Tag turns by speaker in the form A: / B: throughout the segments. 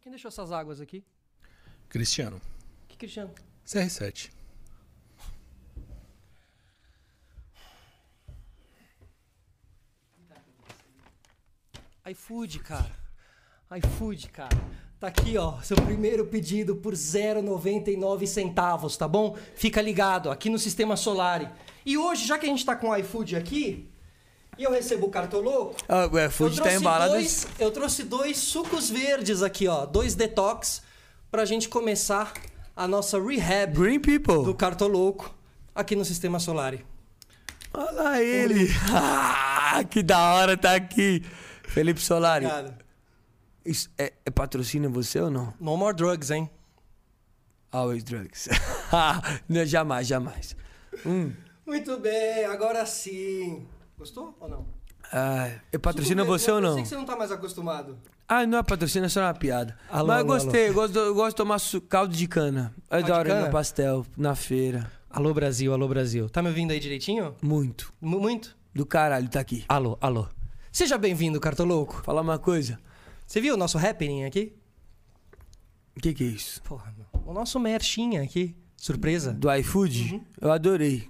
A: Quem deixou essas águas aqui?
B: Cristiano.
A: Que Cristiano?
B: CR7.
A: iFood, cara. iFood, cara. Tá aqui, ó, seu primeiro pedido por 0,99 centavos, tá bom? Fica ligado, aqui no Sistema Solar. E hoje, já que a gente tá com o iFood aqui, e eu recebo o cartoloco,
C: Ah, o
A: eu
C: iFood tá
A: trouxe,
C: embalado.
A: dois, eu trouxe dois sucos verdes aqui, ó, dois detox, pra gente começar a nossa rehab do
C: Green People.
A: cartoloco aqui no Sistema Solar.
C: Olha lá ele. Ah, que da hora tá aqui. Felipe Solari.
A: Obrigado.
C: Isso é, é patrocínio você ou não?
A: No more drugs, hein?
C: Always drugs. não, jamais, jamais. Hum.
A: Muito bem, agora sim. Gostou ou não?
C: Ah, é patrocínio você ou
A: Eu
C: não?
A: sei que você não tá mais acostumado.
C: Ah, não é patrocínio, é só uma piada.
A: Alô,
C: Mas eu
A: alô,
C: gostei, eu gosto, eu gosto de tomar su- caldo de cana. Eu
A: Caldo de
C: adoro ir
A: cana?
C: no pastel, na feira.
A: Alô, Brasil, alô, Brasil. Tá me ouvindo aí direitinho?
C: Muito.
A: Mu- muito?
C: Do caralho, tá aqui.
A: Alô, alô. Seja bem-vindo, Cartolouco.
C: Falar uma coisa.
A: Você viu o nosso happening aqui?
C: O que, que é isso?
A: Porra, meu. O nosso merchinha aqui. Surpresa.
C: Do iFood? Eu adorei.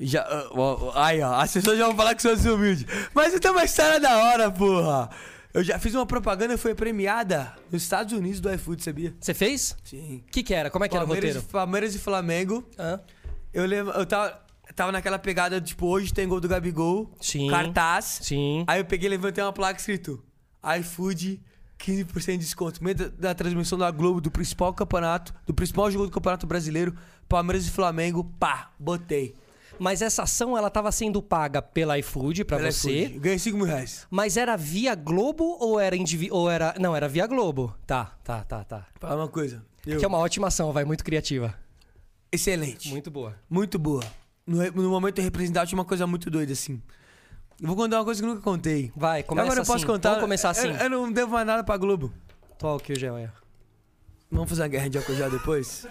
C: Já, ó, ó, ó, aí, ó, as pessoas já vão falar que sou assim humilde. Mas então é uma história da hora, porra. Eu já fiz uma propaganda e foi premiada nos Estados Unidos do iFood, sabia?
A: Você fez?
C: Sim.
A: O que que era? Como é que
C: Palmeiras,
A: era o
C: e-
A: roteiro?
C: Palmeiras e Flamengo.
A: Hã?
C: Eu lembro, eu tava, tava naquela pegada, tipo, hoje tem gol do Gabigol.
A: Sim.
C: Cartaz.
A: Sim.
C: Aí eu peguei e levantei uma placa escrito iFood, 15% de desconto. Meio da, da transmissão da Globo, do principal campeonato, do principal jogo do Campeonato Brasileiro, Palmeiras e Flamengo, pá, botei.
A: Mas essa ação, ela tava sendo paga pela iFood pra
C: Pelo
A: você.
C: iFood. Ganhei 5 mil reais.
A: Mas era via Globo ou era indivi... ou era Não, era via Globo. Tá, tá, tá, tá.
C: Fala uma coisa. eu-
A: Que é uma ótima ação, vai. Muito criativa.
C: Excelente. Muito,
A: Muito boa.
C: boa. No, re- no momento representante, uma coisa muito doida, assim. Eu vou contar uma coisa que eu nunca contei.
A: Vai, começa
C: Agora eu
A: assim.
C: posso contar.
A: Vamos começar assim.
C: Eu, eu não devo mais nada pra Globo.
A: Toque o gel, é.
C: Vamos fazer uma guerra de álcool gel depois?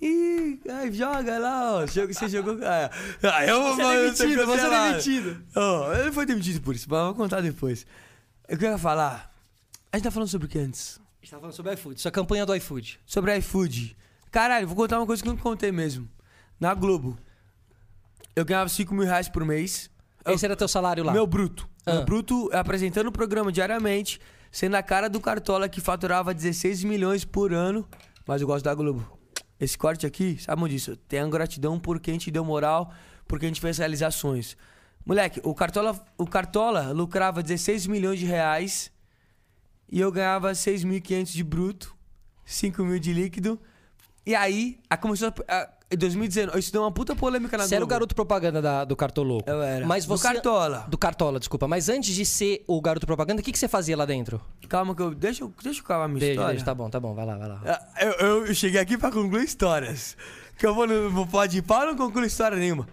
C: Ih, ai, joga lá, ó. Joga- Você jogou. Ah, ah, eu vou
A: Você é
C: eu vou
A: demitido,
C: ser
A: você é
C: cancelado.
A: demitido.
C: Ó, ele foi demitido por isso, mas eu vou contar depois. Eu queria falar. A gente tá falando sobre o que
A: A
C: antes?
A: gente tava falando sobre iFood, sua campanha do iFood.
C: Sobre iFood. Caralho, vou contar uma coisa que eu não contei mesmo. Na Globo, eu ganhava 5 mil reais por mês. Eu-
A: Esse era teu salário lá.
C: Meu bruto.
A: Ah.
C: Meu bruto apresentando o programa diariamente, sendo a cara do Cartola que faturava 16 milhões por ano. Mas eu gosto da Globo. Esse corte aqui, sabe disso? Tenho gratidão por quem te deu moral, por quem te fez realizar sonhos. Moleque, o Cartola, o Cartola lucrava 16 milhões de reais e eu ganhava 6.500 de bruto, 5 mil de líquido. E aí, a começou a- a- em 2019, isso deu uma puta polêmica na
A: Você era o
C: Globo.
A: garoto propaganda da- do Cartoloco.
C: Eu era.
A: Mas
C: Do
A: você...
C: Cartola.
A: Do Cartola, desculpa. Mas antes de ser o garoto propaganda, o que, que você fazia lá dentro?
C: Calma que eu... Deixa, eu- deixa eu calmar a minha
A: Beijo,
C: história.
A: beijo. Tá bom, tá bom. Vai lá, vai lá.
C: Ah, Eu, eu cheguei aqui pra concluir histórias. Que eu vou no vou pode ir para não concluo história nenhuma.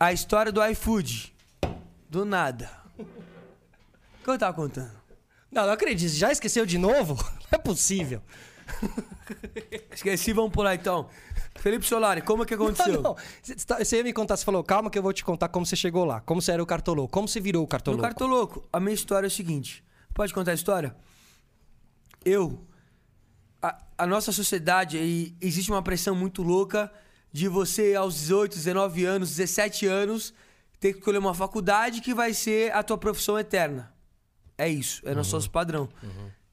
C: A história do iFood. Do nada. O que eu tava contando?
A: Não, não acredito. Já esqueceu de novo? Não é possível.
C: Esqueci, vamos pular então. Felipe Solari, como é que aconteceu?
A: Não, não. Você- Você tá- você ia me contar, você falou, calma que eu vou te contar como você chegou lá. Como você era o Cartoloco. Como você virou o
C: No
A: Cartoloco.
C: Cartoloco, a minha história é o seguinte. Pode contar a história? Eu... A, a nossa sociedade, e existe uma pressão muito louca de você, aos 18, 19 anos, 17 anos, ter que escolher uma faculdade que vai ser a tua profissão eterna. É isso, é
A: Uhum.
C: nosso nosso padrão.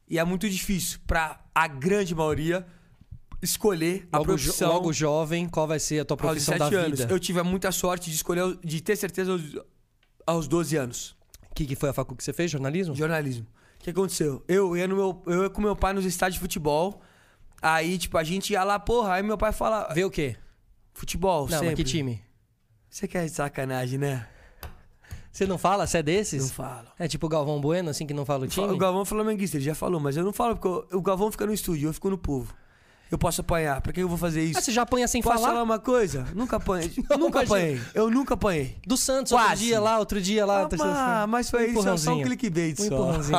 C: E é muito difícil pra a grande maioria escolher a
A: Logo, jo-
C: profissão
A: logo jovem, qual vai ser a tua
C: aos
A: profissão da
C: 17 anos.
A: vida? O
C: Eu tive muita sorte de escolher, de ter certeza aos, aos 12 anos.
A: que, que foi a facu que você fez? Jornalismo?
C: Jornalismo. O que aconteceu? Eu ia, no meu, eu ia com meu pai nos estádios de futebol. Aí, tipo, a gente ia lá, porra. Aí meu pai fala.
A: Vê o quê?
C: Futebol,
A: Não, mas
C: sempre.
A: que time?
C: Você quer sacanagem, né?
A: Você não fala? Você é desses?
C: Não falo.
A: É tipo o Galvão Bueno, assim, que não fala o time?
C: O Galvão é flamenguista, ele já falou, mas eu não falo, porque eu- o Galvão fica no estúdio, eu fico no povo. Eu posso apanhar. Pra que eu vou fazer isso?
A: Ah, você já apanha sem
C: posso
A: falar?
C: falar uma coisa? Nunca apanhei.
A: Não,
C: nunca
A: imagina.
C: apanhei. Eu nunca apanhei.
A: Do Santos, outro
C: Quase.
A: dia lá, outro dia lá. outro
C: Ah,
A: dia-
C: mas foi isso, é só um
A: tá empurrãozinho.
C: clickbait
A: Um
C: só.
A: empurrãozinho.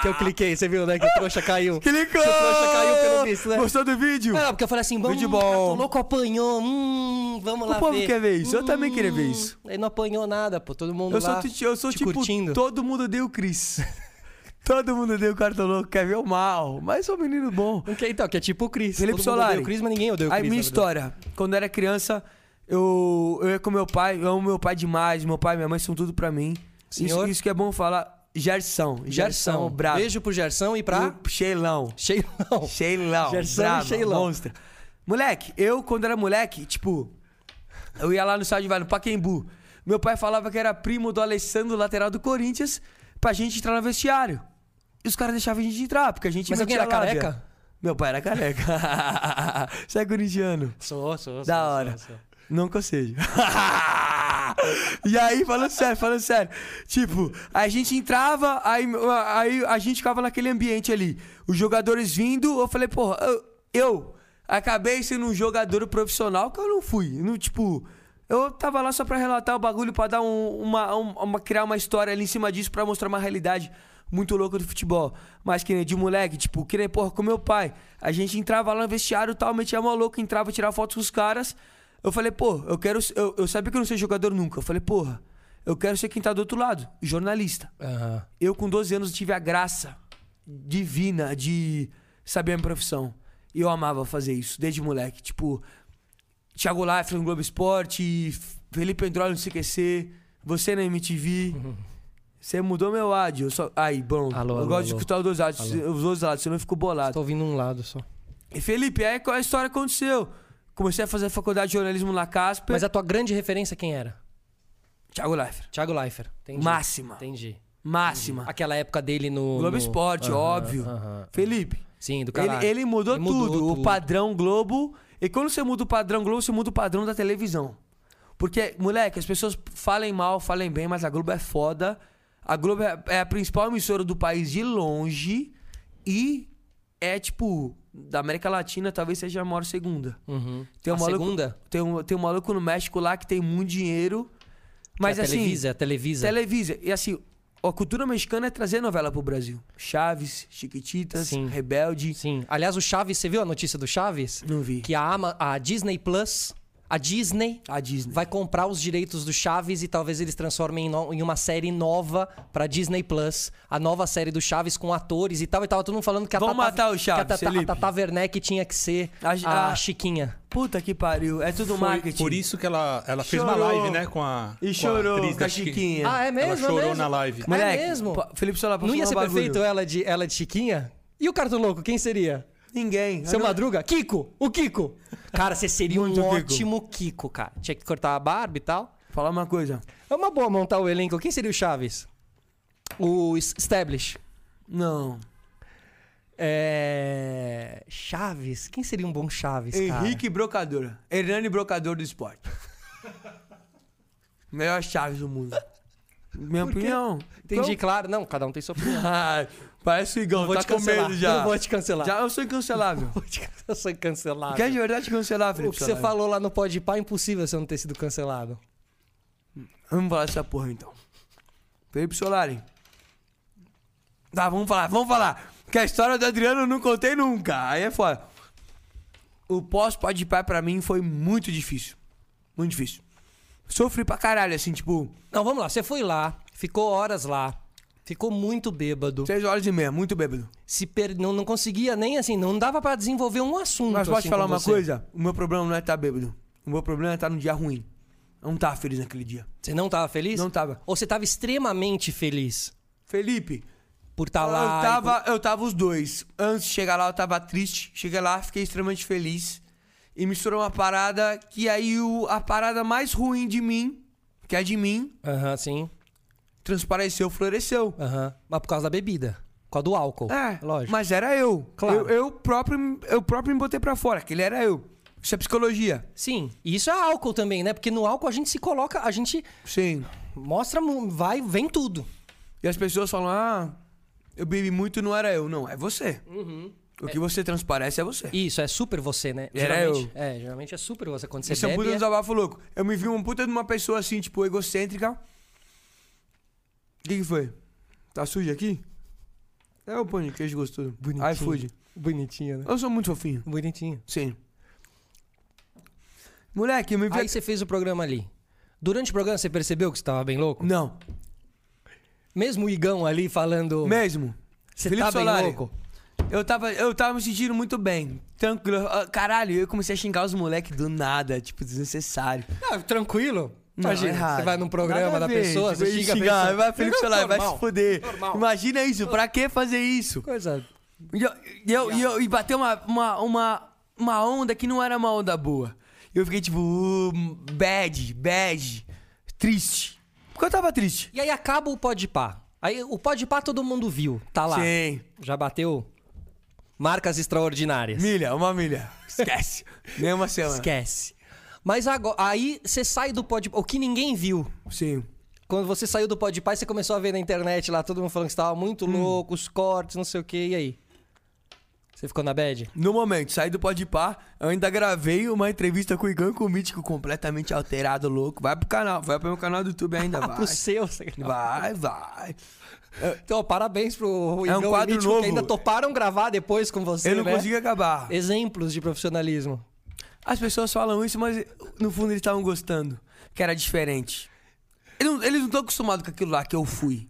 A: que eu cliquei, você viu, né? Que o trouxa caiu.
C: Clicou!
A: Que o trouxa caiu pelo visto, né?
C: Gostou do vídeo?
A: Ah, porque eu falei assim, vamos,
C: Vídeo bom.
A: cara, o louco apanhou, hum, vamos
C: O
A: lá
C: povo
A: ver.
C: quer ver isso, eu
A: Hum,
C: também queria ver isso.
A: Ele não apanhou nada, pô, todo mundo
C: Eu
A: lá
C: sou, ti- eu sou
A: te
C: tipo,
A: curtindo.
C: todo mundo odeia o Cris. Todo mundo deu cartão louco, quer ver o mal. Mas sou um menino bom.
A: Não quer então, que é tipo o Cris.
C: Felipe
A: Todo mundo
C: Solari.
A: odeia o Cris, mas ninguém odeia o Cris.
C: Aí
A: na
C: minha
A: verdade.
C: história. Quando eu era criança, eu, eu ia com meu pai, eu amo meu pai demais. Meu pai e minha mãe são tudo pra mim. Isso,
A: Senhor?
C: isso que é bom falar. Gerson. Gerson,
A: Gerson.
C: brabo.
A: Beijo pro Gerson e pra...
C: Pro Sheilão.
A: Sheilão.
C: Sheilão.
A: Gerson e
C: brabo,
A: Sheilão.
C: Monstro. Moleque, eu quando era moleque, tipo, eu ia lá no estádio de Vale, no Paquembu. Meu pai falava que era primo do Alessandro, lateral do Corinthians, pra gente entrar no vestiário. E os caras deixavam a gente entrar, porque a gente
A: Mas
C: metia
A: alguém era
C: lábia.
A: careca?
C: Meu pai era careca. Você é corintiano.
A: Sou, sou, sou.
C: Da
A: sou,
C: hora.
A: sou.
C: Não que eu seja. e aí, falando sério, falando sério. Tipo, a gente entrava, aí, aí a gente ficava naquele ambiente ali. Os jogadores vindo, eu falei, porra, eu, eu acabei sendo um jogador profissional que eu não fui. No, tipo, eu tava lá só pra relatar o bagulho, pra dar um- uma, um- uma- criar uma história ali em cima disso, pra mostrar uma realidade muito louca do futebol. Mas que nem de moleque, tipo, que nem, porra, com meu pai. A gente entrava lá no vestiário e tal, metia a mão louca, entrava, tirava fotos com os caras. Eu falei, pô, eu quero. Eu, eu sabia que eu não sei jogador nunca. Eu falei, porra, eu quero ser quem tá do outro lado, jornalista.
A: Aham.
C: Eu, com 12 anos, tive a graça divina de saber a minha profissão. E eu amava fazer isso, desde moleque. Tipo, Thiago Leifert no Globo Esporte, Felipe Androli no CQC, você na MTV. Você mudou meu áudio. Eu só... Aí, bom,
A: Alô,
C: eu
A: alô,
C: gosto de
A: alô.
C: escutar os dois áudios, os dois lados, senão eu fico bolado.
A: Tô ouvindo um lado só.
C: E Felipe, aí qual é a história aconteceu? Comecei a fazer faculdade de jornalismo na Casper.
A: Mas a tua grande referência quem era?
C: Thiago Leifert.
A: Thiago Leifert. Entendi.
C: Máxima.
A: Entendi.
C: Máxima.
A: Aquela época dele no...
C: Globo
A: no-
C: Esporte,
A: Aham,
C: óbvio.
A: aham.
C: Felipe,
A: Sim, do
C: ele,
A: caralho.
C: ele mudou,
A: Ele mudou
C: tudo, O
A: tudo.
C: padrão Globo. E quando você muda o padrão Globo, você muda o padrão da televisão. Porque, moleque, as pessoas falem mal, falem bem, mas a Globo é foda. A Globo é é a principal emissora do país de longe. E é, tipo, da América Latina, talvez seja a maior segunda.
A: Uhum.
C: Tem um
A: a
C: maluco-
A: segunda?
C: Tem um, tem um maluco no México lá que tem muito dinheiro. Mas
A: é a
C: assim.
A: Televisa, né? a Televisa.
C: Televisa. E assim, a cultura mexicana é trazer novela pro Brasil. Chaves, Chiquititas,
A: Sim.
C: Rebelde.
A: Sim. Aliás, o Chaves, você viu a notícia do Chaves?
C: Não vi.
A: Que a, Ama- a Disney Plus, a Disney
C: A Disney.
A: vai comprar os direitos do Chaves e talvez eles transformem em, no- em uma série nova pra Disney Plus, a nova série do Chaves com atores e tal. E tava todo mundo falando que a
C: Vão matar o
A: que
C: Chaves,
A: a Tata,
C: Felipe.
A: a Tata Werneck tinha que ser
C: A-
A: a,
C: a-
A: Chiquinha.
C: Puta que pariu. É tudo marketing.
D: Por isso que ela, ela fez uma
C: Chorou.
D: live, né? Com a.
C: E
D: com a
C: chorou
D: atriz
C: com a
D: da Chiquinha.
C: Chiquinha.
A: Ah, é mesmo?
D: Ela
A: é
D: chorou
A: mesmo?
D: na live.
A: é mesmo?
C: pa- Felipe Solar,
A: Não ia ser
C: um bagulho.
A: perfeito é? ela de, ela de Chiquinha? E o Carto Louco, quem seria?
C: Ninguém.
A: Seu
C: Eu não-
A: Madruga? Kiko! O Kiko! Cara, você seria um
C: Muito Kiko.
A: ótimo Kiko, cara. Tinha que cortar a barba e tal.
C: Falar uma coisa.
A: É uma boa montar o elenco. Quem seria o Chaves? O S- Stablish.
C: Não.
A: É... Chaves? Quem seria um bom Chaves, cara?
C: Henrique Brocador. Hernani Brocador do esporte. Melhor Chaves do mundo. Minha opinião. então?
A: Entendi, claro. Não, cada um tem sua opinião.
C: Ai, parece o Igão,
A: Não vou
C: tá
A: te
C: com
A: cancelar.
C: medo já.
A: Não vou te cancelar.
C: Já eu sou incancelável.
A: Eu sou cancelado.
C: Quer de verdade cancelar,
A: O
C: Felipe?
A: que você
C: Solari?
A: falou lá no Pode Pá é impossível você não ter sido cancelado.
C: Vamos falar dessa porra então. Felipe Solari. Tá, vamos falar, vamos falar. Que a história do Adriano eu não contei nunca. Aí é foda. O pós pode pá pra mim foi muito difícil. Muito difícil. Sofri pra caralho, assim, tipo,
A: Não, vamos lá. Você foi lá, ficou horas lá, ficou muito bêbado.
C: seis horas e meia, muito bêbado.
A: se per... não, não conseguia nem assim, não dava pra desenvolver um assunto.
C: Mas posso
A: assim,
C: te falar
A: com
C: uma
A: você.
C: coisa? O meu problema não é estar bêbado. O meu problema é estar num dia ruim. Eu não tava feliz naquele dia.
A: Você não tava feliz?
C: Não tava.
A: Ou você tava extremamente feliz
C: Felipe,
A: por estar lá?
C: eu
A: e
C: tava, eu tava os dois. Antes de chegar lá, eu tava triste. Cheguei lá, fiquei extremamente feliz. E misturou uma parada que aí o, a parada mais ruim de mim, que é de mim,
A: por- Aham, sim.
C: transpareceu, floresceu.
A: Aham. Mas por causa da bebida. Por causa do álcool.
C: É,
A: Lógico.
C: mas era eu.
A: Claro.
C: Eu, eu próprio, eu próprio me botei pra fora, que ele era eu. Isso é psicologia.
A: Sim. E isso é álcool também, né? Porque no álcool a gente se coloca, a gente
C: Sim.
A: mostra, mu- vai, vem tudo.
C: E as pessoas falam, ah, eu bebi muito e não era eu. Não, é você. O que você transparece é você.
A: Isso, é super você, né?
C: Era
A: geralmente, É, geralmente é super você. Quando você
C: Esse é um
A: bebe,
C: puta
A: é-
C: desabafo louco. Eu me vi uma puta de uma pessoa assim, tipo, egocêntrica. O que, que foi? Tá sujo aqui? É o pão de queijo gostoso.
A: Bonitinho.
C: iFood.
A: Bonitinho, né?
C: Eu sou muito fofinho.
A: Bonitinho.
C: Sim. Moleque, eu me vi.
A: Aí você fez o programa ali. Durante o programa você percebeu que você tava bem louco?
C: Não,
A: Mesmo o Igão ali falando...
C: mesmo.
A: Você
C: Felipe
A: tá bem
C: Solari,
A: louco?
C: Eu tava, eu tava me sentindo muito bem, tranquilo. Ah, Caralho, eu comecei a xingar os moleques do nada, tipo, desnecessário.
A: Ah, tranquilo.
C: Não,
A: Imagina,
C: errado.
A: é, você vai num programa
C: Nada a
A: da
C: ver,
A: pessoa,
C: tipo,
A: você xinga a
C: xingar,
A: pessoa.
C: Vai, Felipe Solari, vai se
A: Normal.
C: fuder.
A: Normal.
C: Imagina isso, pra que fazer isso?
A: Coisa.
C: E, eu- e eu, e, eu, e bateu uma, uma, uma, uma onda que não era uma onda boa. E eu fiquei tipo, uh, bad, bad, triste. Porque eu tava triste.
A: E aí acaba o pode pá. Aí o pode pá todo mundo viu, tá lá.
C: Sim.
A: Já bateu marcas extraordinárias.
C: Milha, uma milha. Esquece. Nem uma semana.
A: Esquece. Mas agora, aí você sai do pode o que ninguém viu.
C: Sim.
A: Quando você saiu do pode pá, você começou a ver na internet lá todo mundo falando que você tava muito
C: Hum.
A: louco, os cortes, não sei o quê, e aí? Você ficou na bad?
C: No momento, saí do Podpah, eu ainda gravei uma entrevista com o Igão e com o Mítico completamente alterado, louco. Vai pro canal, vai pro meu canal do YouTube ainda,
A: Ah, pro
C: vai.
A: seu. você-
C: Vai, vai.
A: Então, ó, parabéns pro
C: É um
A: Igão e
C: quadro
A: Mítico,
C: novo.
A: que ainda toparam gravar depois com você,
C: Eu não
A: né?
C: consegui acabar.
A: Exemplos de profissionalismo.
C: As pessoas falam isso, mas no fundo eles estavam gostando, que era diferente. Eles não- Eles não estão acostumados com aquilo lá que eu fui.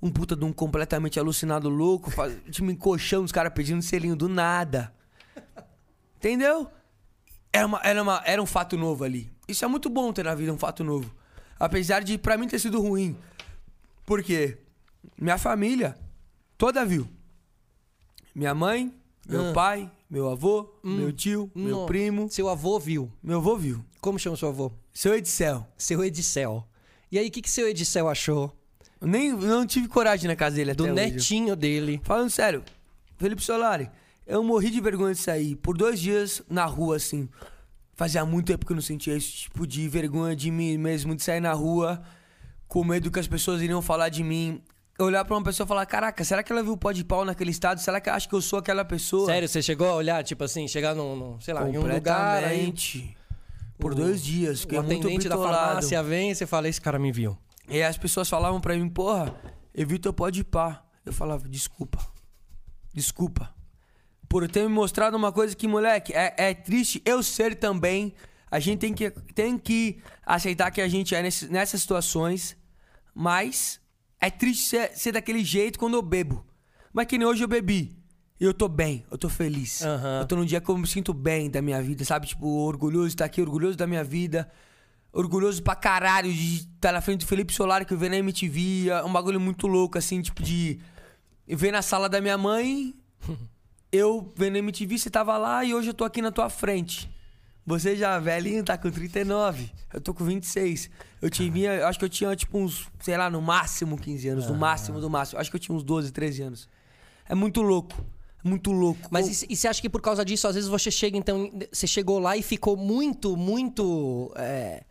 C: Um puta de um completamente alucinado louco, faz, time encoxando, os caras pedindo selinho do nada. Entendeu? Era, uma- era, uma- era um fato novo ali. Isso é muito bom ter na vida um fato novo. Apesar de, pra mim, ter sido ruim. Por quê? Minha família toda viu. Minha mãe, meu pai, meu avô, meu tio, meu
A: No-
C: primo.
A: Seu avô viu.
C: Meu avô viu.
A: Como chama seu avô?
C: Seu Edicel.
A: Seu Edicel. E aí, o que, que seu Edicel achou
C: Eu Nem, não tive coragem na casa dele
A: do
C: até hoje.
A: netinho dele?
C: Falando sério, Felipe Solari, eu morri de vergonha de sair. Por dois dias na rua, assim. Fazia muito tempo que eu não sentia esse tipo de vergonha de mim mesmo, de sair na rua, com medo que as pessoas iriam falar de mim. Olhar pra uma pessoa e falar: Caraca, será que ela viu o pó de pau naquele estado? Será que ela acha que eu sou aquela pessoa?
A: Sério, você chegou a olhar, tipo assim, chegar num, num, sei lá, em um lugar aí.
C: Completamente. Por dois dias.
A: O
C: Fiquei muito
A: atendente da
C: bitolado.
A: farmácia vem e você fala, esse cara me viu.
C: E aí as pessoas falavam pra mim, porra, evita o pó de pá. Eu falava, desculpa. Desculpa. Por ter me mostrado uma coisa que, moleque, é, é triste eu ser também. A gente tem que, tem que aceitar que a gente é nesse- nessas situações. Mas é triste ser, ser daquele jeito quando eu bebo. Mas que nem hoje eu bebi. E eu tô bem, eu tô feliz.
A: Aham.
C: Eu tô num dia que eu me sinto bem da minha vida, sabe? Tipo, orgulhoso de estar aqui, orgulhoso da minha vida. Orgulhoso pra caralho de estar na frente do Felipe Solar que eu vi na MTV. É um bagulho muito louco, assim, tipo de... Eu ver na sala da minha mãe, eu vendo na MTV, você tava lá e hoje eu tô aqui na tua frente. Você já velhinho, tá com 39. Eu tô com 26. Eu tinha, eu acho que eu tinha, tipo, uns, sei lá, no máximo 15 anos. No máximo, do máximo. Acho que eu tinha uns 12, 13 anos. É muito louco. Muito louco.
A: Mas e- e você acha que por causa disso, às vezes você chega, então. Você chegou lá e ficou muito, muito. é,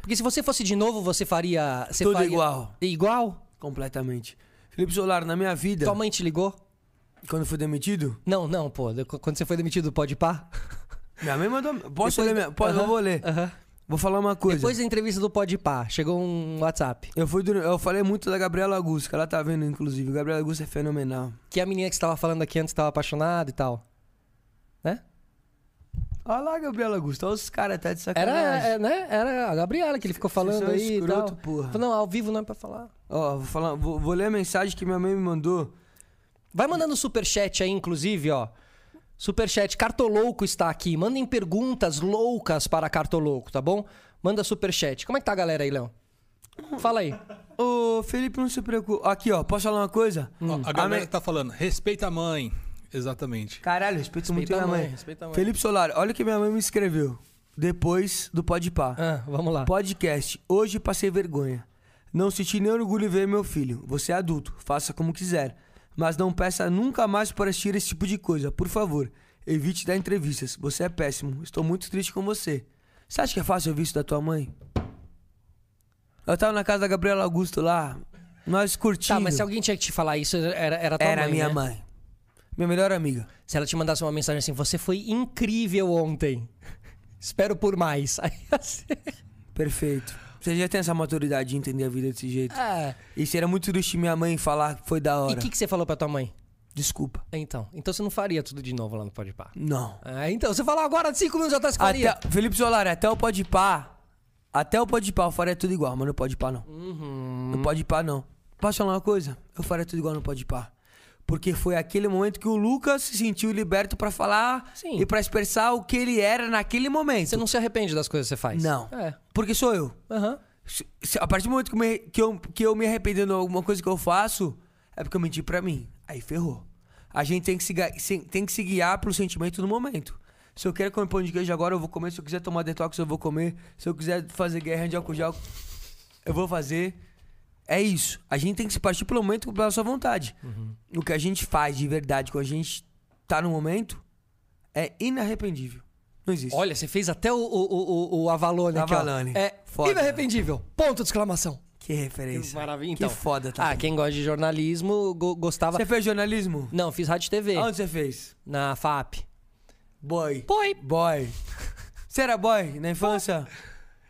A: Porque se você fosse de novo, você faria. Você
C: Tudo
A: faria-
C: igual.
A: Igual?
C: Completamente. Felipe Solar, na minha vida,
A: Tua mãe te ligou?
C: quando eu fui demitido,
A: Não, não, pô. de- Quando você foi demitido do Pode Par?
C: minha mãe mandou. Posso ler minha. Posso,
A: Aham,
C: Eu vou ler.
A: aham.
C: Vou falar uma coisa.
A: Depois da entrevista do Pode Par, chegou um WhatsApp.
C: Eu, fui, dur- eu falei muito da Gabriela Augusto, que ela tá vendo, inclusive. Gabriela Augusto é fenomenal.
A: Que a menina que você tava falando aqui antes tava apaixonada e tal. Né?
C: Olha lá, Gabriela Augusto. Olha os caras, tá de
A: Era,
C: sacanagem.
A: é, né? Era a Gabriela que ele ficou falando
C: são
A: aí e
C: é escroto,
A: tal.
C: porra.
A: Falou, Não, ao vivo não é pra falar.
C: Ó, vou, falar, vou, vou ler a mensagem que minha mãe me mandou.
A: Vai mandando superchat aí, inclusive, ó. Superchat, Cartolouco está aqui. Mandem perguntas loucas para Cartolouco, tá bom? Manda superchat. Como é que tá a galera aí, Léo? Fala aí.
C: Ô, Felipe, não se preocupe. Aqui, ó, posso falar uma coisa?
D: Ó, a galera
C: me-
D: tá falando, respeita a mãe. Exatamente.
C: Caralho, respeito muito
A: Respeita
C: minha
A: a mãe,
C: mãe.
A: respeita a mãe.
C: Felipe Solar, olha o que minha mãe me escreveu. Depois do Podpah.
A: Ah, vamos lá.
C: Podcast. Hoje passei vergonha. Não senti nem orgulho em ver meu filho. Você é adulto, faça como quiser. Mas não peça nunca mais por assistir esse tipo de coisa. Por favor, evite dar entrevistas. Você é péssimo. Estou muito triste com você. Você acha que é fácil ouvir isso da tua mãe? Eu tava na casa da Gabriela Augusto lá. Nós curtindo.
A: Tá, mas se alguém tinha que te falar isso, era, era tua
C: Era
A: mãe,
C: minha
A: né?
C: mãe. Minha melhor amiga.
A: Se ela te mandasse uma mensagem assim, você foi incrível ontem. Espero por mais. Aí assim.
C: Perfeito. Você já tem essa maturidade de entender a vida desse jeito.
A: Ah,
C: E seria muito triste minha mãe falar que foi da
A: e
C: hora.
A: o que, que você falou pra tua mãe?
C: Desculpa.
A: Então, então você não faria tudo de novo lá no Pode Par.
C: Não.
A: Ah, então, você falou agora de cinco minutos atrás que faria.
C: Até, Felipe Solar, até o pode pá. Até o pode pá, eu faria tudo igual,
A: Uhum. Hum.
C: mas não pode pá não. Não pode pá não. Posso falar uma coisa? Eu faria tudo igual no pode pá. Porque foi aquele momento que o Lucas se sentiu liberto pra falar
A: Sim.
C: e pra expressar o que ele era naquele momento.
A: Você não se arrepende das coisas que você faz?
C: Não.
A: É.
C: Porque sou eu.
A: Aham.
C: Se- se- a partir do momento que, me- que eu, que eu me arrependo de alguma coisa que eu faço, é porque eu menti pra mim. Aí ferrou. A gente tem que se, ga- se- tem que se guiar pro sentimento do momento. Se eu quero comer pão de queijo agora, eu vou comer. Se eu quiser tomar detox, eu vou comer. Se eu quiser fazer guerra de álcool gel, eu vou fazer. É isso. A gente tem que se partir pelo momento pela sua vontade.
A: Uhum.
C: O que a gente faz de verdade quando a gente tá no momento é inarrependível. Não existe.
A: Olha, você fez até o, o, o, o- o Avalone aqui. ó.
C: Avalone.
A: É
C: Foda.
A: inarrependível. Ponto de exclamação.
C: Que referência.
A: Maravilha,
C: Que foda, tá?
A: Ah, quem gosta de jornalismo go- gostava.
C: Você Ah. fez jornalismo?
A: Não, fiz rádio e TV
C: Onde você fez?
A: na FAP.
C: Boy.
A: Põe.
C: Boy. Você era boy na infância?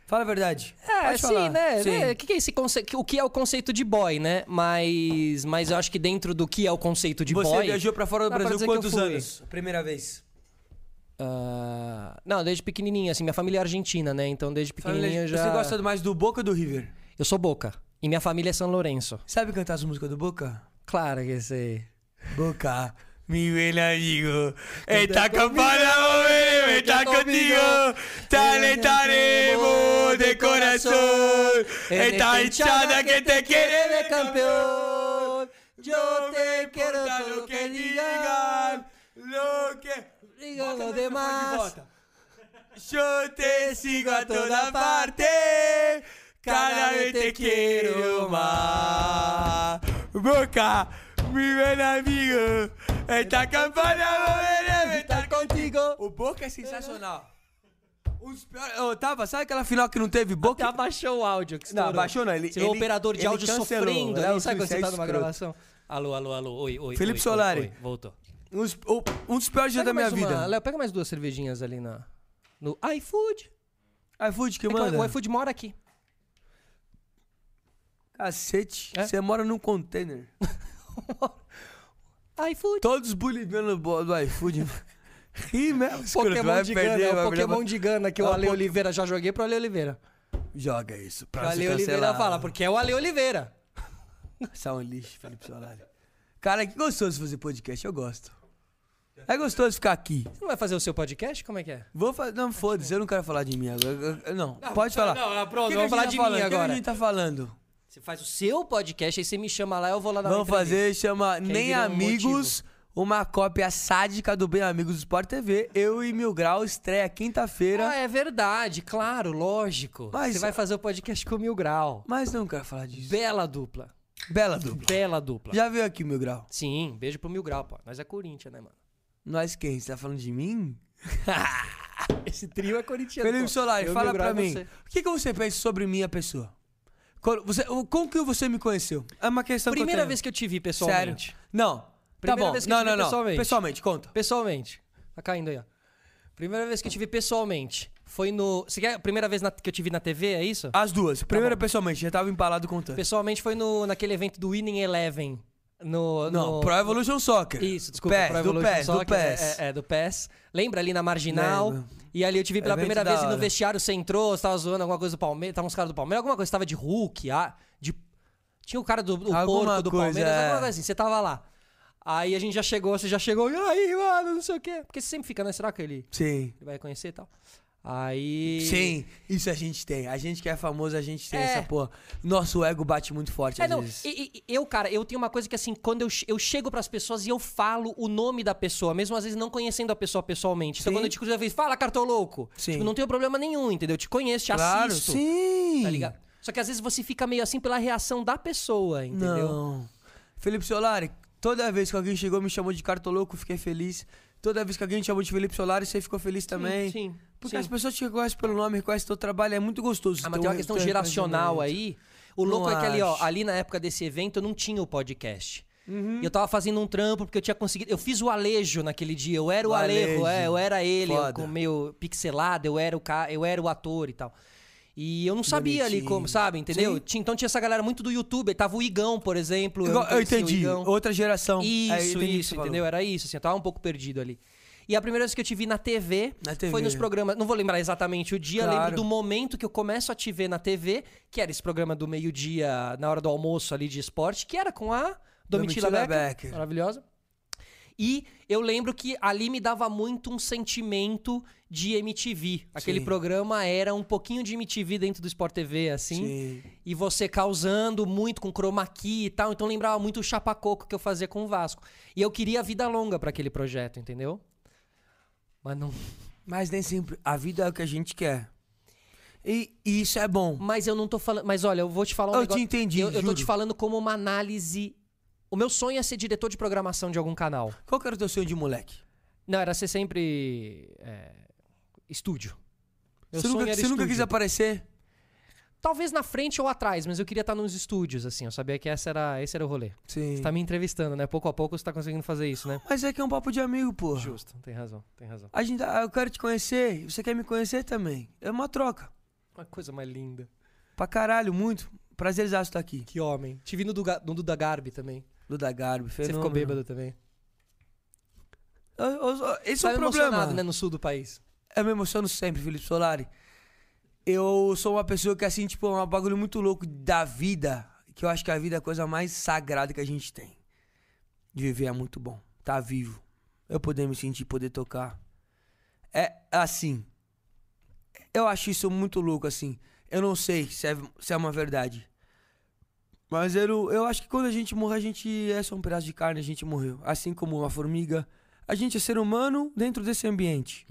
C: Fala a verdade.
A: É,
C: Pode falar.
A: sim, né?
C: Sim.
A: né? Que que é esse conce... que- O que é o conceito de boy, né? Mas, mas eu acho que dentro do que é o conceito de
C: Você
A: boy.
C: viajou pra fora do
A: dá pra
C: Brasil
A: dizer que eu
C: quantos
A: fui.
C: anos? Primeira vez.
A: Ah, não, desde pequenininha, assim. Minha família é argentina, né? Então desde pequenininha eu já.
C: Você gosta mais do Boca ou do River?
A: Eu sou boca. E minha família é São Lourenço.
C: Sabe cantar as músicas do Boca?
A: Claro que sei.
C: Boca, mi buen amigo. Esta campana móvil está contigo. Tale, taremo de corazón. Esta hinchada que te quiere ver campeón. Yo te quiero lo que digan. Lo que
A: Digan
C: Bota
A: los
C: no microfone de
A: demás.
C: volta. Yo te sigo a toda parte. Cada vez te quiero más. Boca, mi buen amigo. Esta campana volverá a estar contigo. O Boca é sensacional. Os piores. Ô, tava, sabe aquela final que não teve Boca?
A: Até abaixou o áudio. Que estourou.
C: abaixou não, ele-
A: Você vê o
C: ele-
A: operador de
C: ele
A: áudio
C: cancelou,
A: sofrendo.
C: né?
A: né?
C: O
A: Sabe quando
C: Suíça é
A: você tá numa
C: escroto.
A: gravação? Alô, alô, alô. Oi, oi.
C: Felipe
A: oi,
C: Solari.
A: Oi, oi. Voltou.
C: Uns- o- um dos piores dias
A: Pega
C: da minha
A: mais uma-
C: vida.
A: Léo, pega mais duas cervejinhas ali na, no iFood.
C: iFood que
A: É que
C: manda.
A: o iFood mora aqui.
C: Cacete,
A: É?
C: você mora num container.
A: iFood.
C: Todos os bullying do, do iFood. Ri mesmo. escroto,
A: Pokémon
C: vai
A: de
C: perder,
A: Gana. É
C: vai
A: o
C: perder,
A: Pokémon de Gana que
C: É
A: o
C: o
A: Ale
C: Poké-
A: Oliveira já joguei pro Ale Oliveira.
C: Joga isso
A: O
C: pra
A: Ale
C: ser
A: Oliveira
C: cancelado.
A: fala, porque é o Ale Oliveira.
C: Você é um lixo, Felipe Solari. Cara, que gostoso fazer podcast, eu gosto. É gostoso ficar aqui.
A: Você não vai fazer o seu podcast? Como é que é?
C: Vou fazer. Não, foda-se, eu não quero falar de mim agora. Eu- eu- Não, pode falar.
A: Ah, não, não, pronto,
C: O que que
A: vamos
C: a
A: falar
C: gente
A: de
C: tá
A: mim
C: falando? O que que
A: agora.
C: a gente tá falando?
A: Você faz o seu podcast, aí você me chama lá, eu vou lá dar uma
C: Vamos
A: entrevista.
C: fazer, chama Nem
A: vira um
C: Amigos, uma cópia sádica do Bem Amigos do Sport TV. Eu e Mil Grau estreia quinta-feira.
A: Ah, é verdade, claro, lógico.
C: Mas-
A: Você vai fazer o podcast com o Mil Grau.
C: Mas não quero falar disso.
A: Bela dupla.
C: Bela dupla.
A: Bela dupla.
C: Já veio aqui, Mil Grau.
A: Sim, beijo pro Mil Grau, pô. Nós é Corinthians, né, mano?
C: Nós quem? Você tá falando de mim?
A: Esse trio é corintiano.
C: Felipe
A: pô.
C: Solari,
A: Eu,
C: fala
A: Mil Grau
C: pra
A: e
C: mim.
A: você.
C: O que, que você pensa sobre minha pessoa? Quando você- o- como que você me conheceu? É uma questão que eu
A: Primeira
C: tenho.
A: vez que eu te vi pessoalmente.
C: Sério. Não.
A: Primeira
C: tá bom.
A: vez que eu te
C: não,
A: vi
C: não, não.
A: pessoalmente.
C: conta.
A: Pessoalmente. Tá caindo aí, ó. Primeira vez que eu te vi pessoalmente. Foi no. Você quer a primeira vez na- que eu te vi na TV, é isso?
C: As duas. Primeira
A: bom.
C: pessoalmente, já tava empalado contando.
A: Pessoalmente foi no, naquele evento do Winning Eleven. No,
C: Não,
A: no-
C: Pro Evolution Soccer.
A: Isso, desculpa.
C: PES,
A: Pro
C: do
A: Evolution
C: PES, do
A: Soccer, é-
C: PES.
A: É, é, do PES. Lembra ali na Marginal?
C: Lembro.
A: E ali eu te vi pela
C: Evento
A: primeira
C: da
A: vez e no
C: hora.
A: vestiário você entrou, você tava zoando alguma coisa do Palmeiras, tava uns caras do Palmeiras, alguma coisa, você tava de Hulk, ah, de... tinha o cara do o
C: Alguma
A: porco do
C: coisa,
A: Palmeiras,
C: é.
A: alguma coisa assim, você tava lá. Aí a gente já chegou, você já chegou, e aí, mano, não sei o quê. Porque você sempre fica, né? Será que ele,
C: Sim.
A: ele vai conhecer e tal? Aí.
C: Sim, isso a gente tem. A gente que é famoso, a gente tem
A: É.
C: essa porra. Nosso ego bate muito forte
A: É,
C: às
A: não,
C: vezes.
A: e- e- e eu, cara, eu tenho uma coisa que assim, quando eu, che- eu chego pras pessoas e eu falo o nome da pessoa, mesmo às vezes não conhecendo a pessoa pessoalmente. Então
C: Sim.
A: quando eu te cruzo, eu falo, fala, cartolouco.
C: Sim.
A: Tipo, não tenho problema nenhum, entendeu? Eu te conheço, te
C: Claro,
A: assisto.
C: sim.
A: Tá ligado? Só que às vezes você fica meio assim pela reação da pessoa, entendeu?
C: Não. Felipe Solari, toda vez que alguém chegou e me chamou de cartoloco, eu fiquei feliz. Toda vez que alguém te chamou de Felipe Solari, você ficou feliz também.
A: sim,
C: Porque
A: sim.
C: as pessoas te reconhecem pelo nome, reconhecem teu trabalho, é muito gostoso.
A: Ah, mas
C: ter
A: tem
C: um
A: uma questão
C: re- ter um
A: geracional
C: reconhecimento.
A: aí. O louco
C: Não
A: é que ali, ó,
C: acho.
A: ali na época desse evento eu não tinha o podcast. E eu tava fazendo um trampo porque eu tinha conseguido. Eu fiz o Alejo naquele dia. Eu era o,
C: O
A: Alejo,
C: Alejo.
A: é, eu era ele, eu
C: Foda.
A: com meio pixelado, eu era o ca... eu era o ator e tal. E eu não sabia ali
C: Bonitinho.
A: como, sabe, entendeu?
C: Sim.
A: Tinha- Então tinha essa galera muito do YouTube. Tava o Igão, por exemplo. não
C: Igual- eu
A: conhecia o
C: entendi.
A: Igão.
C: Outra geração. É, eu entendi o
A: Isso,
C: que você
A: isso,
C: falou.
A: entendeu? Era isso, assim, eu tava um pouco perdido ali. E a primeira vez que eu te vi na TV,
C: Na TV.
A: foi nos programas. Não vou lembrar exatamente o dia,
C: Claro.
A: lembro do momento que eu começo a te ver na TV, que era esse programa do meio-dia, na hora do almoço ali de esporte, que era com a Domitila,
C: Domitila
A: Becker,
C: Becker.
A: Maravilhosa. E eu lembro que ali me dava muito um sentimento de MTV. Aquele
C: Sim.
A: programa era um pouquinho de MTV dentro do Sport TV, assim. E você causando muito com chroma key e tal. Então lembrava muito o chapacoco que eu fazia com o Vasco. E eu queria vida longa pra aquele projeto, entendeu? Mas não.
C: Mas nem sempre. A vida é o que a gente quer. E, e isso é bom.
A: Mas eu não tô falando. Mas olha, eu vou te falar um
C: Eu
A: negócio.
C: te entendi,
A: Eu, eu tô
C: juro.
A: te falando como uma análise. O meu sonho é ser diretor de programação de algum canal.
C: Qual que era o teu sonho de moleque?
A: Não, era ser sempre. é, estúdio. Meu
C: você
A: sonho
C: nunca,
A: era
C: você nunca
A: estúdio.
C: quis aparecer?
A: Talvez na frente ou atrás, mas eu queria estar nos estúdios, assim. Eu sabia que essa era, esse era o rolê.
C: Sim.
A: Você tá me entrevistando, né? Pouco a pouco você tá conseguindo fazer isso, né?
C: Mas é que é um papo de amigo, pô.
A: Justo, tem razão, tem razão.
C: A gente, ah, eu quero te conhecer e você quer me conhecer também. É uma troca.
A: Uma coisa mais linda.
C: Pra caralho, muito. Prazerzaço estar aqui.
A: Que homem. Te vi no do, Ga- no do da Garbi também.
C: Duda Garbi,
A: Você
C: fenômeno.
A: ficou bêbado também.
C: Eu- eu- eu- Esse é
A: Tava
C: o problema.
A: emocionado, né? No sul do país.
C: Eu me emociono sempre, Felipe Solari. Eu sou uma pessoa que, assim, tipo, é um bagulho muito louco da vida. Que eu acho que a vida é a coisa mais sagrada que a gente tem. De viver é muito bom. Tá vivo. Eu poder me sentir, poder tocar. É assim. Eu acho isso muito louco, assim. Eu não sei se é, se é uma verdade. Mas eu, eu acho que quando a gente morre, a gente é só um pedaço de carne, a gente morreu. Assim como uma formiga. A gente é ser humano dentro desse ambiente.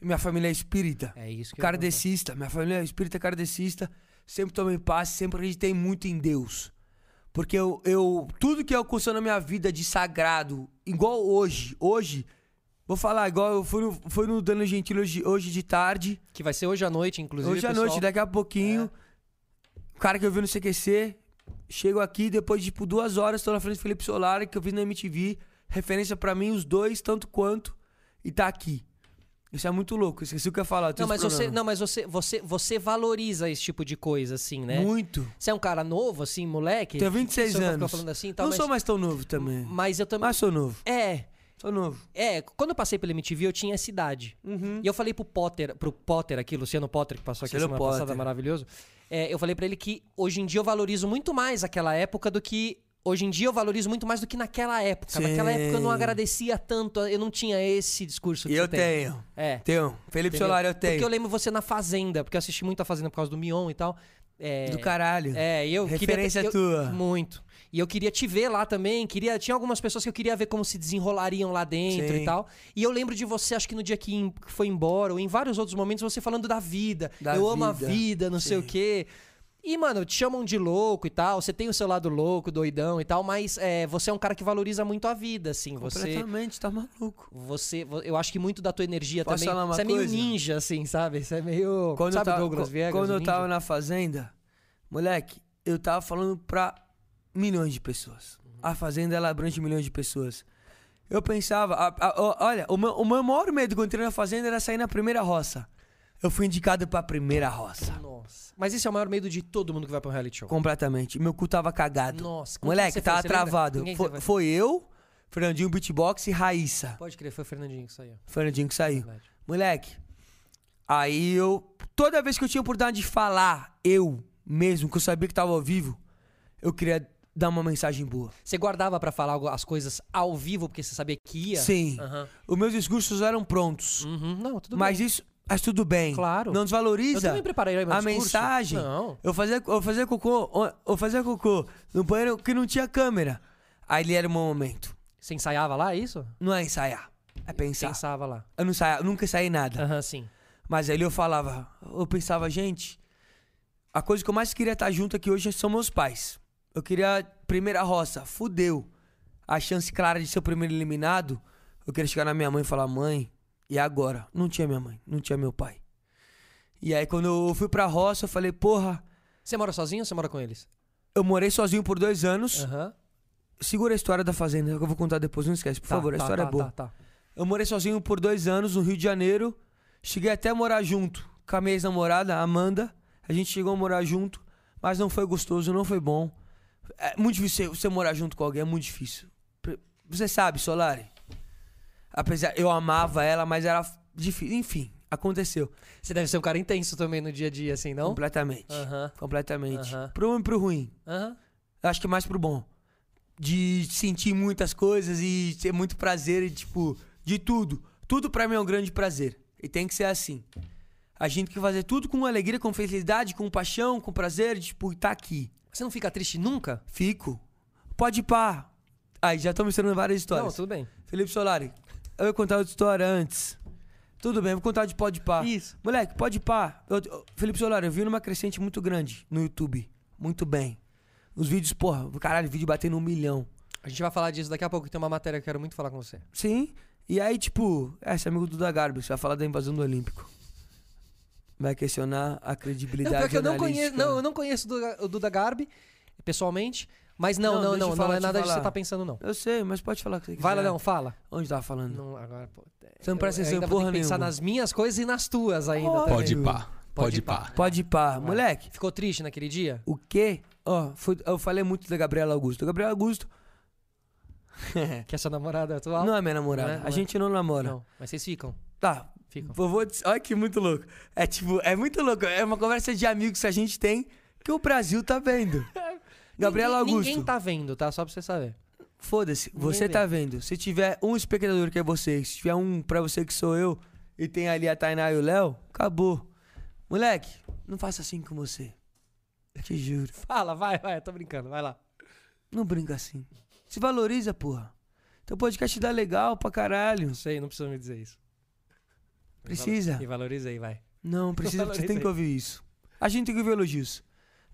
C: Minha família é espírita.
A: É isso que eu ia
C: Kardecista. Minha família é espírita kardecista. Sempre tomei passe, sempre acreditei muito em Deus. Porque eu, eu tudo que aconteceu na minha vida de sagrado, igual hoje, hoje, vou falar, igual eu fui no, fui no Dano Gentil hoje, hoje de tarde,
A: Que vai ser hoje à noite, inclusive.
C: hoje à
A: pessoal. é.
C: noite, né? daqui a pouquinho. O cara que eu vi no CQC, chego aqui, depois de tipo, duas horas, tô na frente do Felipe Solari, que eu vi na MTV, referência pra mim, os dois, tanto quanto, e tá aqui. Isso é muito louco, esqueci o que eu ia falar.
A: Não,
C: tenho
A: mas
C: esse
A: você,
C: problema.
A: não, mas você, você, você valoriza esse tipo de coisa, assim, né?
C: Muito.
A: Você é um cara novo, assim, moleque?
C: Tenho 26
A: Você não Fica
C: anos.
A: falando assim, e tal,
C: não
A: mas,
C: sou mais tão novo também.
A: mas eu também.
C: Mas sou novo.
A: É,
C: Sou novo.
A: é. Quando eu passei pela MTV, eu tinha essa idade. E eu falei pro Potter, pro Potter aqui, Luciano Potter, que passou aqui
C: Uhum. Luciano
A: semana
C: Potter.
A: passada, maravilhoso. É, eu falei pra ele que hoje em dia eu valorizo muito mais aquela época do que. Hoje em dia eu valorizo muito mais do que naquela época.
C: Sim.
A: Naquela época eu não agradecia tanto, eu não tinha esse discurso que
C: E
A: você
C: eu
A: tem.
C: tenho.
A: É.
C: Tenho. Felipe
A: Entendeu?
C: Solari, eu
A: Porque eu
C: tenho.
A: lembro você na Fazenda, porque eu assisti muito a Fazenda por causa do Mion e tal. É,
C: Do caralho.
A: É, e eu
C: Referência
A: queria, eu-
C: tua.
A: Muito. E eu queria te ver lá também. Queria, tinha algumas pessoas que eu queria ver como se desenrolariam lá dentro
C: Sim.
A: e tal. E eu lembro de você, acho que no dia que em- que foi embora, ou em vários outros momentos, você falando da vida.
C: Da
A: eu amo a
C: vida.
A: vida, não sei o quê. E, mano, te chamam de louco e tal. Você tem o seu lado louco, doidão e tal, mas é, você é um cara que valoriza muito a vida, assim. Você
C: Completamente, tá maluco.
A: você, vo- eu acho que muito da tua energia
C: Posso
A: também.
C: falar uma
A: você é meio
C: coisa?
A: ninja, assim, sabe? Você é meio.
C: Quando
A: sabe
C: eu tava,
A: Douglas
C: co-
A: Viegas?
C: quando
A: o
C: eu
A: ninja?
C: tava na fazenda, moleque, eu tava falando pra milhões de pessoas. A fazenda ela abrange milhões de pessoas. Eu pensava, a- a- o- olha, o meu, o meu maior medo quando eu entrei na fazenda era sair na primeira roça. Eu fui indicado pra primeira roça.
A: Nossa. Mas esse é o maior medo de todo mundo que vai pra um reality show.
C: Completamente. Meu cu tava cagado.
A: Nossa, como que
C: moleque,
A: você
C: tava
A: foi? Você lembra?
C: travado.
A: Ninguém que você foi.
C: Foi, foi eu, Fernandinho Beatbox e Raíssa.
A: Pode crer, foi o Fernandinho que saiu.
C: Fernandinho que saiu.
A: Verdade.
C: Moleque, aí eu. Toda vez que eu tinha oportunidade de falar, eu mesmo, que eu sabia que tava ao vivo, eu queria dar uma mensagem boa.
A: Você guardava pra falar algo- as coisas ao vivo, porque você sabia que ia?
C: Sim.
A: Aham.
C: Os meus discursos eram prontos.
A: Uhum. Não, tudo
C: mas
A: bem.
C: isso. Mas tudo bem.
A: Claro.
C: Não
A: Eu
C: desvaloriza.
A: também preparei meu
C: a
A: discurso.
C: mensagem.
A: Não.
C: Eu fazia, eu fazia cocô. Eu fazia cocô no banheiro que não tinha câmera. Aí ele era o meu momento.
A: Você ensaiava lá, é isso?
C: Não é ensaiar. É pensar.
A: Pensava lá.
C: Eu não saia, eu nunca saí nada.
A: Aham, sim.
C: Mas ali eu falava, eu pensava, gente, a coisa que eu mais queria estar junto aqui hoje são meus pais. Eu queria primeira roça, fudeu. A chance clara de ser o primeiro eliminado, eu queria chegar na minha mãe e falar, mãe, e agora? Não tinha minha mãe, não tinha meu pai. E aí quando eu fui pra roça, eu falei, porra,
A: Você mora sozinho ou você mora com eles?
C: eu morei sozinho por dois anos.
A: Aham.
C: Segura a história da fazenda, que eu vou contar depois, não esquece, por
A: Tá,
C: favor, a
A: tá,
C: história
A: tá,
C: é boa.
A: Tá, tá.
C: Eu morei sozinho por dois anos no Rio de Janeiro. Cheguei até a morar junto com a minha ex-namorada, Amanda. A gente chegou a morar junto, mas não foi gostoso, não foi bom. É muito difícil você você morar junto com alguém, é muito difícil. Pre- Você sabe, Solari. Apesar, eu amava ela, mas era difícil. Enfim, aconteceu.
A: Você deve ser um cara intenso também no dia a dia, assim, não?
C: Completamente.
A: Aham.
C: Completamente.
A: Aham.
C: Pro bom e pro ruim.
A: Aham.
C: Eu acho que é mais pro bom. de sentir muitas coisas e ter muito prazer e, tipo, de tudo. Tudo pra mim é um grande prazer. E tem que ser assim. A gente tem que fazer tudo com alegria, com felicidade, com paixão, com prazer, tipo, e tá aqui.
E: Você não fica triste nunca?
C: Fico. Pode ir pá. Aí já estão misturando várias histórias.
E: Não, tudo bem.
C: Felipe Solari, eu ia contar outra história antes. Tudo bem, vou contar de pode pá.
E: Isso.
C: Moleque, pode pá. Eu- eu- Felipe Solari, eu vi numa crescente muito grande no YouTube. Muito bem. Os vídeos, porra, caralho, vídeo batendo um milhão.
E: A gente vai falar disso daqui a pouco, tem uma matéria que eu quero muito falar com você.
C: Sim. E aí, tipo, é, esse amigo do Duda Garbi, você vai falar da invasão do Olímpico. Vai questionar a credibilidade
E: Não, pior que eu não
C: jornalística.
E: conheço, não, eu não conheço o Duda- o Duda Garbi pessoalmente, mas não,
C: Não,
E: não, não,
C: deixa eu
E: não,
C: falar,
E: é
C: deixa eu
E: nada disso que você
C: falar.
E: tá pensando não.
C: Eu sei, mas pode falar o que você
E: Vai lá,
C: quiser.
E: não, fala.
C: Onde tava falando?
E: Não, agora, pô, é,
C: Você não presta
E: eu
C: atenção em
E: ainda vou ter
C: porra
E: que pensar
C: nenhuma.
E: nas minhas coisas e nas tuas ainda. tá também.
C: Pode.
D: Pode ir pá. Pode ir
E: ir pá.
D: pá.
C: Pode pá. Moleque,
E: Ficou triste naquele dia?
C: O quê? Ó, foi- eu falei muito da Gabriela Augusto. A Gabriela Augusto
E: Que é sua namorada atual?
C: não é minha namorada.
E: Não é? Não
C: a
E: é?
C: gente não namora.
E: Não, mas vocês ficam.
C: Tá.
E: Ficam.
C: Vovô disse- Olha que muito louco. É tipo, é muito louco. É uma conversa de amigos que a gente tem que o Brasil tá vendo. Gabriela
E: Ninguém-
C: Augusto.
E: Ninguém tá vendo, tá? Só pra você saber.
C: Foda-se, você
E: vê.
C: tá vendo. Se tiver um espectador que é você, se tiver um pra você que sou eu, e tem ali a Tainá e o Léo, acabou. Moleque, não faça assim com você. Te juro.
E: Fala, vai, vai, eu tô brincando, vai lá.
C: Não brinca assim. Se valoriza, porra. Teu podcast dá legal pra caralho.
E: Não sei, não precisa me dizer isso.
C: Precisa.
E: Me valoriza aí, vai.
C: Não, precisa,
E: Fala
C: você
E: isso
C: tem
E: aí.
C: que ouvir isso. A gente tem que ouvir elogios.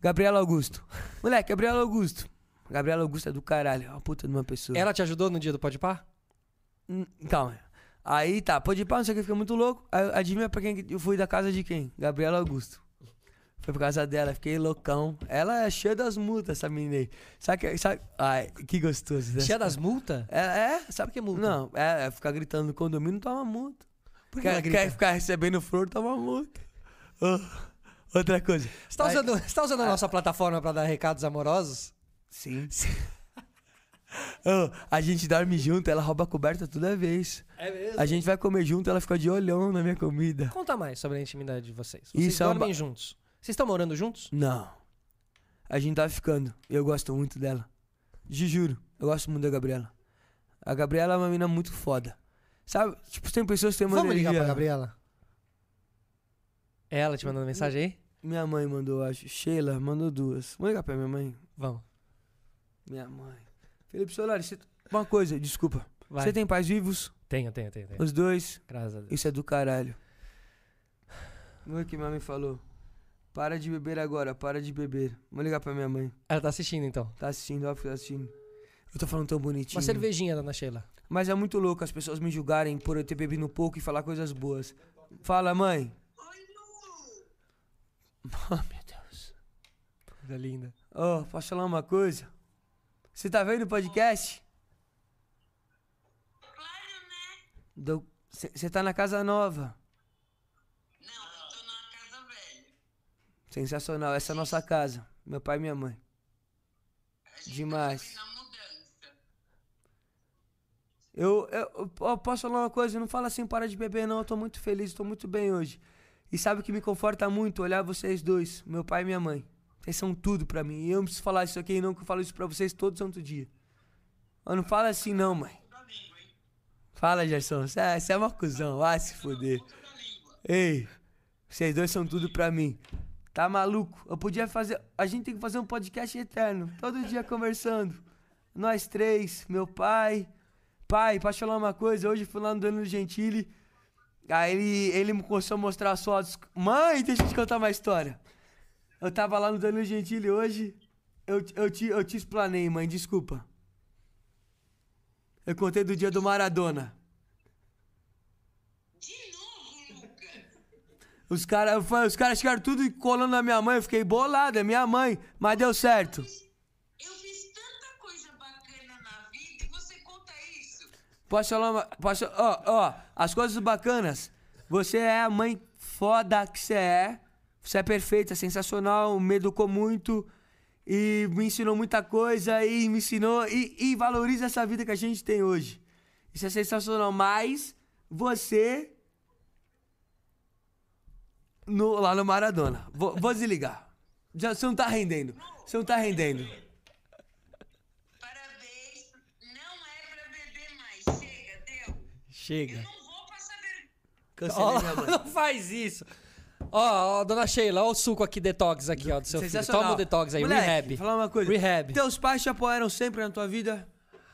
C: Gabriela Augusto. Moleque, Gabriela Augusto. Gabriela Augusto é do caralho. É uma puta de uma pessoa.
E: Ela te ajudou no dia do Pode Par?
C: Hum, Calma. Aí tá, pode ir pra, não sei o que, fica muito louco. Aí, Adivinha pra quem que eu fui da casa de quem? Gabriela Augusto. Foi por causa dela, fiquei loucão. Ela é cheia das multas, essa menina aí. Sabe que. Sabe, ai, que gostoso. né?
E: Cheia das multas?
C: É, é, sabe
E: Por que multa?
C: Não, é, é ficar gritando no condomínio, toma multa.
E: Por que
C: Quer,
E: ela grita?
C: quer ficar recebendo flor, toma multa. Ah, outra coisa.
E: Você tá
C: Aí-
E: usando, você tá usando a nossa plataforma pra dar recados amorosos?
C: Sim. Ah, a gente dorme junto, ela rouba a coberta toda vez.
E: É mesmo?
C: A gente vai comer junto, ela fica de olhão na minha comida.
E: Conta mais sobre a intimidade de vocês. Vocês
C: Isso é um
E: dormem
C: ba-
E: juntos? Vocês estão morando juntos?
C: Não. A gente tava ficando. Eu gosto muito dela. Te juro. Eu gosto muito da Gabriela. A Gabriela é uma menina muito foda. Sabe? Tipo, tem pessoas que têm uma
E: Vamos ligar pra
C: energia-
E: Gabriela? É Ela te mandando
C: Hum.
E: mensagem aí?
C: Minha mãe mandou, acho. Sheila mandou duas. Vamos ligar pra minha mãe?
E: Vamos.
C: Minha mãe. Felipe Solari, você... uma coisa, desculpa.
E: Vai.
C: Você tem pais vivos?
E: Tenho, tenho, tenho, tenho.
C: Os dois?
E: Graças a Deus.
C: Isso é do caralho. Olha o que minha mãe falou. Para de beber agora, para de beber. Vou ligar pra minha mãe.
E: Ela tá assistindo então.
C: Tá assistindo, óbvio que tá assistindo. Eu tô falando tão bonitinho.
E: Uma cervejinha, dona Sheila.
C: Mas é muito louco as pessoas me julgarem por eu ter bebido pouco e falar coisas boas. Fala, mãe. Oh, meu Deus.
E: Coisa linda.
C: Ô, posso falar uma coisa? Você tá vendo o podcast?
F: Claro, né?
C: Você tá na casa nova.
F: Não, eu tô numa casa velha.
C: Sensacional, essa é a nossa casa. Meu pai e minha mãe.
F: A gente
C: Demais.
F: tá na mudança.
C: Eu, eu, eu- ó, posso falar uma coisa? Não fala assim, para de beber, não. Eu tô muito feliz, tô muito bem hoje. E sabe o que me conforta muito? Olhar vocês dois, meu pai e minha mãe. Vocês são tudo pra mim. E eu não preciso falar isso aqui, não, que eu falo isso pra vocês todo santo dia. Mas não fala assim, não, mãe.
F: Da língua, hein?
C: Fala, Gerson. Você é, cê é uma cuzão. Vai se foder.
F: Da língua.
C: Ei, vocês dois são tudo pra mim. Tá maluco? Eu podia fazer. A gente tem que fazer um podcast eterno. Todo dia conversando. Nós três, meu pai. Pai, pra te falar uma coisa, hoje fui lá no Danilo Gentili. Aí ele, ele me começou a mostrar as fotos. Mãe, deixa eu te contar uma história. Eu tava lá no Danilo Gentili hoje. Eu, eu, te, eu te explanei, mãe, desculpa. Eu contei do dia do Maradona.
F: De novo, Lucas.
C: Os caras os cara ficaram tudo colando na minha mãe, eu fiquei bolado, é minha mãe, mas deu certo.
F: Eu fiz tanta coisa bacana na vida e você conta isso.
C: Posso falar uma. Posso, ó, ó, as coisas bacanas. Você é a mãe foda que você é. Você é perfeita, sensacional, me educou muito e me ensinou muita coisa e me ensinou e, e valoriza essa vida que a gente tem hoje. Isso é sensacional, mas você. no- lá no Maradona. Vou, vou desligar. Já, você não tá rendendo. Você não tá rendendo.
F: Parabéns. é Eu
A: Chega.
F: não vou passar vergonha.
C: Cancelei
A: Ó,
C: minha mãe.
A: não faz isso. Ó, ó, dona Sheila, ó o suco aqui, detox aqui, ó, do seu filho.
C: Sensacional.
A: Toma o detox aí,
C: Moleque,
A: rehab.
C: falar uma coisa.
A: Rehab.
C: Teus pais te apoiaram sempre na tua vida?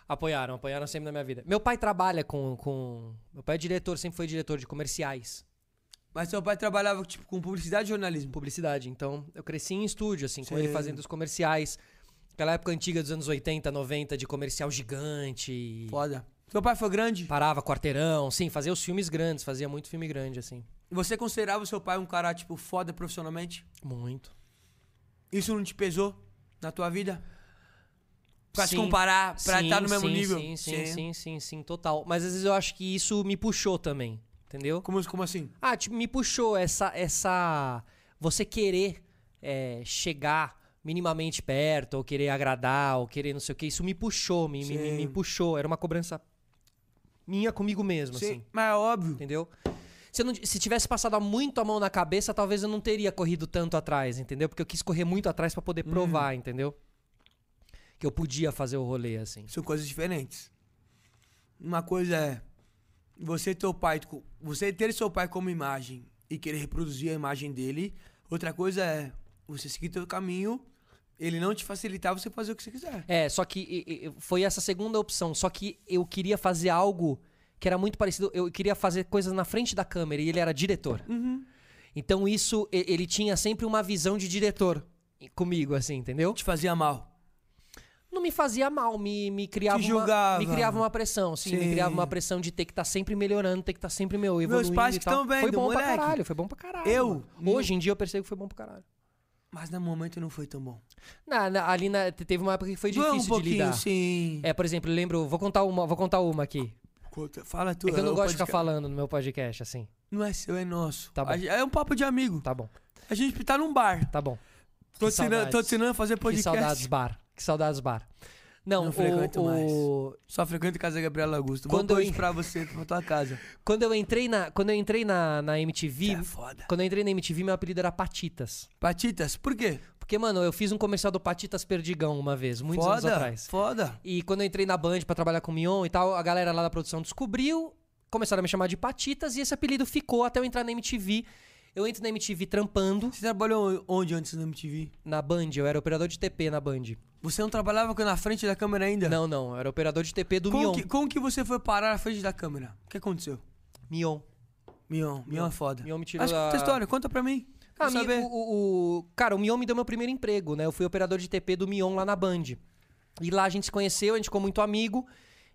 A: Apoiaram, apoiaram sempre na minha vida. Meu pai trabalha com, com... Meu pai é diretor, sempre foi diretor de comerciais.
C: Mas teu pai trabalhava, tipo, com publicidade e jornalismo.
A: publicidade. Então, eu cresci em estúdio, assim, com
C: Sim.
A: ele fazendo os comerciais. Aquela época antiga dos anos 80, 90, de comercial gigante.
C: Foda. Teu pai foi grande?
A: Parava quarteirão, sim, fazia os filmes grandes, fazia muito filme grande, assim.
C: E Você considerava o seu pai um cara, tipo, foda profissionalmente?
A: Muito.
C: Isso não te pesou na tua vida? Pra se
A: Sim.
C: comparar, pra
A: Sim,
C: estar no mesmo
A: sim,
C: nível?
A: Sim sim, sim, sim, sim, total. Mas às vezes eu acho que isso me puxou também, entendeu?
C: Como, como assim?
A: Ah, tipo, me puxou essa. essa você querer é, chegar minimamente perto, ou querer agradar, ou querer não sei o que. Isso me puxou, me, me, me- me
C: Sim.
A: puxou. Era uma cobrança minha comigo mesmo, assim.
C: Sim, mas é óbvio.
A: Entendeu? Se, eu não- se tivesse passado muito a mão na cabeça, talvez eu não teria corrido tanto atrás, entendeu? Porque eu quis correr muito atrás pra
C: Hum.
A: poder provar, entendeu? Que eu podia fazer o rolê, assim.
C: São coisas diferentes. Uma coisa é você e teu pai, co- você ter seu pai como imagem e querer reproduzir a imagem dele. Outra coisa é você seguir teu caminho, ele não te facilitar você fazer o que você quiser.
A: É, só que e- e- foi essa segunda opção. Só que eu queria fazer algo que era muito parecido. Eu queria fazer coisas na frente da câmera e ele era diretor.
C: Uhum.
A: Então isso, e- ele tinha sempre uma visão de diretor e- comigo, assim, entendeu?
C: Te fazia mal.
A: Não me fazia mal, me, me criava.
C: Te
A: uma,
C: julgava.
A: me criava uma pressão, sim, Me
C: Sim.
A: criava uma pressão de ter que estar sempre melhorando, ter que estar sempre, meu, evoluindo.
C: pais
A: e
C: que
A: tal.
C: tão vendo,
A: Foi bom pra
C: moleque.
A: caralho, foi bom pra caralho.
C: Eu,
A: mano. Hoje em dia eu percebo que foi bom pra caralho.
C: Mas no momento não foi tão bom.
A: Na, na- ali na- teve uma época que foi
C: Doeu
A: É difícil
C: um pouquinho,
A: de lidar.
C: sim.
A: É, por exemplo, eu lembro. Vou contar uma, vou contar uma aqui.
C: Conta- Fala tu.
A: É que eu não
C: o
A: gosto de ficar
C: podcast-
A: falando no meu podcast, assim.
C: Não é seu, é nosso.
A: Tá bom.
C: A gen- É um papo de amigo.
A: Tá bom,
C: A gente tá num bar.
A: tá bom.
C: Tô
A: Que
C: te ensinando, tô
A: saudades.
C: te ensinando a fazer
A: Que
C: podcast.
A: saudades bar. Que saudades bar. Não,
C: Não
A: o-
C: frequento
A: o-
C: Só frequento casa da Gabriela Augusto.
A: Quando
C: Quando
A: eu
C: Bom eu...
A: en-
C: pra você, pra tua casa.
A: Quando eu entrei na, quando eu entrei na, na MTV,
C: É foda.
A: quando eu entrei na MTV, meu apelido era Patitas.
C: Patitas, por quê?
A: Porque, mano, eu fiz um comercial do Patitas Perdigão uma vez, muitos anos
C: foda,
A: atrás.
C: foda.
A: E quando eu entrei na Band pra trabalhar com o Mion e tal, a galera lá da produção descobriu, começaram a me chamar de Patitas e esse apelido ficou até eu entrar na MTV. Eu entro na MTV trampando,
C: Você trabalhou onde antes na MTV?
A: na Band, eu era operador de TP na Band.
C: Você não trabalhava na frente da câmera ainda?
A: Não, não, eu era operador de TP do
C: Como
A: Mion.
C: que, como que você foi parar na frente da câmera? O que aconteceu?
A: Mion.
C: Mion, Mion é foda.
A: Mion me tirou
C: Mas conta
A: a-
C: a história, conta pra mim.
A: Ah,
C: Quero
A: mi-
C: saber.
A: o, o- o- cara, o Mion me deu meu primeiro emprego, né? Eu fui operador de TP do Mion lá na Band. E lá a gente se conheceu, a gente ficou muito amigo.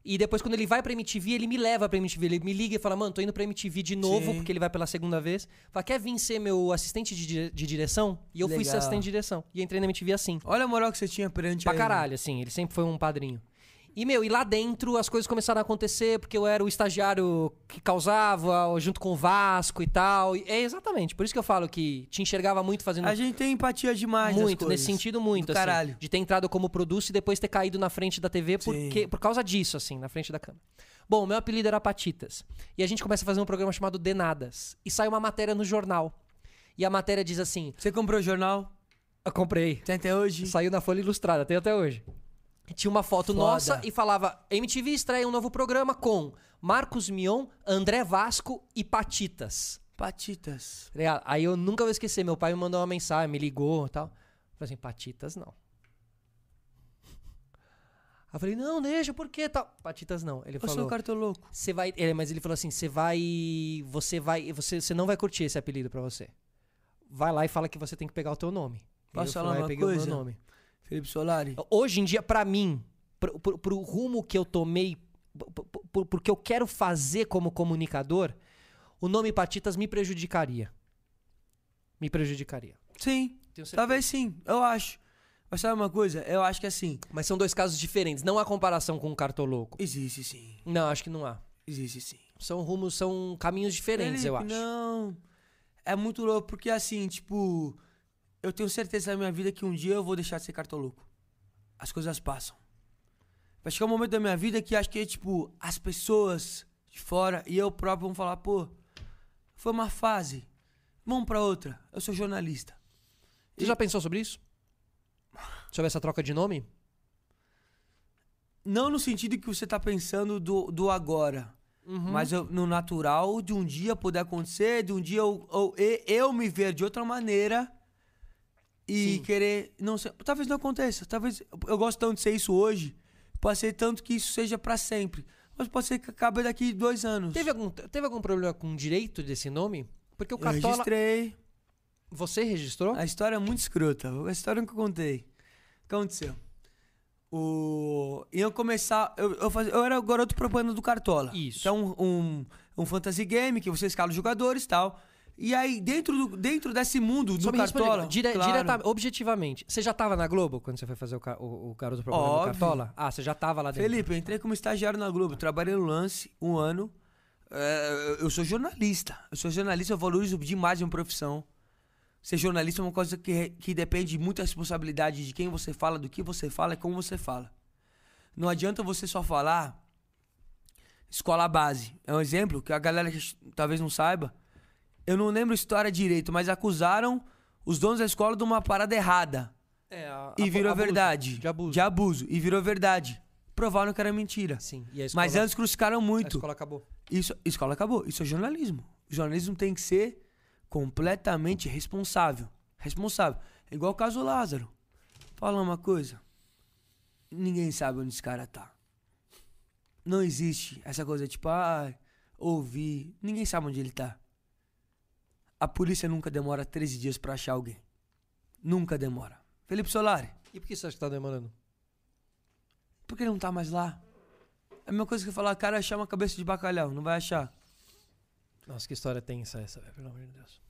A: E depois, quando ele vai pra MTV, ele me leva pra MTV. Ele me liga e fala, mano, tô indo pra MTV de novo,
C: Sim.
A: porque ele vai pela segunda vez. Fala, quer vir ser meu assistente de, dire- de direção? E eu fui ser
C: Legal.
A: assistente de direção. E entrei na MTV assim.
C: Olha a moral que você tinha perante
A: Pra
C: a ele.
A: caralho, assim. Ele sempre foi um padrinho. E, meu, e lá dentro as coisas começaram a acontecer, porque eu era o estagiário que causava, junto com o Vasco e tal. E- é exatamente. Por isso que eu falo que te enxergava muito fazendo
C: A gente tem empatia demais das
A: muito,
C: coisas.
A: nesse sentido, muito.
C: Do
A: assim,
C: caralho.
A: de ter entrado como produto e depois ter caído na frente da TV porque,
C: Sim.
A: por causa disso, assim, na frente da câmera. Bom, meu apelido era Patitas. E a gente começa a fazer um programa chamado Denadas. E sai uma matéria no jornal. E a matéria diz assim:
C: Você comprou o jornal?
A: Eu comprei.
C: Tem até hoje?
A: Saiu na Folha Ilustrada, tem até hoje. E Tinha uma foto
C: Foda.
A: nossa e falava: MTV estreia um novo programa com Marcos Mion, André Vasco e Patitas.
C: Patitas.
A: Tá ligado? Aí eu nunca vou esquecer, meu pai me mandou uma mensagem, me ligou e tal. Eu falei assim, patitas não. Aí eu falei, não, deixa, por quê? Tal. Patitas não. Ele
C: Eu sou um
A: falou.
C: o cartoloco.
A: Você vai. é, mas ele falou assim: você vai. Você vai. Você, você não vai curtir esse apelido pra você. Vai lá e fala que você tem que pegar o teu nome. Aí
C: Posso
A: eu fui
C: falar
A: lá e
C: uma
A: peguei o meu
C: coisa?
A: nome.
C: Felipe Solari.
A: Hoje em dia, pra mim, pro, pro- pro rumo que eu tomei, pro- pro- pro- porque eu quero fazer como comunicador, o nome Patitas me prejudicaria. Me prejudicaria. Tá?
C: Sim,
A: Tenho certeza.
C: talvez sim, eu acho. Mas sabe uma coisa? Eu acho que assim,
A: Mas são dois casos diferentes. Não há comparação com o Cartoloco.
C: existe sim,
A: Não, acho que não há.
C: existe sim.
A: São rumos, são caminhos diferentes, eu acho.
C: Felipe, Não, é muito louco porque assim, tipo, eu tenho certeza na minha vida que um dia eu vou deixar de ser cartoloco. As coisas passam. Vai chegar um momento da minha vida que acho que, tipo, as pessoas de fora e eu próprio vão falar, pô, foi uma fase, vamos pra outra, eu sou jornalista.
A: Você já pensou sobre isso? Sobre essa troca de nome?
C: Não no sentido que você tá pensando do, do agora,
A: Uhum.
C: Mas eu- no natural, de um dia poder acontecer, de um dia eu, eu, e- eu me ver de outra maneira e querer. Não sei, talvez não aconteça. Talvez eu- eu gosto tanto de ser isso hoje. Pode ser tanto que isso seja pra sempre. Mas pode ser que acabe daqui dois anos.
A: Teve algum, teve algum problema com o direito desse nome? Porque o
C: eu
A: Cartola...
C: registrei.
A: Você registrou?
C: A história é muito escrota. A história que eu contei. O que aconteceu? O... Iam começar. Eu, eu, fazia- eu era o garoto propaganda do Cartola.
A: Isso.
C: Então, um, um fantasy game que você escala os jogadores e tal. E aí, dentro, do, dentro desse mundo do
A: Só me responde,
C: Cartola.
A: dire-
C: claro,
A: direta- objetivamente. Você já tava na Globo quando você foi fazer o, ca- o, o garoto propaganda do
C: Óbvio.
A: Cartola? Ah, você já tava lá dentro.
C: Felipe, eu entrei como estagiário na Globo, trabalhei no lance um ano. É, eu sou jornalista. Eu sou jornalista, eu valorizo demais minha profissão. Ser jornalista é uma coisa que, que depende de muita responsabilidade de quem você fala, do que você fala e como você fala. Não adianta você só falar escola base. É um exemplo que a galera que talvez não saiba. Eu não lembro a história direito, mas acusaram os donos da escola de uma parada errada.
A: É, a-
C: E
A: abu-
C: virou
A: abuso,
C: verdade.
A: De abuso.
C: De abuso. E virou verdade. Provaram que era mentira.
A: Sim, e a escola,
C: Mas antes crucificaram
A: a
C: muito.
A: escola acabou.
C: Isso, escola acabou. Isso é jornalismo. O jornalismo tem que ser completamente responsável. Responsável. É Igual o caso Lázaro. Fala uma coisa. Ninguém sabe onde esse cara tá. Não existe essa coisa tipo, ah, ouvi. Ninguém sabe onde ele tá. A polícia nunca demora 13 dias pra achar alguém. Nunca demora. Felipe Solari.
A: E por que você acha que tá demorando?
C: Por que ele não tá mais lá? É a mesma coisa que eu falar, cara, achar uma cabeça de bacalhau, não vai achar.
A: Nossa, que história tensa essa, velho, pelo amor de Deus.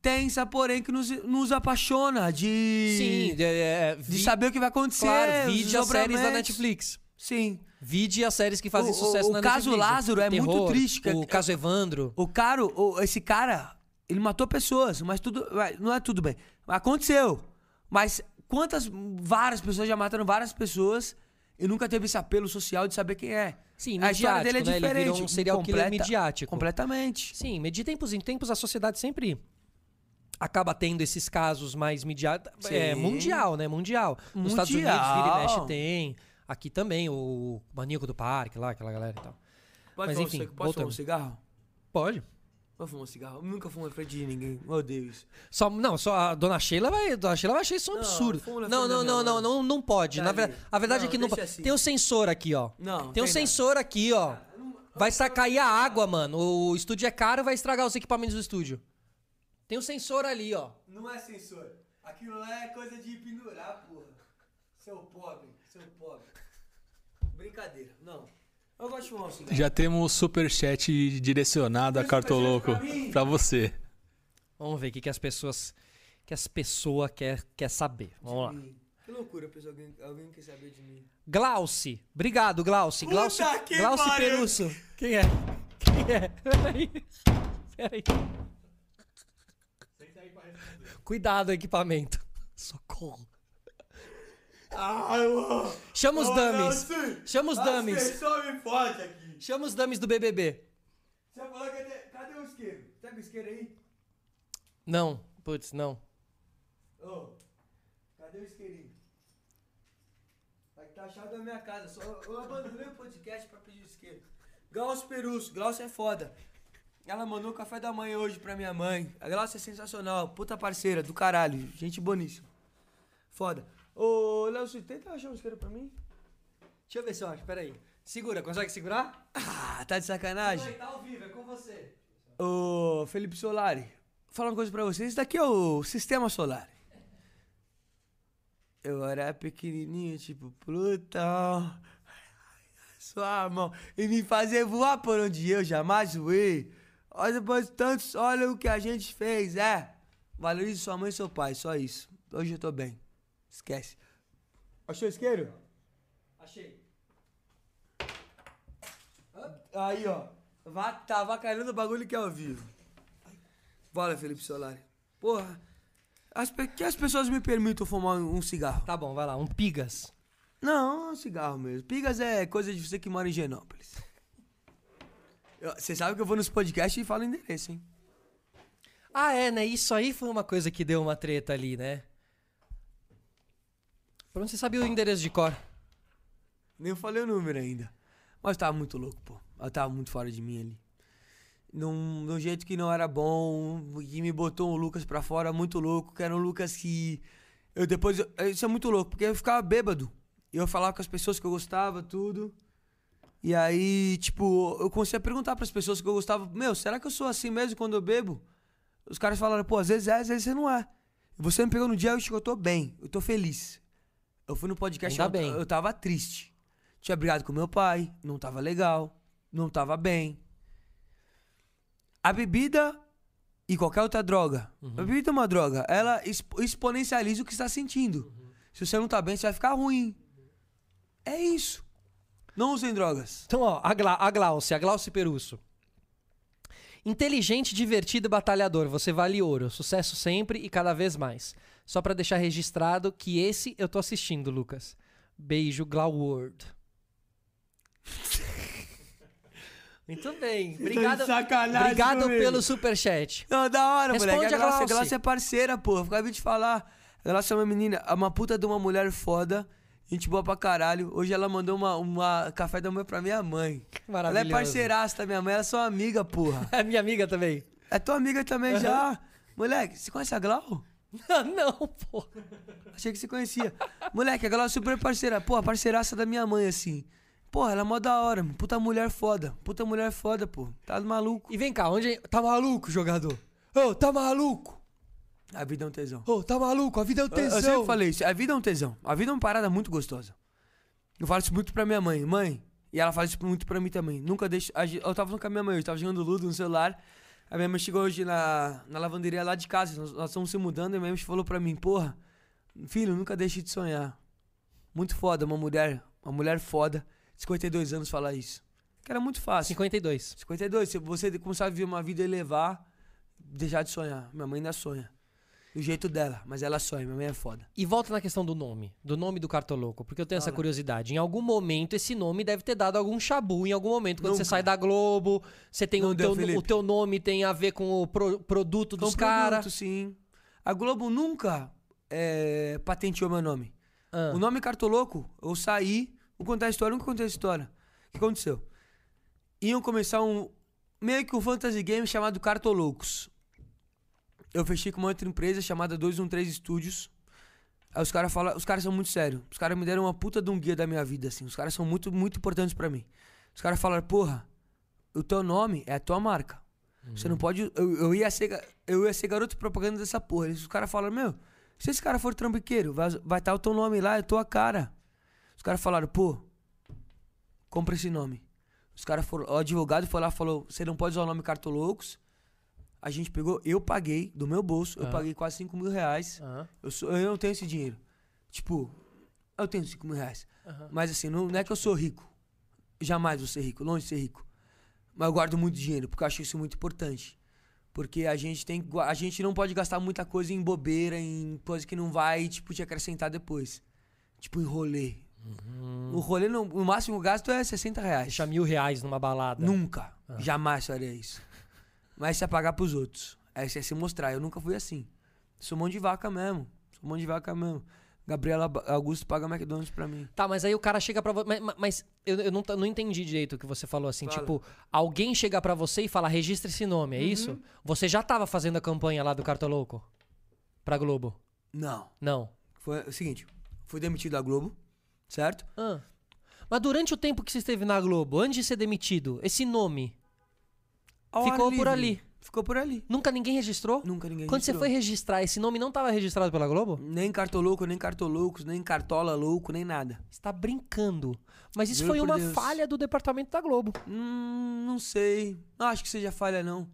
C: Tensa, porém, que nos, nos apaixona de.
A: Sim, é, é,
C: De
A: vi-
C: saber o que vai acontecer.
A: claro,
C: os
A: vide as séries da
C: desdobramentos.
A: Netflix.
C: Sim.
A: Vide as séries que fazem
C: O- o-
A: sucesso
C: o
A: na
C: caso
A: Netflix.
C: Lázaro é muito triste, que-
A: O caso Evandro.
C: O cara, o- esse cara, ele matou pessoas, mas tudo. vai, Não é tudo bem. Aconteceu. Mas quantas. Várias pessoas já mataram várias pessoas e nunca teve esse apelo social de saber quem é.
A: Sim,
C: A história dele
A: midiático, né?
C: é
A: Ele
C: diferente.
A: virou um serial killer midiático.
C: Completamente.
A: Sim, mas de tempos em tempos a sociedade sempre acaba tendo esses casos mais midiáticos. É
C: Sim.
A: mundial, né? Mundial. Nos Estados Unidos, vira
C: Mundial.
A: e mexe, tem. Aqui também, o Maníaco do Parque, lá, aquela galera e tal.
C: Pode
A: Mas
C: fumar um
A: enfim,
C: cig- pode fumar um
A: voltando.
C: cigarro?
A: Pode.
C: Vou fumar um cigarro. Eu nunca fumo na frente de ninguém. Meu Deus.
A: Só, não, só a dona Sheila vai, a dona Sheila vai achar isso um
C: Não,
A: absurdo.
C: fumo na
A: Não,
C: frente da
A: não,
C: minha
A: não, não,
C: mãe.
A: não, não pode.
C: Tá
A: Na verdade,
C: ali.
A: a verdade
C: Não,
A: é que não
C: deixa
A: pode.
C: assim.
A: Tem um sensor aqui, ó.
C: Não,
A: Tem um
C: tem
A: sensor aqui, ó. Vai sacair a água, mano. O estúdio é caro, vai estragar os equipamentos do estúdio. Tem um sensor ali, ó.
C: Não é sensor. Aquilo lá é coisa de pendurar, porra. Seu pobre, seu pobre. Brincadeira, não. Eu gosto de fumar um cigarro.
D: Já temos superchat direcionado a
C: Tem superchat
D: Cartoloco
C: pra mim?
D: pra você.
A: Vamos ver o que, que as pessoas. que as pessoas quer, quer saber. Vamos lá.
C: Que loucura, pessoal. Alguém, alguém quer saber de mim.
A: Glauci. Obrigado, Glauci.
C: Puta
A: Glauci,
C: que
A: Glauci
C: pariu.
A: Perusso. Quem é? Quem é? Peraí. Peraí. Cuidado, equipamento. Socorro.
C: Ah, eu...
A: Chama os dummies. Chama os dummies.
C: pessoal me fode aqui.
A: Chama os dummies do BBB.
C: Você falou que até... Cadê o isqueiro? Tá com o isqueiro aí?
A: Não. Putz, não.
C: Ô, cadê o isqueirinho? Vai que tá a chave da minha casa. Só, eu abandonei o podcast pra pedir o isqueiro. Glaucio Perusso, Glaucio é foda. Ela mandou o café da manhã hoje pra minha mãe. A Glaucia é sensacional, puta parceira, do caralho. Gente boníssima. Foda. Ô, Léo, você tenta achar um isqueiro pra mim?
A: Deixa eu ver se eu acho. Peraí. Segura. Consegue segurar?
C: Ah, tá de sacanagem.
A: Tá ao vivo. É com você.
C: Ô, Felipe Solari, fala uma coisa pra vocês. Esse daqui é o Sistema Solar. Eu era pequenininho, tipo Plutão. Sua mão. E me fazer voar por onde eu jamais voei. Olha, depois de tantos, olha o que a gente fez, é. Valorize sua mãe e seu pai, só isso. Hoje eu tô bem. Esquece. Achou o isqueiro?
A: Achei.
C: Aí, ó. Vá, tá avacalhando o bagulho que é ao vivo. Bora, Felipe Solari. Porra. As, pe- que as pessoas me permitam fumar um um cigarro.
A: Tá bom, vai lá. Um pigas.
C: Não, um cigarro mesmo. Pigas é coisa de você que mora em Genópolis. Eu- Você sabe que eu vou nos podcasts e falo o endereço, hein?
A: Ah, é, né? Isso aí foi uma coisa que deu uma treta ali, né? Pronto, você sabia o endereço de cor.
C: Nem falei o número ainda. Mas tava muito louco, pô. Ela tava muito fora de mim ali. Num, num jeito que não era bom, que me botou um Lucas pra fora muito louco, que era um Lucas que. Eu depois. eu- Isso é muito louco, porque eu ficava bêbado. E eu falava com as pessoas que eu gostava, tudo. E aí, tipo, eu comecei a perguntar pras pessoas que eu gostava: Meu, será que eu sou assim mesmo quando eu bebo? Os caras falaram: Pô, às vezes é, às vezes você não é. Você me pegou no dia e eu eu tô bem, eu tô feliz. Eu fui no podcast,
A: Ainda
C: eu,
A: bem.
C: eu tava triste. Tinha brigado com meu pai, não tava legal, não tava bem. A bebida e qualquer outra droga.
A: Uhum.
C: A bebida é uma droga. Ela expo- exponencializa o que está sentindo. Se você não tá bem, você vai ficar ruim. É isso. Não usem drogas.
A: Então, ó, a, Gla a Glaucia, a Glaucia Perusso. Inteligente, divertido e batalhador, você vale ouro. Sucesso sempre e cada vez mais. Só pra deixar registrado que esse eu tô assistindo, Lucas. Beijo, Gloword. Muito bem. Obrigado,
C: Tá sacanagem
A: obrigado
C: comigo.
A: pelo superchat.
C: Não, da hora,
A: Responde
C: moleque.
A: a
C: A Glaucia, a
A: Glaucia.
C: Glaucia é parceira, pô. Eu Acabei de falar. A Glaucia é uma menina, é uma puta de uma mulher foda. Gente boa pra caralho. Hoje ela mandou uma, uma café da manhã pra minha mãe. Ela é
A: Maravilhoso.
C: parceiraça da minha mãe, ela é sua amiga, porra.
A: É minha amiga também.
C: É tua amiga também já. Moleque, você conhece a Glau?
A: Ah, Não, pô.
C: Achei que você conhecia. Moleque, a Glau é super parceira. Porra, parceiraça da minha mãe, assim. Porra, ela é mó da hora, mano. Puta mulher foda. Puta mulher foda, pô. Tá maluco.
A: E vem cá, onde. Tá maluco, jogador? Ô, tá maluco?
C: A vida é um tesão.
A: Ô, tá maluco? A vida é o
C: Eu-
A: tesão.
C: Eu sempre falei isso. A vida é um tesão. A vida é uma parada muito gostosa. Eu falo isso muito pra minha mãe. Mãe, e ela fala isso muito pra mim também. Nunca deixo. a gen- Eu tava falando com a minha mãe hoje, tava jogando Ludo no celular. A minha mãe chegou hoje na, na lavanderia lá de casa. Nós, nós estamos se mudando e a minha mãe falou pra mim: Porra, filho, nunca deixe de sonhar. Muito foda, uma mulher. Uma mulher foda, 52 anos, falar isso. Que era muito fácil.
A: 52.
C: 52, se você começar a viver uma vida e elevar, deixar de sonhar. Minha mãe ainda sonha. Do jeito dela, mas ela sonha, minha mãe é foda.
A: E volta na questão do nome, do nome do cartoloco, porque eu tenho essa curiosidade. Em algum momento esse nome deve ter dado algum chabu em algum momento. Quando você
C: Nunca.
A: sai da Globo, você tem
C: Não
A: o,
C: deu,
A: teu, o
C: Felipe.
A: teu nome tem a ver com o pro- produto
C: Com
A: dos
C: produto,
A: caras.
C: sim. A Globo nunca é, patenteou meu nome.
A: Ah.
C: O nome Cartoloco, eu saí, vou contar a história, nunca contei a história. O que aconteceu? Iam começar um. meio que um fantasy game chamado Cartoloucos. Eu fechei com uma outra empresa chamada 213 Studios. Aí os caras falam, os caras são muito sérios. Os caras me deram uma puta de um guia da minha vida, assim. Os caras são muito, muito importantes pra mim. Os caras falaram, porra, o teu nome é a tua marca. Você não pode. Eu, eu ia ser, ga- eu ia ser garoto propaganda dessa porra. Eles- Os caras falaram, meu, se esse cara for trambiqueiro, vai estar vai tá o teu nome lá, é a tua cara. Os caras falaram, pô, compra esse nome. Os caras foram. O advogado foi lá e falou: você não pode usar o nome Cartoloucos. A gente pegou, eu paguei do meu bolso, eu paguei quase 5 mil reais.
A: Ah.
C: Eu, sou- eu não tenho esse dinheiro. Tipo, eu tenho 5 mil reais. Mas assim, não, não é que eu sou rico. Jamais vou ser rico, longe de ser rico. Mas eu guardo muito dinheiro, porque eu acho isso muito importante. Porque a gente tem que gua- a gente não pode gastar muita coisa em bobeira, em coisa que não vai, tipo, te acrescentar depois. Tipo, em rolê. O rolê, no, o máximo gasto é 60 reais.
A: Deixa mil reais numa balada.
C: Nunca.
A: Ah.
C: Jamais faria isso. Mas se apagar pros outros. Aí você ia se mostrar. Eu nunca fui assim. Sou mão de vaca mesmo. Sou mão de vaca mesmo. Gabriela Ba- Augusto paga McDonald's pra mim.
A: Tá, mas aí o cara chega pra você. Mas, mas- mas eu, eu não, tá- não entendi direito o que você falou assim.
C: Fala. Uhum.
A: Tipo, alguém chega pra você e fala, registra esse nome, é isso? Você já tava fazendo a campanha lá do Cartoloco? Pra Globo?
C: Não.
A: Não.
C: Foi o seguinte. Fui demitido da Globo. Certo?
A: Ah. Mas durante o tempo que você esteve na Globo, antes de ser demitido, esse nome
C: Ao
A: Ficou por
C: ar livre.
A: ali.
C: Ficou por ali.
A: nunca ninguém registrou?
C: Nunca ninguém
A: Quando você foi
C: registrou.
A: registrar, esse nome não estava registrado pela Globo?
C: Nem cartolouco, nem cartoloucos, nem cartola louco, nem nada.
A: Você tá brincando. Mas isso
C: Juro
A: foi
C: por
A: uma
C: Deus.
A: falha do departamento da Globo.
C: Hum, não sei. Não acho que seja falha, não.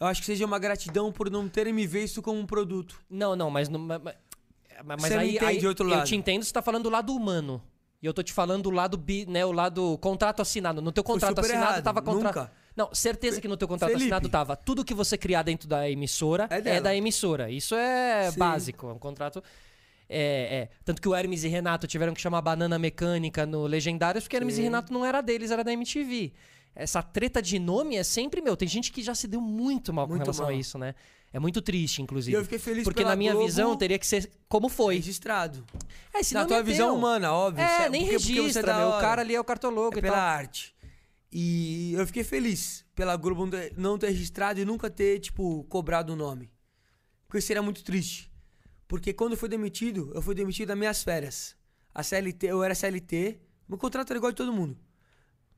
C: Eu acho que seja uma gratidão por não terem me visto como um produto.
A: Não, não, mas. não- ma- ma- Mas,
C: Você me
A: aí,
C: entende
A: aí
C: de outro
A: eu
C: lado.
A: te entendo, você tá falando do lado humano. E eu tô te falando do lado bi, né, o lado contrato assinado. No teu contrato
C: super
A: assinado
C: errado,
A: tava contrato.
C: nunca.
A: Não, certeza que no teu contrato
C: Felipe.
A: assinado tava tudo que você criar dentro da emissora
C: É
A: é,
C: dela.
A: da emissora. Isso é
C: Sim.
A: básico, é um contrato é, é. Tanto que o Hermes e Renato tiveram que chamar banana mecânica no Legendários, porque Hermes e Renato não era deles, era da MTV. Essa treta de nome é sempre meu. Tem gente que já se deu muito mal com
C: Muito
A: relação
C: mal.
A: a isso, né? É muito triste, inclusive
C: E eu fiquei feliz
A: porque
C: pela
A: na minha
C: Globo-
A: visão teria que ser como foi.
C: Registrado.
A: É, esse
C: Na
A: nome
C: tua
A: é
C: visão
A: teu.
C: humana, óbvio.
A: É,
C: Cê-
A: nem
C: porque- porque você é
A: registra,
C: da
A: meu. O
C: hora.
A: cara ali é o cartoloco
C: É
A: e
C: pela
A: tal.
C: arte. E eu fiquei feliz pela Globo não ter- não ter registrado e nunca ter, tipo, cobrado o nome. Porque seria muito triste. Porque quando eu fui demitido, eu fui demitido das minhas férias. A CLT, eu era CLT, meu contrato era igual de todo mundo.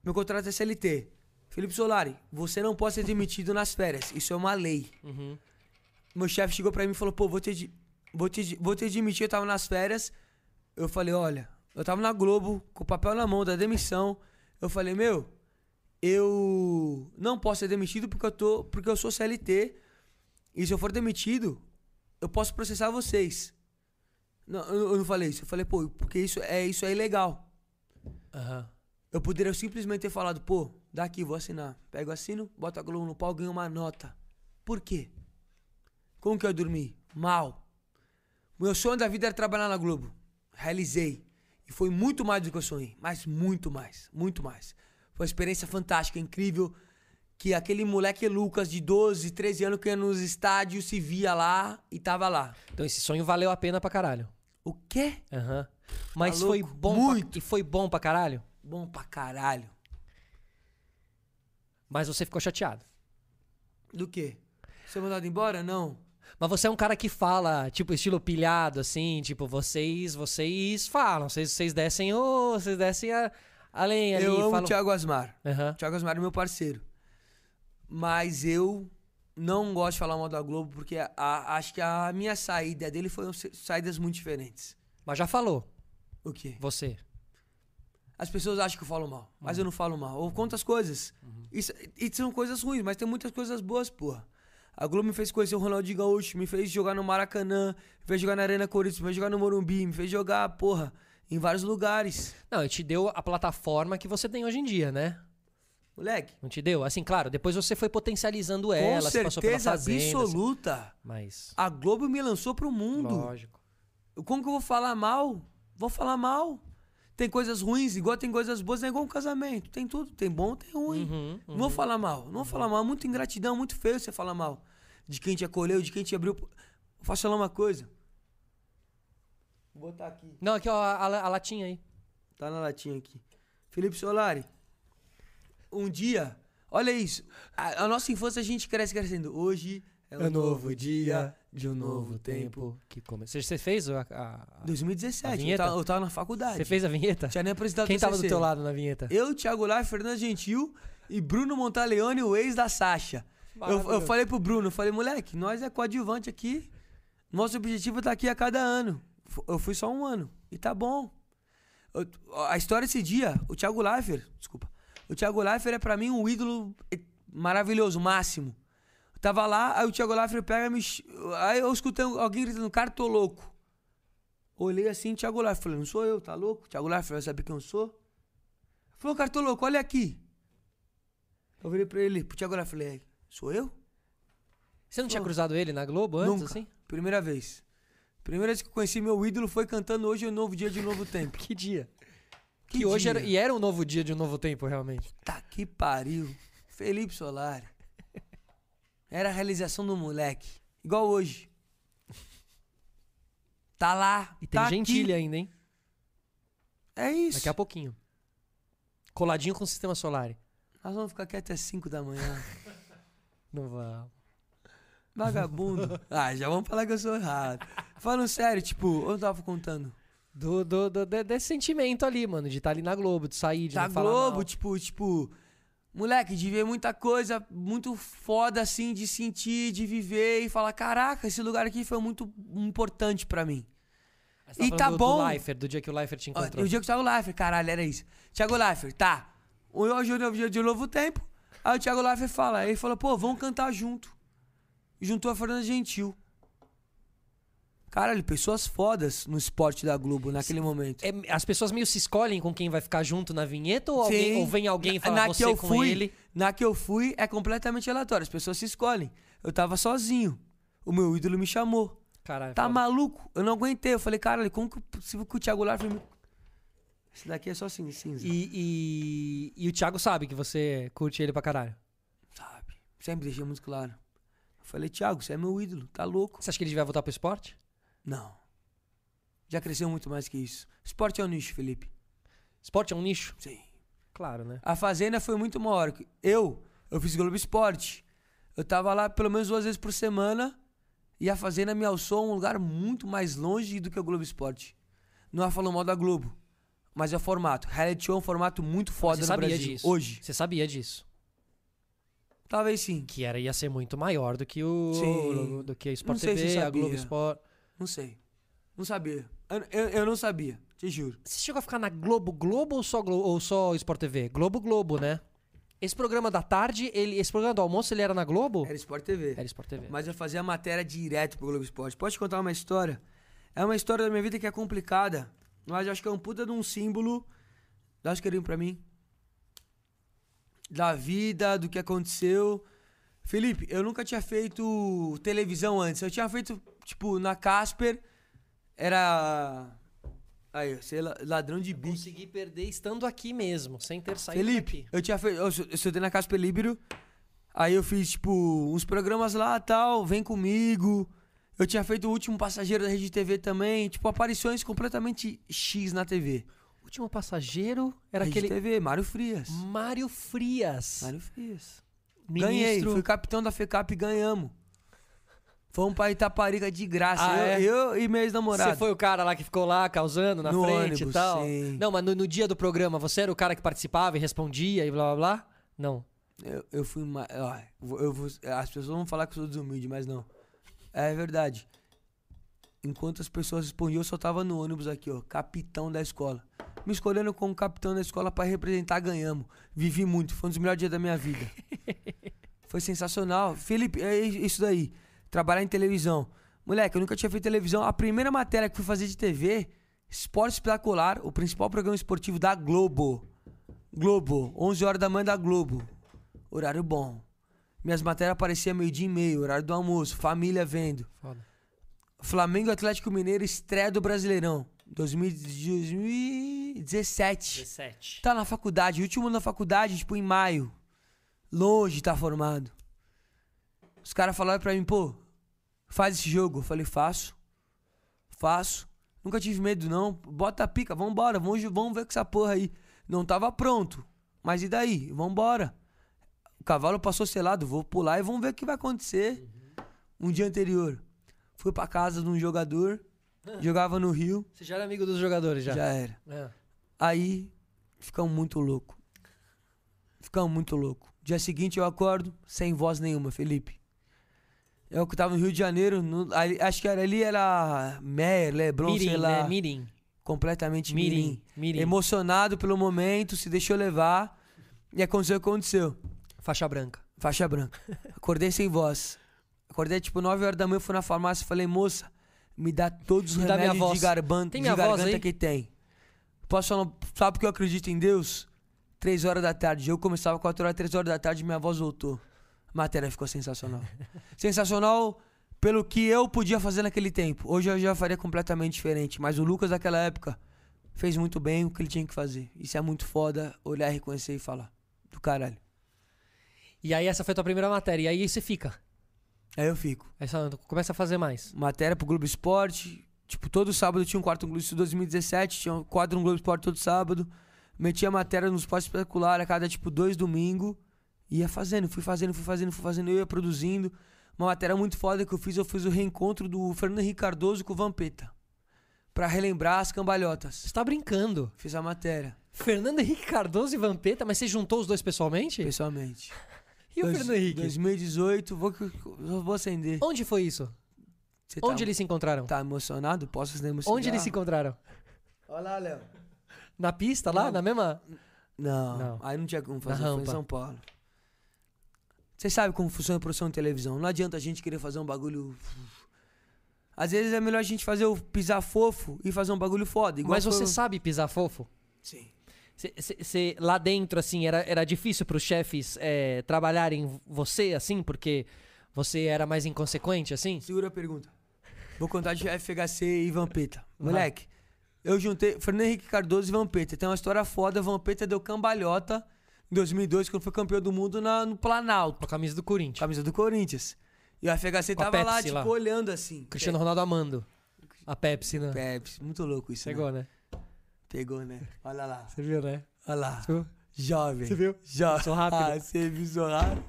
C: Meu contrato é CLT. Felipe Solari, você não pode ser demitido nas férias. Isso é uma lei.
A: Uhum.
C: Meu chefe chegou pra mim e falou: pô, vou te, de- vou, te, de- vou te demitir. Eu tava nas férias. Eu falei: olha, eu tava na Globo, com o papel na mão da demissão. Eu falei: meu, eu não posso ser demitido porque eu, tô, porque eu sou CLT. E se eu for demitido, eu posso processar vocês. Não, eu, eu não falei isso. Eu falei: pô, porque isso é, isso é ilegal.
A: Aham.
C: Eu poderia simplesmente ter falado, pô, daqui vou assinar. Pego, assino, boto a Globo no pau, ganho uma nota. Por quê? Como que eu dormi? Mal. Meu sonho da vida era trabalhar na Globo. Realizei. E foi muito mais do que eu sonhei. Mas muito mais. Muito mais. Foi uma experiência fantástica, incrível. Que aquele moleque Lucas de 12, 13 anos que ia nos estádios, se via lá e tava lá.
A: Então esse sonho valeu a pena pra caralho.
C: O quê?
A: Aham. Mas
C: Tá
A: foi
C: louco?
A: bom
C: Muito.
A: Pra... e foi bom pra caralho?
C: Bom pra caralho.
A: Mas você ficou chateado.
C: Do quê? Ser mandado embora? Não.
A: Mas você é um cara que fala, tipo, estilo pilhado, assim, tipo, vocês, vocês falam, vocês, vocês descem, ô, vocês descem a, a lenha ali.
C: eu amo
A: falam...
C: o Thiago Asmar.
A: Aham.
C: O Thiago Asmar é meu parceiro. Mas eu não gosto de falar mal da Globo, porque a- a- acho que a minha saída dele foram se- saídas muito diferentes.
A: Mas já falou,
C: O quê?
A: você.
C: As pessoas acham que eu falo mal, mas
A: Uhum.
C: eu não falo mal. Ou conto as coisas. Isso, e são coisas ruins, mas tem muitas coisas boas, porra. A Globo me fez conhecer o Ronaldinho Gaúcho, me fez jogar no Maracanã, me fez jogar na Arena Corinthians, me fez jogar no Morumbi, me fez jogar, porra, em vários lugares.
A: Não, eu te deu a plataforma que você tem hoje em dia, né?
C: Moleque,
A: Não te deu? Assim, claro, depois você foi potencializando
C: com
A: É, ela, você passou pela
C: certeza
A: fazenda. assim,
C: absoluta.
A: Mas,
C: A Globo me lançou pro mundo.
A: lógico.
C: Como que eu vou falar mal? Vou falar mal. Tem coisas ruins, igual tem coisas boas, é igual um casamento. Tem tudo, tem bom, tem ruim.
A: Uhum.
C: Não vou falar mal, não vou falar mal. Muito ingratidão, muito feio você falar mal. De quem te acolheu, de quem te abriu. Vou falar uma coisa. Vou botar aqui.
A: Não, aqui, ó, a, a latinha aí.
C: Tá na latinha aqui. Felipe Solari. Um dia, olha isso. A, a nossa infância a gente cresce crescendo. Hoje é um novo dia de um novo tempo.
A: que começa. Você fez a- a- a-
C: 2017, eu
A: vinheta?
C: tava, eu tava na faculdade.
A: Você fez a vinheta?
C: Tinha nem apresentado
A: Quem tava do
C: TCC.
A: teu lado na vinheta?
C: Eu, Thiago Lai, Fernando Gentil e Bruno Montaleone, o ex da Sasha. Eu, eu
A: Maravilhoso.
C: falei pro Bruno, eu falei, moleque, nós é coadjuvante aqui. Nosso objetivo é tá aqui a cada ano. F- Eu fui só um ano. E tá bom. Eu- a história desse dia, o Thiago Leifert, desculpa. O Thiago Leifert é pra mim um ídolo eh, maravilhoso, máximo. Eu tava lá, aí o Thiago Leifert pega e me. ch- Aí eu escutei alguém gritando, cara, tô louco. Olhei assim, Thiago Leifert, falei, não sou eu, tá louco? Thiago Leifert vai saber quem eu sou? Falou, cara, tô louco, olha aqui. Eu virei pra ele, pro Thiago Leifert, falei, "É, sou eu?
A: Você não tinha cruzado ele na Globo antes,
C: Nunca.
A: assim?
C: Primeira vez. Primeira vez que eu conheci meu ídolo foi cantando Hoje é um Novo Dia de um Novo Tempo.
A: Que dia.
C: Que
A: Que, hoje
C: dia.
A: era, e era um novo dia de um novo tempo, realmente.
C: Tá que pariu. Felipe Solari. Era a realização do moleque. Igual hoje. Tá lá.
A: E tem
C: tá
A: gentilha
C: aqui.
A: ainda, hein?
C: É isso.
A: Daqui a pouquinho. Coladinho com o sistema solar.
C: Nós vamos ficar aqui até 5 da manhã.
A: Não vá.
C: Vagabundo. ah, já vamos falar que eu sou errado. Falando sério, tipo, eu tava contando.
A: Do, do, do- de- desse sentimento ali, mano, de estar ali na Globo, de sair, de
C: da
A: não falar
C: Globo,
A: mal.
C: tipo, tipo, moleque, de ver muita coisa muito foda assim, de sentir, de viver e falar, caraca, esse lugar aqui foi muito importante pra mim.
A: Aí você
C: e
A: falando
C: tá
A: do,
C: bom.
A: Do Leifert, do dia que o Leifert te
C: Ó,
A: encontrou.
C: O dia que o Thiago Leifert, caralho, era isso. Thiago Leifert, tá. Hoje é o novo dia de um novo tempo. Aí o Thiago Leifert fala, ele falou, pô, vamos cantar junto. Juntou a Fernanda Gentil. Caralho, pessoas fodas no esporte da Globo naquele momento.
A: É, as pessoas meio se escolhem com quem vai ficar junto na vinheta ou, alguém,
C: Sim.
A: ou vem alguém e fala
C: na que
A: você
C: eu
A: com
C: fui,
A: ele?
C: Na que eu fui é completamente aleatório, as pessoas se escolhem. Eu tava sozinho. O meu ídolo me chamou.
A: Caralho.
C: Tá
A: É foda.
C: maluco? Eu não aguentei. Eu falei, caralho, como que é possível que o Thiago Lar me. Esse daqui é só cin- cinza.
A: E, e, e o Thiago sabe que você curte ele pra caralho.
C: Sabe? Sempre deixei muito claro. Eu falei, Thiago, você é meu ídolo, tá louco?
A: Você acha que ele vai voltar pro esporte?
C: Não. Já cresceu muito mais que isso. Esporte é um nicho, Felipe.
A: Esporte é um nicho?
C: Sim.
E: Claro, né?
C: A Fazenda foi muito maior. que- Eu, eu fiz Globo Esporte. Eu tava lá pelo menos duas vezes por semana e a Fazenda me alçou a um lugar muito mais longe do que o Globo Esporte. Não é falando mal da Globo, mas é o formato. Reality show é um formato muito foda
A: Você
C: no
A: sabia
C: Brasil.
A: disso.
C: Hoje.
A: Você sabia disso.
C: Talvez sim.
A: Que era, ia ser muito maior do que o.
C: Sim.
A: Do que a Sport
C: Não sei se
A: TV, a
C: sabia.
A: Globo Sport.
C: Não sei. Não sabia. Eu, eu- eu não sabia, te juro.
A: Você chegou a ficar na Globo Globo ou só, Globo, ou só Sport TV? Globo Globo, né? Esse programa da tarde, ele, esse programa do almoço, ele era na Globo?
C: Era Sport TV.
A: Era Sport TV.
C: Mas eu fazia matéria direto pro Globo Esporte. Posso te contar uma história? É uma história da minha vida que é complicada, mas eu acho que é um puta de um símbolo. Dá um carinho pra mim. Da vida, do que aconteceu. Felipe, eu nunca tinha feito televisão antes. Eu tinha feito, tipo, na Casper. Era. Aí, sei lá, ladrão de bico.
A: Consegui perder estando aqui mesmo, sem ter saído
C: Felipe,
A: Tá daqui.
C: eu tinha feito. Eu estu- eu estudei na Casper Libero. Aí eu fiz, tipo, uns programas lá tal, vem comigo. Eu tinha feito o último passageiro da Rede TV também. Tipo, aparições completamente X na TV.
A: O último passageiro era
C: Rede
A: aquele
C: TV, Mário Frias.
A: Mário Frias.
C: Mário Frias. Ganhei,
A: ministro.
C: fui capitão da FECAP e ganhamos. Fomos pra Itaparica de graça.
A: Ah, é?
C: eu, eu e meu ex-namorado.
A: Você foi o cara lá que ficou lá causando na
C: No
A: frente e
C: ônibus,
A: tal?
C: sim.
A: Não, mas no, no dia do programa, você era o cara que participava e respondia e blá blá blá? Não.
C: Eu, eu fui mais. eu vou, as pessoas vão falar que eu sou desumilde, mas não. É verdade. Enquanto as pessoas respondiam, eu só tava no ônibus aqui, ó. Capitão da escola. Me escolhendo como capitão da escola pra representar, ganhamos. Vivi muito, foi um dos melhores dias da minha vida. foi sensacional. Felipe, é i- isso daí. Trabalhar em televisão. Moleque, eu nunca tinha feito televisão. A primeira matéria que fui fazer de TV, Esporte Espetacular, o principal programa esportivo da Globo. Globo, 11 horas da manhã da Globo. Horário bom. Minhas matérias apareciam meio-dia e meio, horário do almoço, família vendo.
A: Foda.
C: Flamengo e Atlético Mineiro, estreia do Brasileirão. 2017.
A: 17.
C: Tá na faculdade, último ano da faculdade, tipo, em maio. Longe tá formado. Os caras falaram pra mim, pô, faz esse jogo. Eu falei, faço. Faço. Nunca tive medo, não. Bota a pica, vambora, vamos, ju- vamos ver com essa porra aí. Não tava pronto. Mas e daí? Vambora. O cavalo passou selado, vou pular e vamos ver o que vai acontecer. Um dia anterior. Fui pra casa de um jogador, jogava no Rio,
A: Você já era amigo dos jogadores já?
C: já era.
A: É.
C: Aí ficamos muito louco. Ficamos muito louco. Dia seguinte eu acordo sem voz nenhuma, Felipe. Eu que tava no Rio de Janeiro, no- ali- acho que era ali era Meyer, Lebron, sei
A: Mirim,
C: lá.
A: né? Mirim.
C: Completamente
A: Mirim.
C: mirim.
A: Mirim.
C: Emocionado pelo momento, se deixou levar. E aconteceu o que aconteceu.
A: Faixa branca.
C: Faixa branca. Acordei sem voz. Acordei tipo 9 horas da manhã, fui na farmácia e falei, moça, me dá todos os
A: Me dá minha
C: remédios de,
A: voz.
C: garban-
A: Tem
C: de
A: minha voz
C: garganta
A: aí?
C: que tem. Posso falar, sabe porque eu acredito em Deus? 3 horas da tarde. Eu começava 4 horas, 3 horas da tarde, minha voz voltou. A matéria ficou sensacional. sensacional pelo que eu podia fazer naquele tempo. Hoje eu já faria completamente diferente. Mas o Lucas daquela época fez muito bem o que ele tinha que fazer. Isso é muito foda olhar, reconhecer e falar. Do caralho.
A: E aí essa foi a tua primeira matéria. E aí você fica.
C: Aí eu fico.
A: Aí você começa a fazer mais.
C: matéria pro Globo Esporte. Tipo, todo sábado tinha um quarto no Globo Esporte. 2017 tinha um quadro no Globo Esporte todo sábado. Metia matéria no Esporte Espetacular a cada, tipo, dois domingos. Ia fazendo, fui fazendo, fui fazendo, fui fazendo. Eu ia produzindo. Uma matéria muito foda que eu fiz, eu fiz o reencontro do Fernando Henrique Cardoso com o Vampeta. Pra relembrar as cambalhotas.
A: Você tá brincando.
C: Fiz a matéria,
A: Fernando Henrique Cardoso e Vampeta, mas você juntou os dois pessoalmente?
C: pessoalmente.
A: E o
C: Dois-
A: Fernando Henrique?
C: 2018, vou, vou acender.
A: Onde foi isso?
C: Você
A: Onde
C: tá,
A: eles se encontraram?
C: Tá emocionado? Posso acender meu
A: Onde eles se
C: cigarro?
A: encontraram?
C: Olha lá, Léo.
A: Na pista lá?
C: Não.
A: Na mesma?
C: Não,
A: Não.
C: aí não tinha como fazer,
A: Na
C: foi em
A: rampa.
C: São Paulo. Você sabe como funciona a produção de televisão. Não adianta a gente querer fazer um bagulho. Às vezes é melhor a gente fazer o pisar fofo e fazer um bagulho foda. Igual
A: Mas você
C: foi-
A: sabe pisar fofo?
C: Sim.
A: Cê- cê- cê- lá dentro, assim, era, era difícil pros chefes é, trabalharem você, assim, porque você era mais inconsequente, assim?
C: Segura a pergunta. Vou contar de FHC e Vampeta. Moleque, eu juntei Fernando Henrique Cardoso e Vampeta. Tem uma história foda. Vampeta deu cambalhota em 2002, quando foi campeão do mundo na- no Planalto.
A: Com a camisa do Corinthians.
C: Camisa do Corinthians. E o FHC
A: Com a
C: tava lá,
A: Pepsi
C: tipo,
A: lá.
C: olhando assim.
A: Cristiano Ronaldo amando. A Pepsi, né?
C: Pepsi, muito louco isso. né?
A: Pegou, né?
C: Pegou, né? Olha lá.
A: Você viu, né?
C: Olha lá.
A: Viu?
C: Jovem.
A: Você viu?
C: Jovem.
A: Sou rápido.
C: Ah, você viu, sou rápido.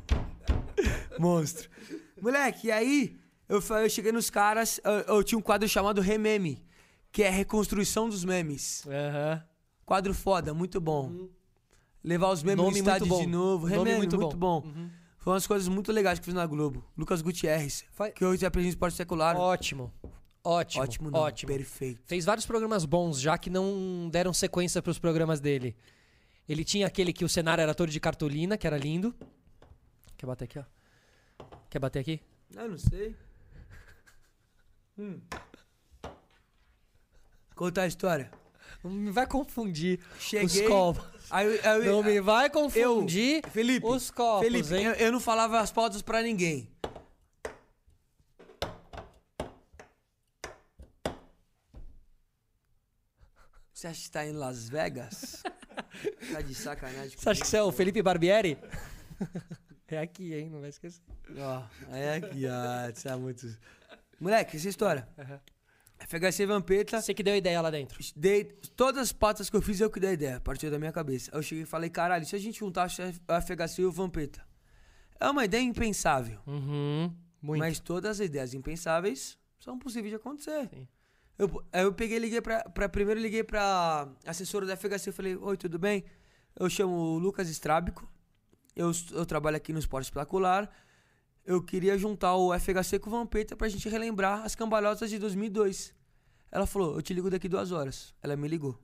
C: Monstro. Moleque, e aí eu, fa- eu cheguei nos caras, eu, eu tinha um quadro chamado Rememe, que é reconstrução dos memes.
A: Aham.
C: Quadro foda, muito bom. Levar os memes
A: Uhum. Nome
C: no estádio
A: muito bom.
C: de novo.
A: Nome
C: Rememe,
A: muito Uhum.
C: muito, bom. Foi umas coisas muito legais que eu fiz na Globo. Lucas Gutierrez,
A: Faz-
C: que hoje é presidente do esporte secular.
A: Ótimo. Ótimo.
C: Ótimo, não.
A: Ótimo.
C: Perfeito.
A: Fez vários programas bons, já que não deram sequência pros programas dele. Ele tinha aquele que o cenário era todo de cartolina, que era lindo. Quer bater aqui, ó? Quer bater aqui?
C: Ah, não sei. Hum. Contar a história.
A: Não me vai confundir
C: Cheguei.
A: os copos.
C: Aí, eu- aí eu-
A: Não me vai confundir
C: Felipe,
A: os copos,
C: Felipe, é?
A: hein?
C: eu, eu não falava as pautas pra ninguém. Você acha que tá em Las Vegas? tá de sacanagem.
A: Você acha que você é o Felipe Barbieri? é aqui, hein? Não vai esquecer.
C: Ó, é aqui, ó, tá muito. Moleque, essa é história. FHC Vampeta.
A: Você que deu a ideia lá dentro.
C: Dei, todas as patas que eu fiz, eu que dei a ideia. Partiu da minha cabeça. Aí eu cheguei e falei, caralho, se a gente juntar a FHC e o Vampeta? É uma ideia impensável.
A: Uhum. Muito.
C: Mas todas as ideias impensáveis são possíveis de acontecer.
A: Sim.
C: Eu, aí eu peguei e liguei pra, pra. Primeiro eu liguei pra assessora da FHC e falei, oi, tudo bem? Eu chamo o Lucas Estrábico. Eu, s- eu trabalho aqui no Esporte Espetacular. Eu queria juntar o FHC com o Vampeta pra gente relembrar as cambalhotas de 2002. Ela falou, eu te ligo daqui duas horas. Ela me ligou.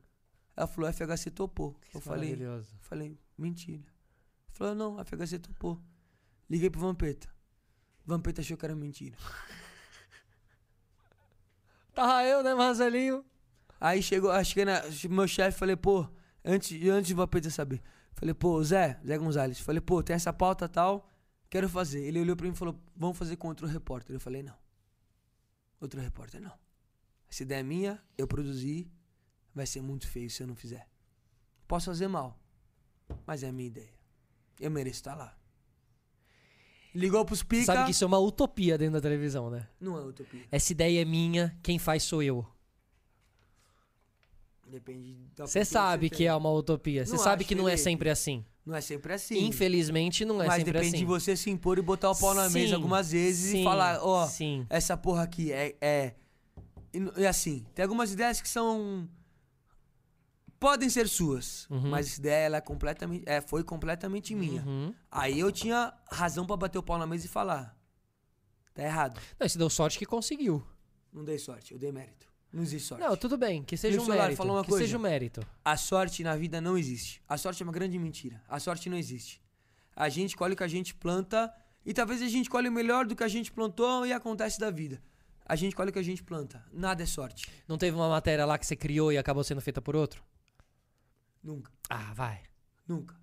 C: Ela falou, o FHC topou. eu falei,
A: Maravilhoso.
C: Falei, mentira. Falou, não, a FHC topou. Liguei pro Vampeta. Vampeta achou que era mentira.
A: Tava eu, né, Marcelinho?
C: Aí chegou, aí cheguei na, meu chefe, falei, pô, antes, antes do Vampeta saber. Falei, pô, Zé, Zé Gonzalez. Falei, pô, tem essa pauta tal, quero fazer. Ele olhou pra mim e falou, vamos fazer com outro repórter. Eu falei, não. Outro repórter, não. Essa ideia é minha, eu produzi, vai ser muito feio se eu não fizer. Posso fazer mal, mas é a minha ideia. Eu mereço estar lá. Ligou pros pica.
A: Sabe que isso é uma utopia dentro da televisão, né?
C: Não é utopia.
A: Essa ideia é minha, quem faz sou eu.
C: Depende da
A: Você
C: cultura
A: sabe que
C: Então, tem.
A: é uma utopia. Você
C: Não
A: sabe
C: acho,
A: que não é
C: Felipe.
A: sempre assim.
C: Não é sempre assim.
A: Infelizmente, não é
C: Mas
A: sempre
C: depende
A: assim.
C: de você se impor e botar o pau na
A: Sim,
C: mesa algumas vezes
A: sim,
C: e falar, ó,
A: sim.
C: essa porra aqui é. é... E, n- e assim, tem algumas ideias que são. Podem ser suas,
A: Uhum.
C: mas essa ideia ela é completamente, é, foi completamente minha.
A: Uhum.
C: Aí eu tinha razão pra bater o pau na mesa e falar: tá errado.
A: Não, você deu sorte que conseguiu.
C: Não dei sorte, eu dei mérito. Não existe sorte.
A: Não, tudo bem, que seja
C: Felipe
A: um
C: Solari,
A: mérito.
C: fala uma
A: que
C: coisa.
A: seja um mérito.
C: A sorte na vida não existe. A sorte é uma grande mentira. A sorte não existe. A gente colhe o que a gente planta e talvez a gente colhe melhor do que a gente plantou e acontece da vida. A gente colhe o que a gente planta. Nada é sorte.
A: Não teve uma matéria lá que você criou e acabou sendo feita por outro?
C: Nunca.
A: Ah, vai.
C: Nunca.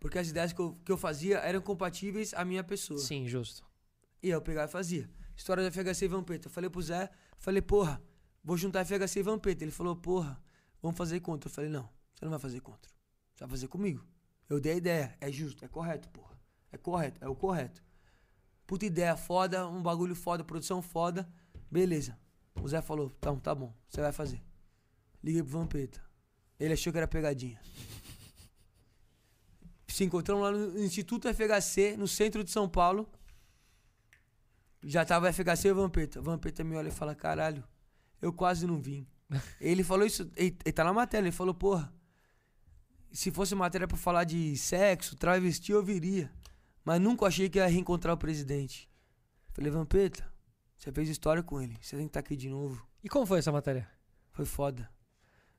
C: Porque as ideias que eu, que eu fazia eram compatíveis à minha pessoa.
A: Sim, justo.
C: E eu pegava e fazia. História da FHC e Vampeta. Eu falei pro Zé, falei, porra, vou juntar FHC e Vampeta. Ele falou, porra, vamos fazer contra. Eu falei, não, você não vai fazer contra. Você vai fazer comigo. Eu dei a ideia, é justo, é correto, porra. É correto, é o correto. Puta ideia foda, um bagulho foda, produção foda. Beleza. O Zé falou, então, tá bom, você vai fazer. Liguei pro Vampeta. Ele achou que era pegadinha. Se encontramos lá no Instituto FHC, no centro de São Paulo. Já tava FHC e o Vampeta. O Vampeta me olha e fala, caralho, eu quase não vim. ele falou isso, ele, ele tá na matéria, ele falou, porra, se fosse matéria pra falar de sexo, travesti, eu viria. Mas nunca achei que ia reencontrar o presidente. Falei, Vampeta, você fez história com ele, você tem que estar aqui de novo.
A: E como foi essa matéria?
C: Foi foda.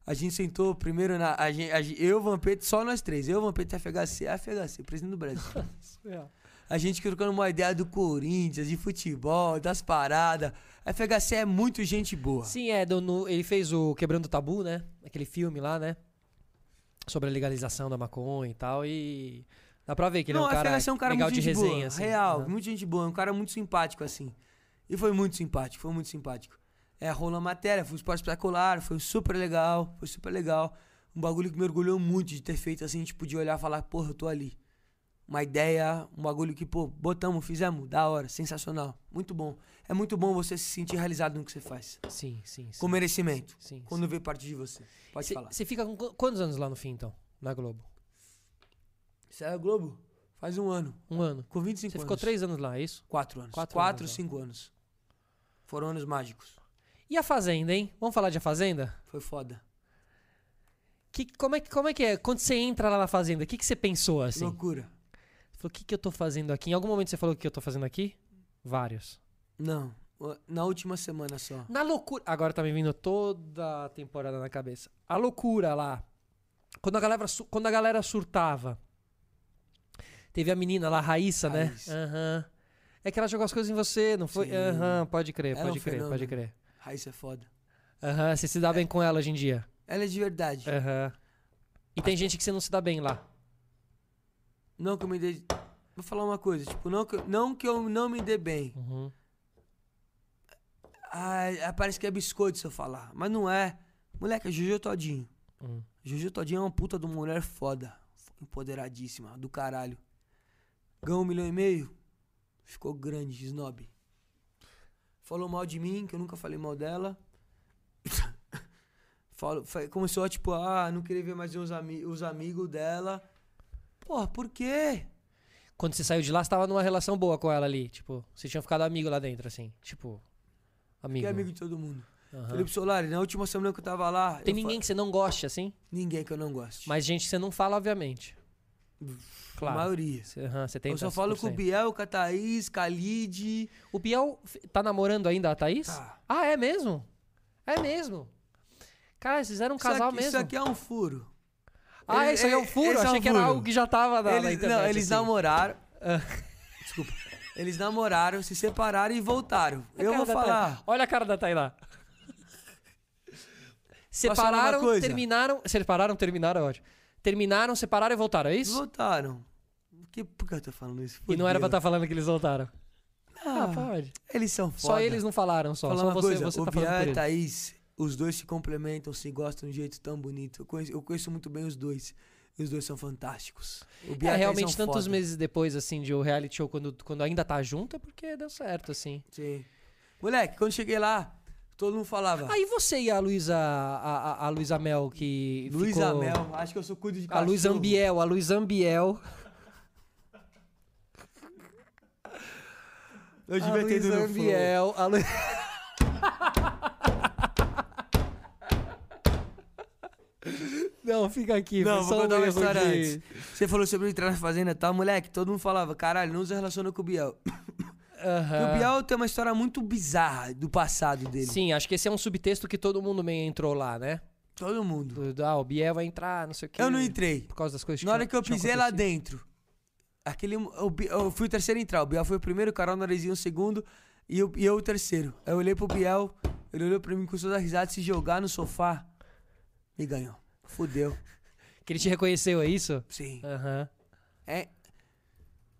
C: A gente sentou primeiro na. A gente, a, gente- eu, Vampeta, só nós três. Eu, Vampeta e FHC. FHC, presidente do Brasil. A gente trocando uma ideia do Corinthians, de futebol, das paradas. A FHC é muito gente boa.
A: Sim, é, do- no- ele fez o Quebrando o Tabu, né? Aquele filme lá, né? Sobre a legalização da maconha e tal. E dá pra ver que ele é um
C: a
A: cara,
C: FHC é um cara
A: legal
C: muito
A: de
C: gente
A: resenha.
C: boa,
A: assim.
C: real,
A: Uhum.
C: muito gente boa, um cara muito simpático, assim. E foi muito simpático, foi muito simpático. É, rolou a matéria, foi um esporte espetacular, foi super legal, foi super legal. Um bagulho que me orgulhou muito de ter feito, assim, tipo, de olhar e falar, porra, eu tô ali. Uma ideia, um bagulho que, pô, botamos, fizemos, da hora, sensacional, muito bom. É muito bom você se sentir realizado no que você faz,
A: Sim, sim, sim.
C: com merecimento,
A: Sim,
C: quando vê parte de você. Pode falar.
A: Você fica com qu- quantos anos lá no fim, então? Na Globo?
C: Saiu da é Globo faz um ano.
A: Um ano.
C: Com 25
A: Você
C: anos.
A: ficou três anos lá, é isso?
C: Quatro anos.
A: Quatro
C: Quatro,
A: anos, então. ó.
C: cinco anos. Foram anos mágicos.
A: E a Fazenda, hein? Vamos falar de A Fazenda?
C: Foi foda.
A: Que, como, é, que- como é que é? Quando você entra lá na Fazenda, o que, que você pensou assim?
C: Loucura.
A: Você falou, o que, que eu tô fazendo aqui? Em algum momento você falou o que eu tô fazendo aqui? Vários.
C: Não. o- Na última semana só.
A: Na loucura. Agora tá me vindo toda a temporada na cabeça. A loucura lá. Quando a galera, su- quando a galera surtava. Teve a menina lá, a Raíssa, né?
C: Raíssa.
A: Aham. É que ela jogou as coisas em você, não foi?
C: Sim.
A: Aham, pode crer,
C: Ela é
A: pode
C: um
A: crer, pode
C: fenômeno.
A: crer.
C: Raíssa é foda.
A: Aham, você se dá bem com ela hoje em dia.
C: Ela é de verdade.
A: Aham. E tem gente que você não se dá bem lá.
C: Não que eu me dê. Vou falar uma coisa, tipo, não que, eu- não que eu não me dê bem.
A: Uhum.
C: Ah, ah, parece que é biscoito se eu falar. Mas não é. Moleque, é Juju Todinho.
A: Hum.
C: Juju Todinho é uma puta de uma mulher foda. Empoderadíssima, do caralho. Ganhou um milhão e meio. Ficou grande, snob. Falou mal de mim, que eu nunca falei mal dela. Falou, fa- começou a tipo, ah, não queria ver mais os, ami os amigos dela. Porra, por quê?
A: Quando você saiu de lá, você tava numa relação boa com ela ali. Tipo, você tinha ficado amigo lá dentro, assim. Tipo, amigo.
C: Que é amigo de todo mundo.
A: Aham.
C: Felipe Solari, na última semana que eu tava lá.
A: Tem
C: eu fa-
A: ninguém que você não goste, assim?
C: Ninguém que eu não goste.
A: Mas gente que você não fala, obviamente.
C: A
A: Claro.
C: maioria.
A: Você, aham, você tem
C: Eu só falo com o
A: 10%.
C: Biel, com a Thaís, com a Lid.
A: O Biel f- tá namorando ainda a Thaís?
C: Tá.
A: Ah, é mesmo? É mesmo. Cara, eles fizeram um
C: isso
A: casal
C: aqui,
A: mesmo.
C: Isso aqui é um furo.
A: Ah,
C: Ele-
A: isso aí é um
C: ele-
A: furo?
C: esse é
A: Achei
C: um
A: que era
C: furo.
A: algo que já tava na, na
C: eles,
A: internet.
C: não, eles
A: assim. Ah.
C: namoraram. Desculpa. Eles namoraram, se separaram e voltaram.
A: É A
C: eu
A: cara
C: vou
A: da Thay.
C: falar.
A: Olha a cara da Tainá.
C: falar
A: Separaram,
C: uma coisa?
A: terminaram. Separaram, terminaram, é ótimo. Terminaram, separaram e voltaram, é isso?
C: Voltaram. Que, por que eu tô falando isso?
A: E não era pra
C: Fudeu.
A: estar falando que eles voltaram. Ah, pode.
C: Eles são foda.
A: Só eles não falaram, só.
C: Falar
A: Só
C: uma
A: você,
C: coisa,
A: você
C: o
A: tá
C: Biel é
A: falando por
C: e a
A: eles.
C: Thaís, os dois se complementam, se gostam de um jeito tão bonito. Eu conheço, eu conheço muito bem os dois. E os dois são fantásticos. O Biel e
A: É,
C: a Thaís
A: realmente,
C: são
A: tantos
C: um foda.
A: meses depois, assim, de o reality show, quando, quando ainda tá junto, é porque deu certo, assim.
C: Sim. Moleque, quando cheguei lá, todo mundo falava.
A: Aí você e a Luísa, a, a- a Luísa Mel, que
C: Luiz
A: ficou...
C: Amel, acho que eu sou cuido de
A: A
C: cachorro.
A: Luísa Ambiel, a Luísa Ambiel.
C: Eu
A: A
C: devia ter ido
A: Luísa
C: no flow.
A: Ah, Ambiel, a Lu... Não, fica aqui. foi
C: Não, vou
A: só
C: contar
A: um
C: uma
A: erro
C: história
A: de-
C: antes. Você falou sobre eu entrar na fazenda e tal, moleque, todo mundo falava, caralho, não se relaciona com o Biel.
A: Aham.
C: E o Biel tem uma história muito bizarra do passado dele.
A: É. Sim, acho que esse é um subtexto que todo mundo meio entrou lá, né?
C: Todo mundo.
A: Do, do, ah, o Biel vai entrar, não sei o quê.
C: Eu não entrei.
A: Por causa das coisas
C: Na hora que eu
A: tinham
C: pisei lá
A: acontecido.
C: dentro, aquele, o Bi- eu fui o terceiro a entrar. O Biel foi o primeiro, o Carol Narizinho o segundo e eu, e eu o terceiro. Aí eu olhei pro Biel, ele olhou pra mim com toda a risada, se jogar no sofá e ganhou. Fudeu.
A: Que ele te reconheceu, é isso?
C: Sim.
A: Aham.
C: É.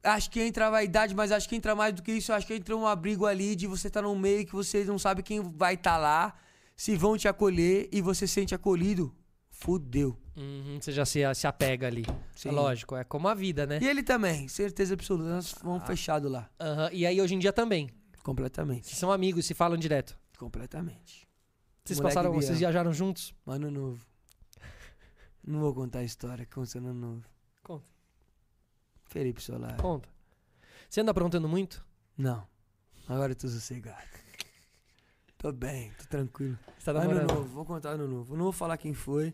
C: Acho que entra a vaidade, mas acho que entra mais do que isso. Acho que entra um abrigo ali de você estar tá num meio que você não sabe quem vai estar lá, se vão te acolher e você se sente acolhido. Fudeu.
A: Uhum, você já se, se apega ali.
C: Sim.
A: É lógico, é como a vida, né?
C: E ele também, certeza absoluta. Nós
A: Ah.
C: vamos fechado lá.
A: Aham, E aí hoje em dia também.
C: Completamente.
A: Vocês são amigos, se falam direto.
C: Completamente.
A: Vocês
C: Moleque
A: passaram,
C: Biel.
A: vocês viajaram juntos?
C: Ano novo. Não vou contar a história que aconteceu no ano novo.
A: Conta.
C: Felipe Solar.
A: Conta. Você anda perguntando muito?
C: Não. Agora eu tô sossegado. Tô bem, tô tranquilo.
A: Você tá
C: ano
A: namorando?
C: novo, vou contar ano novo. Não vou falar quem foi.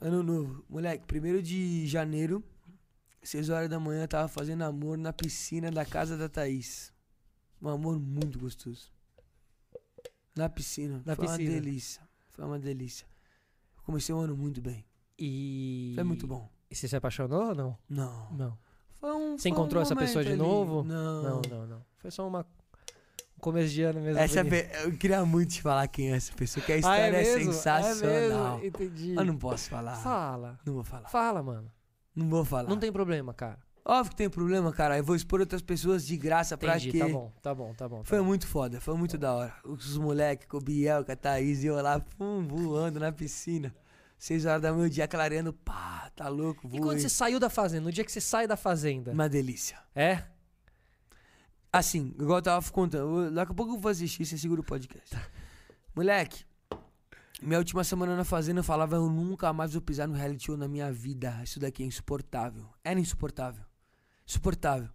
C: Ano novo. Moleque, primeiro de janeiro, 6 horas da manhã, eu tava fazendo amor na piscina da casa da Thaís. Um amor muito gostoso. Na piscina.
A: Na
C: foi
A: piscina.
C: uma delícia. Foi uma delícia. Eu comecei o ano muito bem.
A: E.
C: Foi muito bom.
A: E você se apaixonou ou não?
C: Não.
A: é Não.
C: Foi um,
A: Você
C: foi um
A: encontrou essa
C: momento
A: pessoa de
C: ali.
A: novo?
C: Não.
A: Não, não, não. Foi só uma. Um começo de ano mesmo.
C: Essa
A: bonito.
C: pe- Eu queria muito te falar quem é essa pessoa, que a
A: Ah,
C: história é,
A: mesmo?
C: sensacional.
A: É mesmo? Entendi.
C: Mas não posso falar.
A: Fala.
C: Não vou falar.
A: Fala, mano.
C: Não vou falar.
A: Não tem problema, cara.
C: Óbvio que tem problema, cara. Eu vou expor outras pessoas de graça pra
A: Entendi,
C: quê?
A: tá bom, tá bom, tá bom. tá
C: Foi
A: bom.
C: muito foda, foi muito da hora. Os moleques, com o Biel, com a Thaís, e eu lá, pum, voando na piscina. Seis horas da manhã, o dia clareando, pá, tá louco,
A: E quando
C: voando.
A: você saiu da fazenda, no dia que você sai da fazenda?
C: Uma delícia.
A: É?
C: Assim, igual eu tava contando, eu- daqui a pouco eu vou assistir, você segura o podcast. Moleque, Minha última semana na fazenda eu falava, eu nunca mais vou pisar no reality show na minha vida. Isso daqui é insuportável. Era insuportável. Insuportável.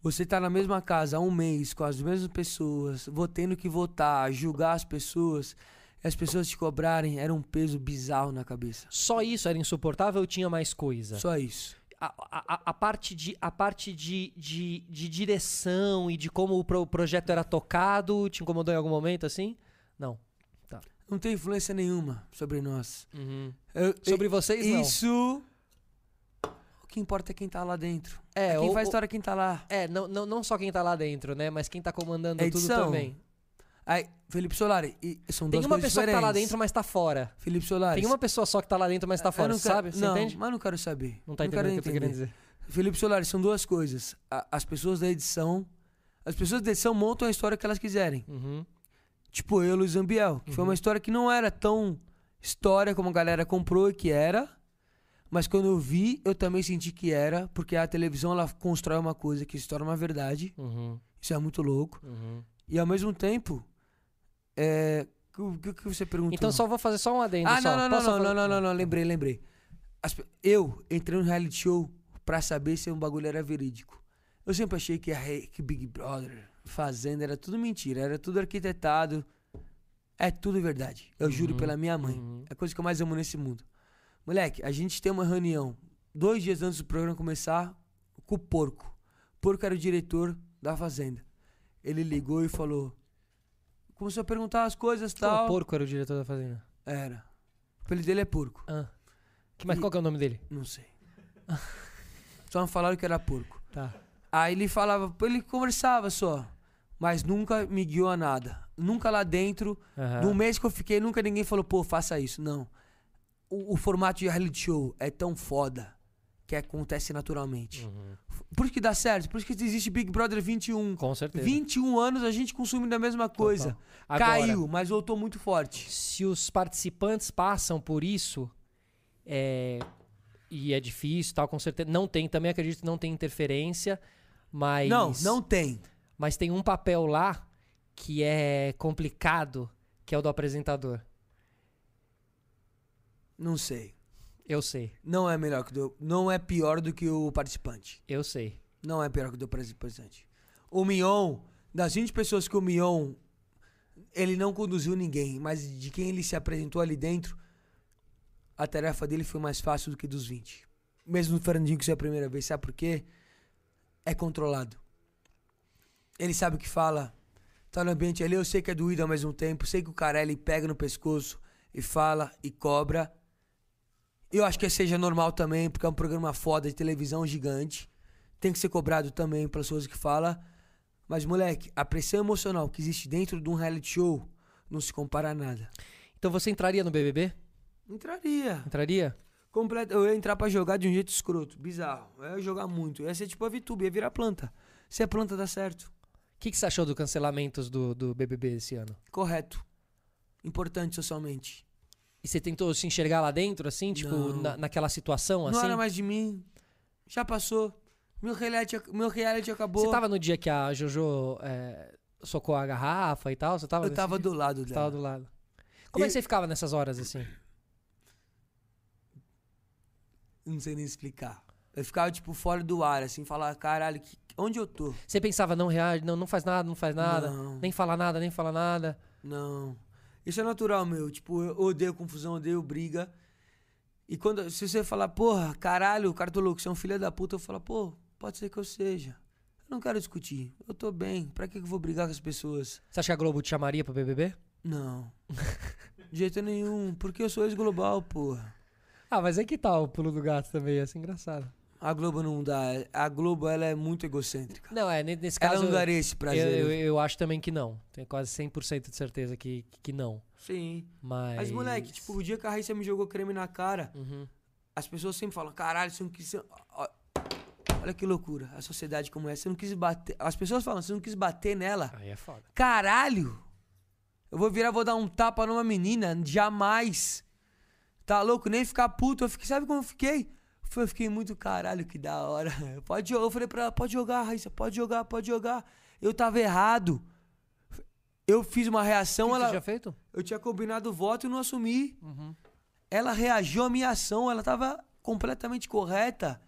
C: Você tá na mesma casa há um mês, com as mesmas pessoas, vou tendo que votar, julgar as pessoas, e as pessoas te cobrarem, era um peso bizarro na cabeça.
A: Só isso era insuportável ou tinha mais coisa?
C: Só isso.
A: a, a- a- a parte, de, a parte de, de, de direção e de como o pro- projeto era tocado te incomodou em algum momento assim? Não.
C: Não tem influência nenhuma sobre nós. Eu-
A: Sobre vocês, não.
C: Uhum. Isso. O que importa é quem tá lá dentro.
A: É,
C: quem
A: ou-
C: faz
A: ou-
C: história é quem tá lá.
A: É, não, não, não só quem tá lá dentro, né? Mas quem tá comandando
C: É
A: tudo
C: edição.
A: também.
C: Aí, Felipe Solari, e- são
A: Tem
C: duas
A: uma
C: coisas
A: pessoa que tá lá
C: diferentes.
A: dentro, mas tá fora.
C: Felipe Solari.
A: Tem uma pessoa só que tá lá dentro, mas tá fora, sabe? Você
C: não,
A: entende?
C: mas não quero saber.
A: Não tá
C: quero
A: entendendo o que eu tô querendo
C: entender.
A: dizer.
C: Felipe Solari, são duas coisas. A- as pessoas da edição. As pessoas da edição montam a história que elas quiserem.
A: Uhum.
C: Tipo eu, Luiz Ambiel, que foi uma história que não era tão história como a galera comprou e que era. Mas quando eu vi, eu também senti que era, porque a televisão ela constrói uma coisa que se torna uma verdade.
A: Uhum.
C: Isso é muito louco.
A: Uhum.
C: E ao mesmo tempo, é. O que, o que você perguntou?
A: Então só vou fazer só um adendo.
C: Ah,
A: só.
C: não, não, não,
A: Posso
C: não,
A: fazer-
C: não, não, não, não, lembrei, lembrei. As pe- eu entrei no reality show pra saber se um bagulho era verídico. Eu sempre achei que, a re- que Big Brother, Fazenda, era tudo mentira, era tudo arquitetado. É tudo verdade.
A: Uhum,
C: Eu juro pela minha mãe. É a coisa que eu mais amo nesse mundo. Moleque, a gente tem uma reunião dois dias antes do programa começar com o Porco. O Porco era o diretor da Fazenda. Ele ligou e falou. Começou a perguntar as coisas e
A: Pô,
C: tal.
A: O porco era o diretor da fazenda.
C: Era. O apelido dele é Porco.
A: Ah. Que, mas
C: E-
A: qual que é o nome dele?
C: Não sei. só me falaram que era porco.
A: Tá.
C: Aí ele falava, ele conversava só, mas nunca me guiou a nada. Nunca lá dentro,
A: Aham.
C: no mês que eu fiquei, nunca ninguém falou, pô, faça isso. Não. O, o formato de reality show é tão foda que acontece naturalmente. Por isso que dá certo, por isso que existe Big Brother 21.
A: Uhum. Com certeza.
C: 21 anos a gente consumindo a mesma coisa.
A: Agora-
C: Caiu, mas voltou muito forte.
A: se os participantes passam por isso, é, e é difícil, tal, com certeza. Não tem, também acredito que não tem interferência, mas
C: Não, não tem.
A: mas tem um papel lá que é complicado, que é o do apresentador.
C: Não sei.
A: Eu sei,
C: Não é melhor que o do, não é pior do que o participante.
A: eu sei.
C: Não é pior que o do participante. O Mion, das 20 pessoas que o Mion ele não conduziu ninguém, mas de quem ele se apresentou ali dentro, a tarefa dele foi mais fácil do que dos 20. Mesmo o Fernandinho que isso é a primeira vez, sabe por quê? É controlado. Ele sabe o que fala. Tá no ambiente ali, eu sei que é doído ao mesmo tempo, sei que o cara ele pega no pescoço e fala e cobra. Eu acho que seja normal também, porque é um programa foda de televisão gigante. Tem que ser cobrado também pelas pessoas que fala. Mas, moleque, a pressão emocional que existe dentro de um reality show não se compara a nada.
A: Então você entraria no BBB?
C: Entraria.
A: Entraria?
C: Completo. Eu ia entrar pra jogar de um jeito escroto, bizarro. Eu ia jogar muito. Eu ia ser tipo a VTube, ia virar planta. Se a planta dá certo,
A: O que, que você achou dos cancelamentos do, do BBB esse ano?
C: correto. Importante socialmente.
A: E você tentou se enxergar lá dentro, assim, tipo,
C: Não.
A: na- naquela situação,
C: Não
A: assim?
C: era mais de mim. Já passou. Meu reality, meu reality acabou.
A: Você tava no dia que a Jojo é, socou a garrafa e tal? Você tava
C: Eu
A: nesse
C: tava do lado
A: Você
C: dela.
A: tava do lado. Como é
C: E-
A: que você ficava nessas horas, assim?
C: Não sei nem explicar. Eu ficava, tipo, fora do ar, assim, falar, caralho, que- onde eu tô?
A: Você pensava, não reage, não, não faz nada, não faz nada.
C: Não.
A: Nem fala nada, nem fala nada.
C: Não. Isso é natural, meu. Tipo, eu odeio confusão, odeio briga. E quando se você falar, porra, caralho, cartoloco, você é um filho da puta, eu falo, pô, pode ser que eu seja. Eu não quero discutir. Eu tô bem. Pra que que eu vou brigar com as pessoas?
A: Você acha que a Globo te chamaria pro BBB?
C: Não. De jeito nenhum. Porque eu sou ex-global, porra.
A: Ah, mas é que
C: tá
A: tal o pulo do gato também, ia ser engraçado.
C: A Globo não dá. A Globo, ela é muito egocêntrica.
A: Não, é, ne- nesse
C: Ela
A: caso...
C: não daria esse
A: eu,
C: prazer.
A: eu, eu acho também que não. Tenho quase 100% de certeza que, que, que não.
C: Sim.
A: Mas...
C: Mas, moleque, tipo, o dia que a Raíssa me jogou creme na cara, as pessoas sempre falam, caralho, você não quis... ser- ó, Olha que loucura, a sociedade como é. Você não quis bater... As pessoas falam, você não quis bater nela.
A: Aí é foda.
C: Caralho! Eu vou virar, vou dar um tapa numa menina, jamais. Tá louco? Nem ficar puto. Eu fiquei, sabe como eu fiquei? Foi- Eu fiquei muito caralho, que da hora. Pode jogar. Eu falei pra ela, pode jogar, Raíssa, pode jogar, pode jogar. Eu tava errado. Eu fiz uma reação,
A: Então
C: ela.
A: já feito?
C: Eu tinha combinado o voto e não assumi. Ela reagiu à minha ação, ela estava completamente correta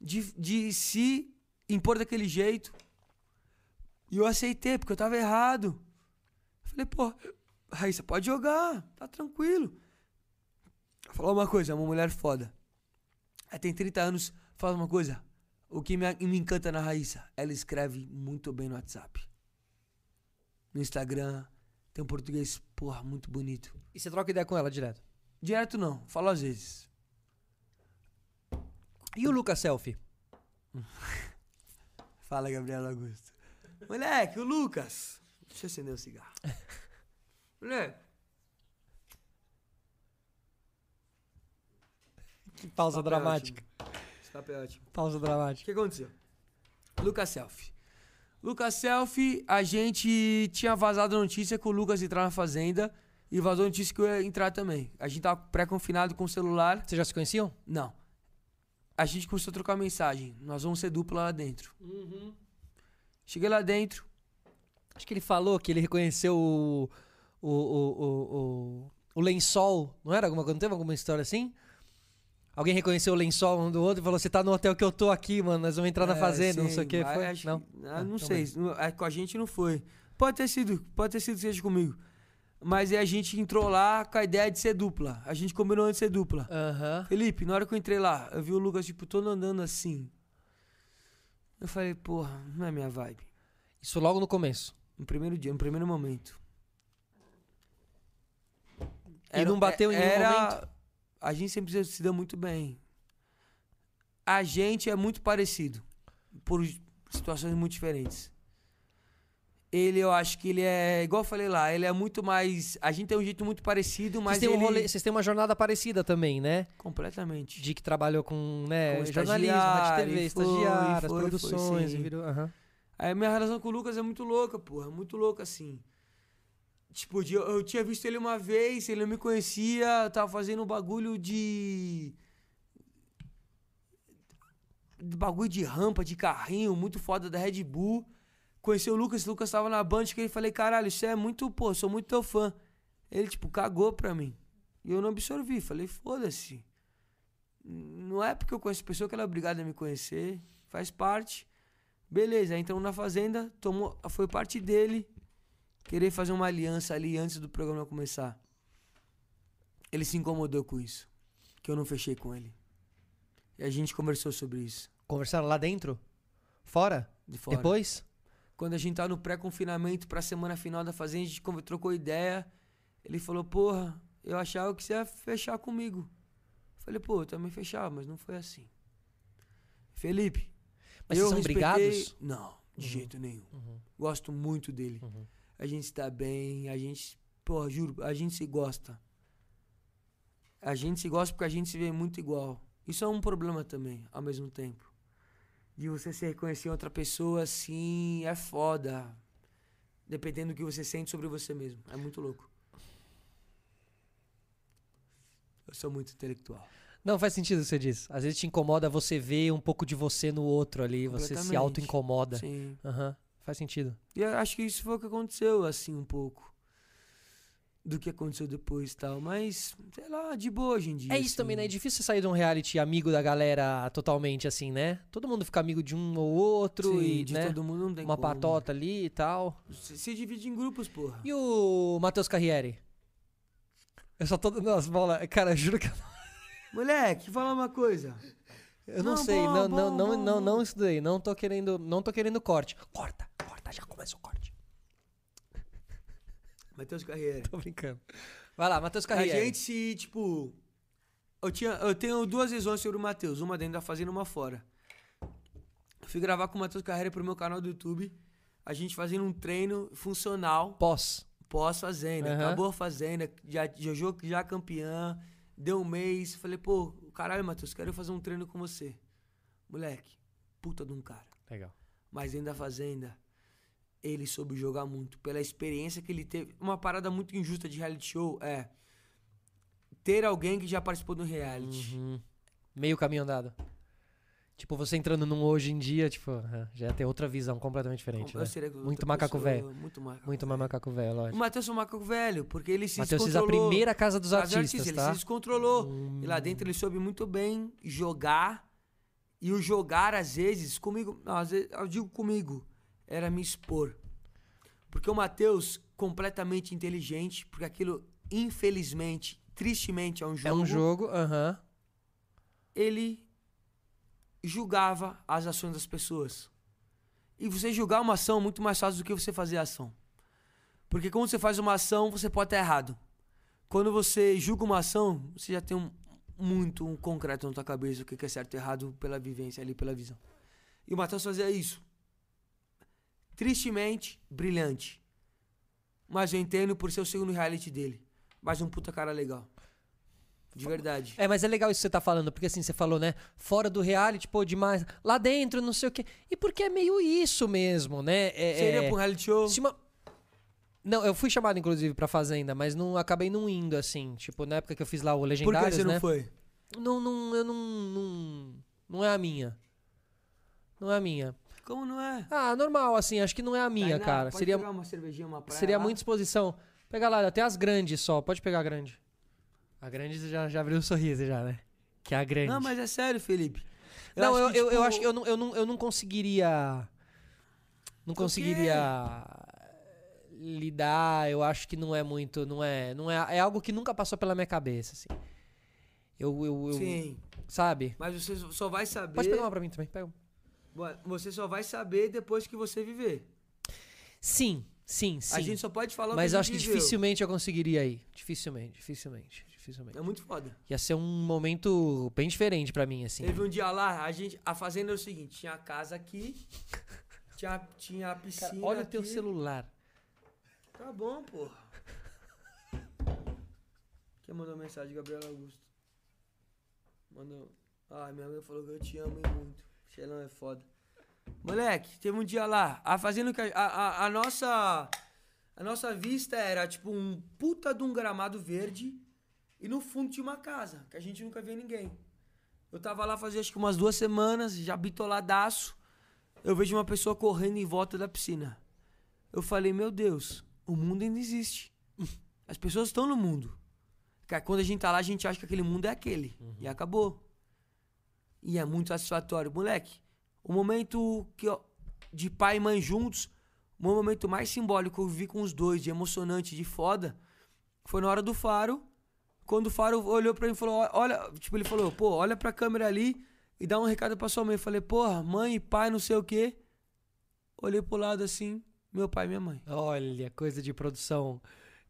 C: de, de se impor daquele jeito. E eu aceitei, porque eu tava errado. Eu falei, pô, Raíssa, pode jogar, tá tranquilo. Vou falar uma coisa, é uma mulher foda. Ela tem 30 anos, fala uma coisa. O que me, me encanta na Raíssa, ela escreve muito bem no WhatsApp. No Instagram, tem um português, porra, muito bonito.
A: E você troca ideia com ela direto.
C: Direto não, falo às vezes.
A: E o Lucas Selfie?
C: Fala, Gabriela Augusto. Moleque, o Lucas. Deixa eu acender o cigarro. Moleque.
A: Que pausa
C: Esse papel é
A: dramática.
C: ótimo. Esse papel é ótimo.
A: Pausa
C: O
A: dramática.
C: que aconteceu? Lucas Selfie. Lucas Selfie, a gente tinha vazado a notícia que o Lucas ia entrar na fazenda e vazou a notícia que eu ia entrar também. A gente tava pré-confinado com o celular.
A: Vocês já se conheciam?
C: Não. A gente começou a trocar mensagem. Nós vamos ser dupla lá dentro. Cheguei lá dentro.
A: Acho que ele falou que ele reconheceu o. O, o, o, o, o lençol. Não era alguma coisa? Não teve alguma história assim? Alguém reconheceu o lençol um do outro e falou: Você tá no hotel que eu tô aqui, mano. Nós vamos entrar na
C: É,
A: fazenda, tá não
C: sim,
A: sei o quê.
C: mas
A: Foi?
C: acho que-
A: Não.
C: ah,
A: Ah,
C: não
A: então
C: sei. não- ah, Com a gente não foi. Pode ter sido, pode ter sido que seja comigo. Mas aí a gente entrou lá com a ideia de ser dupla. A gente combinou antes de ser dupla.
A: Aham.
C: Felipe, na hora que eu entrei lá, eu vi o Lucas, tipo, todo andando assim. Eu falei, porra, não é minha vibe.
A: Isso logo no começo.
C: No Um primeiro dia, no primeiro momento.
A: E não bateu em nenhum momento?
C: A gente sempre se deu muito bem. A gente é muito parecido. Por situações muito diferentes. Ele, eu acho que ele é... Igual eu falei lá, ele é muito mais... A gente tem um jeito muito parecido, mas
A: Vocês têm, um
C: ele...
A: rolê- vocês têm uma jornada parecida também, né?
C: Completamente.
A: De que trabalhou com, né,
C: Com
A: jornalismo, rádio e TV,
C: estagiário, foi,
A: estagiário, as
C: foi, foi,
A: produções.
C: sim.
A: e virou, aham.
C: Aí minha relação com o Lucas é muito louca, porra. é Muito louca, assim. Tipo, de- eu, eu tinha visto ele uma vez, ele não me conhecia, eu tava fazendo um bagulho de. de Bagulho de rampa, de carrinho, muito foda da Red Bull. Conheci o Lucas, o Lucas tava na banda, que ele falei, caralho, isso é muito, pô, sou muito teu fã. Ele, tipo, cagou pra mim. E eu não absorvi, falei, foda-se. Não é porque eu conheço pessoa que ela é obrigada a me conhecer, faz parte. Beleza, aí entramos na fazenda, tomou, foi parte dele querer fazer uma aliança ali antes do programa começar. Ele se incomodou com isso, que eu não fechei com ele. E a gente conversou sobre isso.
A: Conversaram lá dentro? Fora?
C: De fora.
A: Depois?
C: Quando a gente tá no pré-confinamento pra semana final da fazenda, a gente conver- trocou ideia. Ele falou, porra, eu achava que você ia fechar comigo. Eu falei, pô, eu também fechava, mas não foi assim. Felipe.
A: Mas
C: eu
A: vocês são
C: respeitei-
A: brigados? Uhum.
C: Não, de jeito nenhum. Gosto muito dele. A gente se dá bem, a gente. Porra, juro, a gente se gosta. A gente se gosta porque a gente se vê muito igual. Isso é um problema também, ao mesmo tempo. De você se reconhecer em outra pessoa, assim, é foda. Dependendo do que você sente sobre você mesmo. É muito louco. Eu sou muito intelectual.
A: Não, faz sentido o que você diz. Às vezes te incomoda você ver um pouco de você no outro ali, você se
C: Completamente.
A: auto-incomoda.
C: Sim.
A: Aham, faz sentido.
C: né? E eu acho que isso foi o que aconteceu, assim, um pouco. Do que aconteceu depois e tal. Mas, sei lá, de boa hoje em dia. assim.
A: É isso também, né? É difícil você sair de um reality amigo da galera totalmente assim, né? Todo mundo fica amigo de um ou outro
C: Sim,
A: e,
C: de
A: né?
C: todo mundo não tem
A: Uma
C: como.
A: patota ali e tal.
C: Se, se divide em grupos, porra.
A: E o Matheus Carriere? Eu só tô dando as bolas. Cara, eu juro que eu não-
C: Moleque, fala uma coisa.
A: eu não,
C: Não,
A: sei.
C: bom,
A: não,
C: bom,
A: não, não,
C: bom,
A: não,
C: bom.
A: não estudei. Não tô querendo. Não tô querendo corte. Corta, corta, já começa o corte.
C: Matheus Carreira.
A: Tô brincando. Vai lá, Matheus
C: A
A: Carriere.
C: gente se, tipo. Eu, tinha, eu tenho duas visões sobre o Matheus, uma dentro da fazenda e uma fora. Eu fui gravar com o Matheus Carreira pro meu canal do YouTube. A gente fazendo um treino funcional
A: Pós.
C: pós-fazenda.
A: Aham.
C: Acabou a fazenda, já, Jojo já campeã, deu um mês. Falei, pô, caralho, Matheus, quero fazer um treino com você. Moleque, puta de um cara.
A: Legal.
C: Mas dentro da fazenda, ele soube jogar muito. Pela experiência que ele teve. Uma parada muito injusta de reality show é
A: Uhum. Hum,
C: ter alguém que já participou do um reality.
A: Meio caminho andado. Tipo, você entrando num hoje em dia, tipo, ah, já tem outra visão completamente diferente.
C: Eu
A: né?
C: seria outra
A: Muito macaco
C: pessoa,
A: velho.
C: Muito macaco.
A: Muito mais macaco velho,
C: O
A: lógico.
C: Matheus é um macaco velho, porque ele se
A: Matheus fez a
C: descontrolou.
A: primeira casa dos
C: Mas é
A: artistas,
C: artista,
A: tá?
C: Ele se descontrolou. E lá dentro ele soube muito bem jogar. E o jogar, às vezes, comigo. não, às vezes, eu digo comigo, era me expor. Porque o Matheus, completamente inteligente, porque aquilo, infelizmente, tristemente, é um jogo.
A: É um jogo, aham.
C: Ele julgava as ações das pessoas. E você julgar uma ação é muito mais fácil do que você fazer a ação. Porque quando você faz uma ação, você pode estar errado. Quando você julga uma ação, você já tem um- muito um concreto na tua cabeça o que que é certo e errado pela vivência ali, pela visão. E o Matheus fazia isso. Tristemente, brilhante. Mas eu entendo por ser o segundo reality dele. Mas um puta cara legal. De verdade.
A: É, mas é legal isso que você tá falando, porque assim, você falou, né? Fora do reality, pô, demais. Lá dentro, não sei o quê. E porque é meio isso mesmo, né? É,
C: Seria
A: é-
C: pra um reality show?
A: se uma- Não, eu fui chamado, inclusive, pra Fazenda, mas não acabei não indo, assim. Tipo, na época que eu fiz lá o
C: Por que
A: Legendários,
C: você
A: né?
C: não foi?
A: Não, não, eu não, não... Não é a minha. Não é a minha.
C: Como não é?
A: Ah, normal, assim, acho que não é a minha,
C: Tainá,
A: cara.
C: pode
A: Seria,
C: pegar uma cervejinha, uma praia
A: seria
C: lá?
A: muita exposição. Pega lá, até as grandes só. Pode pegar a grande. A grande você já, já abriu o sorriso, já, né? Que é a grande.
C: Não, mas é sério, Felipe.
A: Não, eu,
C: que,
A: eu, eu
C: tipo,
A: acho que eu não, eu não, eu não conseguiria. Não conseguiria lidar, eu acho que não é muito, não é, não é, é algo que nunca passou pela minha cabeça, assim. Eu, eu, eu-
C: Sim,
A: sabe?
C: mas você só vai saber.
A: Pode pegar uma pra mim também, pega. um. uma.
C: Boa, Você só vai saber depois que você viver.
A: Sim, sim, sim.
C: A gente só pode falar o
A: Mas
C: que é a
A: eu acho que
C: gente viveu.
A: dificilmente eu conseguiria ir, dificilmente, dificilmente, dificilmente.
C: É muito foda.
A: Ia ser um momento bem diferente pra mim, assim.
C: Teve um dia lá, a gente. A fazenda é o seguinte: tinha a casa aqui, tinha, tinha a piscina.
A: Cara, olha o teu
C: aqui.
A: celular.
C: Tá bom, porra. Quem mandou mensagem? Gabriel Augusto. Mandou. Ah, minha mãe falou que eu te amo e muito. Xelão é foda. Moleque, teve um dia lá, a fazenda que a, a, a nossa a nossa vista era tipo um puta de um gramado verde e no fundo tinha uma casa, que a gente nunca via ninguém. Eu tava lá fazia acho que umas duas semanas, já bitoladaço. Eu vejo uma pessoa correndo em volta da piscina. Eu falei, meu Deus, o mundo ainda existe. As pessoas estão no mundo. Cara, quando a gente tá lá, a gente acha que aquele mundo é aquele. E acabou. E é muito satisfatório. Moleque, o momento que eu- de pai e mãe juntos, o meu momento mais simbólico que eu vi com os dois, de emocionante, de foda, foi na hora do faro. Quando o faro olhou pra mim e falou, "Ó- olha, tipo, ele falou, pô, olha pra câmera ali e dá um recado pra sua mãe. Eu falei, porra, mãe, pai, não sei o quê. Olhei pro lado assim, meu pai e minha mãe.
A: Olha, coisa de produção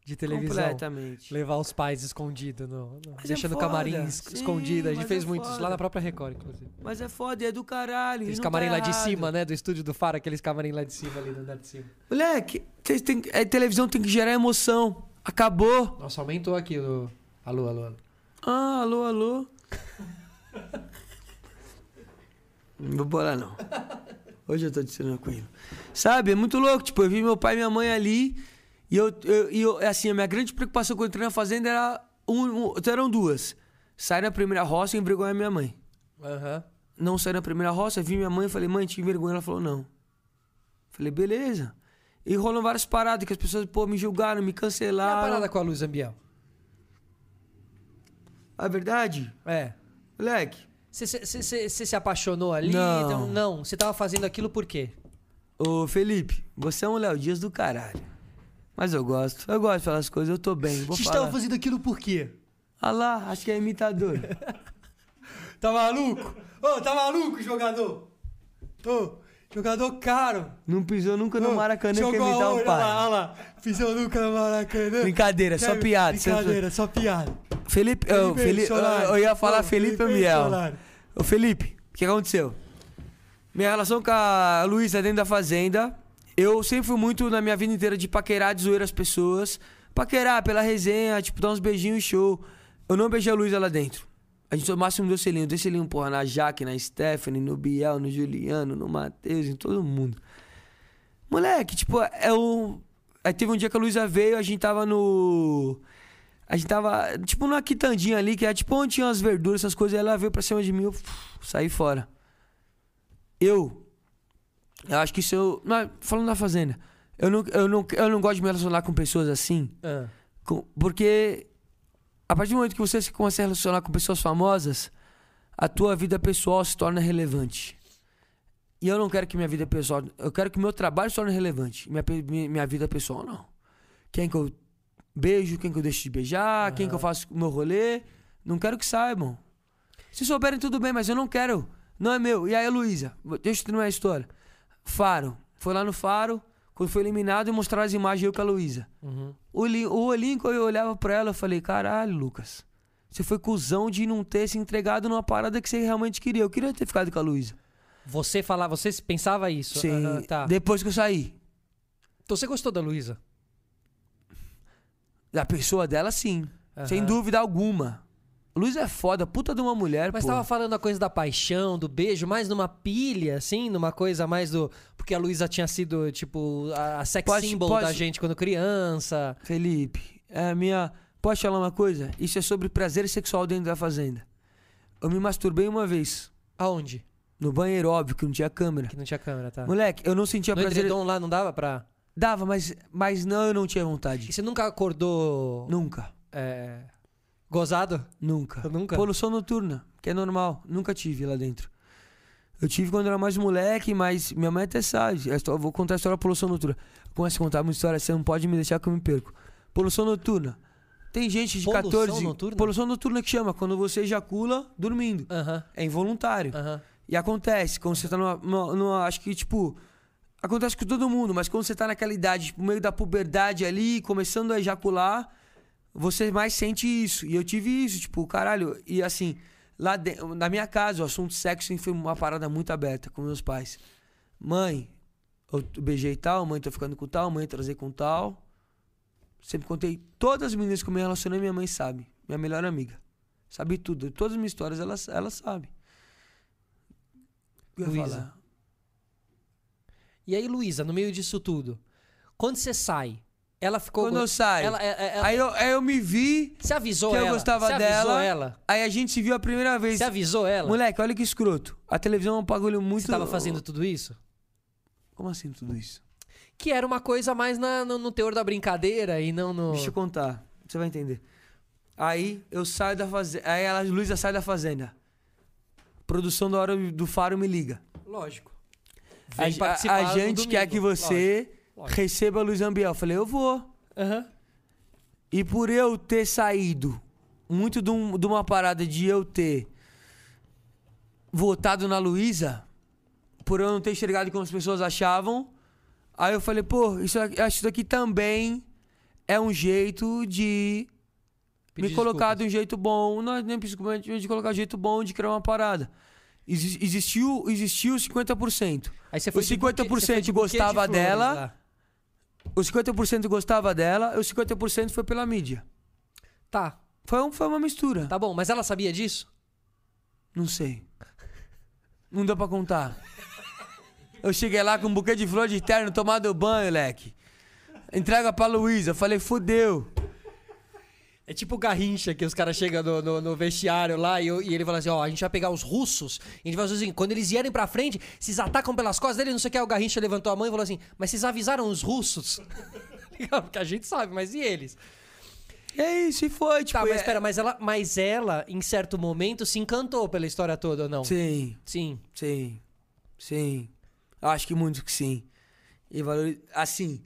A: de televisão.
C: Completamente.
A: Levar os pais escondido, no, no-
C: Mas é
A: deixando o
C: foda.
A: camarim es-
C: Sim,
A: escondido. A gente
C: mas
A: fez
C: é
A: muito isso lá
C: foda.
A: na própria Record, inclusive.
C: Mas é foda, e é do caralho.
A: Aqueles
C: Esse
A: camarim
C: tá
A: lá de
C: errado.
A: cima, né? Do estúdio do Faro, aqueles camarim lá de cima, ali no andar de cima.
C: Moleque, vocês têm que- é, televisão tem que gerar emoção. Acabou.
A: Nossa, aumentou aqui o. Alô, alô, alô.
C: Ah, alô, alô. não vou bolar, não. Hoje eu tô dizendo com ele. Sabe, é muito louco. Tipo, eu vi meu pai e minha mãe ali. E eu, eu, e eu- é assim, a minha grande preocupação quando eu entrei na fazenda era. Um, um- eram duas. Sair na primeira roça e envergonhar minha mãe.
A: Aham.
C: não saí na primeira roça, vi minha mãe e falei, mãe, tive vergonha. Ela falou, não. Falei, beleza. E rolam várias paradas que as pessoas, pô, me julgaram, me
A: E a
C: cancelaram.
A: parada com a luz ambiel?
C: A verdade,
A: É.
C: moleque,
A: Você se apaixonou ali?
C: Não.
A: Então, não. Você tava fazendo aquilo por quê?
C: ô Felipe, você é um Léo Dias do caralho. Mas eu gosto, eu gosto de falar as coisas, eu tô bem, vou falar.
A: fazendo aquilo por quê?
C: Ah lá, acho que é imitador.
A: Tá maluco? Ô, tá maluco, jogador? Ô, jogador caro.
C: não pisou nunca no Maracanã, quer um
A: Jogou
C: imitar
A: aonde?
C: o
A: Olha lá,
C: pai.
A: olha lá. Pisou nunca no Maracanã.
C: Brincadeira, só
A: Quer-
C: piada. você-
A: Brincadeira, só piada.
C: Felipe, ô, Felipe-
A: Solari.
C: eu ia falar
A: Ô,
C: Felipe,
A: Felipe
C: Amiel.
A: Solari.
C: Ô Felipe, o que aconteceu? Minha relação com a Luísa dentro da fazenda, eu sempre fui muito na minha vida inteira de paquerar, de zoeira as pessoas. Paquerar pela resenha, tipo, dar uns beijinhos, show. Eu não beijei a Luísa lá dentro. A gente só máximo deu selinho, deu selinho, porra, na Jaque, na Stephanie, no Biel, no Juliano, no Matheus, em todo mundo. Moleque, tipo, é um. Aí teve um dia que a Luísa veio, a gente tava no. A gente tava, tipo, é numa quitandinha ali, que era tipo onde tinha umas verduras, essas coisas, e ela veio pra cima de mim, eu puf, saí fora. eu. Eu acho que isso eu. mas falando da Fazenda, eu não, eu, não, eu não gosto de me relacionar com pessoas assim.
A: Ah.
C: com- porque a partir do momento que você se começa a relacionar com pessoas famosas, a tua vida pessoal se torna relevante. E eu não quero que minha vida pessoal. Eu quero que meu trabalho se torne relevante. Minha, pe- minha minha vida pessoal, não. Quem que eu beijo, quem que eu deixo de beijar, quem que eu faço o meu rolê. Não quero que saibam. Se souberem, tudo bem, mas eu não quero. Não é meu. E aí, Luísa, deixa eu terminar a história. Faro. Foi lá no Faro, quando foi eliminado, e mostraram as imagens eu com a Luísa. O, Li- o olhinho que eu olhava pra ela, eu falei, caralho, Lucas. Você foi cuzão de não ter se entregado numa parada que você realmente queria. Eu queria ter ficado com a Luísa.
A: Você falava, você se pensava isso?
C: Sim.
A: Ah, tá.
C: Depois que eu saí.
A: Então você gostou da Luísa?
C: Da pessoa dela, sim.
A: Aham.
C: Sem dúvida alguma. Luísa é foda, puta de uma mulher,
A: Mas
C: pô.
A: tava falando a coisa da paixão, do beijo, mais numa pilha, assim, numa coisa mais do. Porque a Luísa tinha sido, tipo, a a sex
C: Posso-
A: symbol da
C: posso-
A: gente quando criança.
C: Felipe, é a minha. Posso te falar uma coisa? Isso é sobre prazer sexual dentro da fazenda. Eu me masturbei uma vez.
A: Aonde?
C: No banheiro, óbvio, que não tinha câmera.
A: Que não tinha câmera, tá?
C: Moleque, eu não sentia
A: No
C: prazer.
A: edredom lá não dava pra.
C: Dava, mas, mas não, eu não tinha
A: E
C: vontade.
A: você nunca acordou.
C: Nunca.
A: é, gozado?
C: Nunca.
A: Nunca?
C: Poluição noturna, que é normal. Nunca tive lá dentro. Eu tive quando era mais moleque, mas minha mãe é até sabe. A histó- vou contar a história da poluição noturna. Eu começo a contar uma história, você não pode me deixar que eu me perco. Poluição noturna. Tem gente de
A: Poluição
C: 14.
A: noturna?
C: Poluição noturna que chama quando você ejacula dormindo.
A: Aham.
C: É involuntário.
A: Aham.
C: E acontece, quando você tá numa, numa- numa- Acho que, tipo. Acontece com todo mundo, mas quando você tá naquela idade, tipo, meio da puberdade ali, começando a ejacular, você mais sente isso. E eu tive isso, tipo, caralho. E assim, lá de- na minha casa, o assunto sexo sempre foi uma parada muito aberta com meus pais. Mãe, eu beijei tal, mãe, tô ficando com tal, mãe, trazer com tal. Sempre contei. Todas as meninas que eu me relacionei, minha mãe sabe. Minha melhor amiga. Sabe tudo. Todas as minhas histórias, ela, ela sabe. O que eu ia
A: Luísa.
C: falar?
A: E aí, Luísa, no meio disso tudo, quando você sai, ela ficou.
C: Quando eu saio.
A: Ela, é- é- ela-
C: Aí, eu, aí eu me vi
A: Você avisou
C: que
A: ela?
C: eu gostava
A: Você avisou
C: dela.
A: ela?
C: Aí a gente se viu a primeira vez.
A: Você avisou ela?
C: Moleque, olha que escroto. A televisão é um bagulho muito.
A: Você tava fazendo tudo isso?
C: Como assim tudo isso?
A: Que era uma coisa mais na- no, no teor da brincadeira e não no.
C: Deixa eu contar. Você vai entender. Aí eu saio da fazenda. Aí ela, Luísa sai da fazenda. Produção da hora do Faro me liga.
A: Lógico.
C: A,
A: Vem
C: a,
A: participar
C: a
A: no
C: gente quer
A: domingo,
C: que você
A: lógico.
C: receba a Luiz Ambiel. Eu falei, eu vou.
A: Aham.
C: E por eu ter saído muito de, um- de uma parada de eu ter votado na Luísa, por eu não ter enxergado como as pessoas achavam, aí eu falei, pô, isso, aqui- eu acho que isso aqui também é um jeito de me
A: Pedir
C: colocar
A: desculpas.
C: de um jeito bom, não é nem principalmente de colocar de um jeito bom de criar uma parada. Exi- Existiu, existiu 50%.
A: Aí você
C: Os
A: de buquê-
C: 50%
A: você foi de buquê de
C: gostava
A: flores né?
C: dela.
A: lá.
C: Os 50% gostava dela, e os 50% foi pela mídia.
A: Tá,
C: Foi, um- foi uma mistura.
A: tá bom, mas ela sabia disso?
C: Não sei. Não deu pra contar. Eu cheguei lá com um buquê de flor de terno, tomado banho, leque. Entrega pra Luísa. Falei, fudeu.
A: É tipo o Garrincha, que os caras chegam no, no- no vestiário lá e, eu- e ele fala assim: ó, a gente vai pegar os russos, e a gente vai fazer assim, quando eles vierem pra frente, vocês atacam pelas costas dele, não sei o que. Aí o Garrincha levantou a mão e falou assim: mas vocês avisaram os russos? Legal, Porque a gente sabe, mas e eles?
C: E é isso, e foi.
A: Tá,
C: Tipo,
A: mas
C: é-
A: espera, mas ela, mas ela, em certo momento, se encantou pela história toda ou não?
C: Sim,
A: Sim.
C: sim, sim. Acho que muito que sim. E valori- Assim,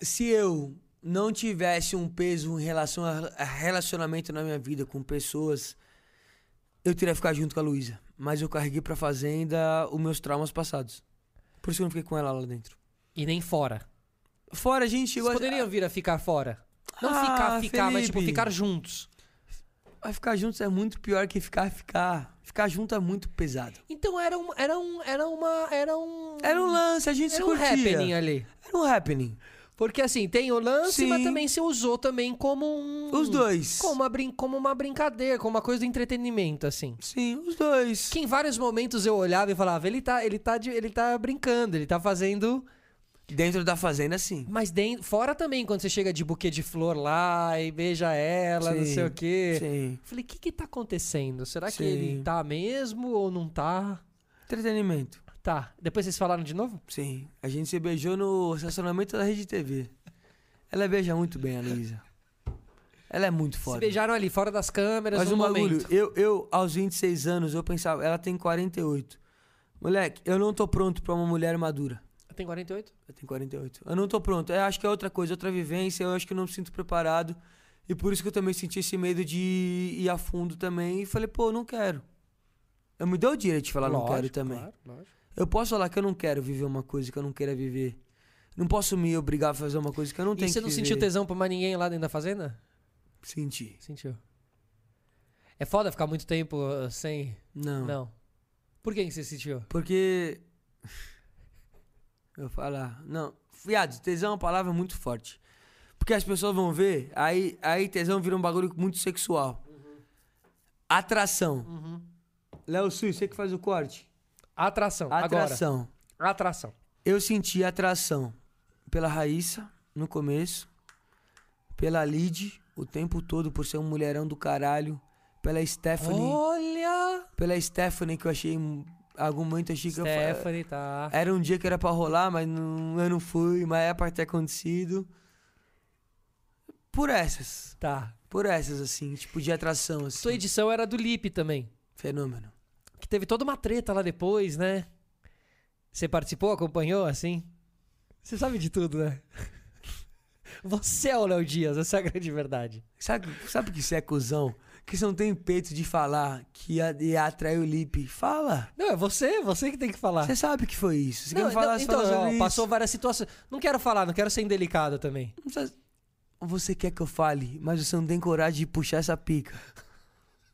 C: se eu não tivesse um peso em relação a a relacionamento na minha vida com pessoas, eu teria ficado junto com a Luísa. Mas eu carreguei pra fazenda os meus traumas passados. Por isso que eu não fiquei com ela lá dentro.
A: E nem fora.
C: Fora, a gente chegou
A: Vocês
C: a-
A: poderiam vir a ficar fora. Não
C: Ah,
A: ficar, ficar, mas tipo,
C: Felipe.
A: ficar juntos.
C: a ficar juntos é muito pior que ficar, ficar. Ficar junto é muito pesado.
A: Então era um. Era um. Era uma. Era um.
C: Era um lance, a gente se
A: era um
C: curtia.
A: happening ali.
C: Era um happening.
A: Porque assim, tem o lance, mas
C: Sim.
A: também se usou também como um.
C: Os dois.
A: Como uma, brin como uma brincadeira, como uma coisa do entretenimento, assim.
C: Sim, os dois.
A: Que em vários momentos eu olhava e falava, ele tá, ele tá, de- ele tá brincando, ele tá fazendo.
C: Dentro da fazenda, sim.
A: Mas dentro, fora também, quando você chega de buquê de flor lá e beija ela, não
C: Sim,
A: sei o quê.
C: Sim.
A: Falei, o que que tá acontecendo? Será que
C: Sim.
A: ele tá mesmo ou não tá?
C: Entretenimento.
A: Tá. Depois vocês falaram de novo?
C: Sim. A gente se beijou no estacionamento da Rede TV. Ela beija muito bem, a Luísa. Ela é muito
A: Se
C: foda.
A: beijaram ali, fora das câmeras,
C: Mas
A: no
C: um bagulho,
A: momento.
C: eu, eu, aos 26 anos, eu pensava, ela tem 48. Moleque, eu não tô pronto pra uma mulher madura.
A: Ah, Tem 48?
C: Eu tenho 48. Eu não tô pronto. Eu acho que é outra coisa, outra vivência. Eu acho que eu não me sinto preparado. E por isso que eu também senti esse medo de ir a fundo também. E falei, pô, eu não quero. Eu me dou o direito de falar não quero também.
A: Claro, lógico.
C: Eu posso falar que eu não quero viver uma coisa que eu não queira viver. Não posso me obrigar a fazer uma coisa que eu não tenho
A: E você
C: que
A: não
C: viver.
A: sentiu tesão por mais ninguém lá dentro da fazenda?
C: Senti.
A: Sentiu. É foda ficar muito tempo uh, sem.
C: Não.
A: Não. Por que que você sentiu?
C: Porque. Eu vou falar. Não. Viado, tesão é uma palavra muito forte. Porque as pessoas vão ver, aí, aí tesão vira um bagulho muito sexual.
A: Uhum.
C: Atração. Léo Sui, você que faz o corte.
A: Atração.
C: Atração.
A: Agora. Atração.
C: Eu senti atração pela Raíssa no começo, pela Lid o tempo todo por ser um mulherão do caralho, pela Stephanie,
A: Oh. Olha!
C: pela Stephanie que eu achei um- algo muito chique. eu fa-
A: Stephanie, tá.
C: era um dia que era pra rolar, mas não- eu não fui, mas é pra ter acontecido. Por essas.
A: Tá.
C: Por essas, assim, tipo de atração, assim.
A: Sua edição era do Lip também.
C: Fenômeno.
A: Que teve toda uma treta lá depois, né? Você participou, acompanhou, assim? Você sabe de tudo, né? Você é o Léo Dias, essa é a grande verdade.
C: Sabe, sabe que você é cuzão? Que você não tem peito de falar que ia, ia atrair o Lipe. Fala.
A: Não, é você, você que tem que falar.
C: Você sabe que foi isso. Você
A: Não,
C: quer falar
A: não,
C: você
A: então,
C: fala sobre
A: ó,
C: isso.
A: passou várias situações. Não quero falar, não quero ser indelicado também.
C: Não precisa- Você quer que eu fale, mas você não tem coragem de puxar essa pica.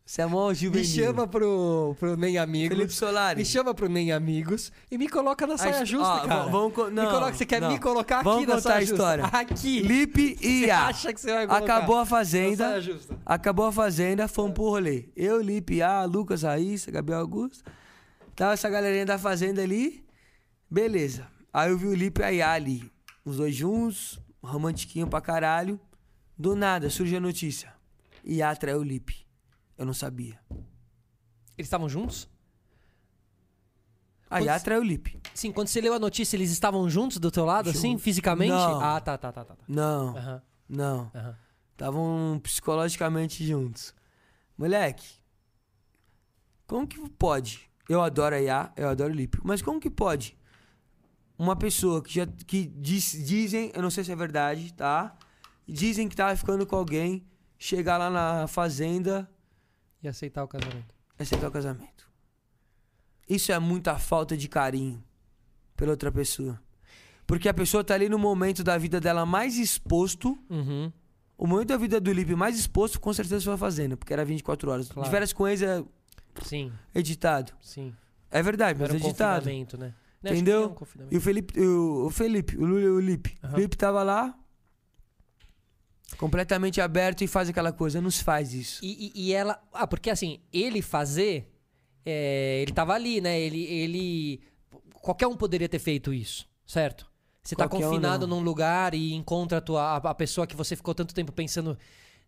C: Você é mó juvenil.
A: Me chama pro, pro Nem Amigos.
C: Felipe Solari.
A: Me chama pro Nem Amigos e me coloca na saia
C: his-
A: justa,
C: ó,
A: cara.
C: v- vamos co-
A: me
C: não,
A: coloca, você quer
C: não.
A: me colocar aqui
C: Vamos
A: na
C: contar
A: saia
C: a história.
A: justa? Aqui.
C: Lipe e
A: Você
C: A.
A: acha que você vai colocar?
C: Acabou a fazenda.
A: Saia justa.
C: Acabou a fazenda, fomos pro rolê. Eu, Lipe, A, Lucas, Raíssa, Gabriel Augusto. Tava essa galerinha da fazenda ali. Beleza. Aí eu vi o Lipe e a Iá ali. Os dois juntos, romantiquinho pra caralho. Do nada, surge a notícia. Iá traiu o Lipe. Eu não sabia.
A: Eles estavam juntos?
C: A Iá traiu o Lipe.
A: Sim, quando você leu a notícia, eles estavam juntos do teu lado, assim,
C: Juntos.
A: fisicamente?
C: Não.
A: Ah, tá, tá, tá, tá. tá.
C: Não,
A: Aham,
C: não.
A: aham.
C: Estavam psicologicamente juntos. Moleque, como que pode? Eu adoro a Iá, eu adoro o Lipe, mas como que pode? Uma pessoa que já que diz- dizem, eu não sei se é verdade, tá? Dizem que tava ficando com alguém, chegar lá na fazenda
A: E aceitar o casamento.
C: e aceitar o casamento. Isso é muita falta de carinho pela outra pessoa. Porque a pessoa tá ali no momento da vida dela mais exposto
A: Uhum.
C: o momento da vida do Lipe mais exposto, com certeza, foi a Fazenda, porque era 24 horas.
A: Claro.
C: De férias com ex é
A: Sim,
C: editado.
A: sim.
C: É verdade, mas
A: Era um
C: é editado.
A: confinamento, né? Né, acho que
C: Entendeu?
A: é um confinamento.
C: E o Felipe, o, o Felipe, o, Lu- o Lipe.
A: Aham.
C: O Lipe tava lá, completamente aberto e faz aquela coisa. Nos faz isso.
A: E, e- e ela. Ah, porque assim, ele fazer. é, ele tava ali, né? Ele, ele. Qualquer um poderia ter feito isso, certo? Você tá
C: Qualquer um,
A: confinado
C: não.
A: num lugar e encontra a, tua, a, a pessoa que você ficou tanto tempo pensando.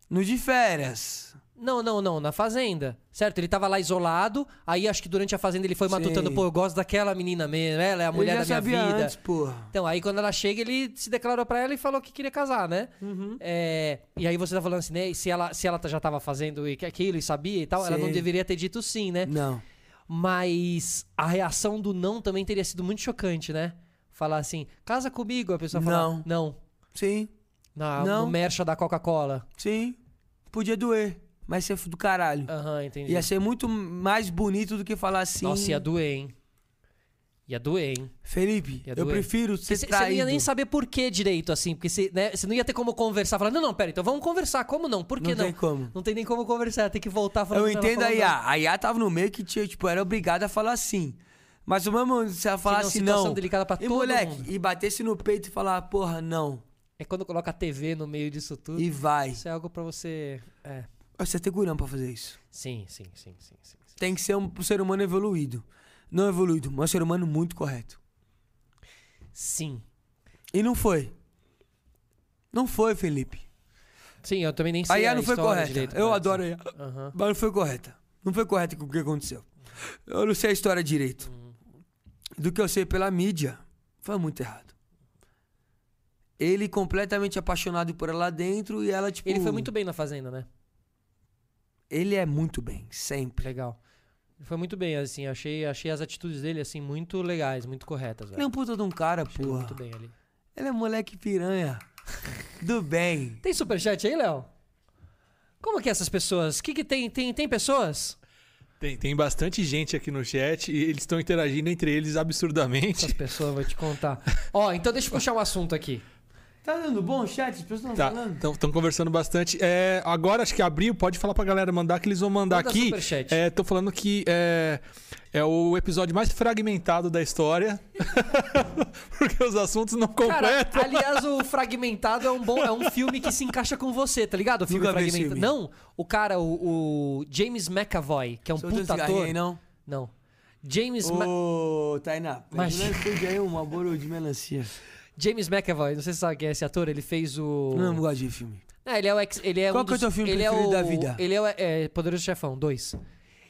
C: No de férias.
A: Não, não, não, na fazenda, certo? Ele tava lá isolado, aí acho que durante a fazenda ele foi
C: Sim.
A: matutando, pô, eu gosto daquela menina mesmo, ela é a mulher
C: Ele já
A: da minha
C: sabia
A: vida.
C: antes, porra.
A: Então, aí quando ela chega, ele se declarou pra ela e falou que queria casar, né?
C: Uhum.
A: É, e aí você tá falando assim, né? e Se ela, se ela tá- já tava fazendo e que aquilo e sabia e tal, ela não
C: Sim.
A: deveria ter dito sim, né?
C: Não.
A: Mas a reação do não também teria sido muito chocante, né? Falar assim, casa comigo, a pessoa falar,
C: Não.
A: não,
C: Sim,
A: na,
C: Não.
A: no mercha da Coca-Cola.
C: sim. Podia doer, mas ser do caralho.
A: Aham, entendi.
C: Ia ser muito mais bonito do que falar assim.
A: Nossa, ia doer, hein? Ia doer, hein?
C: Felipe,
A: Ia
C: eu
A: doer.
C: prefiro ser
A: Você não
C: traído.
A: ia nem saber por que direito, assim, porque você né, você não ia ter como conversar, falar, não, não, pera, então vamos conversar, como não? Por que
C: Não
A: não?
C: tem como.
A: Não tem nem como conversar, tem que voltar falando.
C: Eu
A: pra ela,
C: entendo ah, a
A: falando,
C: Iá. A Iá tava no meio que tinha, tipo, era obrigada a falar sim. Mas o mesmo se ela falasse
A: situação
C: assim, não.
A: delicada pra
C: e
A: todo
C: moleque,
A: mundo.
C: e batesse no peito e falar, porra, não.
A: É quando coloca a TV no meio disso tudo.
C: E vai.
A: Isso é algo pra você. É.
C: Você tem curão pra fazer isso.
A: Sim, sim, sim, sim, sim. sim.
C: Tem que ser um ser humano evoluído. Não evoluído, mas um ser humano muito correto.
A: Sim.
C: E não foi. Não foi, Felipe.
A: Sim, eu também nem
C: A
A: sei.
C: Iá
A: a
C: é, não foi
A: história
C: correta.
A: direito,
C: eu
A: né?
C: adoro a Iá.
A: Aham. Uhum.
C: Mas não foi correta. Não foi correta com o que aconteceu. Eu não sei a história direito. do que eu sei pela mídia, foi muito errado. Ele completamente apaixonado por ela lá dentro e ela, tipo.
A: Ele foi muito bem na Fazenda, né?
C: Ele é muito bem, sempre.
A: Legal. Ele foi muito bem, assim. Achei, achei as atitudes dele, assim, muito legais, muito corretas,
C: Ele é
A: velho.
C: um puta de um cara,
A: Achei ele
C: porra.
A: Tipo, muito bem ali.
C: Ele é moleque piranha. Do bem.
A: Tem superchat aí, Léo? Como que é essas pessoas? O que, que tem? Tem, tem pessoas?
D: Tem, tem bastante gente aqui no chat e eles estão interagindo entre eles
A: Essas
D: absurdamente.
A: pessoas, vou te contar. Ó, então deixa eu puxar um assunto aqui.
C: Tá dando bom chat? As pessoas estão
D: Tá, estão conversando bastante. É, agora acho que abriu, pode falar pra galera mandar que eles vão mandar
A: Manda
D: aqui.
A: superchat.
D: É, tô falando que é, é o episódio mais fragmentado da história. porque os assuntos não
A: Cara,
D: completam.
A: aliás, o Fragmentado é um bom, é um filme que se encaixa com você, tá ligado? O filme
C: Nunca vi esse
A: Fragmentado.
C: filme.
A: Não, o cara, o, o James McAvoy, que é um puta ator.
C: Aí, não?
A: Não. James, Ma-
C: Ô, Tainá,
A: Mas-
C: mas... aí um bolo de melancia.
A: James McAvoy, não sei se você sabe quem é esse ator, ele fez o.
C: Não, não gosto de filme.
A: Ah, ele é o ex, ele é
C: Qual
A: um
C: que é o teu filme
A: ele
C: preferido
A: é o,
C: da vida?
A: Ele é o é, Poderoso Chefão 2.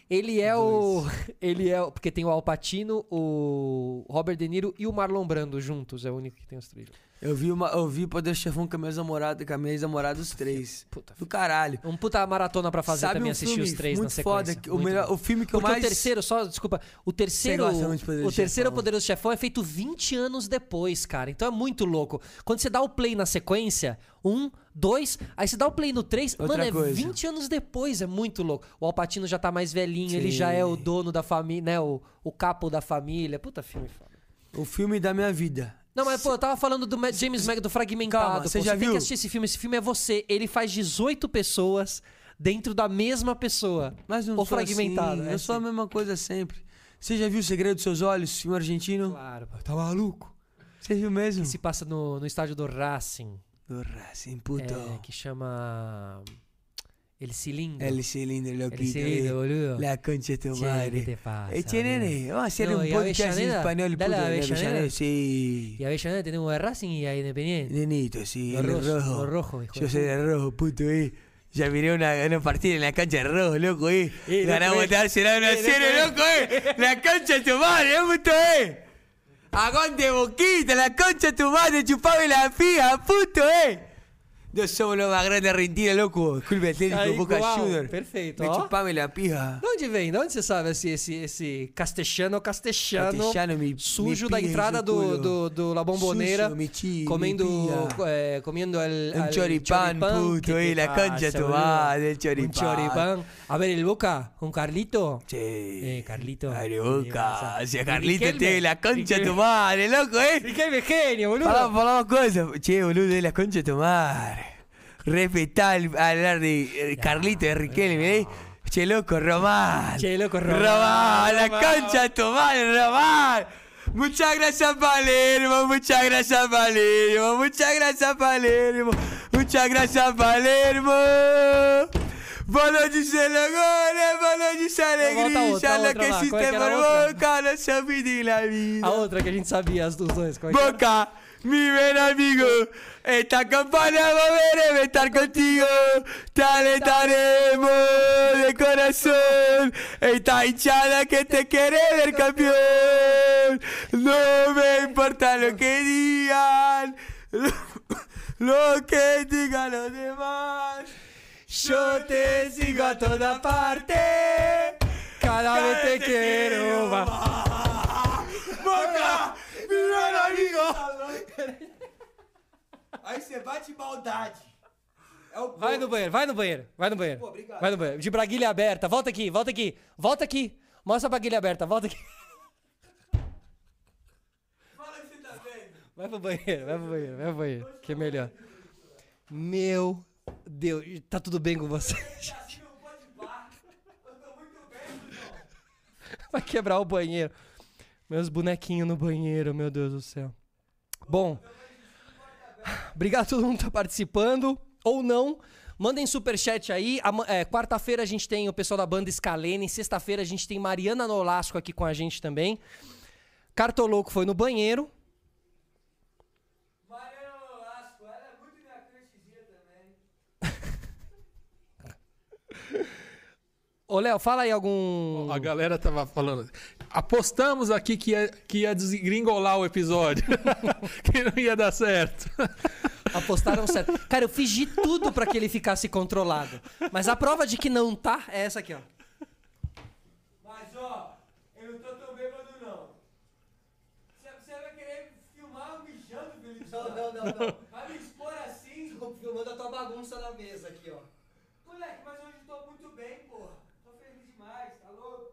A: Ele é o ele é o- porque tem o Al Pacino, o Robert De Niro e o Marlon Brando juntos, é o único que tem os três.
C: Eu vi, uma, eu vi Poder Chefão com a minha namorada, com a minha namorada os três.
A: Puta
C: Do caralho.
A: Um puta maratona pra fazer
C: Sabe
A: também
C: um
A: assistir
C: filme
A: os três
C: muito
A: na sequência.
C: Foda, que o,
A: Muito
C: melhor,
A: bom.
C: o filme que eu
A: Porque é
C: mais...
A: o terceiro, só, desculpa, o terceiro.
C: Você gosta muito de Poderoso
A: o terceiro
C: Chefão.
A: Poderoso Chefão é feito 20 anos depois, cara. Então é muito louco. Quando você dá o play na sequência, um, dois, aí você dá o play no três,
C: Outra
A: mano, é
C: coisa.
A: 20 anos depois, é muito louco. O Alpatino já tá mais velhinho, ele
C: Sim.
A: já é o dono da família, né? O, o capo da família. Puta filme foda.
C: O filme da minha vida.
A: Não, mas pô, eu tava falando do Ma- James Mag do Fragmentado.
C: Calma,
A: pô.
C: você já
A: tem
C: viu?
A: que assistir esse filme, esse filme é você. Ele faz 18 pessoas dentro da mesma pessoa.
C: Mas não
A: Ou
C: sou
A: fragmentado,
C: assim,
A: é
C: eu sou a
A: assim.
C: mesma coisa sempre. Você já viu O Segredo dos Seus Olhos, filme argentino?
A: Claro, pô.
C: Tá maluco? Você viu mesmo? assim,
A: se passa no, no estádio do Racing,
C: Do Racing,
A: é,
C: puto.
A: Eh, que chama El Cilindro.
C: El cilindro,
A: El
C: loquito.
A: Cilindro,
C: eh.
A: boludo.
C: La concha de tu
A: Che,
C: madre.
A: ¿qué te pasa,
C: Eh, che,
A: boludo?
C: nene, vamos a hacer
A: No,
C: un
A: ¿y
C: um podcast né, en
A: Avellaneda?
C: español,
A: Dale a
C: puto, de
A: Avellaneda.
C: Avellaneda, Sí.
A: E Avellaneda tenemos a Racing y a Independiente.
C: Nenito, sí,
A: Lo
C: el
A: rojo,
C: rojo.
A: lo rojo, hijo
C: Yo
A: de
C: soy de rojo, puto, eh. Ya miré una, una partida en la cancha de rojo, loco, eh.
A: Eh, loco,
C: Ganamos
A: eh.
C: de Arsenal 1 a
A: Eh,
C: 0,
A: loco,
C: loco, eh. La concha de tu madre, eh, puto, eh. Aguante boquita, la concha de tu madre, chupame la fija, puto, eh. No somos los más grandes de Argentina, loco. Club Atlético
A: Ahí,
C: Boca
A: guau,
C: Juniors.
A: perfecto,
C: Me
A: ¿ah?
C: chupame la pija.
A: De onde vem? De onde você sabe esse, esse, esse castechano, castechano,
C: Castechano, me-
A: sujo
C: me
A: da
C: pija
A: entrada
C: esse
A: do,
C: culo.
A: do, do La Bomboneira,
C: Sujo, me chi-
A: comendo,
C: me pija.
A: eh, comendo el,
C: Un
A: al
C: choripán, puto,
A: ¿Qué te
C: eh, la concha
A: pasa,
C: tu
A: boludo?
C: madre, el
A: Un
C: choripán.
A: choripán. A ver, el Boca, con Carlito.
C: Che.
A: Eh, Carlito.
C: Dale,
A: Boca.
C: boca. Si a Carlito
A: Riquelme.
C: te ve la concha de tu madre, loco, eh.
A: Riquelme, genio, boludo.
C: Falamos, falamos cosas. Che, boludo, de la concha de tu madre. Respetá al, al Ardi- eh, Carlito de Riquelme, eh. Che, loco, Román.
A: Che, loco, Román.
C: Román. la concha de tu madre, Román. Muchas gracias, Palermo. Muchas gracias, Palermo. Muchas gracias, Palermo. Muchas gracias, Palermo. Boa noite, Selagora. Boa noite,
A: Volta
C: Alegria.
A: outra,
C: Olha
A: outra
C: que
A: lá.
C: se
A: Qual é que
C: tem
A: era a
C: por
A: outra?
C: boca, não se pedi la vida.
A: A outra que a gente sabia, as dos dois. Como é que era?
C: Boca, mi buen amigo, esta campana va a ver, debe estar contigo. Te alentaremos de corazón. Esta hinchada que te quiere ver campeón. No me importa lo que digan, lo que digan los demás. Yo te sigo a toda parte.
A: Cada vez te
C: quiero
A: quero
C: más.
A: más.
C: Boca! Mi buen amigo! Aí você bate maldade. É o
A: Vai no banheiro, vai no banheiro, vai no banheiro. Vai no banheiro. De braguilha aberta, volta aqui, volta aqui, volta aqui. Mostra a braguilha aberta, volta aqui.
C: Fala que você tá vendo.
A: Vai pro banheiro, vai pro banheiro, vai pro banheiro. Que é melhor. Meu Deus, tá tudo bem com você?
C: Assim não pode bar. Eu tô muito bem, irmão.
A: Vai quebrar o banheiro. Meus bonequinhos no banheiro, meu Deus do céu. Bom, obrigado a todo mundo que tá participando, ou não. Mandem superchat aí. Ama- é, Quarta-feira a gente tem o pessoal da banda Scalene. Sexta-feira a gente tem Mariana Nolasco aqui com a gente também. Cartoloco foi no banheiro.
C: Mariana Nolasco, ela é muito minha crushzinha também.
A: Ô, Léo, fala aí algum.
D: A galera tava falando. Apostamos aqui que ia, que ia desgringolar o episódio. que não ia dar certo.
A: Apostaram certo. Cara, eu fiz de tudo pra que ele ficasse controlado. Mas a prova de que não tá é essa aqui, ó.
C: Mas ó, eu não tô tão bêbado não. Você, você vai querer filmar eu mijando, Felipe?
E: Não, não, não, não.
C: Vai me expor assim?
E: Tô filmando a tua bagunça na mesa aqui, ó.
C: Moleque, mas hoje eu tô muito bem, porra. Tô feliz demais, tá louco?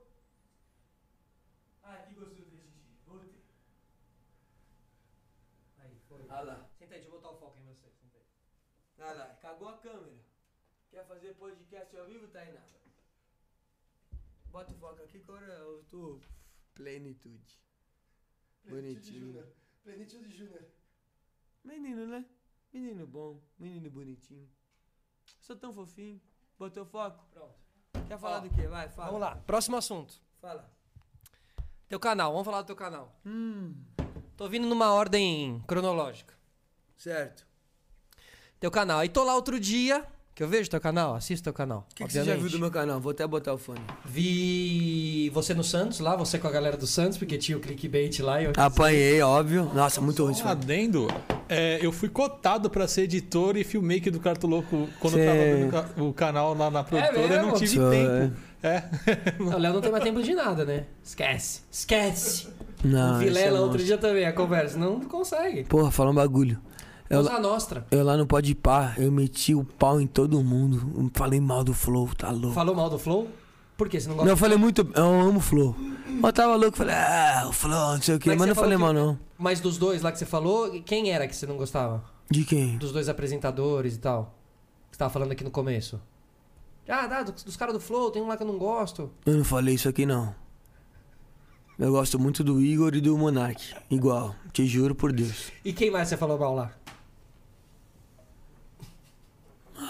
C: Ah, que gostoso fazer xixi. Voltei.
E: Aí, foi.
C: Ah lá.
E: Senta aí, deixa eu botar o foco em você. Senta aí.
C: Ah lá, cagou a câmera. Quer fazer podcast ao vivo, Tainá? Bota o foco aqui que agora eu tô... Plenitude. Bonitinho.
E: Plenitude Júnior.
C: Menino, né? Menino bom, menino bonitinho. Sou tão fofinho. Botou foco?
E: Pronto.
C: Quer falar
E: Ó,
C: do quê? Vai, fala.
A: Vamos lá, próximo assunto.
C: Fala.
A: Teu canal, vamos falar do teu canal.
C: Hum.
A: Tô vindo numa ordem cronológica.
C: Certo.
A: Teu canal. Aí tô lá outro dia, que eu vejo teu canal, assisto teu canal.
C: O que, que você já viu
A: obviamente.
C: do meu canal? Vou até botar o fone.
A: Vi você no Santos lá, você com a galera do Santos, porque tinha o clickbait lá e eu.
C: Apanhei, óbvio. Nossa, muito ruim esse
D: Um
C: fone.
D: adendo, é, eu fui cotado pra ser editor e filmmaker do Cartoloco quando
C: Cê-
D: eu tava vendo o ca- o canal lá na produtora. eu não
A: mesmo?
D: tive
C: Só
D: tempo. É.
A: O Léo não tem mais tempo de nada, né? Esquece. Esquece.
C: Não,
A: o
C: esse é
A: Vilela outro
C: monstro.
A: dia também, a conversa. Não consegue.
C: Porra, fala um bagulho. Eu,
A: Usa a nostra.
C: eu lá no Pode Par, eu meti o pau em todo mundo. Falei mal do Flow, tá louco.
A: Falou mal do Flow? Por quê? Você não
C: Não,
A: gosta?
C: eu falei muito. Eu amo o Flow. Mas tava louco, falei, ah, o Flow, não sei o quê.
A: Mas
C: Mas,
A: você
C: não falei mal,
A: falou
C: não.
A: Mas dos dois lá que você falou, quem era que você não gostava?
C: De quem?
A: Dos dois apresentadores e tal. Que você tava falando aqui no começo. Ah, dá, dos, dos caras do Flow, tem um lá que eu não gosto.
C: Eu não falei isso aqui, não. Eu gosto muito do Igor e do Monark. Igual, te juro por Deus.
A: E quem mais você falou mal lá?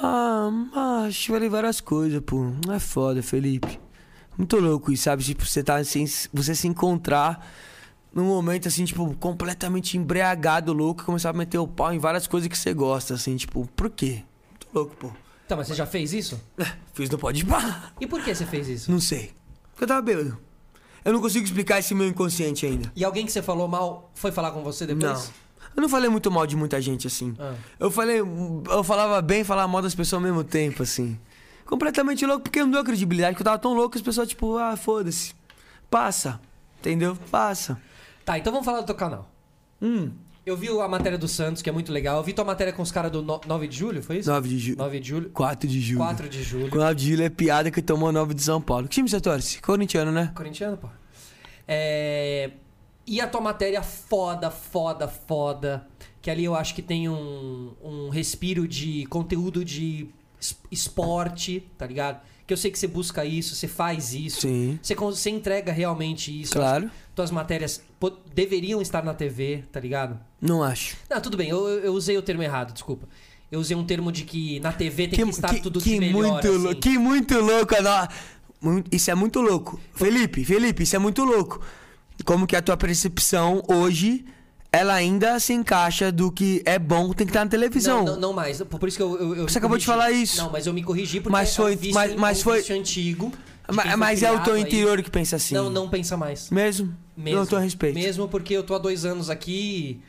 C: Ah, mas falei várias coisas, pô. É foda, Felipe. Muito louco isso, sabe? Tipo, você tá assim, você se encontrar num momento assim, tipo, completamente embriagado, louco, e começar a meter o pau em várias coisas que você gosta, assim, tipo, por quê? Muito louco, pô. É,
A: Tá, mas você já fez isso?
C: Fiz no pode pá.
A: E por que você fez isso?
C: Não sei. Porque eu tava bêbado. Eu não consigo explicar esse meu inconsciente ainda.
A: E alguém que você falou mal foi falar com você depois?
C: Não. Eu não falei muito mal de muita gente, assim.
A: Ah.
C: Eu falei. Eu falava bem e falava mal das pessoas ao mesmo tempo, assim. Completamente louco, porque não deu credibilidade, porque eu tava tão louco que as pessoas, tipo, ah, foda-se. Passa. Entendeu? Passa.
A: Tá, então vamos falar do teu canal.
C: Hum,
A: Eu vi a matéria do Santos, que é muito legal. Eu vi tua matéria com os caras do no- 9 de julho, foi isso?
C: 9 de julho.
A: 9 de julho.
C: 4 de julho.
A: 4 de julho.
C: 9 de julho é piada que tomou 9 de São Paulo. Que time você torce? Corintiano, né?
A: Corintiano, pô. É... E a tua matéria foda, foda, foda. Que ali eu acho que tem um, um respiro de conteúdo de es- esporte, tá ligado? Que eu sei que você busca isso, você faz isso.
C: Sim.
A: Você, con- você entrega realmente isso.
C: Claro.
A: Tuas matérias po- deveriam estar na TV, tá ligado?
C: Não acho.
A: Não, tudo bem, eu, eu usei o termo errado, desculpa. Eu usei um termo de que na TV tem que, estar tudo de melhor,
C: muito
A: assim.
C: lou- que muito louco, Adó. Mu- Isso é muito louco. Felipe, Felipe, isso é muito louco. Como que a tua percepção hoje, ela ainda se encaixa do que é bom, tem que estar na televisão.
A: Não, não, não mais. Por isso que eu. eu- eu
C: Você
A: me
C: acabou
A: corrigi.
C: de falar isso.
A: Não, mas eu me corrigi porque
C: Mas foi-
A: é um vício,
C: mas- mas
A: é um
C: foi-
A: vício antigo. de
C: Ma-
A: quem foi
C: mas é o
A: criado
C: teu
A: aí.
C: interior que pensa assim.
A: Não, não pensa mais.
C: Mesmo?
A: Mesmo,
C: Não tô a respeito.
A: Mesmo porque eu tô há dois anos aqui,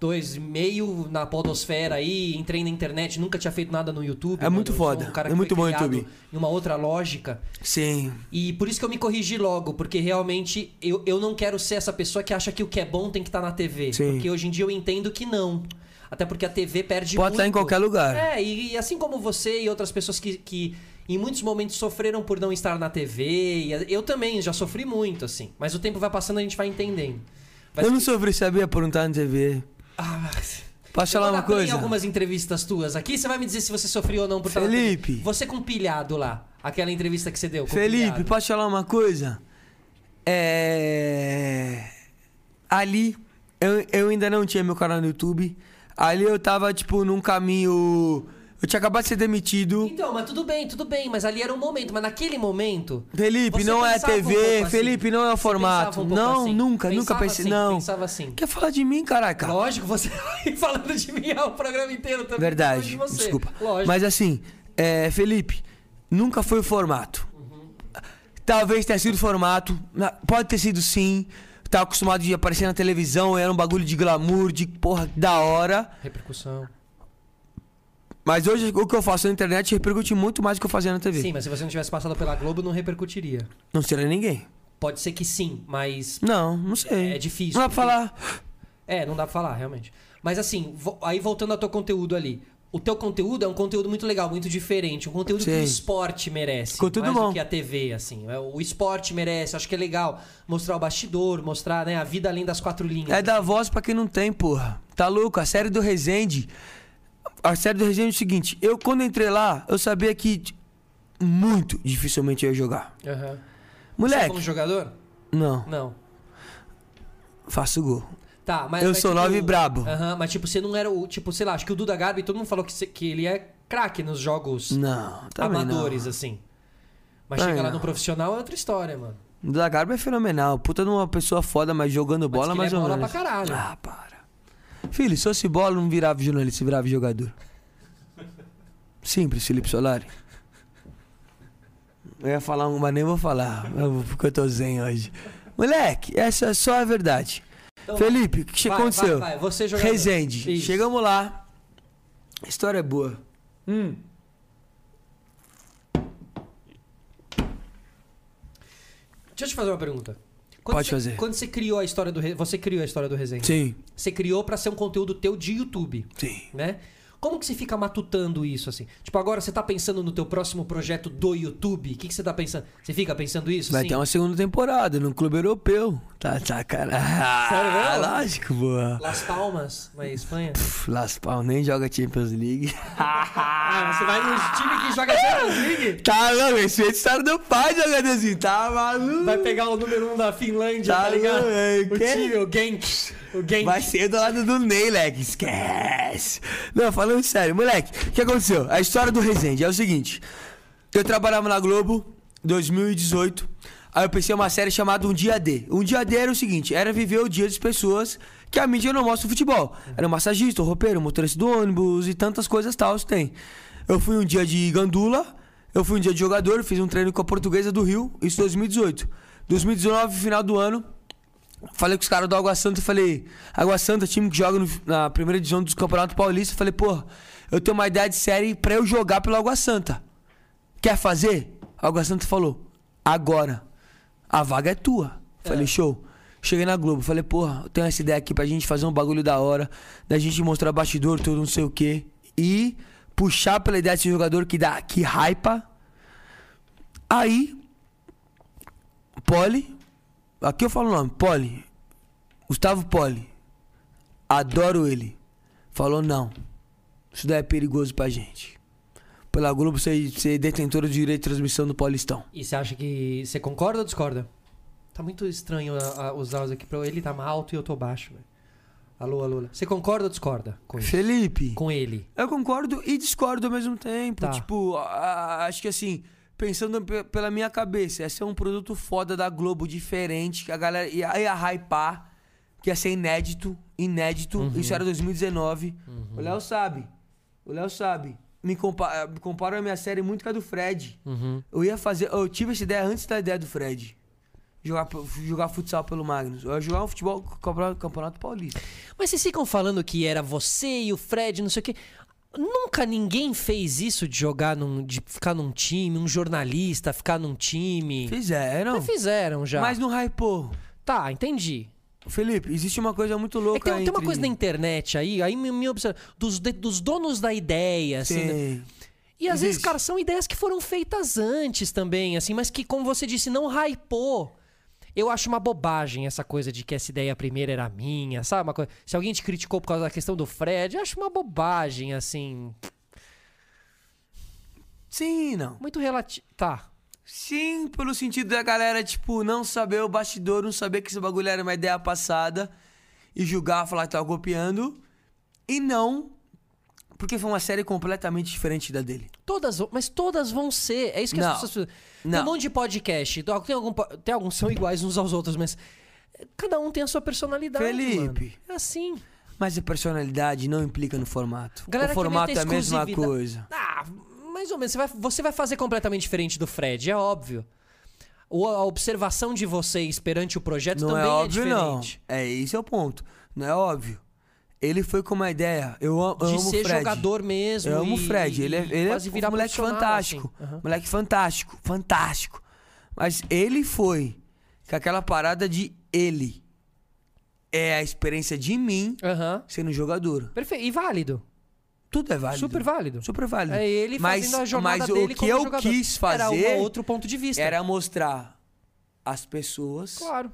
A: dois e meio na podosfera aí, entrei na internet, nunca tinha feito nada no YouTube.
C: É muito
A: Eu sou um
C: foda, é
A: que
C: muito
A: foi
C: bom o
A: criado
C: YouTube.
A: Em uma outra lógica.
C: Sim.
A: E por isso que eu me corrigi logo, porque realmente eu, eu não quero ser essa pessoa que acha que o que é bom tem que estar na TV.
C: Sim.
A: Porque hoje em dia eu entendo que não. Até porque a TV perde
C: Pode
A: muito.
C: estar em qualquer lugar.
A: É, e, e assim como você e outras pessoas que, que em muitos momentos sofreram por não estar na TV, e a- eu também já sofri muito, assim. Mas o tempo vai passando e a gente vai entendendo. Vai
C: Eu não sofri, sabia, por um não estar na TV.
A: Ah,
C: Posso falar uma
A: Em
C: coisa?
A: algumas entrevistas tuas aqui, você vai me dizer se você sofreu ou não por estar na
C: Felipe.
A: TV. Você com o pilhado lá, aquela entrevista que você deu. com o
C: Felipe,
A: pilhado.
C: posso te falar uma coisa? É. Ali, eu, eu ainda não tinha meu canal no YouTube. Ali eu tava, tipo, num caminho. Eu tinha acabado de ser demitido.
A: Então, mas tudo bem, tudo bem, mas ali era um momento, mas naquele momento.
C: Felipe,
A: você
C: não é a
A: pensava um
C: TV.
A: pouco assim.
C: Felipe, não é o
A: Você
C: formato.
A: pensava um pouco
C: não,
A: assim.
C: nunca, nunca
A: Pensava
C: pensei.
A: assim,
C: não.
A: Pensava assim.
C: Quer falar de mim, caraca?
A: Lógico, você vai falando de mim ah, o programa inteiro também.
C: Verdade.
A: falando de você.
C: Desculpa.
A: Lógico.
C: Mas assim, é, Felipe, Nunca foi o formato. Talvez tenha sido o formato. na- Pode ter sido sim. Tava acostumado de aparecer na televisão, era um bagulho de glamour, de porra da hora.
A: Repercussão.
C: Mas hoje o que eu faço na internet repercute muito mais do que eu fazia na TV.
A: Sim, mas se você não tivesse passado pela Globo, não repercutiria.
C: Não seria ninguém.
A: Pode ser que sim, mas.
C: Não, não sei.
A: É difícil.
C: Não dá pra falar.
A: É, não dá pra falar, realmente. Mas assim, vo- aí voltando ao teu conteúdo ali. O teu conteúdo é um conteúdo muito legal, muito diferente. Um conteúdo que o
C: Sim.
A: esporte merece.
C: Conteúdo
A: mais
C: bom.
A: do que a TV, assim. É, O esporte merece. Acho que é legal mostrar o bastidor, mostrar né, a vida além das quatro linhas.
C: É dar voz pra quem não tem, porra. Tá louco? A série do Resende. A série do Resende é o seguinte: eu, quando entrei lá, eu sabia que t- muito dificilmente eu ia jogar.
A: Aham. Você é como
C: Moleque,
A: jogador?
C: não,
A: Não.
C: faço gol.
A: Tá, mas.
C: Eu
A: mas,
C: sou nove e brabo.
A: Aham, mas tipo, você não era o. Tipo, sei lá, acho que o Duda Garbi, todo mundo falou que, você- que ele é craque nos jogos
C: Não, Hum, também
A: amadores, assim. Mas
C: Também
A: chega lá
C: não.
A: no profissional é outra história, mano.
C: não. O Da Garba é fenomenal. Puta de uma pessoa foda, mas jogando
A: Mas
C: bola
A: que
C: mais
A: ele é
C: ou
A: bola
C: menos.
A: pra caralho.
C: Ah, para. Filho, se fosse bola, não virava jornalista, virava jogador. Simples, Felipe Solari. Eu ia falar uma, mas nem vou falar, eu vou- porque eu tô zen hoje. Moleque, essa é só a verdade.
A: Então,
C: Felipe, o que che-
A: vai,
C: aconteceu? um-
A: Vai, vai, você jogador.
C: Resende.
A: Isso.
C: Chegamos lá. A história é boa.
A: Deixa eu te fazer uma pergunta.
C: Pode
A: você,
C: fazer.
A: Quando você criou a história do Re- você criou a história do Resende?
C: Sim,
A: Você criou pra ser um conteúdo teu de YouTube,
C: sim.
A: né? Como que você fica matutando isso assim? Tipo, agora você tá pensando no teu próximo projeto do YouTube? O que, que você tá pensando? Você fica pensando isso?
C: Vai
A: assim?
C: ter uma segunda temporada no clube europeu. Tá, tá, cara.
A: Sério
C: Ah,
A: mesmo?
C: lógico, boa.
A: Las Palmas, na Espanha?
C: Pff, Las Palmas nem joga Champions League.
A: ah, você vai no time que joga Champions League?
C: Tá louco, esse é história do pai jogando assim, tá maluco?
A: Vai pegar o número 1 um da Finlândia,
C: Tá
A: tá, ligado?
C: louco, é,
A: O
C: que-
A: time, o Genk. O Genk.
C: Vai ser do lado do Ney, leque, esquece. Não, falando sério, moleque, o que aconteceu? A história do Resende é o seguinte: eu trabalhava na Globo, 2018, aí eu pensei em uma série chamada Um Dia D. Um Dia D era o seguinte: era viver o dia das pessoas que a mídia não mostra o futebol. Era um massagista, um roupeiro, um motorista do ônibus e tantas coisas tal, que tem. Eu fui um dia de gandula, eu fui um dia de jogador, fiz um treino com a portuguesa do Rio, isso em 2018. 2019, final do ano, Falei com os caras do Água Santa, falei, Água Santa, time que joga no- na primeira divisão do Campeonato Paulista, falei, pô, eu tenho uma ideia de série pra eu jogar pelo Água Santa. Quer fazer? O Água Santa falou, agora. A vaga é tua. Falei, show. Cheguei na Globo, falei, porra, eu tenho essa ideia aqui pra gente fazer um bagulho da hora, da gente mostrar bastidor, tudo, não sei o quê. E puxar pela ideia desse jogador que dá, que hypa. Aí, Poli, Aqui eu falo o nome, Poli. Gustavo Poli. Adoro ele. Falou não. Isso daí é perigoso pra gente. Pela Globo ser, ser detentora de direito de transmissão do Paulistão.
A: E você acha que. Você concorda ou discorda? Tá muito estranho a- a- os áudios aqui. pra- Ele tá alto e eu tô baixo, velho. Alô, alô. Você concorda ou discorda com ele?
C: Felipe.
A: Com ele.
C: Eu concordo e discordo ao mesmo tempo.
A: Tá.
C: Tipo, a- a- acho que assim, pensando pe- pela minha cabeça, ia ser um produto foda da Globo diferente, que a galera ia, ia hypar, que ia ser inédito, inédito. Isso era 2019. O Léo sabe. O Léo sabe. Me compa me comparo a minha série muito com a do Fred. Eu ia fazer. Eu tive essa ideia antes da ideia do Fred. Jogar, pe- jogar futsal pelo Magnus. Eu ia jogar um futebol com o Campeonato- campeonato Paulista.
A: Mas vocês ficam falando que era você e o Fred, não sei o quê. Nunca ninguém fez isso de jogar num. de ficar num time, um jornalista ficar num time.
C: Fizeram.
A: Já fizeram já.
C: Mas não hypou.
A: Tá, entendi.
C: Felipe, existe uma coisa muito
A: É,
C: louca
A: tem, tem uma
C: entre-
A: coisa na internet aí, aí me, me observa. Dos, de- dos donos da ideia, assim. né?
C: Tem.
A: E às vezes,
C: Existe.
A: cara, são ideias que foram feitas antes também, assim, mas que, como você disse, não hypou. Eu acho uma bobagem essa coisa de que essa ideia primeira era minha, sabe? Uma coisa... Se alguém te criticou por causa da questão do Fred, eu acho uma bobagem, assim.
C: Sim e não.
A: Muito relativo. Tá.
C: Sim, pelo sentido da galera, tipo, não saber o bastidor, não saber que esse bagulho era uma ideia passada e julgar, falar que tava copiando. E não, porque foi uma série completamente diferente da dele.
A: Todas, vão- mas todas vão ser. É isso que
C: Não.
A: as pessoas. Tem
C: Não.
A: um monte de podcast. Tem, algum, po- tem alguns que são iguais uns aos outros, mas. Cada um tem a sua personalidade.
C: Felipe.
A: mano. É assim.
C: Mas a personalidade não implica no formato.
A: Galera
C: o
A: que
C: formato
A: queria
C: é a
A: ter
C: mesma
A: exclusividade.
C: coisa.
A: Ah, mais ou menos. Você vai, você vai fazer completamente diferente do Fred, é óbvio. O- a observação de vocês perante o projeto
C: Não
A: também
C: é óbvio, não.
A: diferente.
C: É, esse é o ponto. Não é óbvio. Ele foi com uma ideia. Eu am- eu
A: De
C: amo o
A: ser
C: Fred.
A: jogador mesmo.
C: Eu amo o
A: e-
C: Fred. Ele é,
A: e
C: ele é
A: quase virar
C: um moleque
A: profissional,
C: fantástico.
A: assim. Aham.
C: Moleque fantástico. Fantástico. Mas ele foi com aquela parada de ele. É a experiência de mim
A: Aham.
C: sendo jogador.
A: Perfeito. E válido.
C: Tudo é válido.
A: Super válido.
C: Super válido.
A: É ele
C: mas,
A: fazendo a jornada
C: mas
A: dele
C: o que
A: como
C: eu
A: jogador.
C: quis fazer
A: Era um outro ponto de vista.
C: era mostrar as pessoas
A: Claro.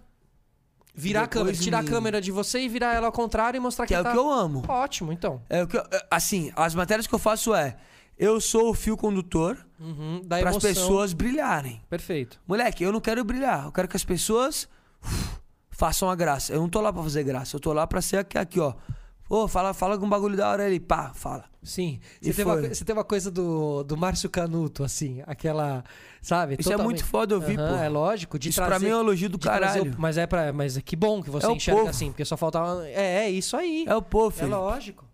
A: Virar a
C: Depois
A: câmera, tirar a
C: me-
A: câmera de você e virar ela ao contrário e mostrar que,
C: que é o
A: tá...
C: que eu amo.
A: Ótimo, então.
C: É o que eu- é, assim, as matérias que eu faço é eu sou o fio condutor
A: Uhum, da
C: para as
A: emoção.
C: pessoas brilharem.
A: Perfeito.
C: Moleque, eu não quero brilhar, eu quero que as pessoas uf, façam a graça. Eu não tô lá pra fazer graça, eu tô lá pra ser aqui, aqui ó. Ô, fala, fala algum bagulho da hora ali, pá, fala.
A: Sim.
C: E
A: Você tem, uma,
C: foi.
A: co- você tem uma coisa do, do Márcio Canuto, assim, aquela. Sabe?
C: Isso é muito foda ouvir,
A: Aham,
C: pô.
A: É lógico. De
C: Isso
A: trazer,
C: pra mim é um elogio do
A: de trazer
C: caralho.
A: o- mas é para Mas é que bom que você
C: É o
A: enxerga
C: povo.
A: assim, porque só faltava. É, é isso aí.
C: É o povo,
A: É
C: filho.
A: lógico.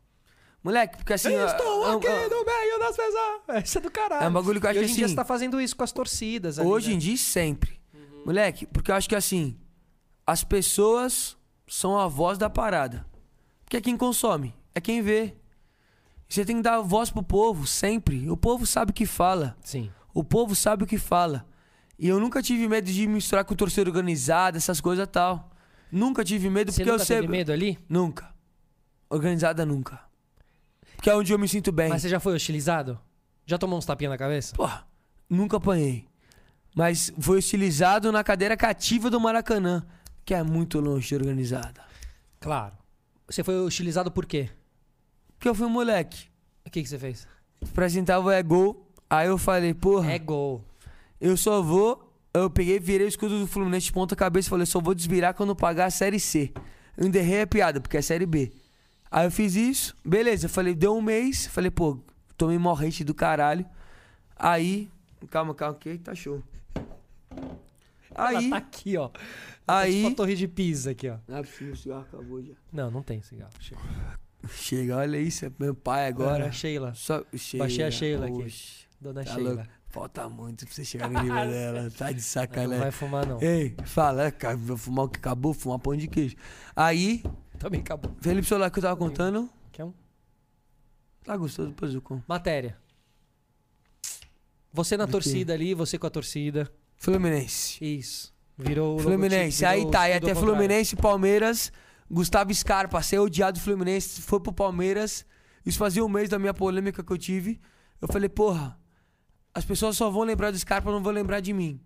C: Moleque, porque assim. ó, é um- é um-
A: meio das pessoas. Isso é do caralho.
C: É um bagulho que eu acho
A: e hoje
C: que
A: em dia
C: assim-
A: você tá fazendo isso com as torcidas. ali,
C: Hoje
A: né?
C: em dia e sempre. Moleque, porque eu acho que assim, as pessoas são a voz da parada. Porque é quem consome, é quem vê. Você tem que dar voz pro povo, sempre. O povo sabe o que fala.
A: Sim.
C: O povo sabe o que fala. E eu nunca tive medo de misturar com torcida organizada, essas coisas e tal. Nunca tive medo
A: Você
C: porque
A: nunca
C: eu sempre.
A: teve medo ali?
C: Nunca. Organizada nunca. Porque é onde eu me sinto bem.
A: Mas você já foi hostilizado? Já tomou uns tapinhas na cabeça?
C: Porra, nunca apanhei. Mas foi utilizado na cadeira cativa do Maracanã, que é muito longe de organizada.
A: Claro. Você foi hostilizado por quê?
C: Porque eu fui um moleque.
A: O que, que você fez?
C: Apresentava o é gol. Aí eu falei, porra,
A: É gol.
C: eu só vou. Eu peguei, virei o escudo do Fluminense de ponta cabeça e falei, só vou desvirar quando pagar a série C. Eu enterrei a piada, porque é série B. Aí eu fiz isso, beleza. Eu falei, deu um mês. Falei, pô, tomei morrente do caralho. Aí. Calma, calma, que tá show. Aí.
A: Ela tá aqui, ó.
C: Aí-
A: Tipo a torre de pisa aqui, ó.
C: Não é possível, o cigarro acabou já.
A: Não, não tem cigarro. Chega.
C: Chega, olha isso, é meu pai
A: Ah,
C: agora.
A: Sheila.
C: Só, chega,
A: Baixei a Sheila aqui.
C: Oxe,
A: Dona
C: tá
A: Sheila.
C: louco. Falta muito pra você chegar no nível dela, tá de
A: Não vai
C: sacanagem.
A: fumar, não.
C: Ei, fala, é, cara, vou fumar o que acabou, fumar pão de queijo. Aí,
A: Também acabou.
C: Felipe Solar que eu tava contando,
A: Quer um?
C: tá gostoso depois eu como.
A: Matéria. Você na
C: quê?
A: torcida ali, você com a torcida.
C: Fluminense.
A: Isso. Virou o
C: Fluminense,
A: logotipo,
C: aí
A: virou
C: tá,
A: o
C: e
A: escudo
C: até
A: ao contrário.
C: Fluminense e Palmeiras, Gustavo Scarpa, ser odiado do Fluminense, foi pro Palmeiras. Isso fazia um mês da minha polêmica que eu tive. Eu falei, porra, as pessoas só vão lembrar do Scarpa, não vão lembrar de mim.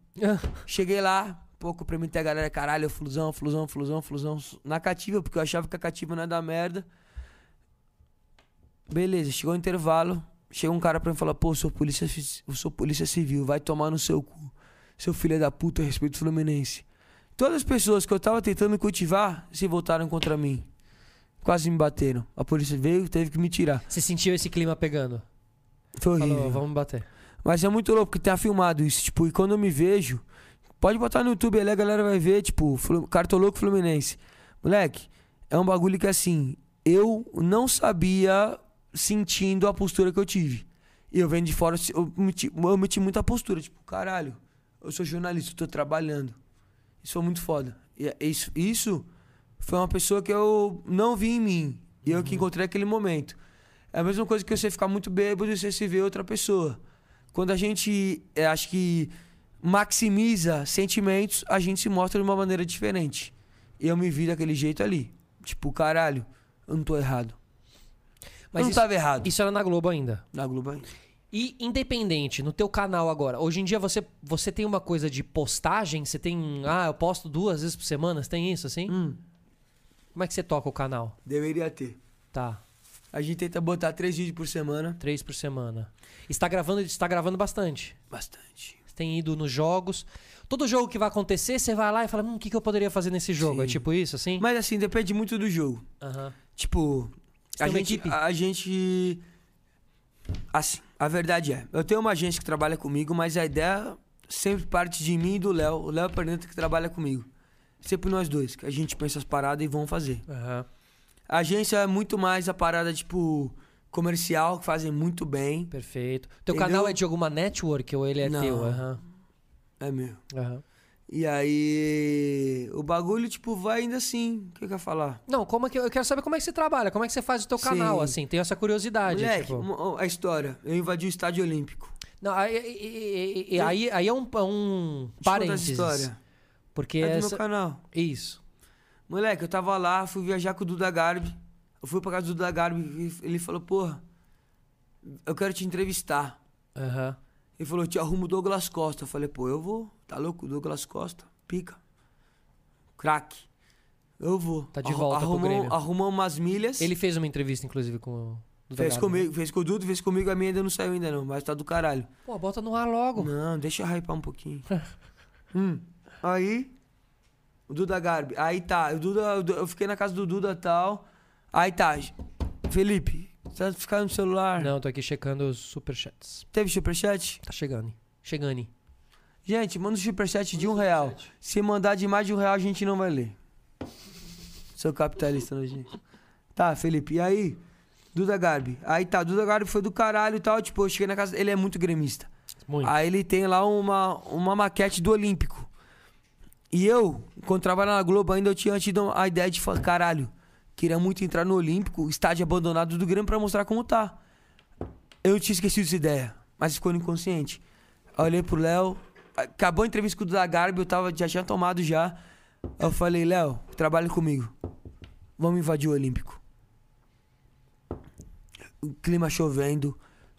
C: Cheguei lá, pô, cumprimentei a galera, caralho, flusão, flusão, flusão, flusão, na cativa, porque eu achava que a cativa não era da merda. Beleza, chegou o intervalo, chega um cara pra mim e fala, pô, eu sou polícia, fi- eu sou polícia civil, vai tomar no seu cu. Seu filho é da puta, respeito o Fluminense. Todas as pessoas que eu tava tentando cultivar se voltaram contra mim. Quase me bateram. A polícia veio, teve que me tirar.
A: Você sentiu esse clima pegando?
C: Foi horrível.
A: Falou, vamos bater.
C: Mas é muito louco porque tá filmado isso, tipo, e quando eu me vejo, pode botar no YouTube ali, a galera vai ver, tipo, Flu- Cartoloco Fluminense. Moleque, é um bagulho que assim, eu não sabia sentindo a postura que eu tive. E eu vendo de fora, eu meti, eu meti muita postura, tipo, caralho, eu sou jornalista, eu tô trabalhando. Isso foi muito foda. E é- isso, isso foi uma pessoa que eu não vi em mim. E eu que encontrei naquele momento. É a mesma coisa que você ficar muito bêbado e você se vê outra pessoa. Quando a gente, é, acho que, maximiza sentimentos, a gente se mostra de uma maneira diferente. E eu me vi daquele jeito ali. Tipo, caralho, eu não tô errado. eu
A: Mas
C: não tá-
A: isso,
C: tava errado.
A: isso era na Globo ainda.
C: Na Globo aí.
A: E independente, no teu canal agora, hoje em dia você, você tem uma coisa de postagem? Você tem. Ah, eu posto duas vezes por semana? Você tem isso assim?
C: Hum.
A: Como é que você toca o canal?
C: Deveria ter.
A: Tá,
C: A gente tenta botar três vídeos por semana.
A: três por semana. Está gravando, está gravando bastante.
C: Bastante.
A: Você tem ido nos jogos. Todo jogo que vai acontecer, você vai lá e fala: hum, o que, que eu poderia fazer nesse jogo? É
C: Sim.
A: tipo isso, assim?
C: Mas assim, depende muito do jogo.
A: Aham.
C: Tipo,
A: Você
C: a
A: tem uma
C: gente,
A: equipe?
C: a gente. Assim, a verdade é. Eu tenho uma agência que trabalha comigo, mas a ideia sempre parte de mim e do Léo. O Léo Perneta que trabalha comigo. Sempre nós dois, que a gente pensa as paradas e vão fazer.
A: Aham.
C: A agência é muito mais a parada, tipo, comercial que fazem muito bem.
A: Perfeito. Teu
C: Entendeu?
A: canal é de alguma network ou ele é
C: Não.
A: teu? Aham.
C: É meu.
A: aham.
C: E aí, o bagulho, tipo, vai ainda assim. O que eu quero falar?
A: Não, como é que eu quero saber como é que você trabalha, como é que você faz o teu canal,
C: Sim.
A: assim, tenho essa curiosidade.
C: Moleque,
A: tipo.
C: uma- a história. Eu invadi o estádio olímpico.
A: Não, aí, aí- aí- aí- aí é um, é um
C: Deixa eu contar essa
A: parênteses.
C: história.
A: Porque
C: É do
A: essa...
C: meu canal.
A: Isso.
C: Moleque, eu tava lá, fui viajar com o Duda Garbi. Eu fui pra casa do Duda Garbi e ele falou, porra, eu quero te entrevistar.
A: Aham.
C: Ele falou, te arrumo o Douglas Costa. Eu falei, pô, eu vou. Tá louco? Douglas Costa, pica. Craque. Eu vou.
A: Tá de volta pro
C: arrumou,
A: Grêmio.
C: Arrumou umas milhas.
A: Ele tá né? fez uma entrevista, inclusive, com o Duda
C: fez
A: Garbi.
C: comigo, fez com o Duda, fez comigo. A minha ainda não saiu ainda não, mas tá do caralho.
A: Pô, bota no ar logo.
C: Não, deixa eu hypar um pouquinho. Hum, Aí, o Duda Garbi. Aí tá, o Duda, o Du- eu fiquei na casa do Duda e tal. Aí tá, Felipe, você vai ficar no celular?
A: Não, tô aqui checando os superchats.
C: Teve superchat?
A: Tá chegando. Chegando.
C: Gente, manda um superchat de um real. Se mandar de mais de um real, a gente não vai ler. Sou capitalista, né, gente? Tá, Felipe, e aí? Duda Garbi. Aí tá, Duda Garbi foi do caralho e tal. Tipo, eu cheguei na casa. Ele é muito gremista.
A: Muito.
C: Aí ele tem lá uma, uma maquete do Olímpico. E eu, quando trabalhava na Globo, ainda eu tinha tido a ideia de falar, caralho, queria muito entrar no Olímpico, estádio abandonado do Grêmio, pra mostrar como tá. Eu tinha esquecido essa ideia, mas ficou no inconsciente. Aí eu olhei pro Léo, acabou a entrevista com o Duda Garbi, eu tava, já tinha tomado já. Aí Eu falei, Léo, trabalha comigo. Vamos invadir o Olímpico. O clima chovendo,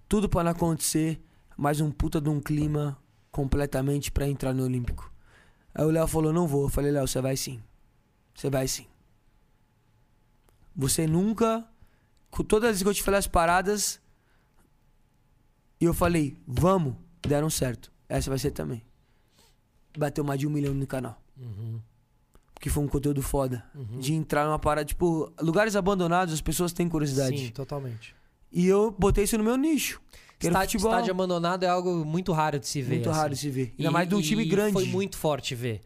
C: tudo pra não acontecer, mas um puta de um clima completamente pra entrar no Olímpico. Aí o Léo falou, não vou. Eu falei, Léo, você vai sim. Você vai sim. Você nunca. com Todas as vezes que eu te falei as paradas. E eu falei, vamos, deram certo. Essa vai ser também. Bateu mais de um milhão no canal. Porque foi um conteúdo foda. De entrar numa parada, tipo, lugares abandonados, as pessoas têm curiosidade.
A: Sim, totalmente.
C: E eu botei isso no meu nicho. Que era
A: Estádio,
C: futebol.
A: estádio abandonado é algo muito raro de se ver.
C: Muito
A: assim.
C: raro de se ver.
A: E-
C: Ainda mais de um time
A: e
C: grande.
A: Foi muito forte ver.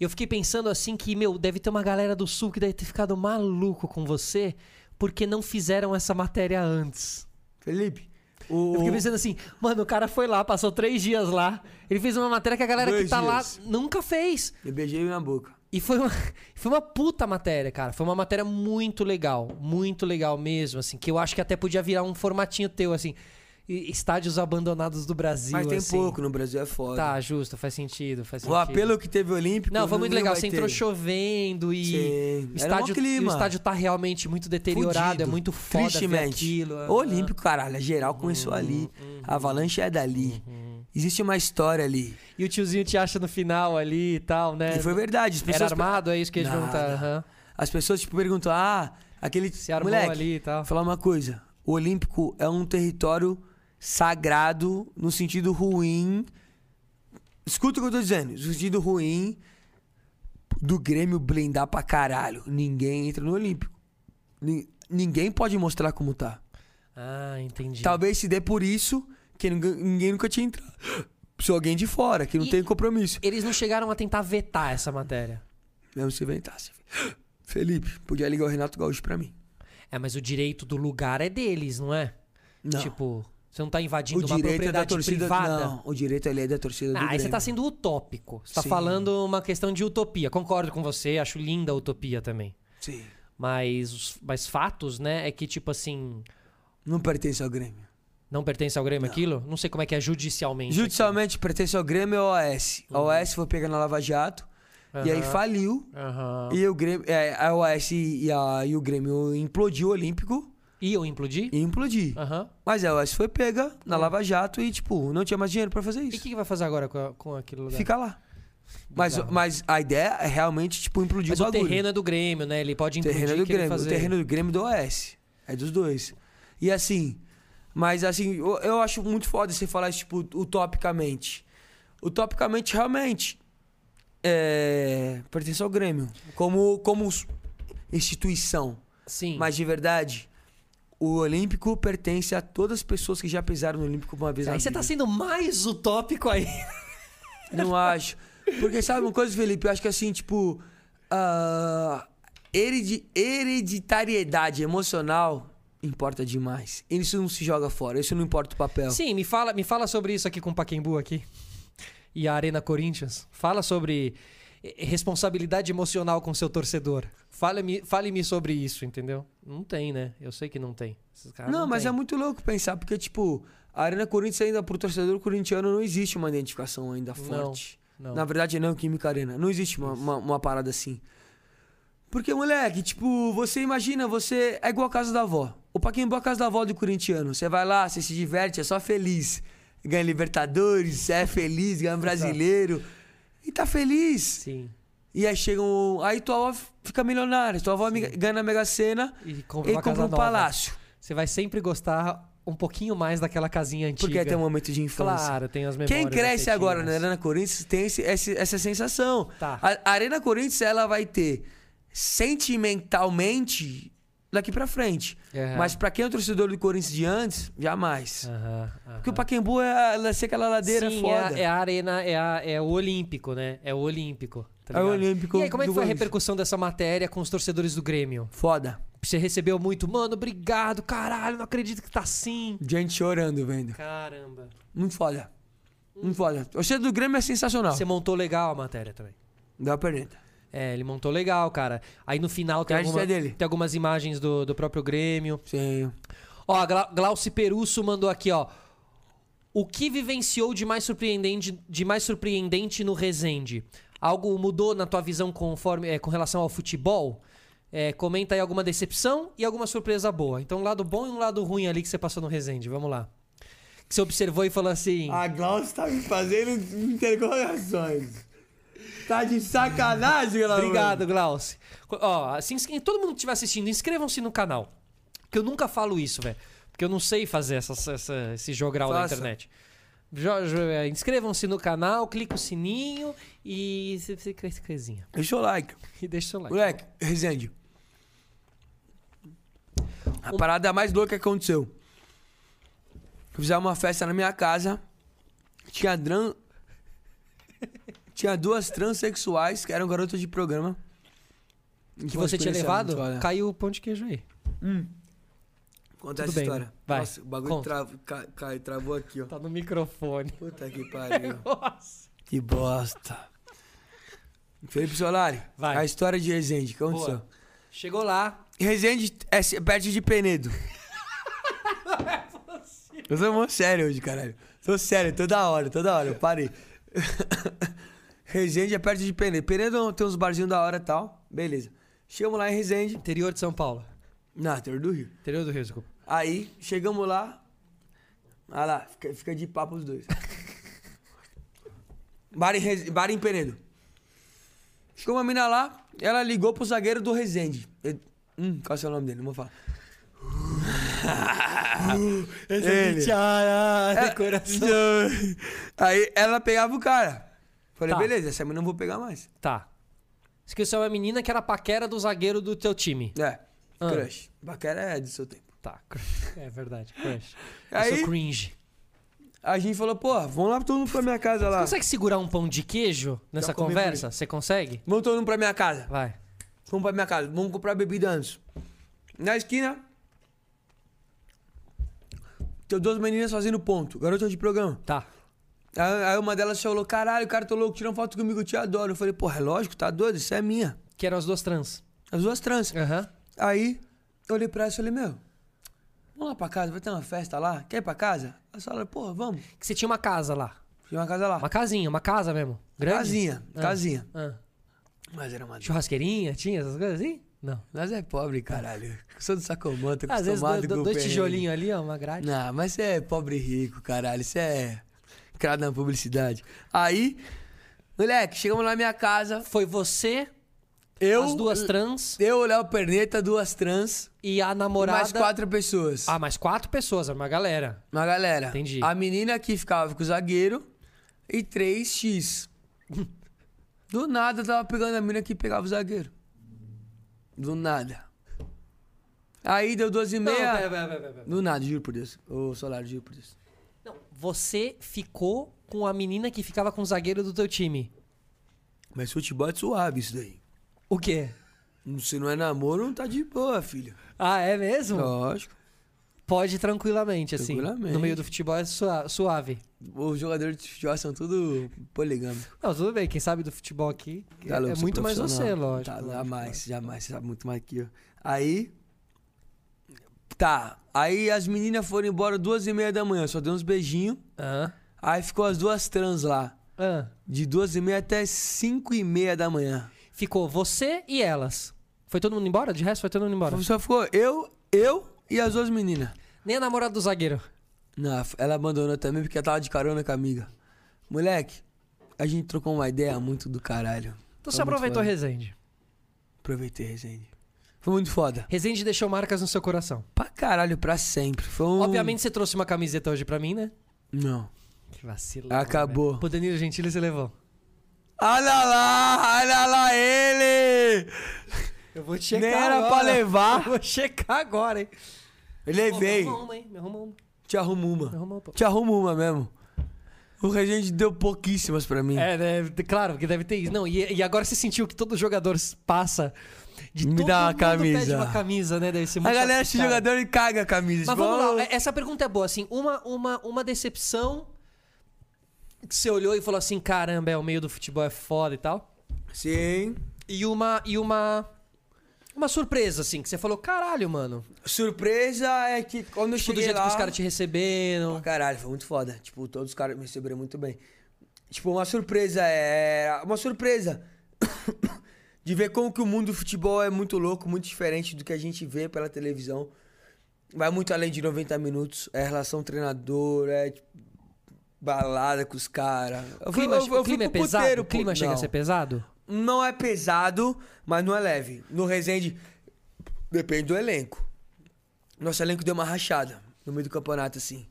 A: Eu fiquei pensando assim que, meu, deve ter uma galera do Sul que deve ter ficado maluco com você porque não fizeram essa matéria antes.
C: Felipe, o...
A: Eu fiquei pensando assim, mano, o cara foi lá, passou três dias lá, ele fez uma matéria que a galera que
C: Dois
A: tá
C: dias.
A: lá nunca fez.
C: eu beijei na boca.
A: E foi uma, foi uma puta matéria, cara. Foi uma matéria muito legal, muito legal mesmo, assim, que eu acho que até podia virar um formatinho teu, assim. e- Estádios abandonados do Brasil.
C: Mas tem
A: assim.
C: pouco, no Brasil é foda.
A: Tá, justo, faz sentido, faz
C: O
A: sentido.
C: apelo que teve o Olímpico.
A: Não, foi muito
C: não
A: legal.
C: vai
A: Você
C: ter.
A: entrou chovendo e.
C: Sim,
A: O
C: era mó
A: estádio, e o
C: clima.
A: estádio tá realmente muito deteriorado,
C: Fudido.
A: é muito foda ver
C: Tristemente.
A: aquilo. Uhum,
C: O Olímpico, caralho, a geral começou ali. A avalanche é dali. Existe uma história ali.
A: E o tiozinho te acha no final ali e tal, né?
C: E foi verdade. As
A: Era
C: pessoas,
A: armado, é isso que eles
C: Nada.
A: perguntaram. aham.
C: as pessoas tipo, perguntam: ah, aquele.
A: Se armou
C: moleque,
A: ali e tal.
C: Vou falar uma coisa. O Olímpico é um território sagrado no sentido ruim. Escuta o que eu tô dizendo. No sentido ruim do Grêmio blindar pra caralho. Ninguém entra no Olímpico. Ni- Ninguém pode mostrar como tá.
A: Ah, entendi.
C: Talvez se dê por isso que ninguém, ninguém nunca tinha entrado. Se alguém de fora, que não
A: E-
C: tem compromisso.
A: Eles não chegaram a tentar vetar essa matéria.
C: Mesmo se inventasse. Felipe, podia ligar o Renato Gaúcho pra mim.
A: É, mas o direito do lugar é deles, não é?
C: Não.
A: Tipo, você não tá invadindo
C: o
A: uma
C: direito é
A: propriedade
C: da torcida.
A: privada.
C: Não, o direito ali é da torcida do
A: Ah, aí você
C: Grêmio.
A: tá sendo utópico. Você tá
C: Sim.
A: falando uma questão de utopia. Concordo com você, acho linda a utopia também.
C: Sim.
A: Mas, os- mas fatos, né? É que, tipo assim,
C: Não pertence ao Grêmio.
A: não pertence ao Grêmio aquilo? Não sei como é que é judicialmente.
C: Judicialmente pertence ao Grêmio e ao OAS. A
A: Uhum.
C: OAS foi pegar na Lava Jato e aí faliu.
A: Aham.
C: E o Grêmio, é, a OAS e, a- e o Grêmio implodiu o Olímpico
A: E eu implodi?
C: e implodiu.
A: Aham.
C: Mas a OAS foi pega na Lava Jato e, tipo, não tinha mais dinheiro pra fazer
A: E o
C: isso.
A: que, que vai fazer agora com, a- com aquele lugar?
C: Fica lá. Mas,
A: Bizarro.
C: mas a ideia é realmente, tipo, implodir
A: mas
C: o
A: o
C: bagulho.
A: terreno é do Grêmio, né? Ele pode
C: O
A: implodir
C: terreno é do
A: que ele
C: Grêmio. O
A: fazer.
C: terreno do Grêmio e do OS. É dos dois. E assim, mas assim, eu, eu acho muito foda você falar isso, tipo, utopicamente. Utopicamente, realmente, é, pertence ao Grêmio. Como, como s- instituição.
A: Sim.
C: Mas de verdade, o Olímpico pertence a todas as pessoas que já pisaram no Olímpico uma vez na
A: Aí você tá
C: vida.
A: sendo mais utópico aí.
C: Não acho. Porque sabe uma coisa, Felipe? Eu acho que assim, tipo. ah, heredi- hereditariedade emocional importa demais. Isso não se joga fora, isso não importa o papel.
A: Sim, me fala, me fala sobre isso aqui com o Paquembu aqui. E a Arena Corinthians. Fala sobre eh, responsabilidade emocional com seu torcedor. Fale-me fale sobre isso, entendeu? Não tem, né? Eu sei que Ah, não tem. Esses caras
C: não, mas
A: tem.
C: é muito louco pensar, porque, tipo, a Arena Corinthians ainda, pro torcedor corintiano, não existe uma identificação ainda forte.
A: não.
C: Na verdade, não, Química Arena. Não existe uma, uma, uma parada assim. Porque, moleque, tipo, você imagina, você é igual a casa da avó. O Paquembu é a casa da avó do corintiano. Você vai lá, você se diverte, é só feliz. Ganha Libertadores, é feliz, ganha brasileiro. E tá feliz.
A: Sim.
C: E aí chegam. Aí tua avó fica milionária. Tua avó amiga- ganha na Mega Sena
A: E
C: e
A: compra uma
C: compra,
A: casa
C: um
A: nova.
C: palácio.
A: Você vai sempre gostar um pouquinho mais daquela casinha antiga.
C: Porque tem um momento de infância.
A: Claro, tem as memórias.
C: Quem cresce
A: afetivas.
C: agora na Arena Corinthians tem esse- esse- essa sensação.
A: Tá.
C: A, a Arena Corinthians ela vai ter sentimentalmente daqui pra frente.
A: Aham.
C: Mas pra quem é o torcedor do Corinthians de antes, jamais.
A: Aham, aham.
C: Porque o Pacaembu é, a- ela ser aquela ladeira
A: Sim,
C: foda.
A: É, a- é a arena, é, a- é o Olímpico, né? É o Olímpico. tá
C: É o
A: ligado?
C: Olímpico
A: E aí, como é que
C: do
A: foi a
C: Corinthians.
A: repercussão dessa matéria com os torcedores do Grêmio?
C: Foda.
A: Você recebeu muito, mano, obrigado, caralho, não acredito que tá assim.
C: Gente chorando, vendo.
A: Caramba.
C: Muito foda. Muito foda. O torcedor do Grêmio é sensacional.
A: Você montou legal a matéria também.
C: Dá uma perneta.
A: É, ele montou legal, cara. Aí no final tem,
C: Crédito
A: alguma-
C: é dele.
A: tem algumas imagens do, do próprio Grêmio.
C: Sim.
A: Ó, a Gla Glauci Perusso mandou aqui, ó. O que vivenciou de mais surpreendente, de mais surpreendente no Resende? Algo mudou na tua visão conforme, é, com relação ao futebol? É, comenta aí alguma decepção e alguma surpresa boa. Então, um lado bom e um lado ruim ali que você passou no Resende. Vamos lá. Que você observou e falou assim.
G: A Glaucia tá me fazendo interrogações. Tá de sacanagem, Glaucia.
A: Obrigado, Glauci. Ó, assim, se todo mundo que estiver assistindo, inscrevam-se no canal. Que eu nunca falo isso, velho. Porque eu não sei fazer essa, essa- esse jogral da
C: Faça.
A: internet. Jo- jo- é, Inscrevam-se no canal, clica o sininho e. se- se- coisa- coisinha.
C: Deixa o like.
A: E deixa o seu like.
C: Moleque, Resende. A parada mais louca que aconteceu. Fizeram uma festa na minha casa. Tinha dran... Tinha duas transexuais que eram garotas de programa.
A: que você tinha levado,
C: Olha,
A: caiu o pão de queijo aí. tudo
C: conta essa
A: bem,
C: história.
A: vai,
C: Nossa, o bagulho
A: conta.
C: travo- ca- cai- travou aqui, ó.
A: Tá no microfone.
C: Puta que pariu.
A: Nossa.
C: que bosta. Felipe Solari,
A: Vai.
C: a história de Resende, que aconteceu?
A: Boa. Chegou lá.
C: Resende é se- perto de Penedo. Eu sou mó sério hoje, caralho. Sou sério, toda hora, toda hora. Eu parei. Resende é perto de Penedo. Penedo tem uns barzinhos da hora e tal. Beleza. Chegamos lá em Resende.
A: Interior de São Paulo.
C: Na interior do Rio.
A: Interior do Rio, desculpa.
C: Aí, chegamos lá. Ah lá, fica, fica de papo os dois. Bar em, Res- bar em Penedo. Chegou uma mina lá, ela ligou pro zagueiro do Resende. Ele- Hum, qual é o seu nome dele? Não vou falar.
A: é
C: Ele.
A: Tiara,
C: É, Aí ela pegava o cara. Falei,
A: Tá.
C: beleza, essa mina eu não vou pegar mais.
A: Tá. Esqueceu uma menina que era paquera do zagueiro do teu time.
C: É,
A: Ah.
C: crush. Baquera é do seu tempo.
A: Tá, É crush. É verdade, crush. Eu
C: Aí
A: sou cringe.
C: a gente falou, porra, vamos lá todo mundo pra minha casa lá.
A: Consegue segurar um pão de queijo nessa
C: Já comi
A: conversa? Você consegue?
C: Vamos todo mundo pra minha casa.
A: Vai.
C: Vamos pra minha casa, vamos comprar bebida antes. Na esquina, tem duas meninas fazendo ponto, garotas de programa.
A: Tá.
C: Aí aí uma delas falou, caralho, cara, tô louco, tira uma foto comigo, eu te adoro. Eu falei, porra, é lógico, tá doido, isso é minha.
A: Que eram as duas trans.
C: As duas trans.
A: Aham.
C: Aí, eu olhei pra ela e falei, meu, vamos lá pra casa, vai ter uma festa lá, quer ir pra casa? Ela falou, porra, vamos.
A: Que você tinha uma casa lá.
C: Tinha uma casa lá.
A: Uma casinha, uma casa mesmo. Grande?
C: Casinha,
A: Ah.
C: casinha.
A: Ah.
C: Mas era uma...
A: Churrasqueirinha, tinha essas coisas assim? Não.
C: Nós é pobre, caralho. Sou do sacomã, tô acostumado
A: Às vezes do- do-
C: com o
A: dois
C: perrengue.
A: tijolinhos ali, ó, uma grade.
C: Não, mas você é pobre e rico, caralho. Você é criado na publicidade. Aí, moleque, chegamos na minha casa.
A: Foi você,
C: Eu,
A: as duas trans
C: eu, Léo Perneta, duas trans
A: e a
C: e
A: namorada.
C: mais quatro pessoas.
A: Ah, mais quatro pessoas, era uma galera.
C: Uma galera.
A: Entendi.
C: A menina que ficava com o zagueiro e três x Do nada eu tava pegando a menina que pegava o zagueiro. Do nada. Aí deu 12 e
A: Não,
C: meia.
A: pera, pera, pera, pera, pera.
C: Do nada, juro por Deus. Ô, Solar, juro por Deus.
A: Não, você ficou com a menina que ficava com o zagueiro do teu time.
C: Mas futebol é suave isso daí.
A: O quê?
C: Se não é namoro, não tá de boa, filho.
A: Ah, é mesmo?
C: Lógico.
A: Pode tranquilamente, assim.
C: Tranquilamente.
A: No meio do futebol é sua- suave.
C: Os jogadores de futebol são tudo poligâmicos.
A: Não, tudo bem, quem sabe do futebol aqui é-
C: Galo,
A: é
C: sou
A: muito mais você,
C: profissional.
A: lógico.
C: Tá,
A: lógico.
C: jamais, jamais, você sabe muito mais que eu. Aí. Tá. Aí as meninas foram embora duas e meia da manhã, só deu uns beijinhos.
A: Hã?
C: Aí ficou as duas trans lá.
A: Hã?
C: De duas e meia até cinco e meia da manhã.
A: Ficou você e elas. Foi todo mundo embora? De resto, foi todo mundo embora.
C: Só ficou eu, eu e as duas meninas.
A: Nem a namorada do zagueiro. Então
C: Não, ela abandonou também porque ela tava de carona com a amiga. Moleque, a gente trocou uma ideia muito do caralho.
A: Então
C: Foi
A: você
C: Tá muito
A: aproveitou
C: foda.
A: Resende.
C: Aproveitei, Resende. Foi muito foda.
A: Resende deixou marcas no seu coração.
C: Pra caralho, pra sempre. Foi um...
A: Obviamente você trouxe uma camiseta hoje pra mim, né?
C: Não.
A: Que né, vacilo.
C: Acabou.
A: Pro Danilo Gentili você levou.
C: Olha lá, olha lá ele!
A: Eu vou checar
C: Nem era pra levar.
A: Eu vou checar agora, hein?
C: Eu
A: Pô,
C: levei.
A: Me arruma uma, hein? Me arruma uma.
C: Te arrumo
A: Me
C: uma.
A: arruma uma, pô.
C: Te arrumo uma mesmo. O Regente deu pouquíssimas pra mim.
A: É, né? claro, porque deve ter isso. Não, e, e agora você sentiu que todo jogador passa de
C: Me
A: todo
C: dá uma
A: mundo
C: camisa.
A: pede uma camisa, né? Deve ser
C: a
A: muito
C: galera esse
A: chato, cara.
C: jogador e caga a camisa.
A: Mas
C: Tipo,
A: vamos lá,
C: "Ah,
A: essa pergunta é boa, assim, uma, uma, uma decepção que você olhou e falou assim, caramba, é o meio do futebol é foda e tal.
C: Sim.
A: E uma e uma uma surpresa assim, que você falou, caralho, mano.
C: Surpresa é que quando eu
A: Tipo, do
C: cheguei
A: jeito
C: lá...
A: que os caras te
C: Pra
A: receberam.
C: caralho, foi muito foda. Tipo, todos os caras me receberam muito bem. Tipo, uma surpresa é. Uma surpresa. De ver como que o mundo do futebol é muito louco, muito diferente do que a gente vê pela televisão. Vai muito além de 90 minutos. É relação treinador, é tipo, balada com os caras.
A: O clima,
C: eu,
A: o clima é
C: pro
A: pesado?
C: puteiro,
A: o
C: pô.
A: clima chega a
C: Não.
A: ser pesado?
C: Não é pesado, mas não é leve. No Resende, depende do elenco. Nosso elenco deu uma rachada no meio do campeonato, assim.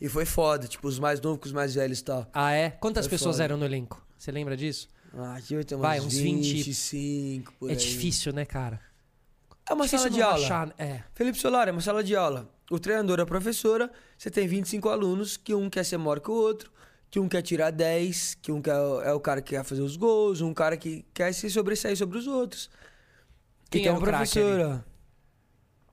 C: E foi foda, tipo, os mais novos com os mais velhos e tal.
A: Ah, é? Quantas
C: Foi
A: pessoas
C: foda.
A: eram no elenco? Você lembra disso?
C: Ah, devia ter
A: Vai, uns
C: uns
A: 20,
C: 25, por
A: é
C: aí.
A: difícil, né, cara?
C: É uma
A: Difícil
C: sala
A: não
C: de aula.
A: achar- É.
C: Felipe Solar, é uma sala de aula. O treinador é a professora, você tem 25 alunos, que um quer ser maior que o outro, que um quer tirar 10, que um quer, é o cara que quer fazer os gols, um cara que quer se sobressair sobre os outros.
A: Quem
C: então,
A: era o
C: a
A: um craque ali?
C: professora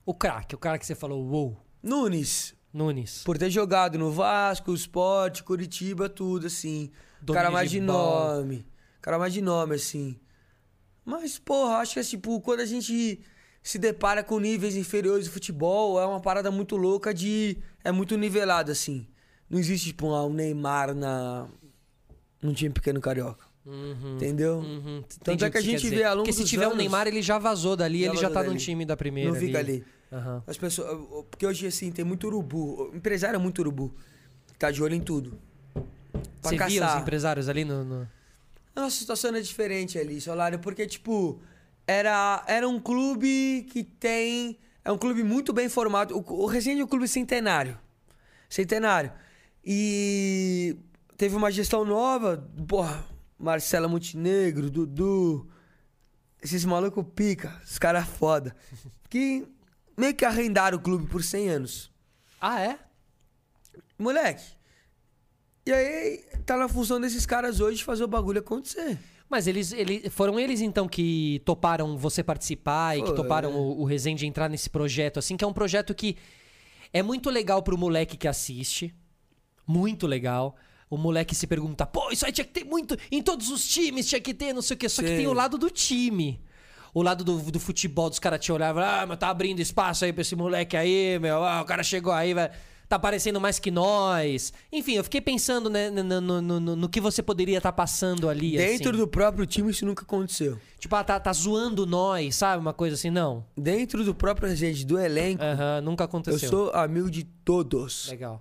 A: O craque, o cara que você falou, uou,
C: Nunes,
A: Nunes.
C: por ter jogado no Vasco, Sport, Curitiba, tudo assim.
A: Domínio
C: cara mais
A: de
C: de
A: bola.
C: nome. Cara mais de nome, assim. Mas, porra, acho que, tipo, quando a gente se depara com níveis inferiores de futebol, é uma parada muito louca de. É muito nivelado, assim. Não existe, tipo, um Neymar na. num time pequeno carioca. Entendeu?
A: Uhum,
C: Tanto
A: entendi
C: é
A: o
C: que a
A: você quer
C: gente
A: dizer.
C: vê ao longo
A: Porque se
C: dos
A: tiver o
C: anos-
A: Neymar, ele já vazou dali,
C: Já
A: ele já
C: vazou
A: tá no
C: dali.
A: time da primeira.
C: Não fica ali.
A: Aham.
C: As pessoas. Porque hoje, assim, tem muito urubu. O empresário é muito urubu. Tá de olho em tudo. Pra
A: Você via os
C: caçar.
A: empresários ali no. no-
C: A nossa situação era diferente ali, Solário, porque, tipo, era, era um clube que tem. É um clube muito bem formado. O, o Resende é um clube centenário. Centenário. E teve uma gestão nova, porra, Marcela Montenegro, Dudu, esses malucos pica, os caras foda, que meio que arrendaram o clube por 100 anos.
A: Ah, é?
C: Moleque, e aí tá na função desses caras hoje fazer o bagulho acontecer.
A: Mas eles, eles foram eles então que toparam você participar e que
C: Foi.
A: toparam o, o Resende entrar nesse projeto, assim, que é um projeto que é muito legal pro moleque que assiste. Muito legal. O moleque se pergunta, pô, isso aí tinha que ter muito. Em todos os times tinha que ter, não sei o quê. Só que
C: Sim.
A: tem o lado do time. O lado do, do futebol, dos caras te olhavam, ah, mas tá abrindo espaço aí pra esse moleque aí, meu. Ah, o cara chegou aí, vai. Tá parecendo mais que nós. Enfim, eu fiquei pensando né, no, no- no- no- no que você poderia estar passando ali.
C: Dentro
A: assim.
C: do próprio time isso nunca aconteceu.
A: Tipo, ah, tá, tá zoando nós, sabe? Uma coisa assim, não.
C: Dentro do próprio gente do elenco,
A: Aham, nunca
C: eu
A: Ah, aconteceu.
C: sou amigo de todos.
A: Legal.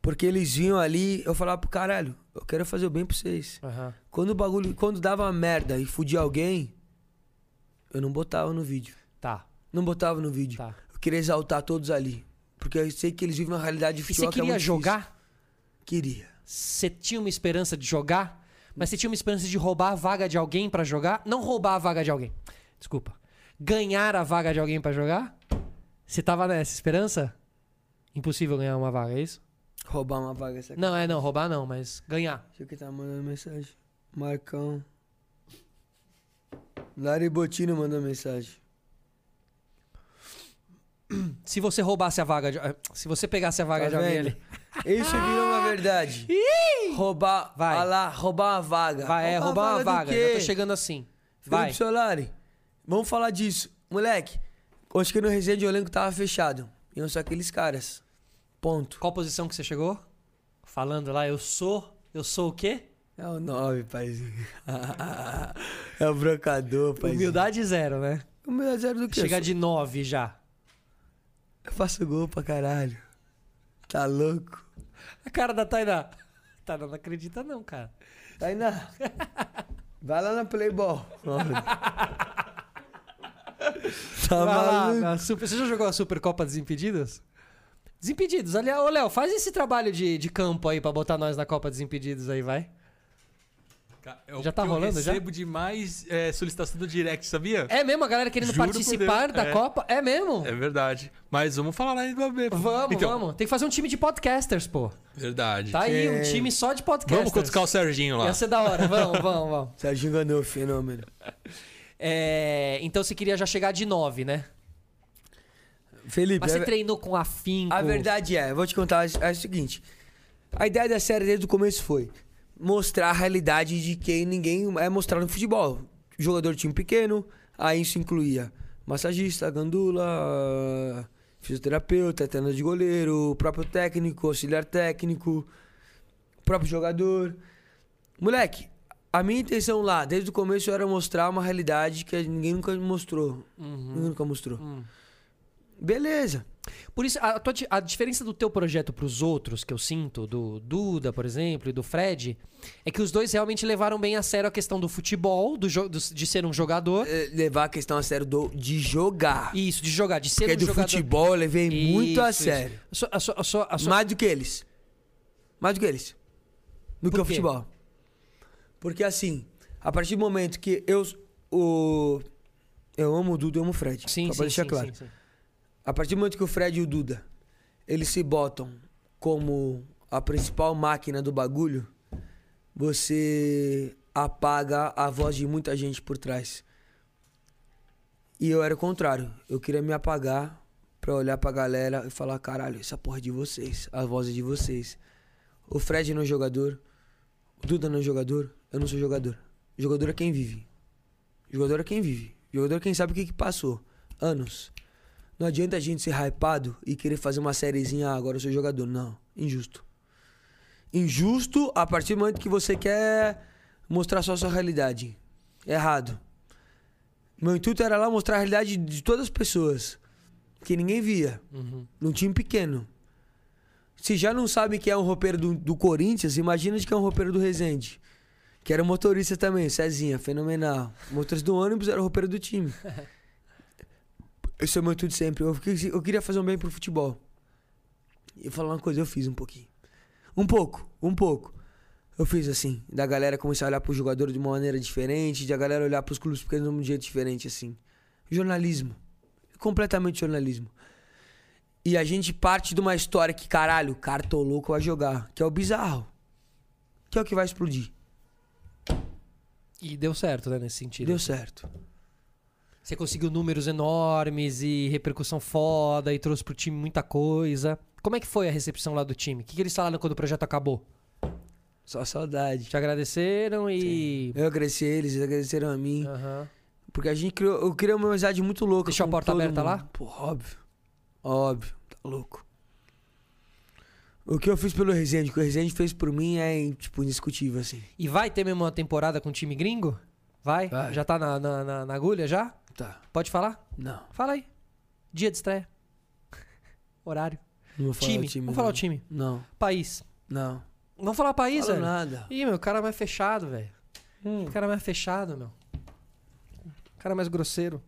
C: Porque eles vinham ali, eu falava pro caralho, eu quero fazer o bem pra vocês.
A: Aham.
C: Quando o bagulho, quando dava merda e fudia alguém, eu não botava no vídeo.
A: Tá.
C: Não botava no vídeo.
A: Tá.
C: Eu queria exaltar todos ali. Porque eu sei que eles vivem uma realidade de
A: E você
C: futebol que é
A: queria
C: muito
A: jogar?
C: difícil. Queria.
A: Você tinha uma esperança de jogar? Mas você tinha uma esperança de roubar a vaga de alguém pra jogar? Não roubar a vaga de alguém. Desculpa. Ganhar a vaga de alguém pra jogar? Você tava nessa esperança? Impossível ganhar uma vaga, é isso?
C: Roubar uma vaga essa
A: Não, é não, roubar não, mas ganhar.
C: Achei que tá mandando mensagem. Marcão. Lari Botino mandou mensagem.
A: se você roubasse a vaga de. ah, Se você pegasse a vaga de
C: Tá
A: alguém
C: vendo?
A: ali.
C: Isso virou uma verdade. roubar,
A: Ah. Vai.
C: vai lá, roubar uma vaga.
A: Vai, é, roubar uma
C: do
A: vaga.
C: quê?
A: Já tô chegando assim. Vai.
C: Felipe Solari, vamos falar disso. Moleque, acho que no resenha de Olenco tava fechado. Iam só aqueles caras. Ponto.
A: Qual posição que você chegou? Falando lá, eu sou. Eu sou o quê?
C: É o 9, paizinho. é o brocador, paizinho.
D: é.
A: Humildade zero, né?
C: Humildade zero do quê?
A: Chegar
C: Eu
A: de
C: sou-
A: nove já.
C: Eu faço gol pra caralho. Tá louco?
A: A cara da Tainá. Tainá não acredita, não, cara.
C: Tainá, vai lá na Playboy. tá
A: Vai lá,
C: maluco?
A: na Super- Você já jogou a Supercopa Desimpedidos? Desimpedidos. Aliás, ô Léo, faz esse trabalho de, de campo aí pra botar nós na Copa Desimpedidos aí, vai.
D: Ca- é o
A: Já tá
D: que
A: rolando,
D: eu
A: já?
D: recebo demais é, solicitação do direct, sabia?
A: É mesmo a galera querendo
D: Juro por
A: participar
D: Deus,
A: da
D: é.
A: Copa? É mesmo?
D: É verdade. Mas vamos falar lá em B.
A: Vamos,
D: então,
A: vamos. Tem que fazer um time de podcasters, pô.
D: Verdade.
A: Tá aí, um time só de podcasters.
D: É. Vamos cutucar o Serginho lá.
A: Ia ser da hora. Vamos, vamos, vamos.
C: Sérgio Ganô, fenômeno.
A: É, então você queria já chegar de nove, né?
C: Felipe,
A: Mas
C: é-
A: você treinou com afinco.
C: A verdade é, eu vou te contar é o seguinte. A ideia da série desde o começo foi mostrar a realidade de quem ninguém é mostrado no futebol. Jogador de time pequeno, aí isso incluía massagista, gandula, fisioterapeuta, treinador de goleiro, próprio técnico, auxiliar técnico, próprio jogador. Moleque, a minha intenção lá, desde o começo, era mostrar uma realidade que ninguém nunca mostrou. Ninguém nunca mostrou. Beleza.
A: Por isso, a, tua di- a diferença do teu projeto pros outros, que eu sinto, do Duda, por exemplo, e do Fred, é que os dois realmente levaram bem a sério a questão do futebol, do jo- do- de ser um jogador.
C: eh, levar a questão a sério do, de jogar.
A: E isso, de jogar, de ser
C: Porque é
A: um
C: do
A: jogador.
C: futebol eu levei muito a
A: Isso, isso.
C: sério.
A: A sua- a sua- a sua- a sua-
C: Mais do que eles. Mais do que eles. Do
A: Por
C: que o
A: quê?
C: futebol. Porque assim, a partir do momento que eu. O, eu amo o Duda e amo o Fred.
A: Sim,
C: só
A: sim,
C: pra deixar
A: sim,
C: claro.
A: sim, sim.
C: A partir do momento que o Fred e o Duda eles se botam como a principal máquina do bagulho, você apaga a voz de muita gente por trás. E eu era o contrário. Eu queria me apagar pra olhar pra galera e falar: caralho, essa porra é de vocês, a voz é de vocês. O Fred não é jogador, o Duda não é jogador, eu não sou jogador. Jogador é quem vive. Jogador é quem vive. Jogador é quem sabe o que, que passou. Anos. Não adianta a gente ser hypado e querer fazer uma sériezinha, ah, agora eu sou jogador. Não. Injusto. Injusto a partir do momento que você quer mostrar só a sua realidade. Errado. Meu intuito era lá mostrar a realidade de todas as pessoas. Que ninguém via. Num time pequeno. Se já não sabe que é um roupeiro do, do Corinthians, imagina de que é um roupeiro do Resende. Que era motorista também, Cezinha, fenomenal. Motorista do ônibus era o roupeiro do time. Esse é o meu tudo sempre. Eu, fiquei- eu queria fazer um bem pro futebol. E eu falar uma coisa, eu fiz um pouquinho. Um pouco, um pouco. Eu fiz assim, da galera começar a olhar pro jogador de uma maneira diferente, de a galera olhar pros clubes pequenos de um jeito diferente, assim. Jornalismo. Completamente jornalismo. E a gente parte de uma história que, caralho, o cartoloco vai jogar, que é o bizarro. Que é o que vai explodir.
A: E deu certo, né, nesse sentido.
C: Deu certo.
A: Você conseguiu números enormes e repercussão foda e trouxe pro time muita coisa. Como é que foi a recepção lá do time? O que, que eles falaram quando o projeto acabou?
C: Só saudade.
A: Te agradeceram e.
C: Eu agradeci eles, eles agradeceram a mim.
A: Aham.
C: Porque a gente criou. Eu criei uma amizade muito louca.
A: Deixou a
C: com
A: porta
C: todo
A: aberta
C: mundo.
A: lá?
C: Pô, óbvio. Óbvio, tá louco. O que eu fiz pelo Resende, o que o Resende fez por mim é, tipo, indiscutível, assim.
A: E vai ter mesmo uma temporada com time gringo? Vai?
C: Vai.
A: Já tá na, na, na- na agulha já?
C: Tá.
A: Pode falar?
C: Não.
A: Fala aí. Dia de estreia. Horário.
C: Não vou falar
A: time.
C: o time. né?
A: Vamos falar
C: não.
A: o time.
C: Não,
A: País.
C: não.
A: Vamos falar país,
C: Fala
A: velho?
C: nada. Hum.
A: Ih, meu, o cara é mais fechado, velho. O cara é mais fechado, meu. O cara é mais grosseiro.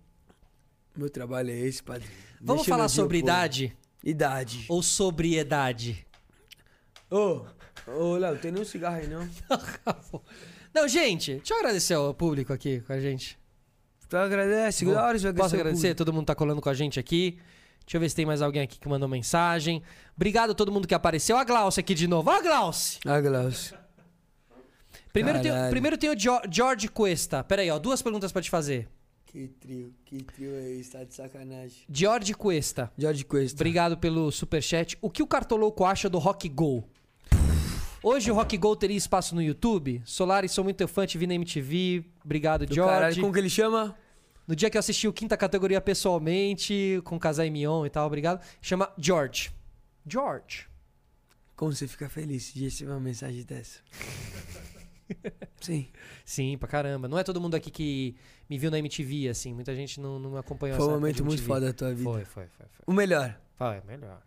C: Meu trabalho é esse, padre.
A: Vamos
C: Deixa
A: falar
C: no dia,
A: sobre
C: pô.
A: idade
C: Idade.
A: ou sobriedade?
C: Ô, ô, Léo, tem nenhum cigarro aí, não?
A: Não, gente, deixa eu agradecer ao público aqui com a gente.
C: Tu agradece,
A: Vou-
C: da hora, você vai
A: Posso
C: agradecer o
A: agradecer?
C: público.
A: Todo mundo tá colando com a gente aqui. Deixa eu ver se tem mais alguém aqui que mandou mensagem. Obrigado a todo mundo que apareceu. A Glaucia aqui de novo. Ó, a Glaucia!
C: Ah, Glaucio.
A: Primeiro tem,
C: Caralho.
A: primeiro tem o Gio- George Cuesta. Pera aí, ó. Duas perguntas pra te fazer.
G: Que trio, que trio é esse? Tá de sacanagem.
A: George Cuesta.
G: George Quest.
A: Obrigado pelo superchat. O que o Cartoloco acha do Rock Go? Hoje o Rock Go teria espaço no YouTube? Solari, sou muito fã, te vi na MTV. Obrigado,
C: Do
A: George.
C: caralho, como que ele chama?
A: No dia que eu assisti o quinta categoria pessoalmente, com Casai Mion e tal, obrigado. Chama George. George.
C: Como você fica feliz de receber uma mensagem dessa? Sim.
A: Sim, pra caramba. Não é todo mundo aqui que me viu na MTV, assim. Muita gente não, não acompanhou
C: Foi um
A: essa época
C: momento
A: de
C: muito
A: MTV.
C: foda da tua vida.
A: Foi, foi, foi. foi.
C: O melhor.
A: Foi, melhor.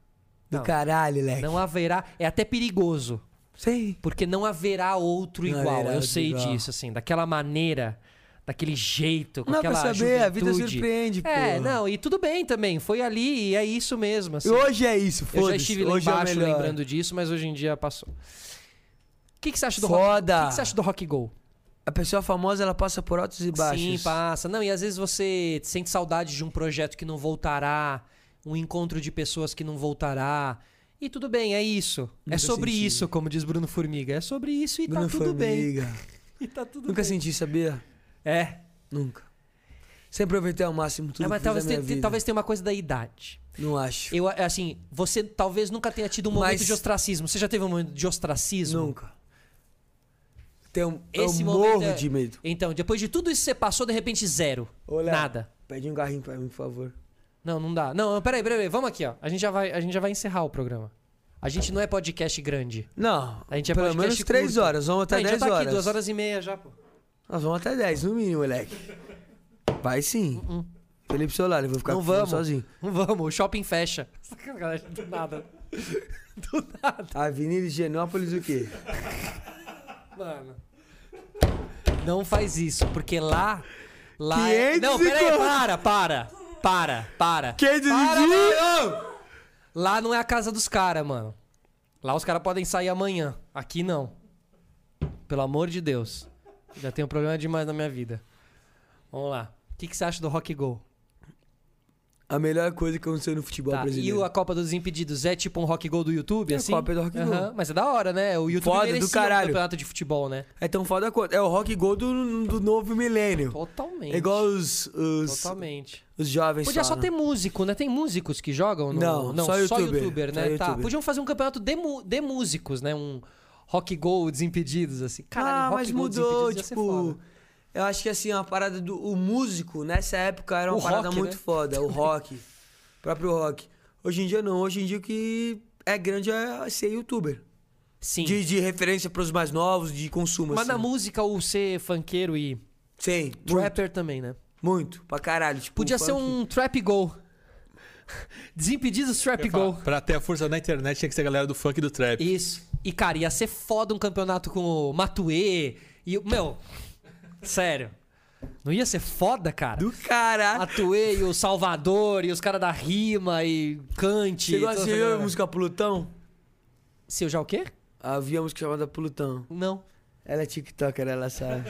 C: Do
A: Não.
C: caralho, Leque.
A: Não haverá. É até perigoso.
C: Sei.
A: Porque não haverá outro
C: Não
A: igual.
C: haverá
A: eu
C: outro
A: sei
C: igual.
A: disso, assim, daquela maneira, daquele jeito, com
C: Não dá pra
A: aquela
C: saber, a vida
A: juventude.
C: surpreende, pô.
A: É, não, e tudo bem também. Foi ali e é isso mesmo, assim.
C: E hoje é isso,
A: Eu
C: foda-se.
A: já estive lá
C: hoje
A: embaixo
C: é o melhor.
A: lembrando disso, mas hoje em dia passou. O que, que você acha do
C: Foda.
A: Rock? O que, que você acha do Rock Go?
C: A pessoa famosa, ela passa por altos e baixos.
A: Sim, passa. Não, e às vezes você sente saudade de um projeto que não voltará, um encontro de pessoas que não voltará. E tudo bem, é isso. é
C: Nunca
A: sobre
C: senti.
A: isso, como diz Bruno Formiga. É sobre isso e
C: Bruno
A: tá tudo bem.
C: Formiga.
A: E tá tudo
C: Nunca
A: bem.
C: senti, sabia?
A: É.
C: Nunca. Sempre aproveitei ao máximo tudo
A: É, mas
C: que
A: talvez,
C: talvez fiz na minha
A: te- te-
C: vida.
A: talvez tenha uma coisa da idade.
C: Não acho.
A: Eu, assim, você talvez nunca tenha tido um momento
C: Mas-
A: de ostracismo. Você já teve um momento de ostracismo?
C: Nunca. Tenho,
A: Esse
C: eu
A: momento
C: morro
A: é-
C: de medo.
A: Então, depois de tudo isso que você passou, de repente, zero.
G: Ô, Léo,
A: Nada.
C: Pede um garrinho pra mim, por favor.
A: Não, não dá. Não, peraí, peraí, peraí. Vamos aqui, ó. A gente, já vai, a gente já vai encerrar o programa. A gente não é podcast grande.
C: Não,
A: A gente é
C: pelo
A: podcast
C: menos três
A: curto.
C: horas, vamos
A: Não,
C: até
A: a gente
C: Tá dez
A: já tá
C: horas.
A: aqui, duas horas e meia já, pô.
C: Nós vamos até 10, no mínimo, moleque. Vai sim. Felipe Solari, eu vou ficar
A: Uh, Não
C: falando
A: vamos.
C: Tá sozinho.
A: Não vamos, o shopping fecha. Sacanagem, do nada. Do nada.
C: Avenida Higienópolis, o quê?
A: Mano. Não faz isso, porque lá. Lá. É...
C: 500
A: Não,
C: e
A: peraí,
C: quanto?
A: para, para. Para, para.
C: Quem desistiu?
A: Lá não é a casa dos caras, mano. Lá os caras podem sair amanhã. Aqui não. Pelo amor de Deus. Já tenho problema demais na minha vida. Vamos lá. O que, que você acha do Rock Go?
C: A melhor coisa que aconteceu no futebol
A: Tá, E
C: É brasileiro.
A: o- a Copa dos Impedidos é tipo um Rock Go do YouTube,
C: É a
A: assim?
C: Copa do Rock Go.
A: Aham, Mas é da hora, né? O YouTube
C: Foda do
A: merecia um
C: caralho.
A: campeonato de futebol, né?
C: É tão foda quanto. É o rock gol do, do novo milênio.
A: Totalmente.
C: É igual os, os,
A: Totalmente.
C: os jovens
A: Podia só
C: falam.
A: ter músico, né? Tem músicos que jogam? No...
C: Não, só youtuber,
A: né?
C: só
A: Tá.
C: youtuber.
A: Podiam fazer um campeonato de, mu- de músicos, né? Um rock go desimpedidos, assim. Caralho,
C: ah,
A: rock
C: mas
A: Go
C: mudou,
A: Desimpedidos ia ser foda.
C: tipo. Eu acho que assim, a parada do. O músico, nessa época, era uma
A: O
C: parada
A: rock,
C: muito
A: né?
C: foda. O rock. o próprio rock. Hoje em dia não. Hoje em dia o que é grande é ser youtuber.
A: Sim.
C: De, de referência pros mais novos, de consumo.
A: Mas
C: assim.
A: na música, o ser funkeiro e
C: Sim, muito,
A: trapper também, né?
C: muito. Pra caralho. Tipo,
A: Podia ser
C: funk.
A: um trap go. Desimpedidos trap go.
D: Pra ter a força na internet tinha que ser a galera do funk e do trap.
A: Isso. E, cara, ia ser foda um campeonato com o Matuê e o... Meu, sério. Não ia ser foda, cara?
C: Do caralho.
A: Atuei, o Salvador e os caras da Rima e Cante.
C: Você gosta
A: toda essa
C: de ouvir a
A: galera.
C: assim, música Plutão?
A: Seu já o quê?
C: Havia uma música chamada Plutão.
A: Não.
C: Ela é TikToker, ela sabe.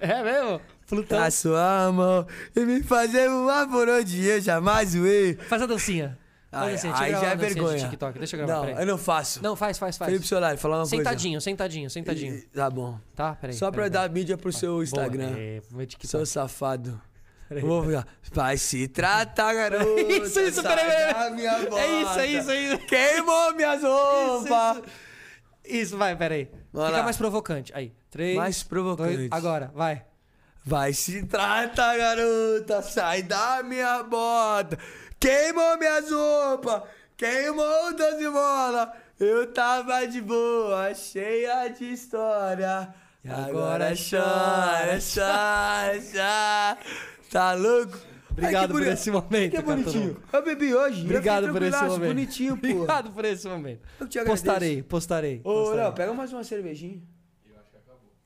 A: É mesmo? Plutão.
C: Na sua mão e me fazer voar por onde eu jamais zoei.
A: Faz a dancinha. Faz a
C: Aí,
A: dancinha. Deixa eu gravar
C: aí já é
A: uma dancinha de
C: vergonha.
A: TikTok. Deixa eu gravar,
C: Não,
A: peraí.
C: eu não faço.
A: Não, faz, faz, faz.
C: Felipe Solari, falar uma
A: sentadinho, sentadinho,
C: coisa.
A: sentadinho.
C: Tá bom.
A: Tá, peraí.
C: Só pra
A: peraí,
C: dar mídia pro seu
A: peraí.
C: Instagram.
A: Boa. É, meu TikTok.
C: Seu safado. Vou ficar. Vai se tratar, garoto.
A: Isso, isso, peraí, peraí.
C: sai da minha
A: É isso,
C: bota.
A: é isso, é isso.
C: Queimou minhas roupas.
A: Isso, vai, peraí.
C: Vamos
A: Fica
C: lá.
A: mais provocante. Aí. Três.
C: Mais provocante.
A: dois, agora, vai.
C: Vai se tratar, garota. Sai da minha bota. Queimou minhas roupas. Queimou doze bola. Eu tava de boa, cheia de história. E agora chora, chora, chora. Tá louco?
A: Obrigado por
C: boni-
A: esse momento,
C: Que bonitinho.
A: Catolão.
C: Eu bebi hoje.
A: Obrigado
C: eu
A: por
C: fiquei
A: esse
C: tranquilaço,
A: momento.
C: bonitinho, pô.
A: Obrigado por esse momento.
C: Eu te agradeço.
A: Postarei, postarei.
C: Ô,
A: postarei.
C: Léo, pega mais uma cervejinha.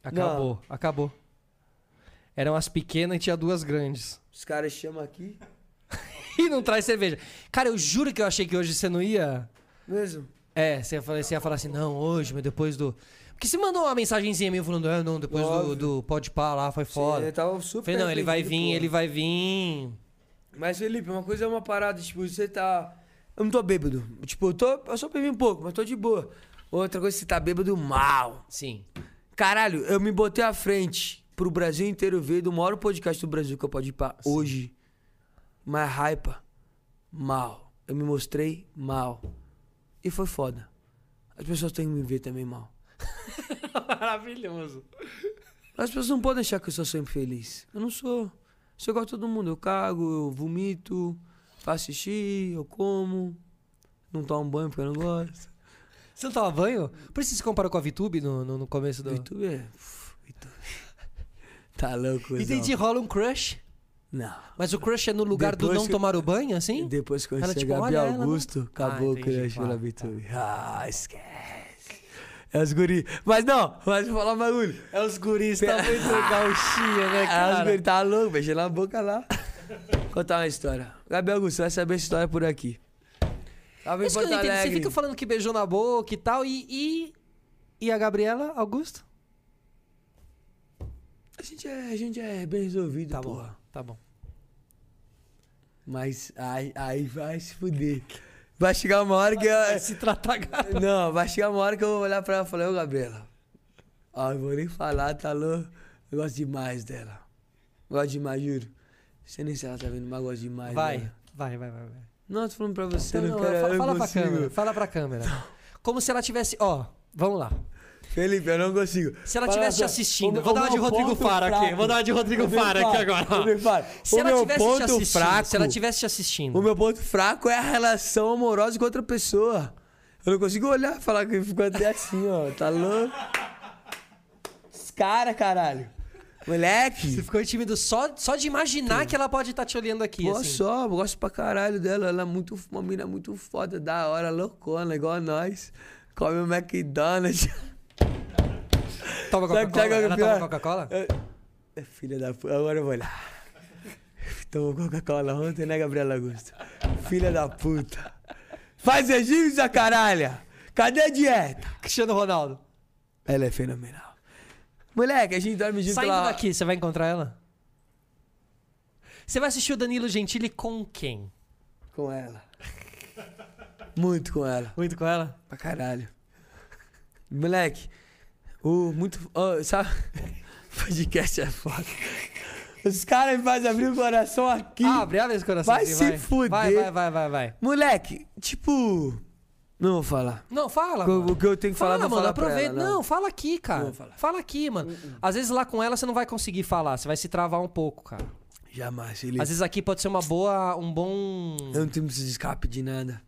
A: Acabou, acabou. Eram as pequenas e tinha duas grandes.
C: Os caras chamam aqui.
A: E não traz cerveja. Cara, eu juro que eu achei que hoje você não ia.
C: Mesmo?
A: É, você ia falar, você ia falar assim, não, hoje, mas depois do. Porque você mandou uma mensagenzinha minha falando, ah, não, depois do,
C: Óbvio.
A: do pode pá lá, foi
C: Eu
A: foda.
C: tava super
A: Falei, não, ele vai
C: arrependido,
A: vir,
C: pô.
A: ele vai vir.
C: Mas, Felipe, uma coisa é uma parada, tipo, você tá. Eu não tô bêbado. Tipo, eu, tô... eu só bebi um pouco, mas tô de boa. Outra coisa, você tá bêbado mal.
A: Sim.
C: Caralho, eu me botei à frente pro Brasil inteiro ver do maior podcast do Brasil que eu pode ir pra hoje. Mas raipa, mal. Eu me mostrei mal. E foi foda. As pessoas têm que me ver também mal.
A: Maravilhoso.
C: As pessoas não podem achar que eu sou sempre feliz. Eu não sou. Sou igual a todo mundo. Eu cago, eu vomito, faço xixi, eu como. Não tomo banho porque eu não gosto.
A: Você não tava banho? Por isso você se comparou com a VTube no, no, no começo do.
C: YouTube é. pff, YouTube. Tá louco, cuzão.
A: Entendi, rola um crush.
C: Não.
A: Mas o crush é no lugar do
C: Depois
A: não
C: que-
A: tomar o banho, assim?
C: Depois que eu
A: Ela,
C: conheci
A: tipo,
C: a Gabi
A: olha ela, né?
C: Augusto, acabou o
A: entendi,
C: crush
A: claro,
C: pela Vitube. Ah, esquece. É os guri. Mas não, mas vou falar um bagulho.
A: É os guris, tá muito gauchinha, né,
C: Ah, os
A: cara?
C: guri tá louco, beijei na boca lá. Contar uma história. Gabi Augusto, você vai saber essa história por aqui. Tava em
A: Isso que eu
C: Porto
A: não entendi. Você
C: Alegre.
A: fica falando que beijou na boca e tal, e. E, e a Gabriela, Augusto?
C: A gente é, a gente é bem resolvido,
A: Tá bom,
C: porra.
A: tá bom.
C: Mas aí, aí vai se fuder. Vai chegar uma hora que eu...
A: Se tratar gato.
C: Não, vai chegar uma hora que eu vou olhar pra ela e falar, ô Gabriela, ó, eu vou nem falar, tá louco? Eu gosto demais dela. Gosto demais, juro. Você nem sei se ela tá vendo, mas eu gosto demais
A: Vai,
C: dela.
A: vai, vai, vai. vai.
C: Não, tô falando pra você,
A: Então,
C: não,
A: não,
C: quero,
A: fa-
C: eu
A: fala
C: não
A: pra câmera,
C: consigo.
A: fala pra câmera. Como se ela tivesse. Ó, vamos lá.
C: Felipe, eu não consigo.
A: Se ela
C: Fala
A: tivesse te
C: só,
A: assistindo,
C: o
A: vou dar uma
C: meu
A: de Rodrigo
C: ponto
A: Fara aqui,
C: fraco-
A: vou dar uma de Rodrigo
C: Rodrigo
A: Fara aqui agora.
C: Rodrigo Fara.
A: Se
C: o
A: ela
C: meu
A: tivesse te
C: ponto
A: assistindo,
C: fraco,
A: se ela tivesse te assistindo.
C: O meu ponto fraco é a relação amorosa com outra pessoa. Eu não consigo olhar e falar que ficou até assim, ó. Tá louco? Os Cara, caralho.
A: Você
C: Moleque.
A: ficou tímido só, só de imaginar que ela pode estar te olhando aqui.
C: Pô,
A: assim.
C: só, eu gosto pra caralho dela. Ela é muito, uma mina muito foda, da hora, loucona, igual a nós. Come o McDonald's.
A: Toma
C: Sabe-
A: Coca-Cola.
C: sabe qual que é o
A: Ela toma
C: pior?
A: Coca-Cola?
C: É, Filha da puta, agora eu vou olhar. Tomou Coca-Cola ontem, né, Gabriela Augusto? Filha da puta. Faz regime, essa caralha! Cadê a dieta?
A: É. Cristiano Ronaldo.
C: Ela é fenomenal. Moleque, a gente dorme junto
A: Saindo
C: lá.
A: daqui, você vai encontrar ela? Você vai assistir o Danilo Gentili com quem?
C: Com ela. Muito com ela.
A: Muito com ela?
C: Pra caralho. Moleque, o muito. ó, sabe? Podcast é foda. Os caras me fazem abrir o coração aqui.
A: Ah, abre, abre esse coração.
C: Vai
A: aqui,
C: se
A: vai.
C: fuder.
A: Vai, vai, vai, vai, vai.
C: Moleque, tipo. Não vou falar.
A: Não, fala.
C: O-
A: mano.
C: o que eu tenho que falar,
A: Fala,
C: vou
A: mano,
C: falar pra
A: aproveita.
C: ela, não.
A: Não, fala aqui, cara.
C: Vou falar.
A: Fala Hum, aqui, mano. Às vezes lá com ela você não vai conseguir falar, você vai se travar um pouco, cara.
C: Jamais, Felipe.
A: Às vezes aqui pode ser uma boa, um bom.
C: Eu não tenho preciso de escape de nada.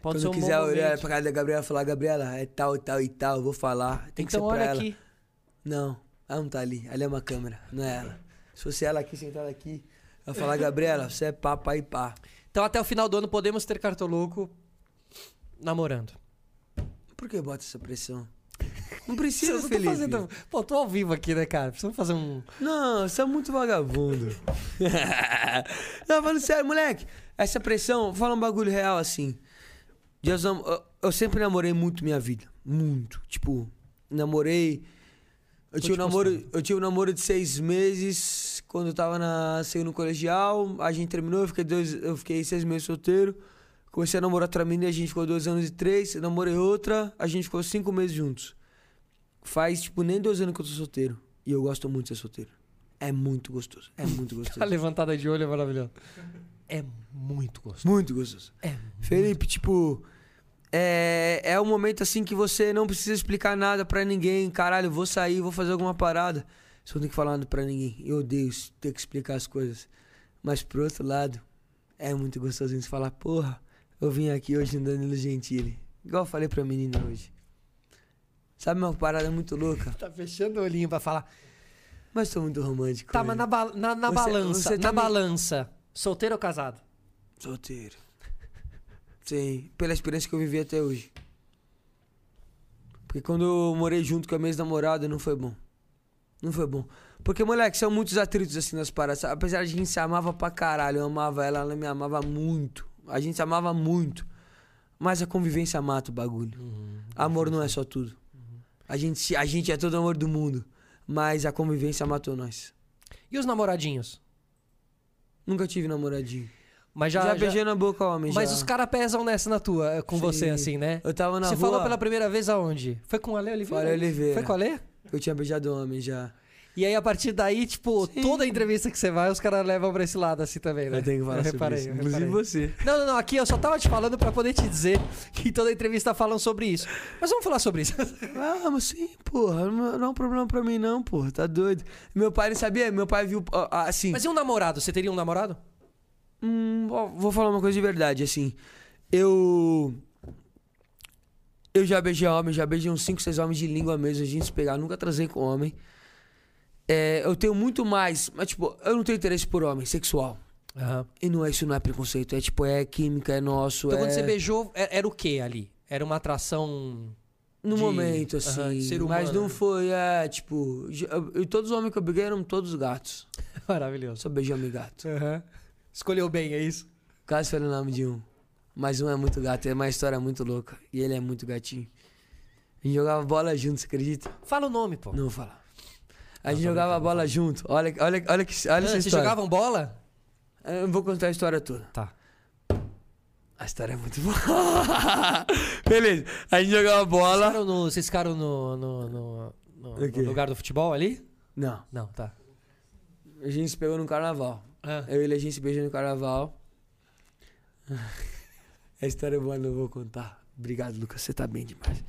A: Pode
C: Quando
A: ser
C: eu
A: um
C: quiser
A: bom
C: olhar
A: momento.
C: pra casa da Gabriela e falar, Gabriela, é tal, tal e tal, eu vou falar. Tem que
A: Então
C: ser pra
A: olha
C: ela.
A: aqui.
C: Não, ela não tá ali. Ali é uma câmera, não é ela. Se fosse ela aqui sentada aqui, eu ia falar, Gabriela, você é pá, pá e pá.
A: Então até o final do ano podemos ter cartoloco namorando.
C: Por que bota essa pressão? Não precisa,
A: Eu tô
C: Felipe.
A: fazendo- Pô, tô ao vivo aqui, né, cara? Precisamos fazer um.
C: Não, você é muito vagabundo. não, falando sério, moleque. Essa pressão, fala um bagulho real assim. Deus am- eu, eu sempre namorei muito minha vida. Muito. Tipo, namorei. Eu tinha, um namoro, eu tinha um namoro de seis meses quando eu tava na, segundo colegial. A gente terminou, eu fiquei, dois, eu fiquei seis meses solteiro. Comecei a namorar outra menina, a gente ficou dois anos e três. Eu namorei outra, a gente ficou cinco meses juntos. Faz, tipo, nem dois anos que eu tô solteiro. E eu gosto muito de ser solteiro. É muito gostoso. É muito
A: A
C: gostoso.
A: levantada de olho é maravilhosa. É muito gostoso.
C: muito gostoso.
A: É
C: Felipe, tipo. É, é um momento assim que você não precisa explicar nada pra ninguém. Caralho, vou sair, vou fazer alguma parada. Você não tem que falar nada pra ninguém. Eu odeio isso, ter que explicar as coisas. Mas por outro lado, é muito gostosinho você falar, porra, eu vim aqui hoje no Danilo Gentili. Igual eu falei pra menina hoje. Sabe uma parada muito louca?
A: Tá fechando o olhinho pra falar.
C: Mas tô muito romântico.
A: Tá,
C: hoje.
A: mas na, ba- na, na
C: Você-
A: balança.
C: você
A: na
C: também-
A: balança. Solteiro ou casado?
C: Solteiro. Sim, pela experiência que eu vivi até hoje. Porque quando eu morei junto com a minha ex-namorada, não foi bom. Não foi bom. Porque, moleque, são muitos atritos assim nas paradas. Apesar de a gente se amava pra caralho, eu amava ela, ela me amava muito. A gente se amava muito. Mas a convivência mata o bagulho.
A: Uhum,
C: Amor não é só tudo. A gente, se- a gente é todo amor do mundo. Mas a convivência matou nós.
A: E os namoradinhos?
C: Nunca tive namoradinho.
A: Mas já.
C: Já,
A: já-
C: beijei na boca, homem.
A: Mas
C: já.
A: os caras pesam nessa na tua, eh, com você,
C: Sim.
A: assim, né?
C: Eu tava na
A: Você
C: rua.
A: falou pela primeira vez aonde? Foi com o Ale Oliveira?
C: Ale Oliveira.
A: Foi com o Ale?
C: Eu tinha beijado homem já.
A: E aí, a partir daí, tipo, toda entrevista que você vai, os caras levam pra esse lado assim também, né?
C: Eu tenho que falar sobre
A: reparei,
C: isso.
A: eu
C: Inclusive
A: reparei.
C: você.
A: Não, não, não, aqui eu só tava te falando pra poder te dizer que toda entrevista falam sobre isso. Mas vamos falar sobre isso.
C: Ah, mas sim, porra. Não não é um problema pra mim, não, porra. Tá doido. Meu pai não sabia. Meu pai viu. ah, ah, Assim.
A: Mas e um namorado? Você teria um namorado?
C: Hum, ó, vou falar uma coisa de verdade, assim. Eu. Eu já beijei homem, já beijei uns 5, 6 homens de língua mesmo, a gente se pegar, nunca transei com homem. É, eu tenho muito mais, mas tipo, eu não tenho interesse por homem sexual.
A: Aham.
C: E não é isso, não é preconceito, é tipo, é química, é nosso.
A: Então,
C: é...
A: quando você beijou, é- era o que ali? Era uma atração.
C: No
A: de-
C: momento, assim.
A: aham, de ser
C: mas
A: humano,
C: não
A: né?
C: foi, é, tipo. já- eu- todos os homens que eu beijei eram todos gatos.
A: Maravilhoso.
C: Só beijei homem gato.
A: Escolheu bem, é isso?
C: Cássio era o nome de um. Mas um é muito gato, é uma história muito louca. E ele é muito gatinho. A gente jogava bola junto, você acredita?
A: Fala o nome, pô.
C: Não vou falar. A
A: tá
C: gente jogava bola junto. Olha, olha, olha, que, olha
A: Ah,
C: essa
A: vocês
C: história.
A: jogavam bola?
C: Eu vou contar a história toda.
A: Tá.
C: A história é muito boa. Beleza. A gente jogava
A: Vocês
C: bola.
A: ficaram no, vocês ficaram no, no- no- no-
C: O quê?
A: no lugar do futebol ali?
C: Não.
A: Não, tá.
C: A gente se pegou no carnaval.
A: É.
C: Eu e ele a gente se beijou no carnaval. A história é boa, não vou contar. Obrigado, Lucas. Você tá bem demais.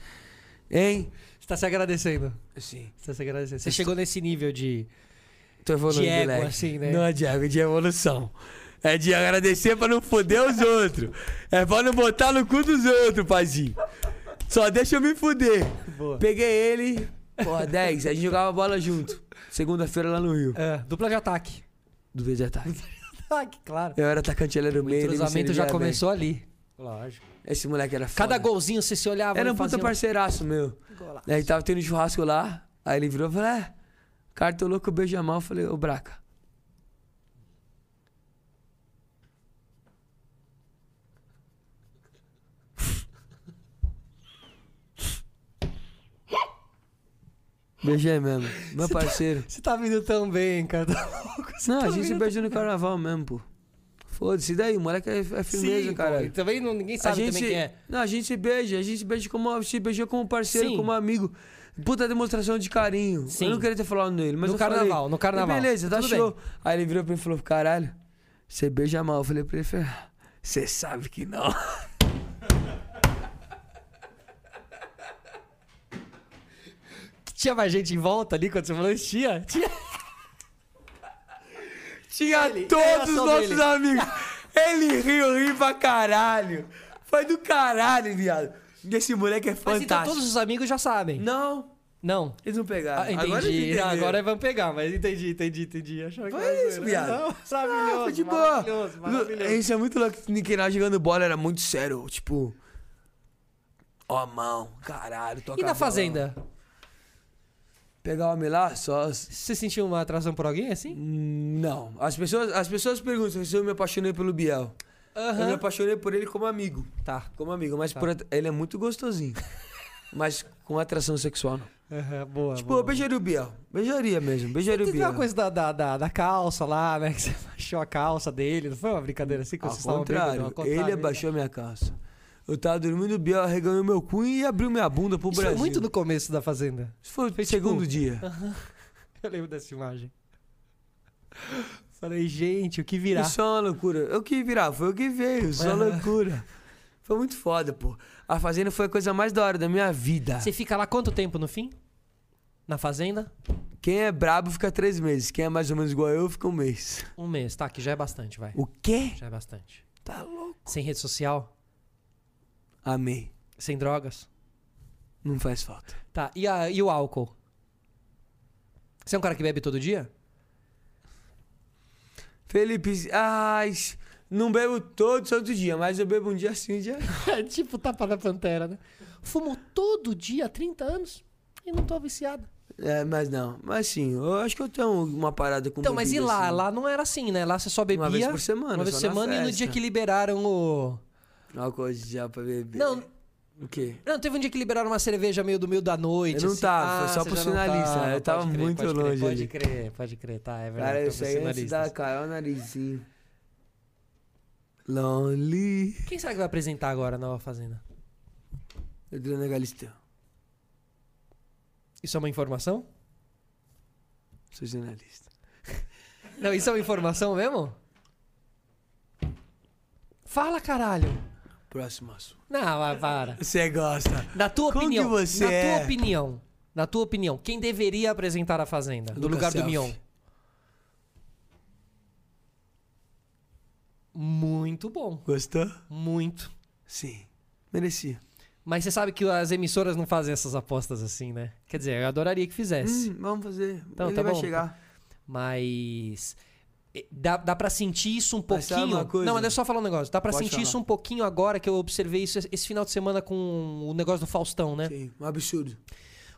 C: Hein?
A: Você tá se agradecendo.
C: Sim.
A: Você tá se agradecendo. Você chegou nesse nível de.
C: Tô evoluindo,
A: Diego,
C: moleque.
A: assim, né?
C: Não é Diego, é de evolução. É de agradecer pra não foder os outros. É pra não botar no cu dos outros, pazinho. Só deixa eu me foder. Peguei ele, porra, 10. A gente jogava bola junto. Segunda-feira lá no Rio.
A: É, dupla de ataque.
C: Do vídeo de ataque.
A: Ataque, claro.
C: Eu era atacante, ele era o
A: O
C: meio. ele me
A: entrosamento já
C: servia bem.
A: começou ali. Lógico.
C: Esse moleque era foda.
A: Cada golzinho você se olhava.
C: Era
A: e
C: um puta
A: fazia
C: parceiraço meu. Aí tava tendo um churrasco lá, aí ele virou e falou: É, cara, tô louco, beija mal. Eu falei: Ô, Braca. Beijei mesmo, meu parceiro.
A: Você tá vindo tão bem, cara. Tá
C: Não, a gente se beijou no carnaval mesmo, pô. Foda-se, e daí? O moleque é, é firmeza,
A: Sim, pô,
C: cara.
A: e Também não, ninguém
C: A
A: sabe
C: gente,
A: também quem é.
C: não, a gente se beija, a gente se beija como, se beijou como parceiro,
A: Sim.
C: como amigo. Puta demonstração de carinho.
A: Sim.
C: Eu não queria ter falado nele, mas
A: No
C: eu falei.
A: carnaval, no carnaval.
C: E beleza, tá
A: Tudo
C: show. Aí ele virou pra mim e falou: caralho, você beija mal. Eu falei pra ele: "Fer, você sabe que não.
A: Tinha mais gente em volta ali quando você falou isso? Tinha? Tinha.
C: Tinha
A: Ele-
C: todos
A: era
C: os
A: só
C: nossos
A: dele.
C: amigos. Ele riu, riu pra caralho. Foi do caralho, viado. Esse moleque é
A: Mas então
C: fantástico.
A: todos os amigos já sabem.
C: Não,
A: Não.
C: eles não pegaram.
A: Ah,
C: Agora eles
A: entendi. Ah,
C: entenderam.
A: Agora, vamos pegar, mas entendi, entendi, entendi. Achava que
C: Foi
A: era
C: isso,
A: zoeira.
C: viado.
A: Não,
C: Ah, foi
A: maravilhoso,
C: de boa.
A: maravilhoso,
C: Lu-
A: maravilhoso.
C: Isso é muito louco. Niquenal jogando bola era muito sério. Tipo. Ó, a mão, caralho, toca
A: E na
C: a bola.
A: fazenda?
C: Pegar o homem lá, só.
A: Você sentiu uma atração por alguém assim?
C: Hum, Não. As pessoas, as pessoas perguntam se eu me apaixonei pelo Biel. Eu me
A: Aham.
C: apaixonei por ele como amigo.
A: Tá.
C: Como amigo, mas por at- ele é muito gostosinho. mas com atração sexual, não.
A: Aham, boa.
C: Tipo,
A: boa.
C: eu beijaria o Biel. Beijaria mesmo, beijaria o
A: Teve
C: Biel.
A: uma coisa da, da, da, da calça lá, né? Que você baixou a calça dele. Não foi uma brincadeira assim que
C: Ao
A: vocês estavam bêbados?
C: contrário,
A: Ao né?
C: ele abaixou minha calça. Eu tava dormindo, o Biel arreganhou meu cu e abriu minha bunda pro
A: Isso foi
C: Brasil.
A: muito no começo da Fazenda.
C: Isso foi o
A: Foi, tipo,
C: segundo dia.
A: Eu lembro dessa imagem. Falei, gente, o que virá?
C: Isso é uma loucura. Eu que virar, foi o que veio. Isso
A: Uhum.
C: é uma loucura. Foi muito foda, pô. A Fazenda foi a coisa mais da hora da minha vida.
A: Você fica lá quanto tempo no fim? Na Fazenda?
C: Quem é brabo fica três meses. Quem é mais ou menos igual eu fica um mês.
A: Um mês, tá, que já é bastante, vai.
C: O quê?
A: Já é bastante.
C: Tá louco.
A: Sem rede social,
C: Amei.
A: sem drogas.
C: Não faz falta.
A: Tá, e, a- e o álcool? Você é um cara que bebe todo dia?
C: Felipe, ai, não bebo todo santo dia, mas eu bebo um dia sim, um dia.
A: tipo tapa da pantera, né? Fumo todo dia há 30 anos e não tô viciado.
C: É, mas não. Mas sim, eu acho que eu tenho uma parada com
A: Então, mas e
C: bebida,
A: lá?
C: assim.
A: Lá não era assim, né? Lá você só bebia.
C: Uma vez por semana,
A: Uma vez por
C: só na
A: semana e no
C: festa.
A: dia que liberaram o.
C: Álcool já pra beber.
A: Não,
C: O quê?
A: não, teve um dia que liberaram uma cerveja meio do meio da noite.
C: Eu não
A: assim.
C: tava, foi
A: Ah,
C: só
A: você
C: pro
A: já não
C: sinalista, eu
A: pode
C: tava
A: crer,
C: muito
A: pode
C: longe
A: Crer,
C: ali.
A: pode crer, pode crer, tá, é verdade.
C: Cara, eu
A: foi pro
C: saí antes
A: sinalista.
C: da Carol Narizinho. Lonely.
A: Quem será que vai apresentar agora a nova fazenda?
C: Adriana Galisteu.
A: Isso é uma informação?
C: Sou jornalista.
A: Não, isso é uma informação mesmo? Fala, caralho.
C: Próximo assunto.
A: Não, mas para.
C: Você gosta
A: Na tua
C: Como
A: opinião,
C: que você
A: na tua
C: é?
A: opinião, na tua opinião, quem deveria apresentar a Fazenda no
C: Lucas
A: lugar do
C: Selfie.
A: Mion? Muito bom,
C: Gostou?
A: muito.
C: Sim. Merecia.
A: Mas você sabe que as emissoras não fazem essas apostas assim, né? Quer dizer, eu adoraria que fizesse,
C: Hum, vamos fazer.
A: Então,
C: Ele
A: tá
C: vai
A: bom.
C: chegar.
A: mas eh, dá, dá para sentir isso um
C: Mas sabe
A: pouquinho.
C: uma coisa?
A: Não, mas é só falar um negócio. Dá pra
C: Pode
A: sentir
C: falar.
A: isso um pouquinho agora que eu observei isso esse final de semana com o negócio do Faustão, né?
C: Sim, um absurdo.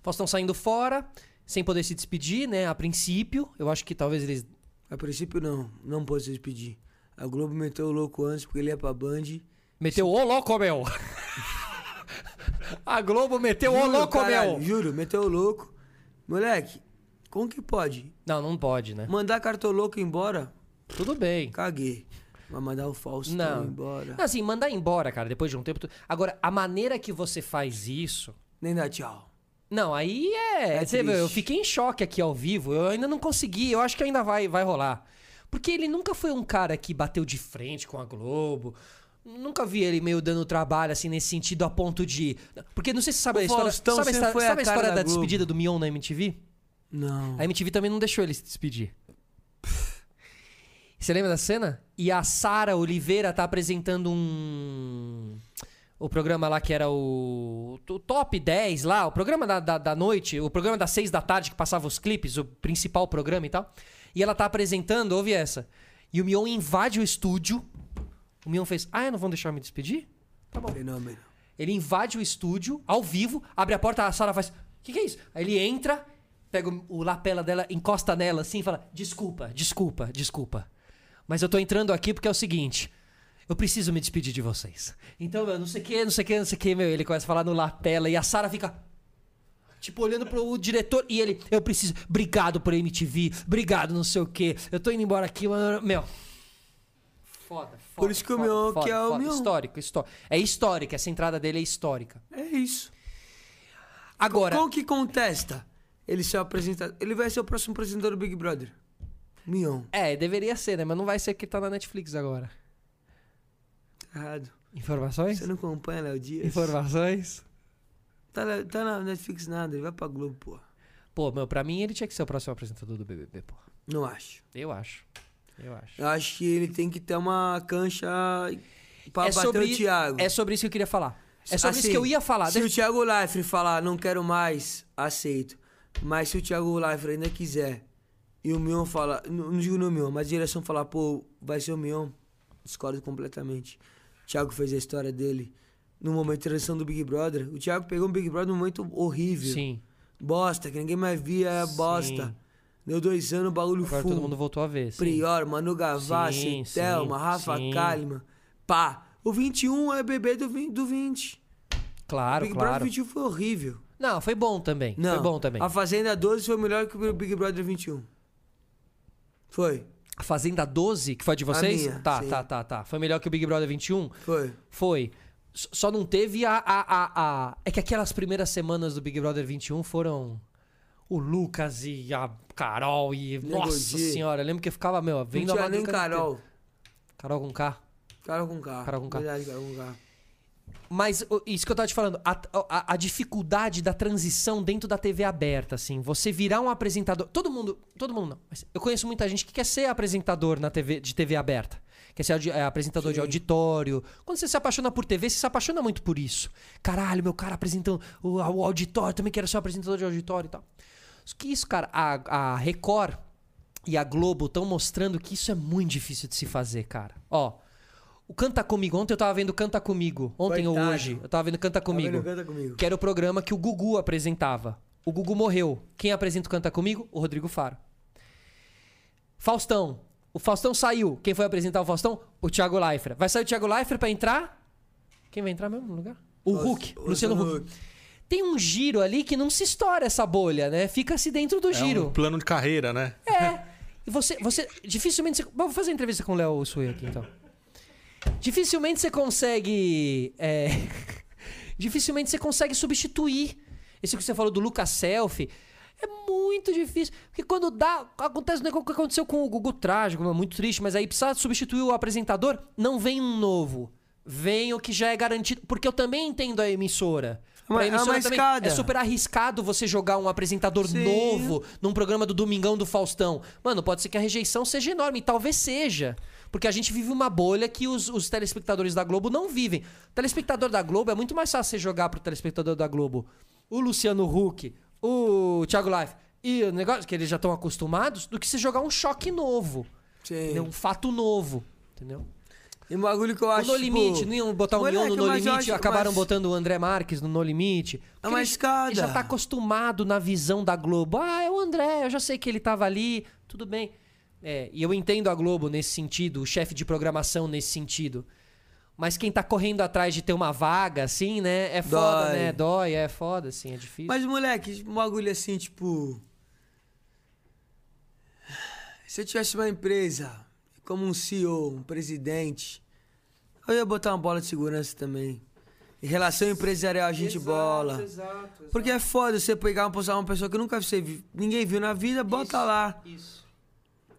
A: Faustão saindo fora, sem poder se despedir, né? A princípio. Eu acho que talvez eles.
C: A princípio, não. Não posso despedir. A Globo meteu o louco antes porque ele ia pra Band.
A: Meteu o louco, meu! A Globo meteu o louco,
C: caralho,
A: meu!
C: Juro, meteu o louco. Moleque, como que pode?
A: Não, não pode, né?
C: Mandar cartoloco embora?
A: Tudo bem.
C: Caguei. Vai mandar o Faustão
A: Não.
C: embora.
A: Assim, mandar embora, cara, depois de um tempo. tu- Agora, a maneira que você faz isso.
C: Nem dá tchau.
A: Não, aí é.
C: É
A: você vê, eu
C: triste.
A: fiquei em choque aqui ao vivo. Eu ainda não consegui. Eu acho que ainda vai, vai rolar. Porque ele nunca foi um cara que bateu de frente com a Globo. Nunca vi ele meio dando trabalho, assim, nesse sentido, a ponto de. Porque não sei se você sabe
C: Ô,
A: a história.
C: Faustão,
A: sabe a
C: você
A: história,
C: foi a
A: sabe a
C: cara
A: história da,
C: da Globo.
A: despedida do Mion na MTV?
C: Não.
A: A MTV também não deixou ele se despedir. Você lembra da cena? E a Sara Oliveira tá apresentando um. O programa lá que era o. o top 10 lá, o programa da, da, da noite, o programa das 6 da tarde que passava os clipes, o principal programa e tal. E ela tá apresentando, ouve essa. E o Mion invade o estúdio. O Mion fez, ah, não vão deixar eu me despedir?
C: Tá Fenômeno.
A: Ele invade o estúdio, ao vivo, abre a porta, a Sara faz. O que, que é isso? Aí ele entra, pega o- o lapela dela, encosta nela assim e fala: Desculpa, desculpa, desculpa. Mas eu tô entrando aqui porque é o seguinte. Eu preciso me despedir de vocês. Então, meu, não sei o que, não sei o que, não sei o que, meu. Ele começa a falar no lapela e a Sara fica. Tipo, olhando pro diretor e ele, eu preciso. Obrigado por MTV, obrigado, não sei o que. Eu tô indo embora aqui, mano. Meu. Foda, foda.
C: Por isso que o
A: foda,
C: meu-
A: foda,
C: que é o
A: foda.
C: meu.
A: Histórico, histórico. É histórica, essa entrada dele é histórica.
C: É isso.
A: Agora,
C: Como que contesta? Ele ser o apresentador. Ele vai ser o próximo apresentador do Big Brother. Mion.
A: é, deveria ser, né? Mas não vai ser que tá na Netflix agora.
C: Tá errado.
A: Informações?
C: Você não acompanha Léo Dias?
A: Informações?
C: Tá, lá- tá na Netflix nada, ele vai pra Globo, pô.
A: Pô, meu, pra mim ele tinha que ser o próximo apresentador do BBB, pô.
C: Não acho.
A: Eu acho. Eu acho.
C: Eu acho que ele tem que ter uma cancha pra
A: é,
C: bater
A: sobre,
C: o Thiago.
A: é sobre isso que eu queria falar. É sobre isso
C: Assim,
A: que eu ia falar.
C: Se
A: Deixa-
C: o Thiago Leifert falar, não quero mais, aceito. Mas se o Thiago Leifert ainda quiser, e o Mion falar, não não digo no Mion, mas a direção falar, pô, vai ser o Mion, discordo completamente. O Thiago fez a história dele no momento de transição do Big Brother. O Thiago pegou um Big Brother num momento horrível.
A: Sim.
C: Bosta, que ninguém mais via, era
A: Sim.
C: bosta. Deu dois anos, o bagulho
A: Agora
C: full.
A: todo mundo voltou a ver. sim.
C: Prior, Manu Gavassi,
A: Sim, sim,
C: Thelma, Rafa
A: sim.
C: Kalimann. Pá, o 21 é bebê do vin- do 20.
A: Claro,
C: Big Brother
A: claro.
C: 21 foi horrível.
A: Não, foi bom também.
C: Não.
A: Foi bom também.
C: A Fazenda 12 foi melhor que o Big Brother 21. Foi,
A: A Fazenda 12, que foi a de vocês?
C: minha,
A: tá,
C: sim.
A: tá, tá, tá. Foi melhor que o Big Brother 21?
C: foi.
A: Foi. S- Só não teve a, a, a, a- É que aquelas primeiras semanas do Big Brother 21 foram o Lucas e a Carol e.
C: Nego
A: Nossa
C: Di.
A: senhora, eu lembro que eu ficava, meu, vendo
C: não
A: a
C: tinha nem
A: madrugada inteira.
C: Carol.
A: Carol com K.
C: Carol com K.
A: Carol com K.
C: Verdade, Carol com K.
A: Mas o- isso que eu tava te falando, a, a- a dificuldade da transição dentro da TV aberta, assim, você virar um apresentador. Todo mundo, todo mundo não. mas eu conheço muita gente que quer ser apresentador na TV de TV aberta. Quer ser audi- é, apresentador de auditório. Quando você se apaixona por TV, você se apaixona muito por isso. Caralho, meu cara apresentando o, o auditório, também quero ser um apresentador de auditório e tal. Só Que isso, cara, a, a Record e a Globo estão mostrando que isso é muito difícil de se fazer, cara. Ó, o Canta Comigo, ontem eu tava vendo Canta Comigo. Ontem ou
C: Coitado.
A: hoje, eu tava vendo Canta Comigo.
C: vendo Canta Comigo?
A: Que era o programa que o Gugu apresentava. O Gugu morreu. Quem apresenta o Canta Comigo? O Rodrigo Faro. Faustão. O Faustão saiu. Quem foi apresentar o Faustão? O Thiago Leifert. Vai sair o Thiago Leifert pra entrar? Quem vai entrar mesmo no lugar? O Hulk,
C: O- o
A: Luciano Huck. Tem um giro ali que não se estoura essa bolha, né? Fica-se dentro do
D: É um
A: giro.
D: plano de carreira, né?
A: É. E você, você dificilmente. Você, Bom, vou fazer uma entrevista com o Léo Sui aqui, então. Dificilmente você consegue. é, dificilmente você consegue substituir. Isso que você falou do Lucas Selfie. É muito difícil. Porque quando dá. Acontece né, o negócio que aconteceu com o Gugu Trágico, é muito triste, mas aí precisa substituir o apresentador, não vem um novo. Vem o que já é garantido. Porque eu também entendo a emissora.
C: Uma-
A: Pra
C: é
A: emissora
C: uma
A: também
C: escada.
A: é super arriscado você jogar um apresentador novo num programa do Domingão do Faustão. Mano, pode ser que a rejeição seja enorme, e talvez seja. Porque a gente vive uma bolha que os, os telespectadores da Globo não vivem. O telespectador da Globo é muito mais fácil você jogar pro telespectador da Globo o Luciano Huck, o Thiago Life e o negócio que eles já estão acostumados do que você jogar um choque novo.
C: Sim.
A: entendeu? Um fato novo. Entendeu?
C: E um bagulho que eu
A: é O
C: acho.
A: No
C: tipo,
A: Limite, não iam botar o
C: moleque,
A: Mion no No
C: mas eu
A: Limite,
C: acho-
A: acabaram
C: mas- É
A: botando o André Marques no No Limite. Porque
C: uma
A: ele-
C: escada.
A: Ele já tá acostumado na visão da Globo. Ah, é o André, eu já sei que ele tava ali, tudo bem. É, e eu entendo a Globo nesse sentido, o chefe de programação nesse sentido. Mas quem tá correndo atrás de ter uma vaga, assim, né? É foda,
C: Dói.
A: né? Dói, é foda, assim, é difícil.
C: Mas, moleque, um bagulho assim, tipo. Se eu tivesse uma empresa, como um CEO, um presidente, eu ia botar uma bola de segurança também. Em relação empresarial, a gente bola.
E: Exato.
C: Porque é foda você pegar uma, pessoa- uma pessoa que nunca você vi- ninguém viu na vida, bota lá.
E: Isso.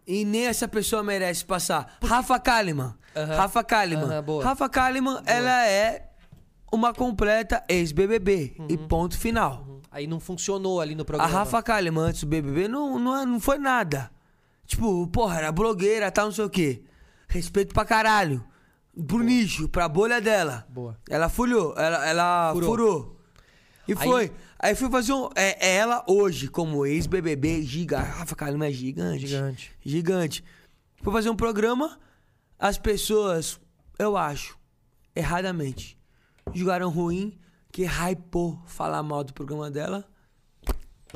C: E nem essa pessoa merece passar. Rafa Kalimann. Rafa Kalimann.
A: Aham, boa.
C: Rafa Kalimann, ela é uma completa ex-BBB. E ponto final.
A: Aí não funcionou ali no
C: A
A: programa.
C: Rafa Kalimann antes do BBB não, não, é- não foi nada. Tipo, porra, era blogueira, tal, não sei o quê. Respeito pra caralho. Pro nicho, pra bolha dela.
A: Boa.
C: Ela fulhou, ela, ela furou.
A: Furou.
C: E
A: Aí-
C: foi. Aí fui fazer um. É, é ela hoje, como ex-BBB, giga. Rafa Kalimann é gigante.
A: Gigante.
C: Gigante. Fui fazer um programa, as pessoas, eu acho, erradamente, julgaram ruim, que hypou falar mal do programa dela,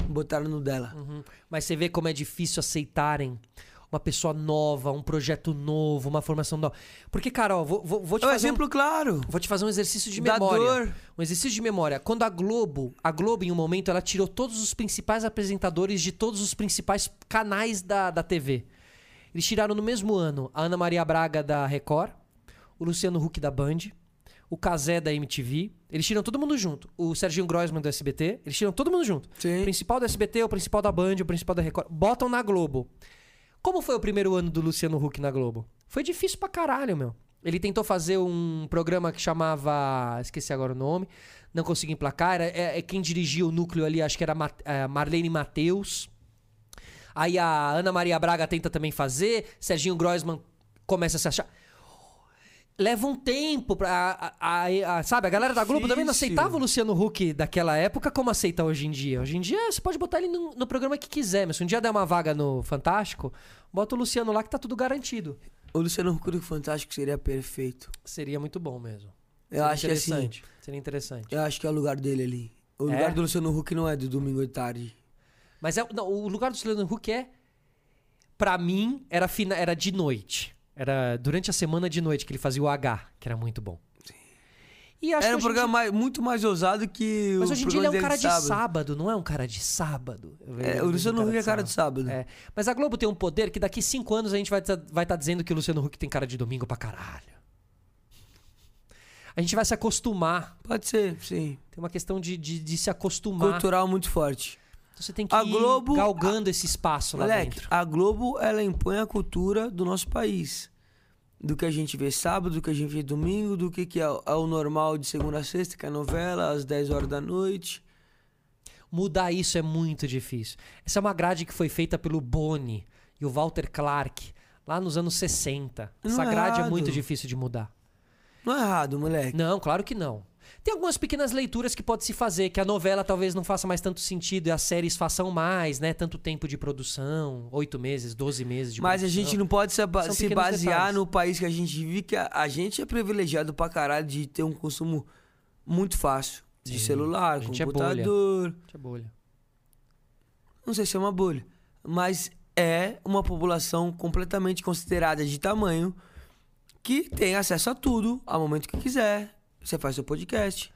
C: botaram no dela.
A: Uhum. Mas você vê como é difícil aceitarem uma pessoa nova, um projeto novo, uma formação nova. Porque, Carol, vou, vou- vou te
C: É um
A: fazer um-
C: exemplo claro.
A: Vou te fazer um exercício de
C: Da
A: memória.
C: dor.
A: Um exercício de memória. Quando a Globo, a Globo em um momento, ela tirou todos os principais apresentadores de todos os principais canais da, da TV. Eles tiraram no mesmo ano a Ana Maria Braga da Record, o Luciano Huck da Band, o Cazé da MTV. Eles tiram todo mundo junto. O Serginho Grossman do SBT. Eles tiram todo mundo junto.
C: Sim.
A: O principal do SBT, o principal da Band, o principal da Record. Botam na Globo. Como foi o primeiro ano do Luciano Huck na Globo? Foi difícil pra caralho, meu. Ele tentou fazer um programa que chamava. Esqueci agora o nome. Não consegui emplacar. Era, é, é quem dirigia o núcleo ali, acho que era Ma- é, Marlene Matheus. Aí a Ana Maria Braga tenta também fazer. Serginho Groisman começa a se achar. Leva um tempo pra. a- a- a- a- sabe, a galera da Globo também não
C: Difícil.
A: aceitava o Luciano Huck daquela época como aceita hoje em dia. Hoje em dia você pode botar ele no, no programa que quiser, mas se um dia der uma vaga no Fantástico, bota o Luciano lá que tá tudo garantido.
C: O Luciano Huck do Fantástico seria perfeito.
A: Seria muito bom mesmo.
C: Eu
A: Seria
C: acho que assim.
A: interessante. Seria interessante.
C: Eu acho que é o lugar dele ali. O
A: É?
C: lugar do Luciano Huck não é do domingo de tarde.
A: Mas é- não, o lugar do Luciano Huck é. Pra mim, era, fina, era de noite. Era durante a semana de noite que ele fazia o H, que era muito bom. E acho que
C: Era um
A: hoje em
C: programa mais- muito mais ousado que
A: Mas
C: o
A: hoje em dia ele é um
C: programa
A: cara
C: dele
A: de sábado. não é um cara de sábado. um
C: É, o Luciano Huck é cara de sábado.
A: É. Mas a Globo tem um poder que daqui cinco anos a gente vai estar dizendo que o Luciano Huck tem cara de domingo pra caralho. A gente vai se acostumar.
C: Pode ser, sim.
A: Tem uma questão de, de, de se acostumar.
C: Cultural muito forte.
A: Você tem que
C: A
A: ir
C: Globo-
A: galgando esse espaço lá
C: Moleque,
A: dentro.
C: a Globo, ela impõe a cultura do nosso país. Do que a gente vê sábado, do que a gente vê domingo, do que, que é, o- é o normal de segunda a sexta, que é a novela, às 10 horas da noite.
A: Mudar isso é muito difícil. Essa é uma grade que foi feita pelo Boni e o Walter Clark lá nos anos 60.
C: Não
A: Essa
C: é
A: grade é
C: errado.
A: muito difícil de mudar.
C: Não é errado, moleque.
A: Não, claro que não. Tem algumas pequenas leituras que pode se fazer, que a novela talvez não faça mais tanto sentido e as séries façam mais, né? Tanto tempo de produção, oito meses, doze meses de
C: Mas a
A: produção.
C: gente não pode se, aba-
A: São
C: se
A: pequenos
C: basear
A: detalhes.
C: no país que a gente vive, que a, a gente é privilegiado pra caralho de ter um consumo muito fácil. De celular,
A: a gente é
C: computador.
A: Deixa a bolha.
C: não sei se é uma bolha, mas é uma população completamente considerada de tamanho que tem acesso a tudo ao momento que quiser. Você faz seu podcast.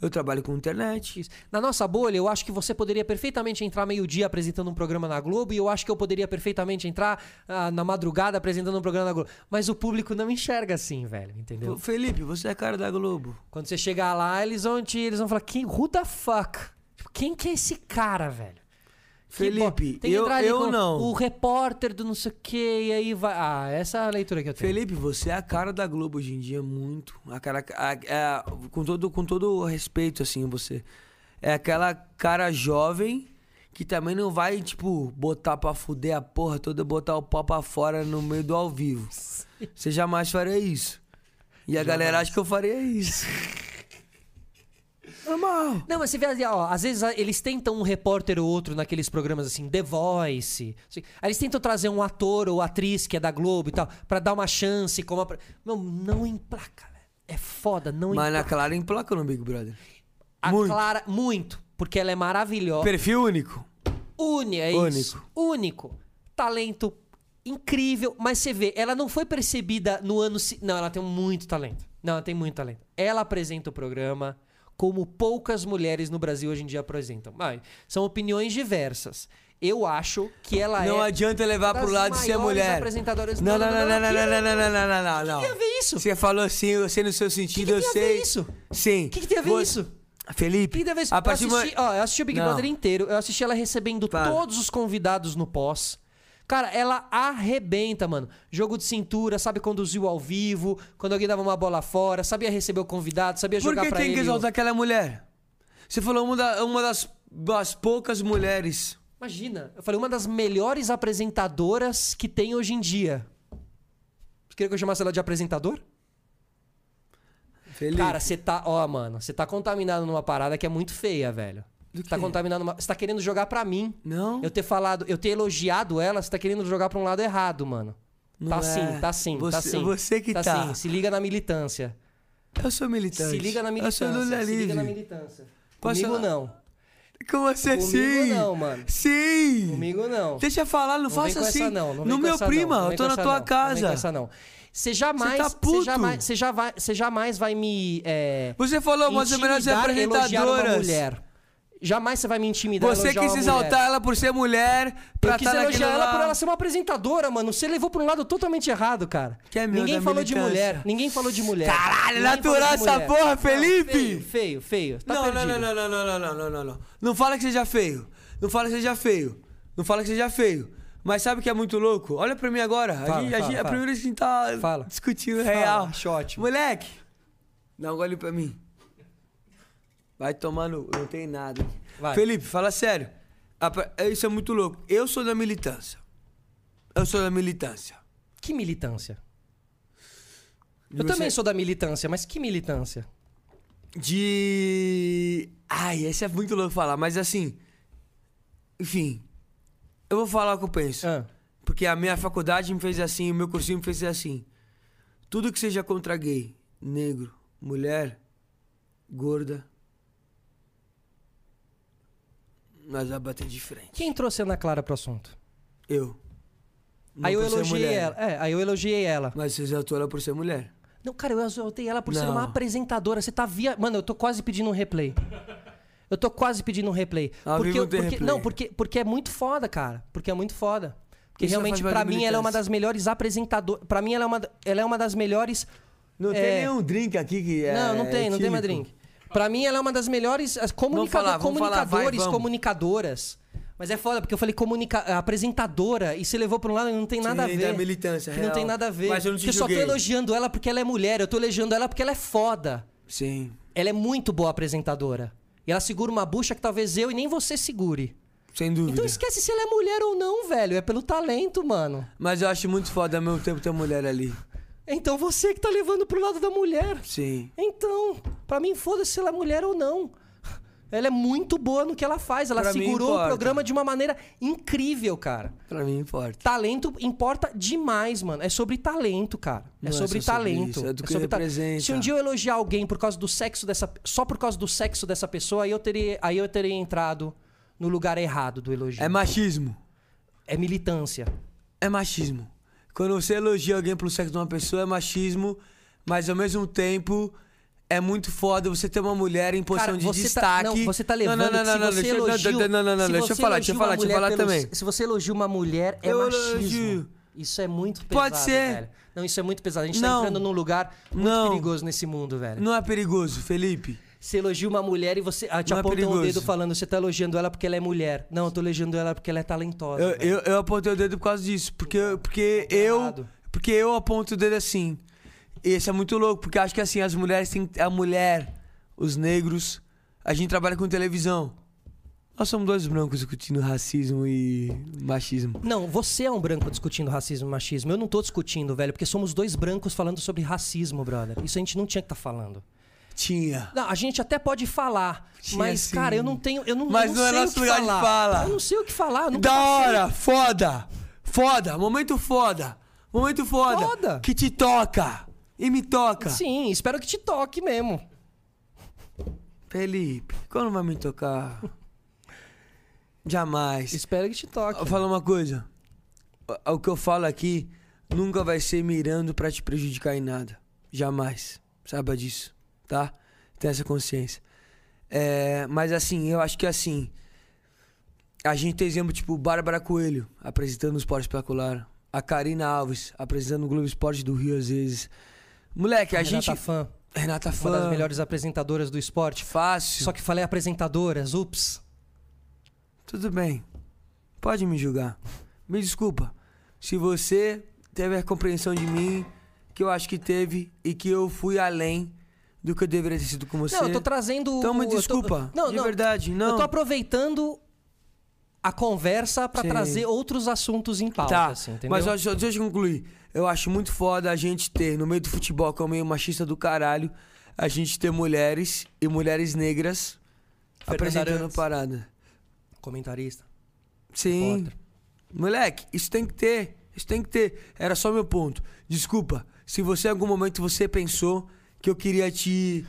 C: Eu trabalho com internet.
A: Isso. Na nossa bolha, eu acho que você poderia perfeitamente entrar meio-dia apresentando um programa na Globo e eu acho que eu poderia perfeitamente entrar ah, na madrugada apresentando um programa na Globo. Mas o público não enxerga assim, velho, entendeu?
C: Pô, Felipe, você é cara da Globo.
A: Quando você chegar lá, eles vão te. Eles vão falar, quem, who the fuck? Tipo, Quem que é esse cara, velho?
C: Felipe,
A: bo- tem que
C: eu-
A: entrar ali
C: eu
A: com
C: não.
A: O repórter do não sei o quê, e aí vai. Ah, essa é a leitura que eu tenho.
C: Felipe, você é a cara da Globo hoje em dia, muito. A cara, a- a- com, todo, com todo o respeito, assim, você. É aquela cara jovem que também não vai, tipo, botar pra fuder a porra toda, botar o pau pra fora no meio do ao vivo. Você jamais faria isso. E a galera acha que eu faria isso. Normal.
A: Não, mas você vê, ali, ó, às vezes a- eles tentam um repórter ou outro naqueles programas assim, The Voice. assim, Aí eles tentam trazer um ator ou atriz que é da Globo e tal, pra dar uma chance. Como a... Meu, não emplaca, velho. É foda, não
C: Mas na
A: emplaca.
C: Clara emplaca no Big Brother.
A: A
C: muito.
A: Clara, muito, porque ela é maravilhosa.
C: Perfil único.
A: Une, é
C: Único.
A: isso. Único. Talento incrível, mas você vê, ela não foi percebida no ano. se- Não, ela tem muito talento. Não, ela tem muito talento. Ela apresenta o programa como poucas mulheres no Brasil hoje em dia apresentam. Mas são opiniões diversas. Eu acho que ela é.
C: Não adianta levar
A: das
C: pro lado de ser
A: maiores
C: mulher.
A: apresentadoras do
C: não, não,
A: mundo.
C: não, não, não,
A: Não,
C: não, não, não, não, não, não, não,
A: que tem a ver isso?
C: Você falou assim, eu sei no seu sentido,
A: que
C: eu
A: tem a
C: sei.
A: ver isso?
C: Sim.
A: O que, que tem a ver
C: Você-
A: isso?
C: Felipe,
A: Quinta vez
C: a partir
A: eu
C: do
A: assisti,
C: momento-
A: ó, eu assisti o Big
C: Não.
A: Brother inteiro, eu assisti ela recebendo
C: Para.
A: todos os convidados no pós. Cara, ela arrebenta, mano. Jogo de cintura, sabe conduzir o ao vivo, quando alguém dava uma bola fora, sabia receber o convidado, sabia
C: Por
A: jogar
C: que
A: pra
C: tem
A: ele.
C: que
A: o-
C: exaltar aquela mulher? Você falou uma, da- uma das, das poucas mulheres.
A: Imagina, eu falei uma das melhores apresentadoras que tem hoje em dia. Você queria que eu chamasse ela de apresentador?
C: Felipe,
A: Cara, você tá, ó, mano, você tá contaminado numa parada que é muito feia, velho.
C: Do
A: Tá
C: quê?
A: contaminado numa... Você tá querendo jogar pra mim.
C: não,
A: Eu ter falado, eu ter elogiado ela, você tá querendo jogar pra um lado errado, mano.
C: Não
A: Tá
C: é.
A: sim, tá sim, tá
C: Você-
A: sim.
C: você que tá.
A: sim, se liga na militância.
C: eu sou militante.
A: Se liga na militância.
C: Eu sou Lula
A: se liga na
C: livre.
A: militância.
C: Posso-
A: Comigo não.
C: Com você
A: Comigo
C: sim.
A: não, mano.
C: Sim.
A: Comigo não.
C: Deixa eu falar, não,
A: Não vem
C: faça
A: com
C: assim.
A: essa não, não vem
C: no
A: com
C: meu
A: essa
C: prima,
A: não, não vem
C: eu tô
A: com
C: na
A: essa
C: tua
A: não, Não vem
C: casa.
A: com essa não. Você jamais,
C: tá
A: você
C: puto.
A: jamais, você jamais, você jamais vai me é,
C: Você falou umas melhores
A: intimidar, elogiar uma
C: apresentadoras.
A: mulher. Jamais você vai me intimidar
C: Você
A: elogiar
C: quis
A: uma
C: exaltar
A: mulher.
C: ela por ser mulher, pra
A: Eu quis
C: estar naquele
A: elogiar ela
C: lá.
A: por ela ser uma apresentadora, mano. Você levou pra um lado totalmente errado, cara.
C: Que é meu,
A: Ninguém
C: da
A: falou de
C: militância.
A: mulher. Ninguém falou de mulher.
C: Caralho,
A: Ninguém
C: natural
A: falou de
C: essa
A: mulher.
C: porra,
A: Não,
C: Felipe!
A: feio, feio, feio. Tá
C: não, não,
A: perdido.
C: não, não, não, não, não, não, não, não, não. Não fala que seja feio. Não fala que seja feio. Não fala que seja feio. Mas sabe o que é muito louco? Olha pra mim agora. a
A: Fala,
C: gente, a,
A: fala,
C: gente- é a
A: fala.
C: primeira vez que a gente tá
A: Fala.
C: discutindo
A: Fala,
C: real.
A: acho ótimo.
C: Moleque, dá um gole pra mim. Vai tomar no... Não tem nada. aqui.
A: Vai.
C: Felipe, fala sério. A pra- Isso é muito louco. Eu sou da militância. Eu sou da militância.
A: Que militância?
C: E
A: Eu
C: você-
A: também sou da militância, mas que militância?
C: De. Ai, esse é muito louco falar, mas assim. Enfim. Eu vou falar o que eu penso.
A: Ah,
C: Porque a minha faculdade me fez assim, o meu cursinho me fez assim. Tudo que seja contra gay, negro, mulher, gorda. Nós vamos bater de frente.
A: quem trouxe a Ana Clara pro assunto?
C: Eu. Não
A: aí eu
C: por ser
A: elogiei
C: mulher,
A: ela. É, aí eu elogiei ela.
C: Mas você exaltou ela por ser mulher.
A: Não, cara, eu exaltei ela por ser
C: Não.
A: uma apresentadora. Você tá via. Mano, eu tô quase pedindo um replay. Eu tô quase pedindo um replay.
C: Ao
A: porque
C: vivo
A: eu-
C: Ah, não tem
A: porque-
C: replay.
A: Não, porque, porque é muito foda, cara. Porque é muito foda. Porque
C: Isso
A: realmente,
C: faz parte
A: pra
C: da
A: mim, ela é uma
C: militância.
A: das melhores apresentadoras. Pra mim, ela é uma, da- ela é uma das melhores.
C: Não
A: É.
C: tem nenhum drink aqui que é.
A: não, não tem, não tem
C: etílico.
A: mais drink. Pra mim, ela é uma das melhores as comunica-
C: falar, vamos falar, vai,
A: comunicadores,
C: vamos.
A: comunicadoras. Mas é foda, porque eu falei comunica apresentadora e você levou pra um lado e não tem nada a
C: Sim,
A: ver.
C: da militância,
A: que
C: real.
A: não tem nada a ver.
C: Mas eu não te
A: porque eu só tô
C: julguei.
A: elogiando ela porque ela é mulher, eu tô elogiando ela porque ela é foda.
C: Sim.
A: Ela é muito boa apresentadora. E ela segura uma bucha que talvez eu e nem você segure.
C: Sem dúvida.
A: Então esquece se ela é mulher ou não, velho. É pelo talento, mano.
C: Mas eu acho muito foda ao mesmo tempo ter mulher ali.
A: Então você que tá levando pro lado da mulher.
C: Sim.
A: Então, pra mim, foda-se se ela é mulher ou não. Ela é muito boa no que ela faz. Ela
C: Pra mim,
A: segurou o
C: importa.
A: programa de uma maneira incrível, cara.
C: Pra mim importa.
A: Talento importa demais, mano. É sobre talento, cara. É
C: Não é
A: sobre
C: só sobre
A: talento.
C: isso, é do que
A: sobre ta-
C: representa.
A: Se um dia eu elogiar alguém por causa do sexo dessa, só por causa do sexo dessa pessoa, aí eu teria, aí eu teria entrado no lugar errado do elogio.
C: É machismo.
A: É militância.
C: É machismo. Quando você elogia alguém pelo sexo de uma pessoa, é machismo, mas ao mesmo tempo é muito foda você ter uma mulher em posição
A: Cara,
C: de
A: você
C: destaque.
A: Tá, não, você tá levando.
C: Não, não, não,
A: se
C: não, não,
A: você
C: deixa, eu-
A: elogia,
C: não, não, não, não,
A: se
C: deixa
A: você
C: eu falar,
A: elogia
C: deixa eu falar,
A: uma
C: deixa eu
A: mulher
C: falar
A: pelo-
C: também.
A: Se você elogia uma mulher, é
C: Eu
A: machismo.
C: elogio.
A: Isso é muito pesado,
C: Pode ser.
A: velho. Não, isso é muito pesado. A gente tá
C: Não.
A: entrando num lugar muito
C: Não.
A: perigoso nesse mundo, velho.
C: Não é perigoso, Felipe.
A: Você elogia uma mulher e você ah, te
C: Não é
A: aponta um
C: perigoso.
A: dedo falando, você tá elogiando ela porque ela é mulher. Não, eu tô elogiando ela porque ela é talentosa.
C: Eu,
A: velho.
C: eu, eu apontei o dedo por causa disso. Porque, porque
A: tá
C: eu.
A: errado.
C: Porque eu aponto o dedo assim. Isso é muito louco, porque acho que assim, as mulheres têm. A mulher, os negros. A gente trabalha com televisão. Nós somos dois brancos discutindo racismo e machismo.
A: Não, você é um branco discutindo racismo e machismo. Eu não tô discutindo, velho, porque somos dois brancos falando sobre racismo, brother. Isso a gente não tinha que estar falando.
C: Tinha.
A: Não, a gente até pode falar,
C: Tinha
A: mas,
C: sim.
A: cara, eu não tenho. Eu não,
C: Mas
A: eu
C: não é
A: sei
C: nosso
A: o que
C: lugar de
A: falar.
C: fala.
A: Eu não sei o que falar. eu nunca
C: Da
A: passei.
C: hora! Foda! Foda! Momento foda! Momento foda!
A: Foda.
C: Que te toca! E me toca!
A: Sim, espero que te toque mesmo.
C: Felipe, quando vai me tocar? Jamais.
A: Espero que te toque.
C: Eu falo uma coisa. O- O que eu falo aqui nunca vai ser mirando pra te prejudicar em nada. Jamais. Saiba disso, tá? Tenha essa consciência. É, mas assim, eu acho que assim. A gente tem exemplo tipo Bárbara Coelho apresentando o Esporte Espetacular. A Karina Alves apresentando o Globo Esporte do Rio às vezes. Moleque, a
A: Renata
C: gente.
A: Fã,
C: Renata Fã.
A: uma das melhores apresentadoras do esporte.
C: Fácil.
A: Só que falei apresentadoras, ups.
C: Tudo bem. Pode me julgar. Me desculpa. Se você teve a compreensão de mim, que eu acho que teve, e que eu fui além do que eu deveria ter sido com você.
A: Não, eu tô trazendo.
C: Então me
A: eu tô-
C: desculpa.
A: Não,
C: de
A: não.
C: verdade, não.
A: Eu tô aproveitando a conversa pra
C: Sim.
A: trazer outros assuntos em pauta,
C: Tá,
A: assim, entendeu?
C: mas ó, só- deixa eu concluir. Eu acho muito foda a gente ter, no meio do futebol, que é um meio machista do caralho, a gente ter mulheres e mulheres negras
A: Fernanda
C: apresentando
A: Arantes.
C: parada.
A: Comentarista.
C: Sim.
A: Repórter.
C: Moleque, isso tem que ter. Isso tem que ter. Era só meu ponto. Desculpa, se você em algum momento você pensou que eu queria te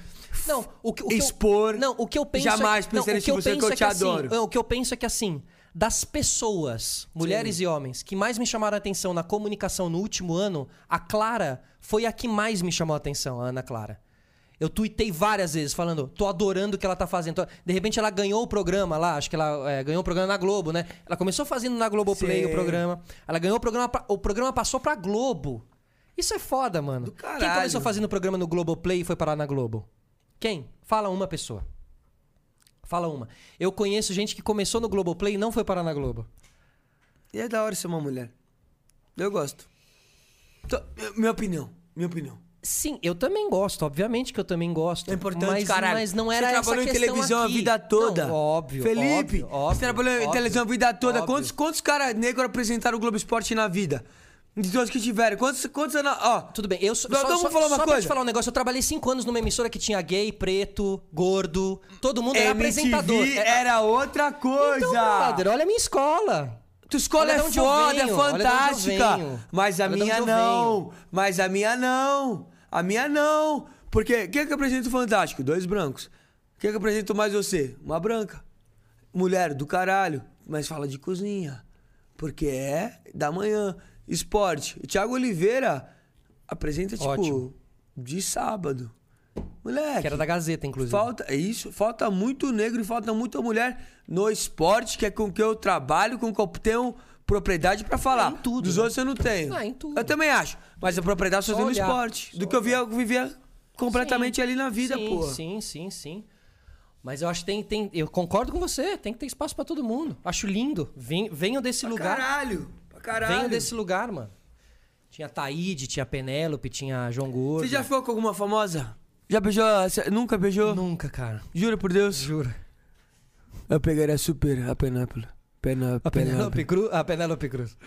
A: Não, o que, o que eu-
C: expor.
A: não, o que eu penso
C: Jamais
A: é, não,
C: pensando
A: o
C: em
A: que eu
C: você, que
A: penso
C: eu
A: é
C: te
A: assim,
C: adoro.
A: não, o que eu penso é que assim, das pessoas, mulheres e homens, que mais me chamaram a atenção na comunicação no último ano, a Clara foi a que mais me chamou a atenção, a Ana Clara. Eu tuitei várias vezes falando, tô adorando o que ela tá fazendo. Tô- De repente ela ganhou o programa lá, acho que ela é, ganhou o programa na Globo, né? Ela começou fazendo na Globoplay
C: Sim.
A: o programa. Ela ganhou o programa, pra- o programa passou pra Globo. Isso é foda, mano.
C: Do
A: Quem começou
C: caralho.
A: fazendo programa no Globoplay e foi parar na Globo? Quem? Fala uma pessoa. Fala uma. Eu conheço gente que começou no Globoplay e não foi parar na Globo.
C: E é da hora ser uma mulher. Eu gosto. Tô- minha opinião. Minha opinião.
A: Sim, eu também gosto, obviamente que eu também gosto.
C: É importante,
A: mas,
C: caralho.
A: Mas não era
C: Você
A: essa
C: trabalhou em
A: questão
C: televisão
A: aqui.
C: a vida toda.
A: Não, óbvio.
C: Felipe,
A: óbvio, óbvio,
C: você trabalhou em
A: óbvio.
C: televisão a vida toda.
A: Óbvio.
C: Quantos, quantos caras negros apresentaram o Globo Esporte na vida? De todos que tiveram. Quantos, quantos anos. Ó,
A: Tudo bem, eu só,
C: Não,
A: só, só,
C: então vamos falar uma
A: só pra
C: coisa.
A: te falar um negócio. Eu trabalhei cinco anos numa emissora que tinha gay, preto, gordo. Todo
C: É,
A: mundo era
C: MTV
A: apresentador.
C: era outra é coisa.
A: Então, brother, olha a minha escola.
C: Tua escola
A: Olha
C: é
A: de onde eu
C: foda, é
A: venho, olha de onde eu venho.
C: fantástica. Mas a
A: Olha de
C: minha
A: onde eu
C: não. Mas a minha não. A minha não. Porque quem é que apresenta o Fantástico? Dois brancos. Quem é que apresenta mais você? Uma branca. Mulher do caralho. Mas fala de cozinha. Porque é da manhã. Esporte. Tiago Oliveira apresenta, tipo,
A: Ótimo.
C: de sábado. Moleque.
A: Que era da Gazeta, inclusive.
C: Falta é isso, falta muito negro e falta muita mulher no esporte, que é com que eu trabalho, com que eu tenho propriedade pra falar.
A: Em tudo,
C: Dos
A: né?
C: outros eu não tenho.
A: Ah, em tudo.
C: Eu também acho, mas a propriedade só
A: Só
C: tem no
A: olhar,
C: esporte,
A: só
C: do que eu via, eu vivia completamente ali na vida,
A: sim,
C: pô.
A: Sim, sim, sim. Mas eu acho que tem, tem. Eu concordo com você, tem que ter espaço pra todo mundo. Acho lindo. Vem, venham
C: Ah,
A: desse lugar.
C: Caralho, pra caralho.
A: Venham desse lugar, mano. Tinha Taíde, tinha Penélope, tinha João Gordo.
C: Você já ficou com alguma famosa? Já beijou? Você Nunca beijou?
A: Nunca, cara.
C: Jura por Deus?
A: Juro.
C: Eu pegaria super a Penélope. Penélope.
A: A Penélope Cruz. A Penélope Cruz.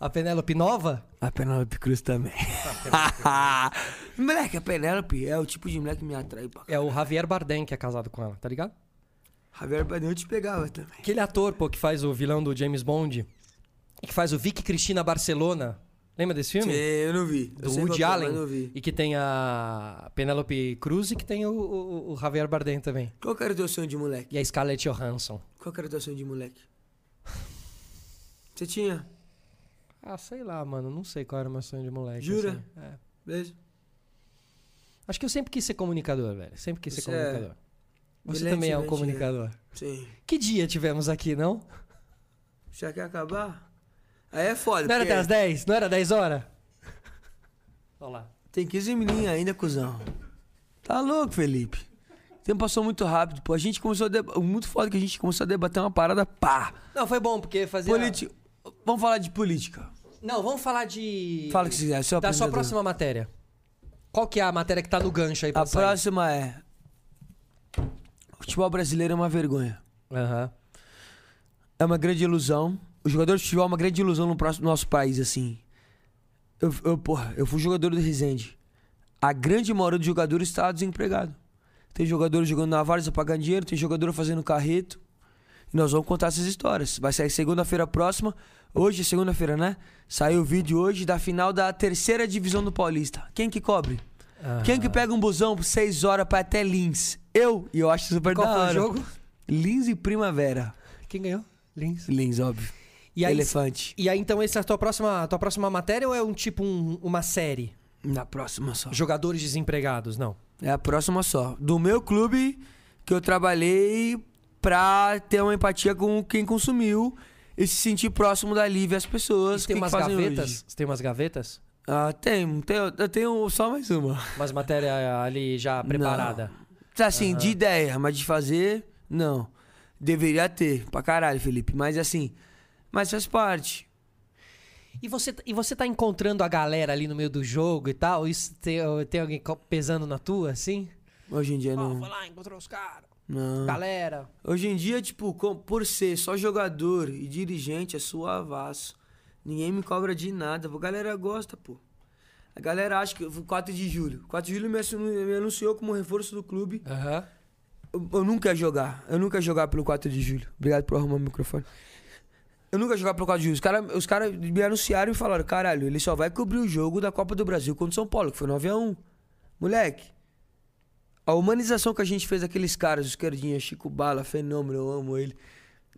A: A Penélope Nova?
C: A Penélope Cruz também. moleque, a Penélope é o tipo de moleque que me atrai pra
A: É o Javier Bardem que é casado com ela, tá ligado?
C: Javier Bardem eu te pegava também.
A: Aquele ator, pô, que faz o vilão do James Bond, que faz o Vicky Cristina Barcelona. Lembra desse filme?
C: eu não vi.
A: do Woody Allen e que tem a Penélope Cruz e que tem o, o- o Javier Bardem também
C: Qual que era o teu sonho de moleque?
A: e a Scarlett Johansson.
C: Qual que era o teu sonho de moleque? Você tinha?
A: Ah, sei lá, mano, não sei qual era o meu sonho de moleque.
C: Jura?
A: assim. É.
C: Beijo.
A: Acho que eu sempre quis ser comunicador, velho. Sempre quis ser
C: Você é
A: comunicador. Você
C: brilhante, É
A: também é um
C: né,
A: comunicador.
C: Sim.
A: Que dia tivemos aqui, não?
C: Já quer acabar? Aí é foda.
A: Não era
C: porque
A: das 10? Não era 10 horas? Olha lá.
C: Tem 15 menininhos ainda, cuzão. Tá louco, Felipe. tempo passou muito rápido, pô. A gente começou a. deba- Muito foda que a gente começou a debater uma parada pá.
A: Não, foi bom, porque fazia.
C: Politi... Vamos falar de política.
A: Não, vamos falar de.
C: Fala o que você quiser, seu
A: Da sua
C: apresentador.
A: próxima matéria. Qual que é a matéria que tá no gancho aí pra
C: A
A: sair?
C: próxima é. Futebol brasileiro é uma vergonha.
A: Aham.
C: É uma grande ilusão. O jogador de futebol é uma grande ilusão no, próximo, no nosso país, assim. Eu, eu, porra, eu fui jogador do Resende. A grande maioria dos jogadores está desempregado. Tem jogador jogando na várzea pagando dinheiro, tem jogador fazendo carreto. E nós vamos contar essas histórias. Vai sair segunda-feira próxima. Hoje, é segunda-feira, né? Saiu o vídeo hoje da final da terceira divisão do Paulista. Quem que cobre? Quem
A: Ah.
C: que pega um busão por seis horas pra ir até Lins? Eu, e eu acho super
A: Qual
C: da
A: foi o
C: hora.
A: jogo?
C: Lins e Primavera.
A: Quem ganhou? Lins.
C: Lins, óbvio.
A: E aí,
C: Elefante.
A: e aí, então, essa é a tua próxima, tua próxima matéria ou é um tipo um- uma série?
C: Na próxima só.
A: Jogadores desempregados, não.
C: É a próxima só. Do meu clube que eu trabalhei pra ter uma empatia com quem consumiu e se sentir próximo da Lívia as pessoas.
A: Você tem
C: que
A: umas
C: que fazem
A: gavetas?
C: hoje.
A: Você tem umas gavetas?
C: Ah, tem, tem. Eu tenho só mais uma.
A: Umas matérias ali já preparada.
C: Tá, Assim, de ideia, mas de fazer, não. Deveria ter, pra caralho, Felipe. Mas assim, mas faz parte.
A: E você, e você tá encontrando a galera ali no meio do jogo e tal? Isso tem, tem alguém co- pesando na tua, assim?
C: Hoje em dia
A: Ó,
C: não.
A: foi lá, encontrou os caras.
C: Não.
A: Galera.
C: Hoje em dia, tipo, com- por ser só jogador e dirigente, é suavaço. Ninguém me cobra de nada. A galera gosta, pô. A galera acha que. 4 de julho. 4 de julho me, assu- me anunciou como reforço do clube.
A: Aham.
C: Eu, eu nunca ia jogar. Eu nunca ia jogar pelo 4 de julho. Obrigado por arrumar o microfone. Eu nunca ia jogar pelo 4 de julho. Os caras os cara me anunciaram e falaram: caralho, ele só vai cobrir o jogo da Copa do Brasil contra o São Paulo, que foi 9x1. Moleque, a humanização que a gente fez daqueles caras, os Esquerdinha, Chico Bala, Fenômeno, eu amo ele.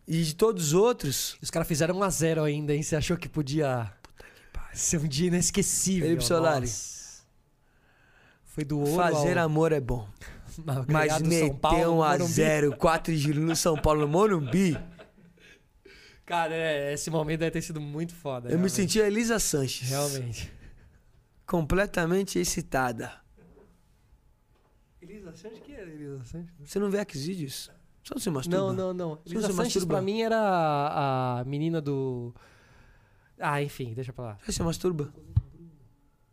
C: E de todos os outros,
A: Os caras fizeram 1 a 0 ainda, hein? Você achou que podia ser um dia inesquecível.
C: Felipe Solari.
A: nossa. Foi do ouro
C: fazer
A: ao...
C: amor é bom.
A: ao
C: Mas
A: criado São Paulo,
C: meter
A: no
C: 1 a
A: Morumbi. É,
C: 0 4 de julho no São Paulo, no Morumbi.
A: Cara, é, esse momento deve ter sido muito foda.
C: Eu me
A: realmente.
C: senti a Elisa Sanches.
A: Realmente.
C: Completamente excitada.
A: Elisa Sanches,
C: é,
A: que era Elisa Sanches?
C: Você não vê aqueles vídeos? Só não se masturba.
A: Não, não, não.
C: Você
A: Elisa
C: se
A: Sanches
C: masturba?
A: pra mim era a, a menina do... Ah, enfim, deixa pra lá.
C: Você se masturba?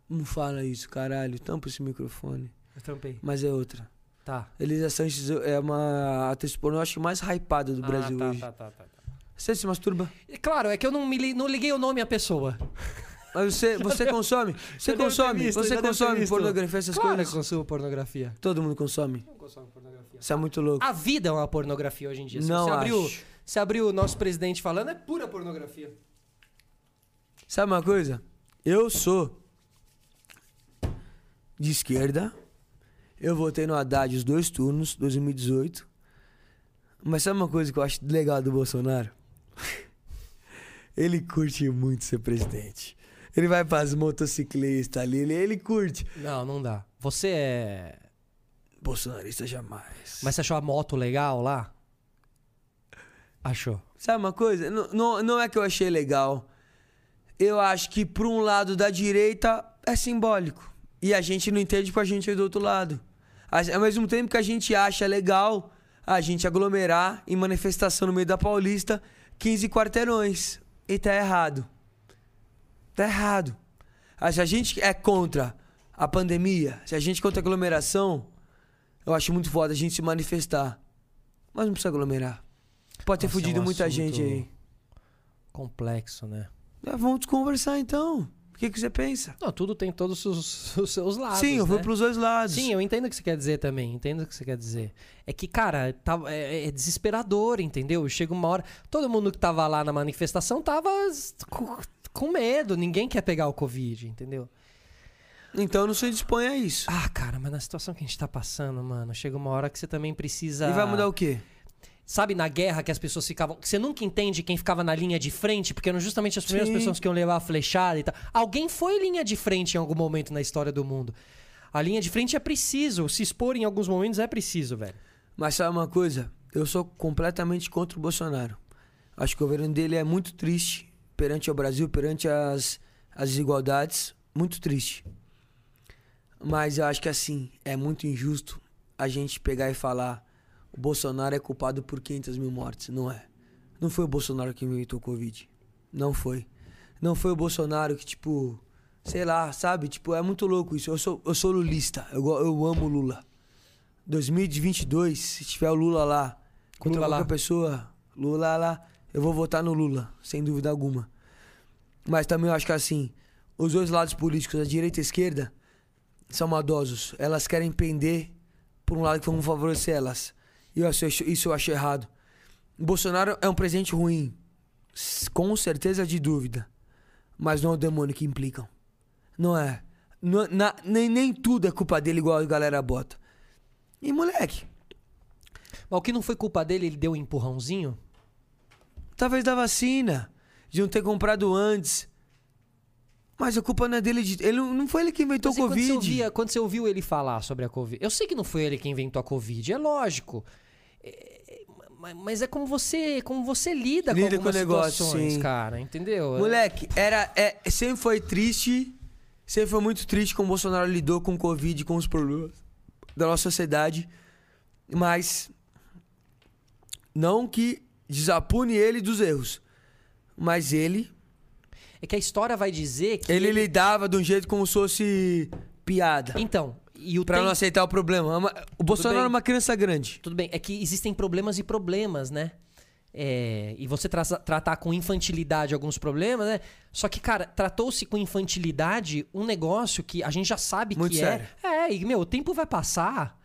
C: Não fala isso, caralho. Tampa esse microfone.
A: Eu trampei.
C: Mas é outra.
A: Tá.
C: Elisa Sanches é uma atriz pornô, eu acho, mais hypada do Brasil
A: ah, tá,
C: hoje.
A: tá, tá, tá, tá.
C: Você se masturba?
A: E, Claro, é que eu não, me li- não liguei o nome à pessoa.
C: Mas você, você consome? Você
A: devo ter
C: consome?
A: visto, já
C: você
A: devo ter
C: consome
A: visto.
C: pornografia, essas
A: claro que
C: coisas?
A: eu consumo pornografia.
C: Todo mundo consome. Você é muito louco.
A: A vida é uma pornografia hoje em dia. Se
C: Não
A: você abriu,
C: acho.
A: se abrir o nosso presidente falando, é pura pornografia.
C: Sabe uma coisa? Eu sou de esquerda. Eu votei no Haddad os dois turnos, 2018. Mas sabe uma coisa que eu acho legal do Bolsonaro? ele curte muito ser presidente. Ele vai pras motociclistas ali, ele, ele curte.
A: Não, não dá. Você é.
C: Bolsonarista jamais.
A: Mas você achou a moto legal lá? Achou.
C: Sabe uma coisa? Não, não, não é que eu achei legal. Eu acho que por um lado da direita é simbólico. E a gente não entende porque a gente é do outro lado. A- Ao mesmo tempo que a gente acha legal a gente aglomerar em manifestação no meio da Paulista 15 quarteirões. E tá errado. Tá errado. Ah, Se a gente é contra a pandemia, se a gente é contra a aglomeração, eu acho muito foda a gente se manifestar. Mas não precisa aglomerar. Pode ter
A: Nossa, é um
C: fudido muita
A: assunto-
C: gente aí.
A: Complexo, né?
C: Ah, vamos conversar então. O que, que você pensa?
A: Não, tudo tem todos os, os seus lados.
C: Sim, eu
A: né?
C: fui pros dois lados.
A: Sim, eu entendo o que você quer dizer também. Entendo o que você quer dizer. É que, cara, tá- é, é desesperador, entendeu? Chega uma hora. Todo mundo que tava lá na manifestação tava s- com, com medo. Ninguém quer pegar o Covid, entendeu?
C: Então não se dispõe a isso.
A: Ah, cara, mas na situação que a gente tá passando, mano, chega uma hora que você também precisa.
C: E vai mudar o quê?
A: Sabe na guerra que as pessoas ficavam. que você nunca entende quem ficava na linha de frente, porque eram justamente as primeiras
C: Sim.
A: pessoas que iam levar a flechada e tal. Alguém foi linha de frente em algum momento na história do mundo. A linha de frente é preciso. Se expor em alguns momentos é preciso, velho.
C: Mas sabe uma coisa? Eu sou completamente contra o Bolsonaro. Acho que o governo dele é muito triste perante o Brasil, perante as, as desigualdades. Muito triste. Mas eu acho que assim, é muito injusto a gente pegar e falar o Bolsonaro é culpado por 500 mil mortes. Não é. Não foi o Bolsonaro que inventou o Covid. Não foi. Não foi o Bolsonaro que, tipo, sei lá, sabe? Tipo, é muito louco isso. Eu sou, eu sou lulista. Eu, go- eu amo o Lula. 2022, se tiver o Lula lá, contra
A: Lula lá.
C: qualquer pessoa, Lula lá, eu vou votar no Lula, sem dúvida alguma. Mas também eu acho que assim, os dois lados políticos, a direita e a esquerda, são maldosos. Elas querem pender por um lado que vão favorecer elas. E eu acho- isso eu acho errado. O Bolsonaro é um presente ruim, s- com certeza de dúvida. Mas não é o demônio que implicam. Não é. Não- na- nem, nem tudo é culpa dele, igual a galera bota. E moleque,
A: Mas o que não foi culpa dele, ele deu um empurrãozinho?
C: talvez da vacina, de não ter comprado antes. Mas a culpa não é dele. De, ele não não foi ele que inventou o
A: Mas e Quando você,
C: Covid.
A: ouvia- quando você ouviu ele falar sobre a Covid, eu sei que não foi ele que inventou a Covid, é lógico. É, é, ma- mas é como você, como você lida,
C: Lida com
A: com algumas
C: o negócio,
A: situações,
C: sim.
A: cara, entendeu? É-
C: Moleque, era, é, sempre foi triste. Sempre foi muito triste como o Bolsonaro lidou com o Covid, com os problemas da nossa sociedade. Mas. Não que desapune ele dos erros. Mas ele.
A: É que a história vai dizer que
C: Ele lidava de um jeito como se fosse piada.
A: Então, e o
C: Pra
A: tempo-
C: não aceitar o problema. É uma- O Bolsonaro
A: bem.
C: é uma criança grande.
A: Tudo bem, é que existem problemas e problemas, né? É, e você tra- tratar com infantilidade alguns problemas, né? Só que, cara, tratou-se com infantilidade um negócio que a gente já sabe
C: Muito
A: que
C: sério.
A: é. É, e, meu, o tempo vai passar.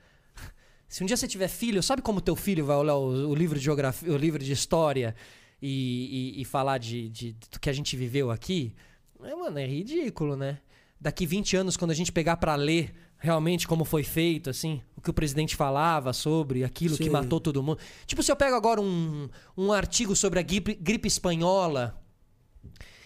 A: Se um dia você tiver filho, sabe como teu filho vai olhar o, o livro de geografia, o livro de história e, e- e falar de, de- do que a gente viveu aqui? É, mano, é ridículo, né? Daqui 20 anos, quando a gente pegar pra ler realmente como foi feito, assim, o que o presidente falava sobre aquilo que
C: Sim.
A: matou todo mundo. Tipo, se eu pego agora um, um artigo sobre a gripe, gripe espanhola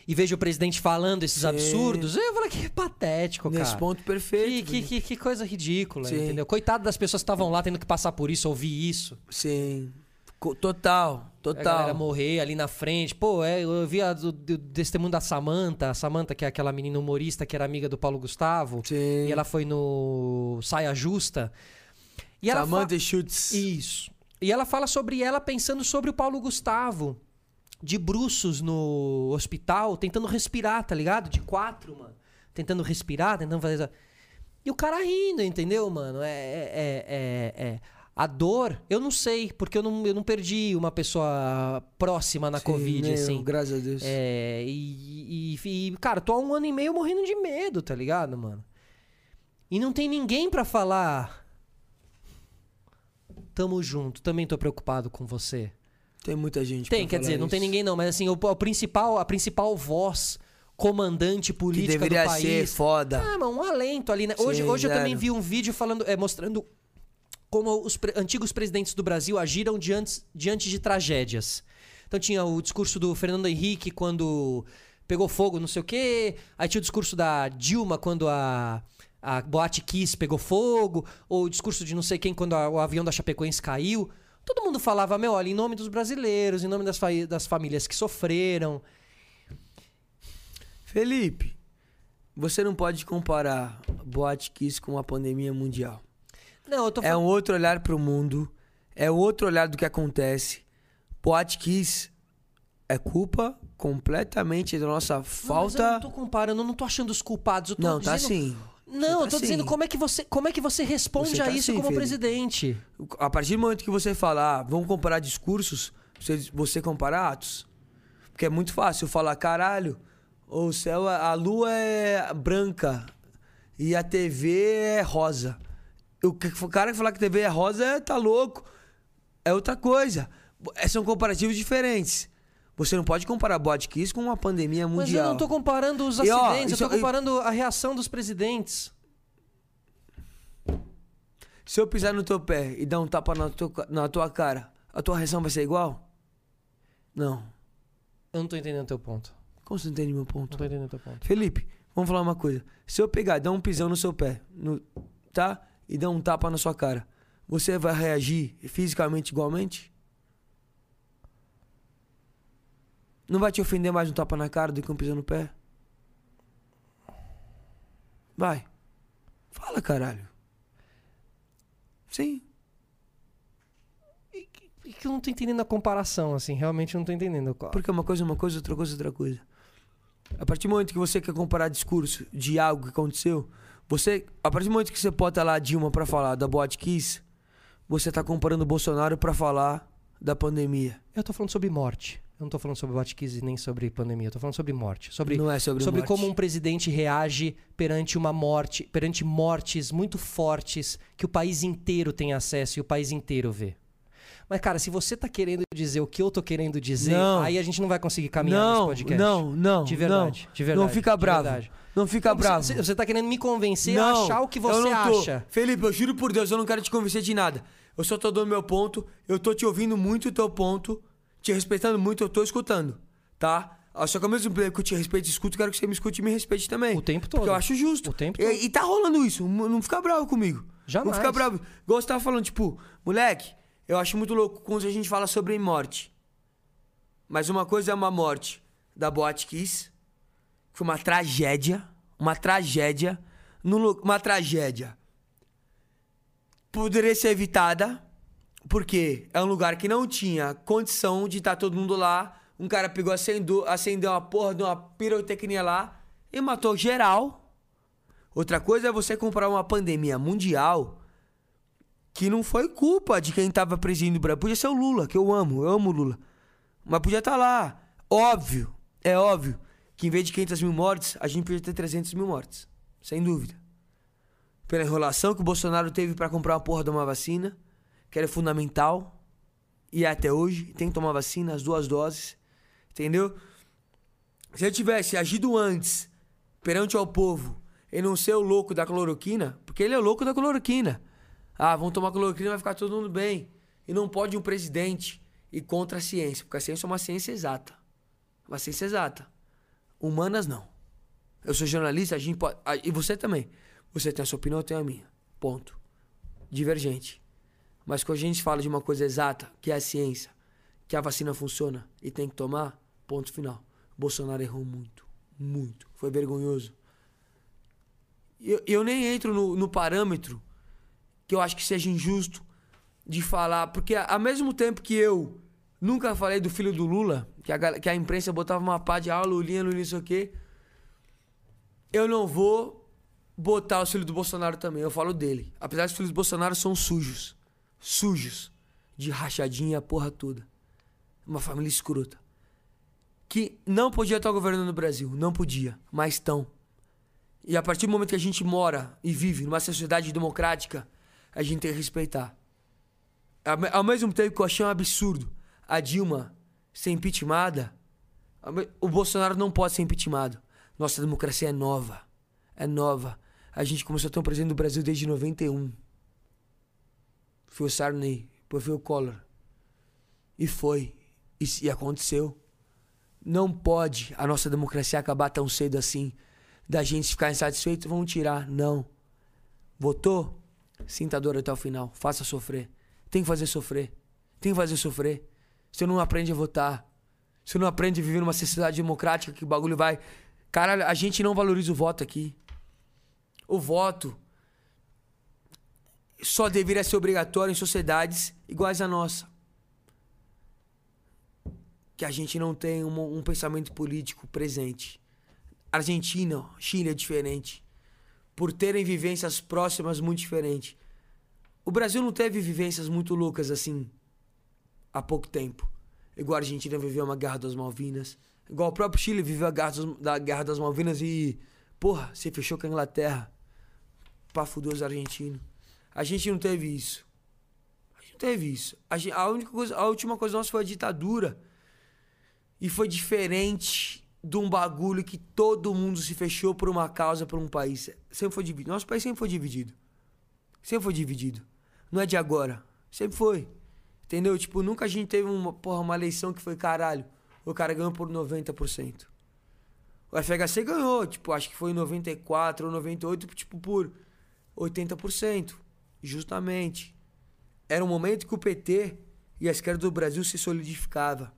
A: e vejo o presidente falando esses
C: Sim.
A: absurdos, eu falo que patético, cara.
C: Nesse ponto
A: Que,
C: perfeito.
A: que, que, que coisa ridícula,
C: Sim.
A: entendeu? Coitado das pessoas que estavam lá tendo que passar por isso, ouvir isso.
C: Sim. Co- Total,
A: A galera
C: total.
A: morrer ali na frente. Pô, é, eu vi a do, do- testemunho da Samanta, a Samanta, que é aquela menina humorista que era amiga do Paulo Gustavo.
C: Sim.
A: E ela foi no Saia Justa. E ela fa-
C: Samantha Schutz.
A: Isso. E ela fala sobre ela pensando sobre o Paulo Gustavo, de bruços no hospital, tentando respirar, tá ligado? De quatro, mano. Tentando respirar, tentando fazer. essa- E o cara rindo, entendeu, mano? É. é, é, é- é. A dor, eu não sei, porque eu não, eu não perdi uma pessoa próxima na
C: Sim,
A: Covid,
C: meu,
A: assim.
C: Graças a Deus.
A: É, e, e- e, cara, tô há um ano e meio morrendo de medo, tá ligado, mano? E não tem ninguém pra falar. Tamo junto, também tô preocupado com você.
C: Tem muita gente.
A: Tem,
C: pra
A: quer
C: Tipo, falar
A: dizer, não tem
C: isso.
A: ninguém não, mas assim, o, o principal, a principal voz comandante
C: Que
A: política do
C: deveria
A: país.
C: ser foda.
A: Ah, mas um alento ali, né? Hoje,
C: Sim,
A: hoje eu
C: zero.
A: também vi um vídeo falando, é, mostrando como os pre- antigos presidentes do Brasil agiram diante, diante de tragédias. Então tinha o discurso do Fernando Henrique quando pegou fogo, não sei o quê. Aí tinha o discurso da Dilma quando a, a boate Kiss pegou fogo. Ou o discurso de não sei quem quando a- o avião da Chapecoense caiu. Todo mundo falava, meu, olha, em nome dos brasileiros, em nome das, fa- das famílias que sofreram.
C: Felipe, você não pode comparar boate kiss com uma pandemia mundial.
A: Não, eu tô
C: É
A: falando...
C: um outro olhar pro mundo. É outro olhar do que acontece. Boate kiss é culpa completamente da nossa
A: Não, mas eu
C: falta.
A: não tô comparando, eu não tô achando os culpados. Eu tô
C: Não, tá
A: dizendo
C: assim.
A: Não,
C: Você
A: eu
C: tá
A: tô dizendo
C: assim.
A: como é que você, como é que você responde
C: Você tá
A: a isso
C: assim,
A: como
C: Felipe.
A: presidente.
C: A partir do momento que você falar, vamos comparar discursos, você, você compara atos. Porque é muito fácil eu falar, caralho, o céu, é- a lua é branca e a TV é rosa. O que- o cara que falar que a TV é rosa é- tá louco. É outra coisa. É, são comparativos diferentes. Você não pode comparar botkiss com uma pandemia
A: Mas
C: mundial.
A: eu não tô comparando os
C: E, ó,
A: acidentes,
C: isso- é-
A: eu tô comparando a reação dos presidentes.
C: Se eu pisar no teu pé e dar um tapa na tua, na tua cara, a tua reação vai ser igual? Não.
A: Eu não tô entendendo o teu ponto.
C: Como você não entende meu ponto?
A: Não tô entendendo o teu ponto.
C: Felipe, vamos falar uma coisa. Se eu pegar, e dar um pisão no seu pé, no- tá? E dar um tapa na sua cara, você vai reagir fisicamente igualmente? Não vai te ofender mais um tapa na cara do que um pisão no pé? Vai. Fala, caralho. Sim.
E: E que- e que eu não tô entendendo a comparação, assim. Realmente eu não tô entendendo. qual-
C: Porque uma coisa é uma coisa, outra coisa é outra coisa. A partir do momento que você quer comparar discurso de algo que aconteceu, você, a partir do momento que você bota lá a Dilma pra falar da Botkiss, você tá comparando o Bolsonaro pra falar da pandemia.
E: Eu tô falando sobre morte. Eu não tô falando sobre Botkiss e nem sobre pandemia. Eu tô falando sobre morte. Sobre,
C: Não é sobre
E: sobre
C: morte.
E: como um presidente reage perante uma morte, perante mortes muito fortes que o país inteiro tem acesso e o país inteiro vê. Mas, cara, se você tá querendo dizer o que eu tô querendo dizer,
C: Não.
E: aí a gente não vai conseguir caminhar nesse
C: Não,
E: podcast.
C: não, não.
E: De verdade,
C: não.
E: de verdade,
C: Não fica
E: de
C: bravo.
E: verdade.
C: Não fica bravo.
E: Você, você tá querendo me convencer a achar o que
C: eu
E: você
C: não tô.
E: acha.
C: Felipe, eu juro por Deus, eu não quero te convencer de nada. Eu só tô dando meu ponto, eu tô te ouvindo muito o teu ponto, te respeitando muito, eu tô escutando, tá? Ah, Só que ao mesmo tempo que eu te respeito e escuto, quero que você me escute e me respeite também.
E: O tempo
C: Porque
E: todo.
C: eu acho justo.
E: O tempo
C: E- E, tá rolando isso, não não fica bravo comigo. Não
E: Jamais.
C: fica bravo. Igual você tava falando, tipo, moleque, eu acho muito louco quando a gente fala sobre morte. Mas uma coisa é uma morte da Boate Kiss, que foi uma tragédia, uma tragédia, num lu- uma tragédia. Poderia ser evitada, porque é um lugar que não tinha condição de estar todo mundo lá. Um cara pegou, acendeu, acendeu uma porra de uma pirotecnia lá e matou geral. Outra coisa é você comprar uma pandemia mundial que não foi culpa de quem tava presidindo o Brasil. Podia ser o Lula, que eu amo, eu amo o Lula. Mas podia estar lá. Óbvio, é óbvio, que em vez de 500 mil mortes, a gente podia ter 300 mil mortes. Sem dúvida. Pela enrolação que o Bolsonaro teve pra comprar uma porra de uma vacina, que era fundamental, e é até hoje, tem que tomar vacina, as duas doses, entendeu? Se ele tivesse agido antes, perante ao povo, e não ser o louco da cloroquina, porque ele é o louco da cloroquina. Ah, vão tomar cloroquina, vai ficar todo mundo bem. E não pode um presidente ir contra a ciência, porque a ciência é uma ciência exata. Uma ciência exata. Humanas, não. Eu sou jornalista, a gente pode. ah, E você também. Você tem a sua opinião, eu tenho a minha. Ponto. Divergente. Mas quando a gente fala de uma coisa exata, que é a ciência, que a vacina funciona e tem que tomar, ponto final. Bolsonaro errou muito, muito. Foi vergonhoso. Eu, eu nem entro no, no parâmetro que eu acho que seja injusto de falar, porque a- ao mesmo tempo que eu nunca falei do filho do Lula, que a, gal- que a imprensa botava uma pá de ah, Lulinha, Lulinha, isso aqui, eu não vou botar os filhos do Bolsonaro também, eu falo dele. Apesar que os filhos do Bolsonaro são sujos, sujos, de rachadinha e a porra toda. Uma família escrota. Que não podia estar governando o Brasil, não podia, mas estão. E a partir do momento que a gente mora e vive numa sociedade democrática, a gente tem que respeitar. Ao me- Ao mesmo tempo que eu achei um absurdo a Dilma ser impeachmentada, ao me- Ah, o Bolsonaro não pode ser impeachmentado. Nossa democracia é nova. É nova. A gente começou a ter um presidente do Brasil desde 91. Foi o Sarney, depois foi o Collor. E foi. E, s- e aconteceu. Não pode a nossa democracia acabar tão cedo assim. Da gente ficar insatisfeito, vão tirar. Não. Votou? Sinta a dor até o final. Faça sofrer. Tem que fazer sofrer. Tem que fazer sofrer. Você não aprende a votar. Você não aprende a viver numa sociedade democrática que o bagulho vai. Caralho, a gente não valoriza o voto aqui. O voto só deveria ser obrigatório em sociedades iguais à nossa. Que a gente não tem um, um pensamento político presente. Argentina, Chile é diferente. Por terem vivências próximas muito diferentes. O Brasil não teve vivências muito loucas assim há pouco tempo. Igual a Argentina viveu uma guerra das Malvinas. Igual o próprio Chile viveu a guerra das, da guerra das Malvinas e. Porra, se fechou com a Inglaterra. Pra fuder os argentinos. A gente não teve isso. A gente não teve isso. A, gen- a única coisa, a última coisa nossa foi a ditadura. E foi diferente de um bagulho que todo mundo se fechou por uma causa, por um país. Sempre foi dividido. Nosso país sempre foi dividido. Sempre foi dividido. Não é de agora. Sempre foi. Entendeu? Tipo, nunca a gente teve uma, porra, uma eleição que foi caralho. O cara ganhou por 90%. O FHC ganhou, tipo, acho que foi em 94 ou 98, tipo, por 80%. Justamente. Era um momento que o PT e a esquerda do Brasil se solidificava.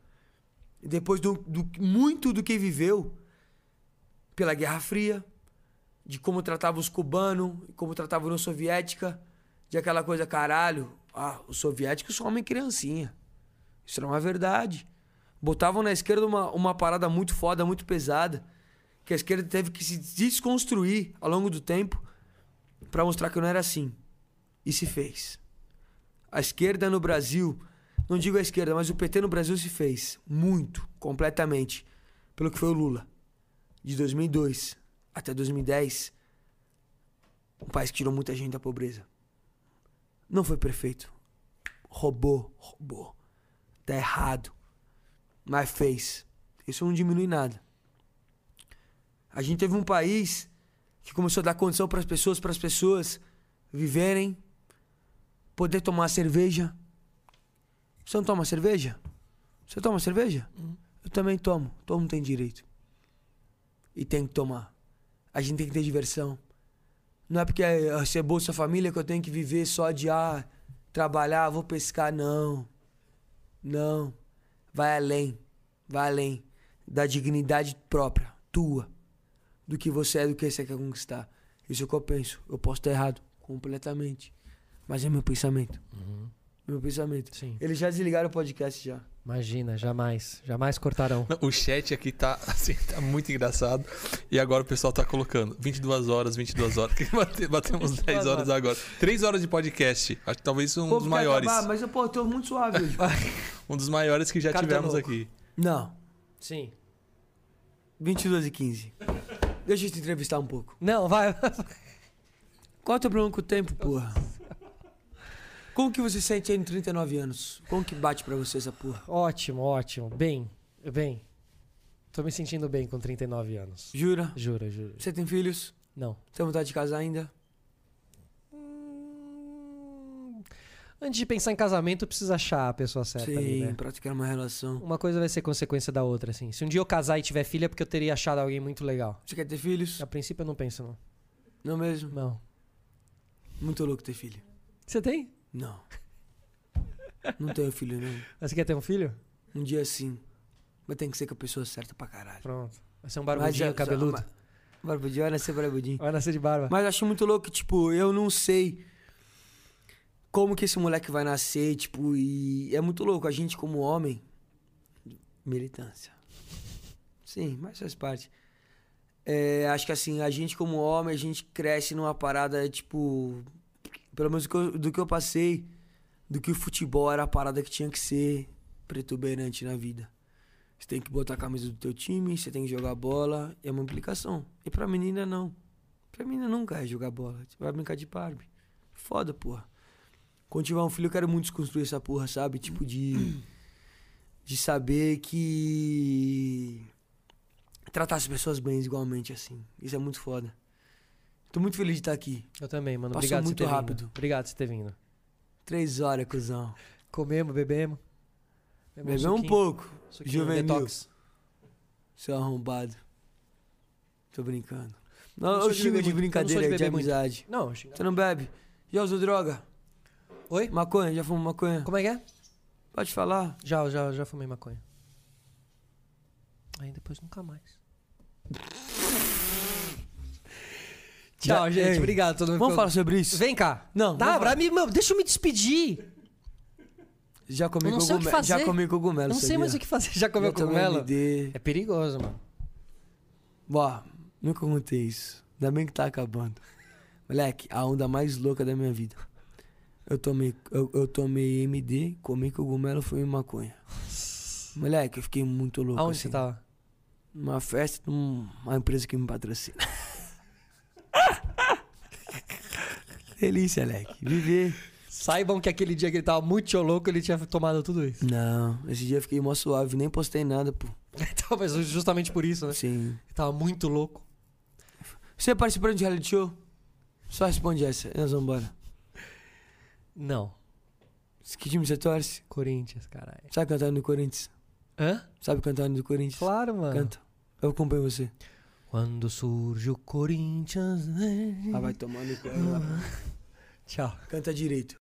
C: E Depois do, do muito do que viveu pela Guerra Fria, de como tratava os cubanos, como tratava a União Soviética, de aquela coisa, caralho, ah, os soviéticos comem criancinha. Isso era uma verdade. Botavam na esquerda uma, uma parada muito foda, muito pesada, que a esquerda teve que se desconstruir ao longo do tempo pra mostrar que não era assim. E se fez. A esquerda no Brasil, não digo a esquerda, mas o PT no Brasil se fez muito, completamente, pelo que foi o Lula. De 2002 até 2010, um país que tirou muita gente da pobreza. Não foi perfeito. Roubou, roubou. Tá errado. Mas fez. Isso não diminui nada. A gente teve um país que começou a dar condição para as pessoas, para as pessoas viverem, poder tomar cerveja. Você não toma cerveja? Você toma cerveja? Eu também tomo. Todo mundo tem direito. E tem que tomar. A gente tem que ter diversão. Não é porque eu ser Bolsa Família que eu tenho que viver só de ah, trabalhar, vou pescar. Não. Não. Vai além. Vai além da dignidade própria, tua, do que você é, do que você quer conquistar. Isso é o que eu penso. Eu posso estar errado completamente. Mas é meu pensamento.
D: Uhum.
C: É Meu pensamento.
A: Sim.
C: Eles já desligaram o podcast já.
D: Um
A: Imagina, jamais. Jamais cortarão.
D: Não, O chat aqui tá, assim, tá muito engraçado. E agora o pessoal tá colocando 22 horas, 22 horas. Que bate- Batemos 10 horas agora. 3 horas de podcast. Acho que talvez um dos
C: porque
D: maiores.
C: acabar, mas eu pô, eu tô muito suave hoje.
D: Um dos maiores que já
A: Cartão
D: tivemos
A: louco.
D: aqui.
C: Não,
A: Sim.
C: 22 e 15. Deixa eu te entrevistar um pouco.
A: Não, vai.
C: Qual é o teu problema com o tempo, porra? Como que você sente aí nos 39 anos? Como que bate pra você essa porra?
A: ótimo, ótimo. Bem, bem. Tô me sentindo bem com 39 anos.
C: Jura?
A: Juro, juro.
C: Você tem filhos?
A: Não.
C: Tem vontade de casar ainda?
A: Hum, Antes de pensar em casamento, precisa achar a pessoa certa ali,
C: Sim,
A: né?
C: praticar uma relação.
A: Uma coisa vai ser consequência da outra, assim. Se um dia eu casar e tiver filha, é porque eu teria achado alguém muito legal.
C: Você quer ter filhos?
A: A princípio eu não penso, não.
C: Não mesmo?
A: Não.
C: Muito louco ter filho.
A: Você tem?
C: Não. Não tenho filho, não.
A: Mas Você quer ter um filho?
C: Um dia sim. Mas tem que ser com a pessoa certa pra caralho.
A: Pronto. Vai ser um
C: Mas
A: barbudinho
C: já-
A: cabeludo.
C: mas- Barbudinho, olha é ser barbudinho.
A: Vai nascer de barba.
C: Mas eu acho muito louco, que, tipo, eu não sei como que esse moleque vai nascer, tipo, e é muito louco. A gente, como homem, militância. Sim, mas faz parte. É, acho que assim, a gente como homem, a gente cresce numa parada, tipo. Pelo menos do que, eu, do que eu passei, do que o futebol era a parada que tinha que ser pretuberante na vida. Você tem que botar a camisa do teu time, você tem que jogar bola, é uma implicação. E pra menina, não. Pra mim nunca é jogar bola. Você vai brincar de Barbie. Foda, porra. Quando tiver um filho, eu quero muito desconstruir essa porra, sabe? Tipo, de. De saber que. Tratar as pessoas bem igualmente, assim. Isso é muito foda. Tô muito feliz de estar aqui.
A: Eu também, mano.
C: Passou
A: Obrigado por
C: muito
A: ter
C: rápido.
A: vindo. Obrigado por você ter vindo.
C: Três horas, cuzão.
A: Comemos, bebemos.
C: Bebeu um
A: É suquinho,
C: pouco.
A: suquinho,
C: Juvenil.
A: Detox.
C: Seu arrombado. Tô brincando.
A: não
C: Não,
A: sou
C: eu
A: de
C: xingo
A: beber
C: de
A: muito. Eu não sou de
C: brincadeira, de,
A: beber muito.
C: amizade.
A: Não, xinga.
C: Você não bebe? Já usou droga?
A: Oi?
C: Maconha? Já fumou maconha?
A: Como é que é?
C: Pode falar?
A: Já, já, já fumei maconha. Aí depois nunca mais. Tchau,
C: Já-
A: gente.
C: Ei,
A: Obrigado. a Todo mundo
C: Vamos
A: ficou-
C: falar sobre isso?
A: Vem cá.
C: Não,
A: Tá,
C: vamos
A: pra mim, meu, deixa eu me despedir.
C: Já comi
A: Eu não sei o que
C: cogumelo. Já
A: fazer.
C: comi cogumelo,
A: não sei mais o que fazer. Já comeu cogumelo?
C: MD.
A: É perigoso, mano.
C: Ó, nunca contei isso. Ainda bem que tá acabando. Moleque, a onda mais louca da minha vida. Eu tomei, eu, eu tomei MD, comi cogumelo, fumei maconha. Moleque, eu fiquei muito louco.
A: Aonde
C: assim.
A: você tá? tava?
C: Numa festa de um- uma empresa que me patrocina. Delícia, Leque. Viver.
A: Saibam que aquele dia que ele tava muito louco, ele tinha tomado tudo isso.
C: Não, esse dia eu fiquei mó suave, nem postei nada, pô.
A: Talvez Então, justamente por isso, né?
C: Sim.
A: Ele tava muito louco.
C: Você participou de reality show? Só responde essa, e nós vamos embora.
A: Não.
C: Que time você torce?
A: Corinthians, caralho.
C: Sabe cantar no Corinthians?
A: Hã?
C: Sabe cantar no Corinthians?
A: Claro, mano.
C: Canta. Eu acompanho você.
A: Quando surge o Corinthians. né?
C: Ah, vai tomar no cu.
A: Tchau.
C: Canta direito.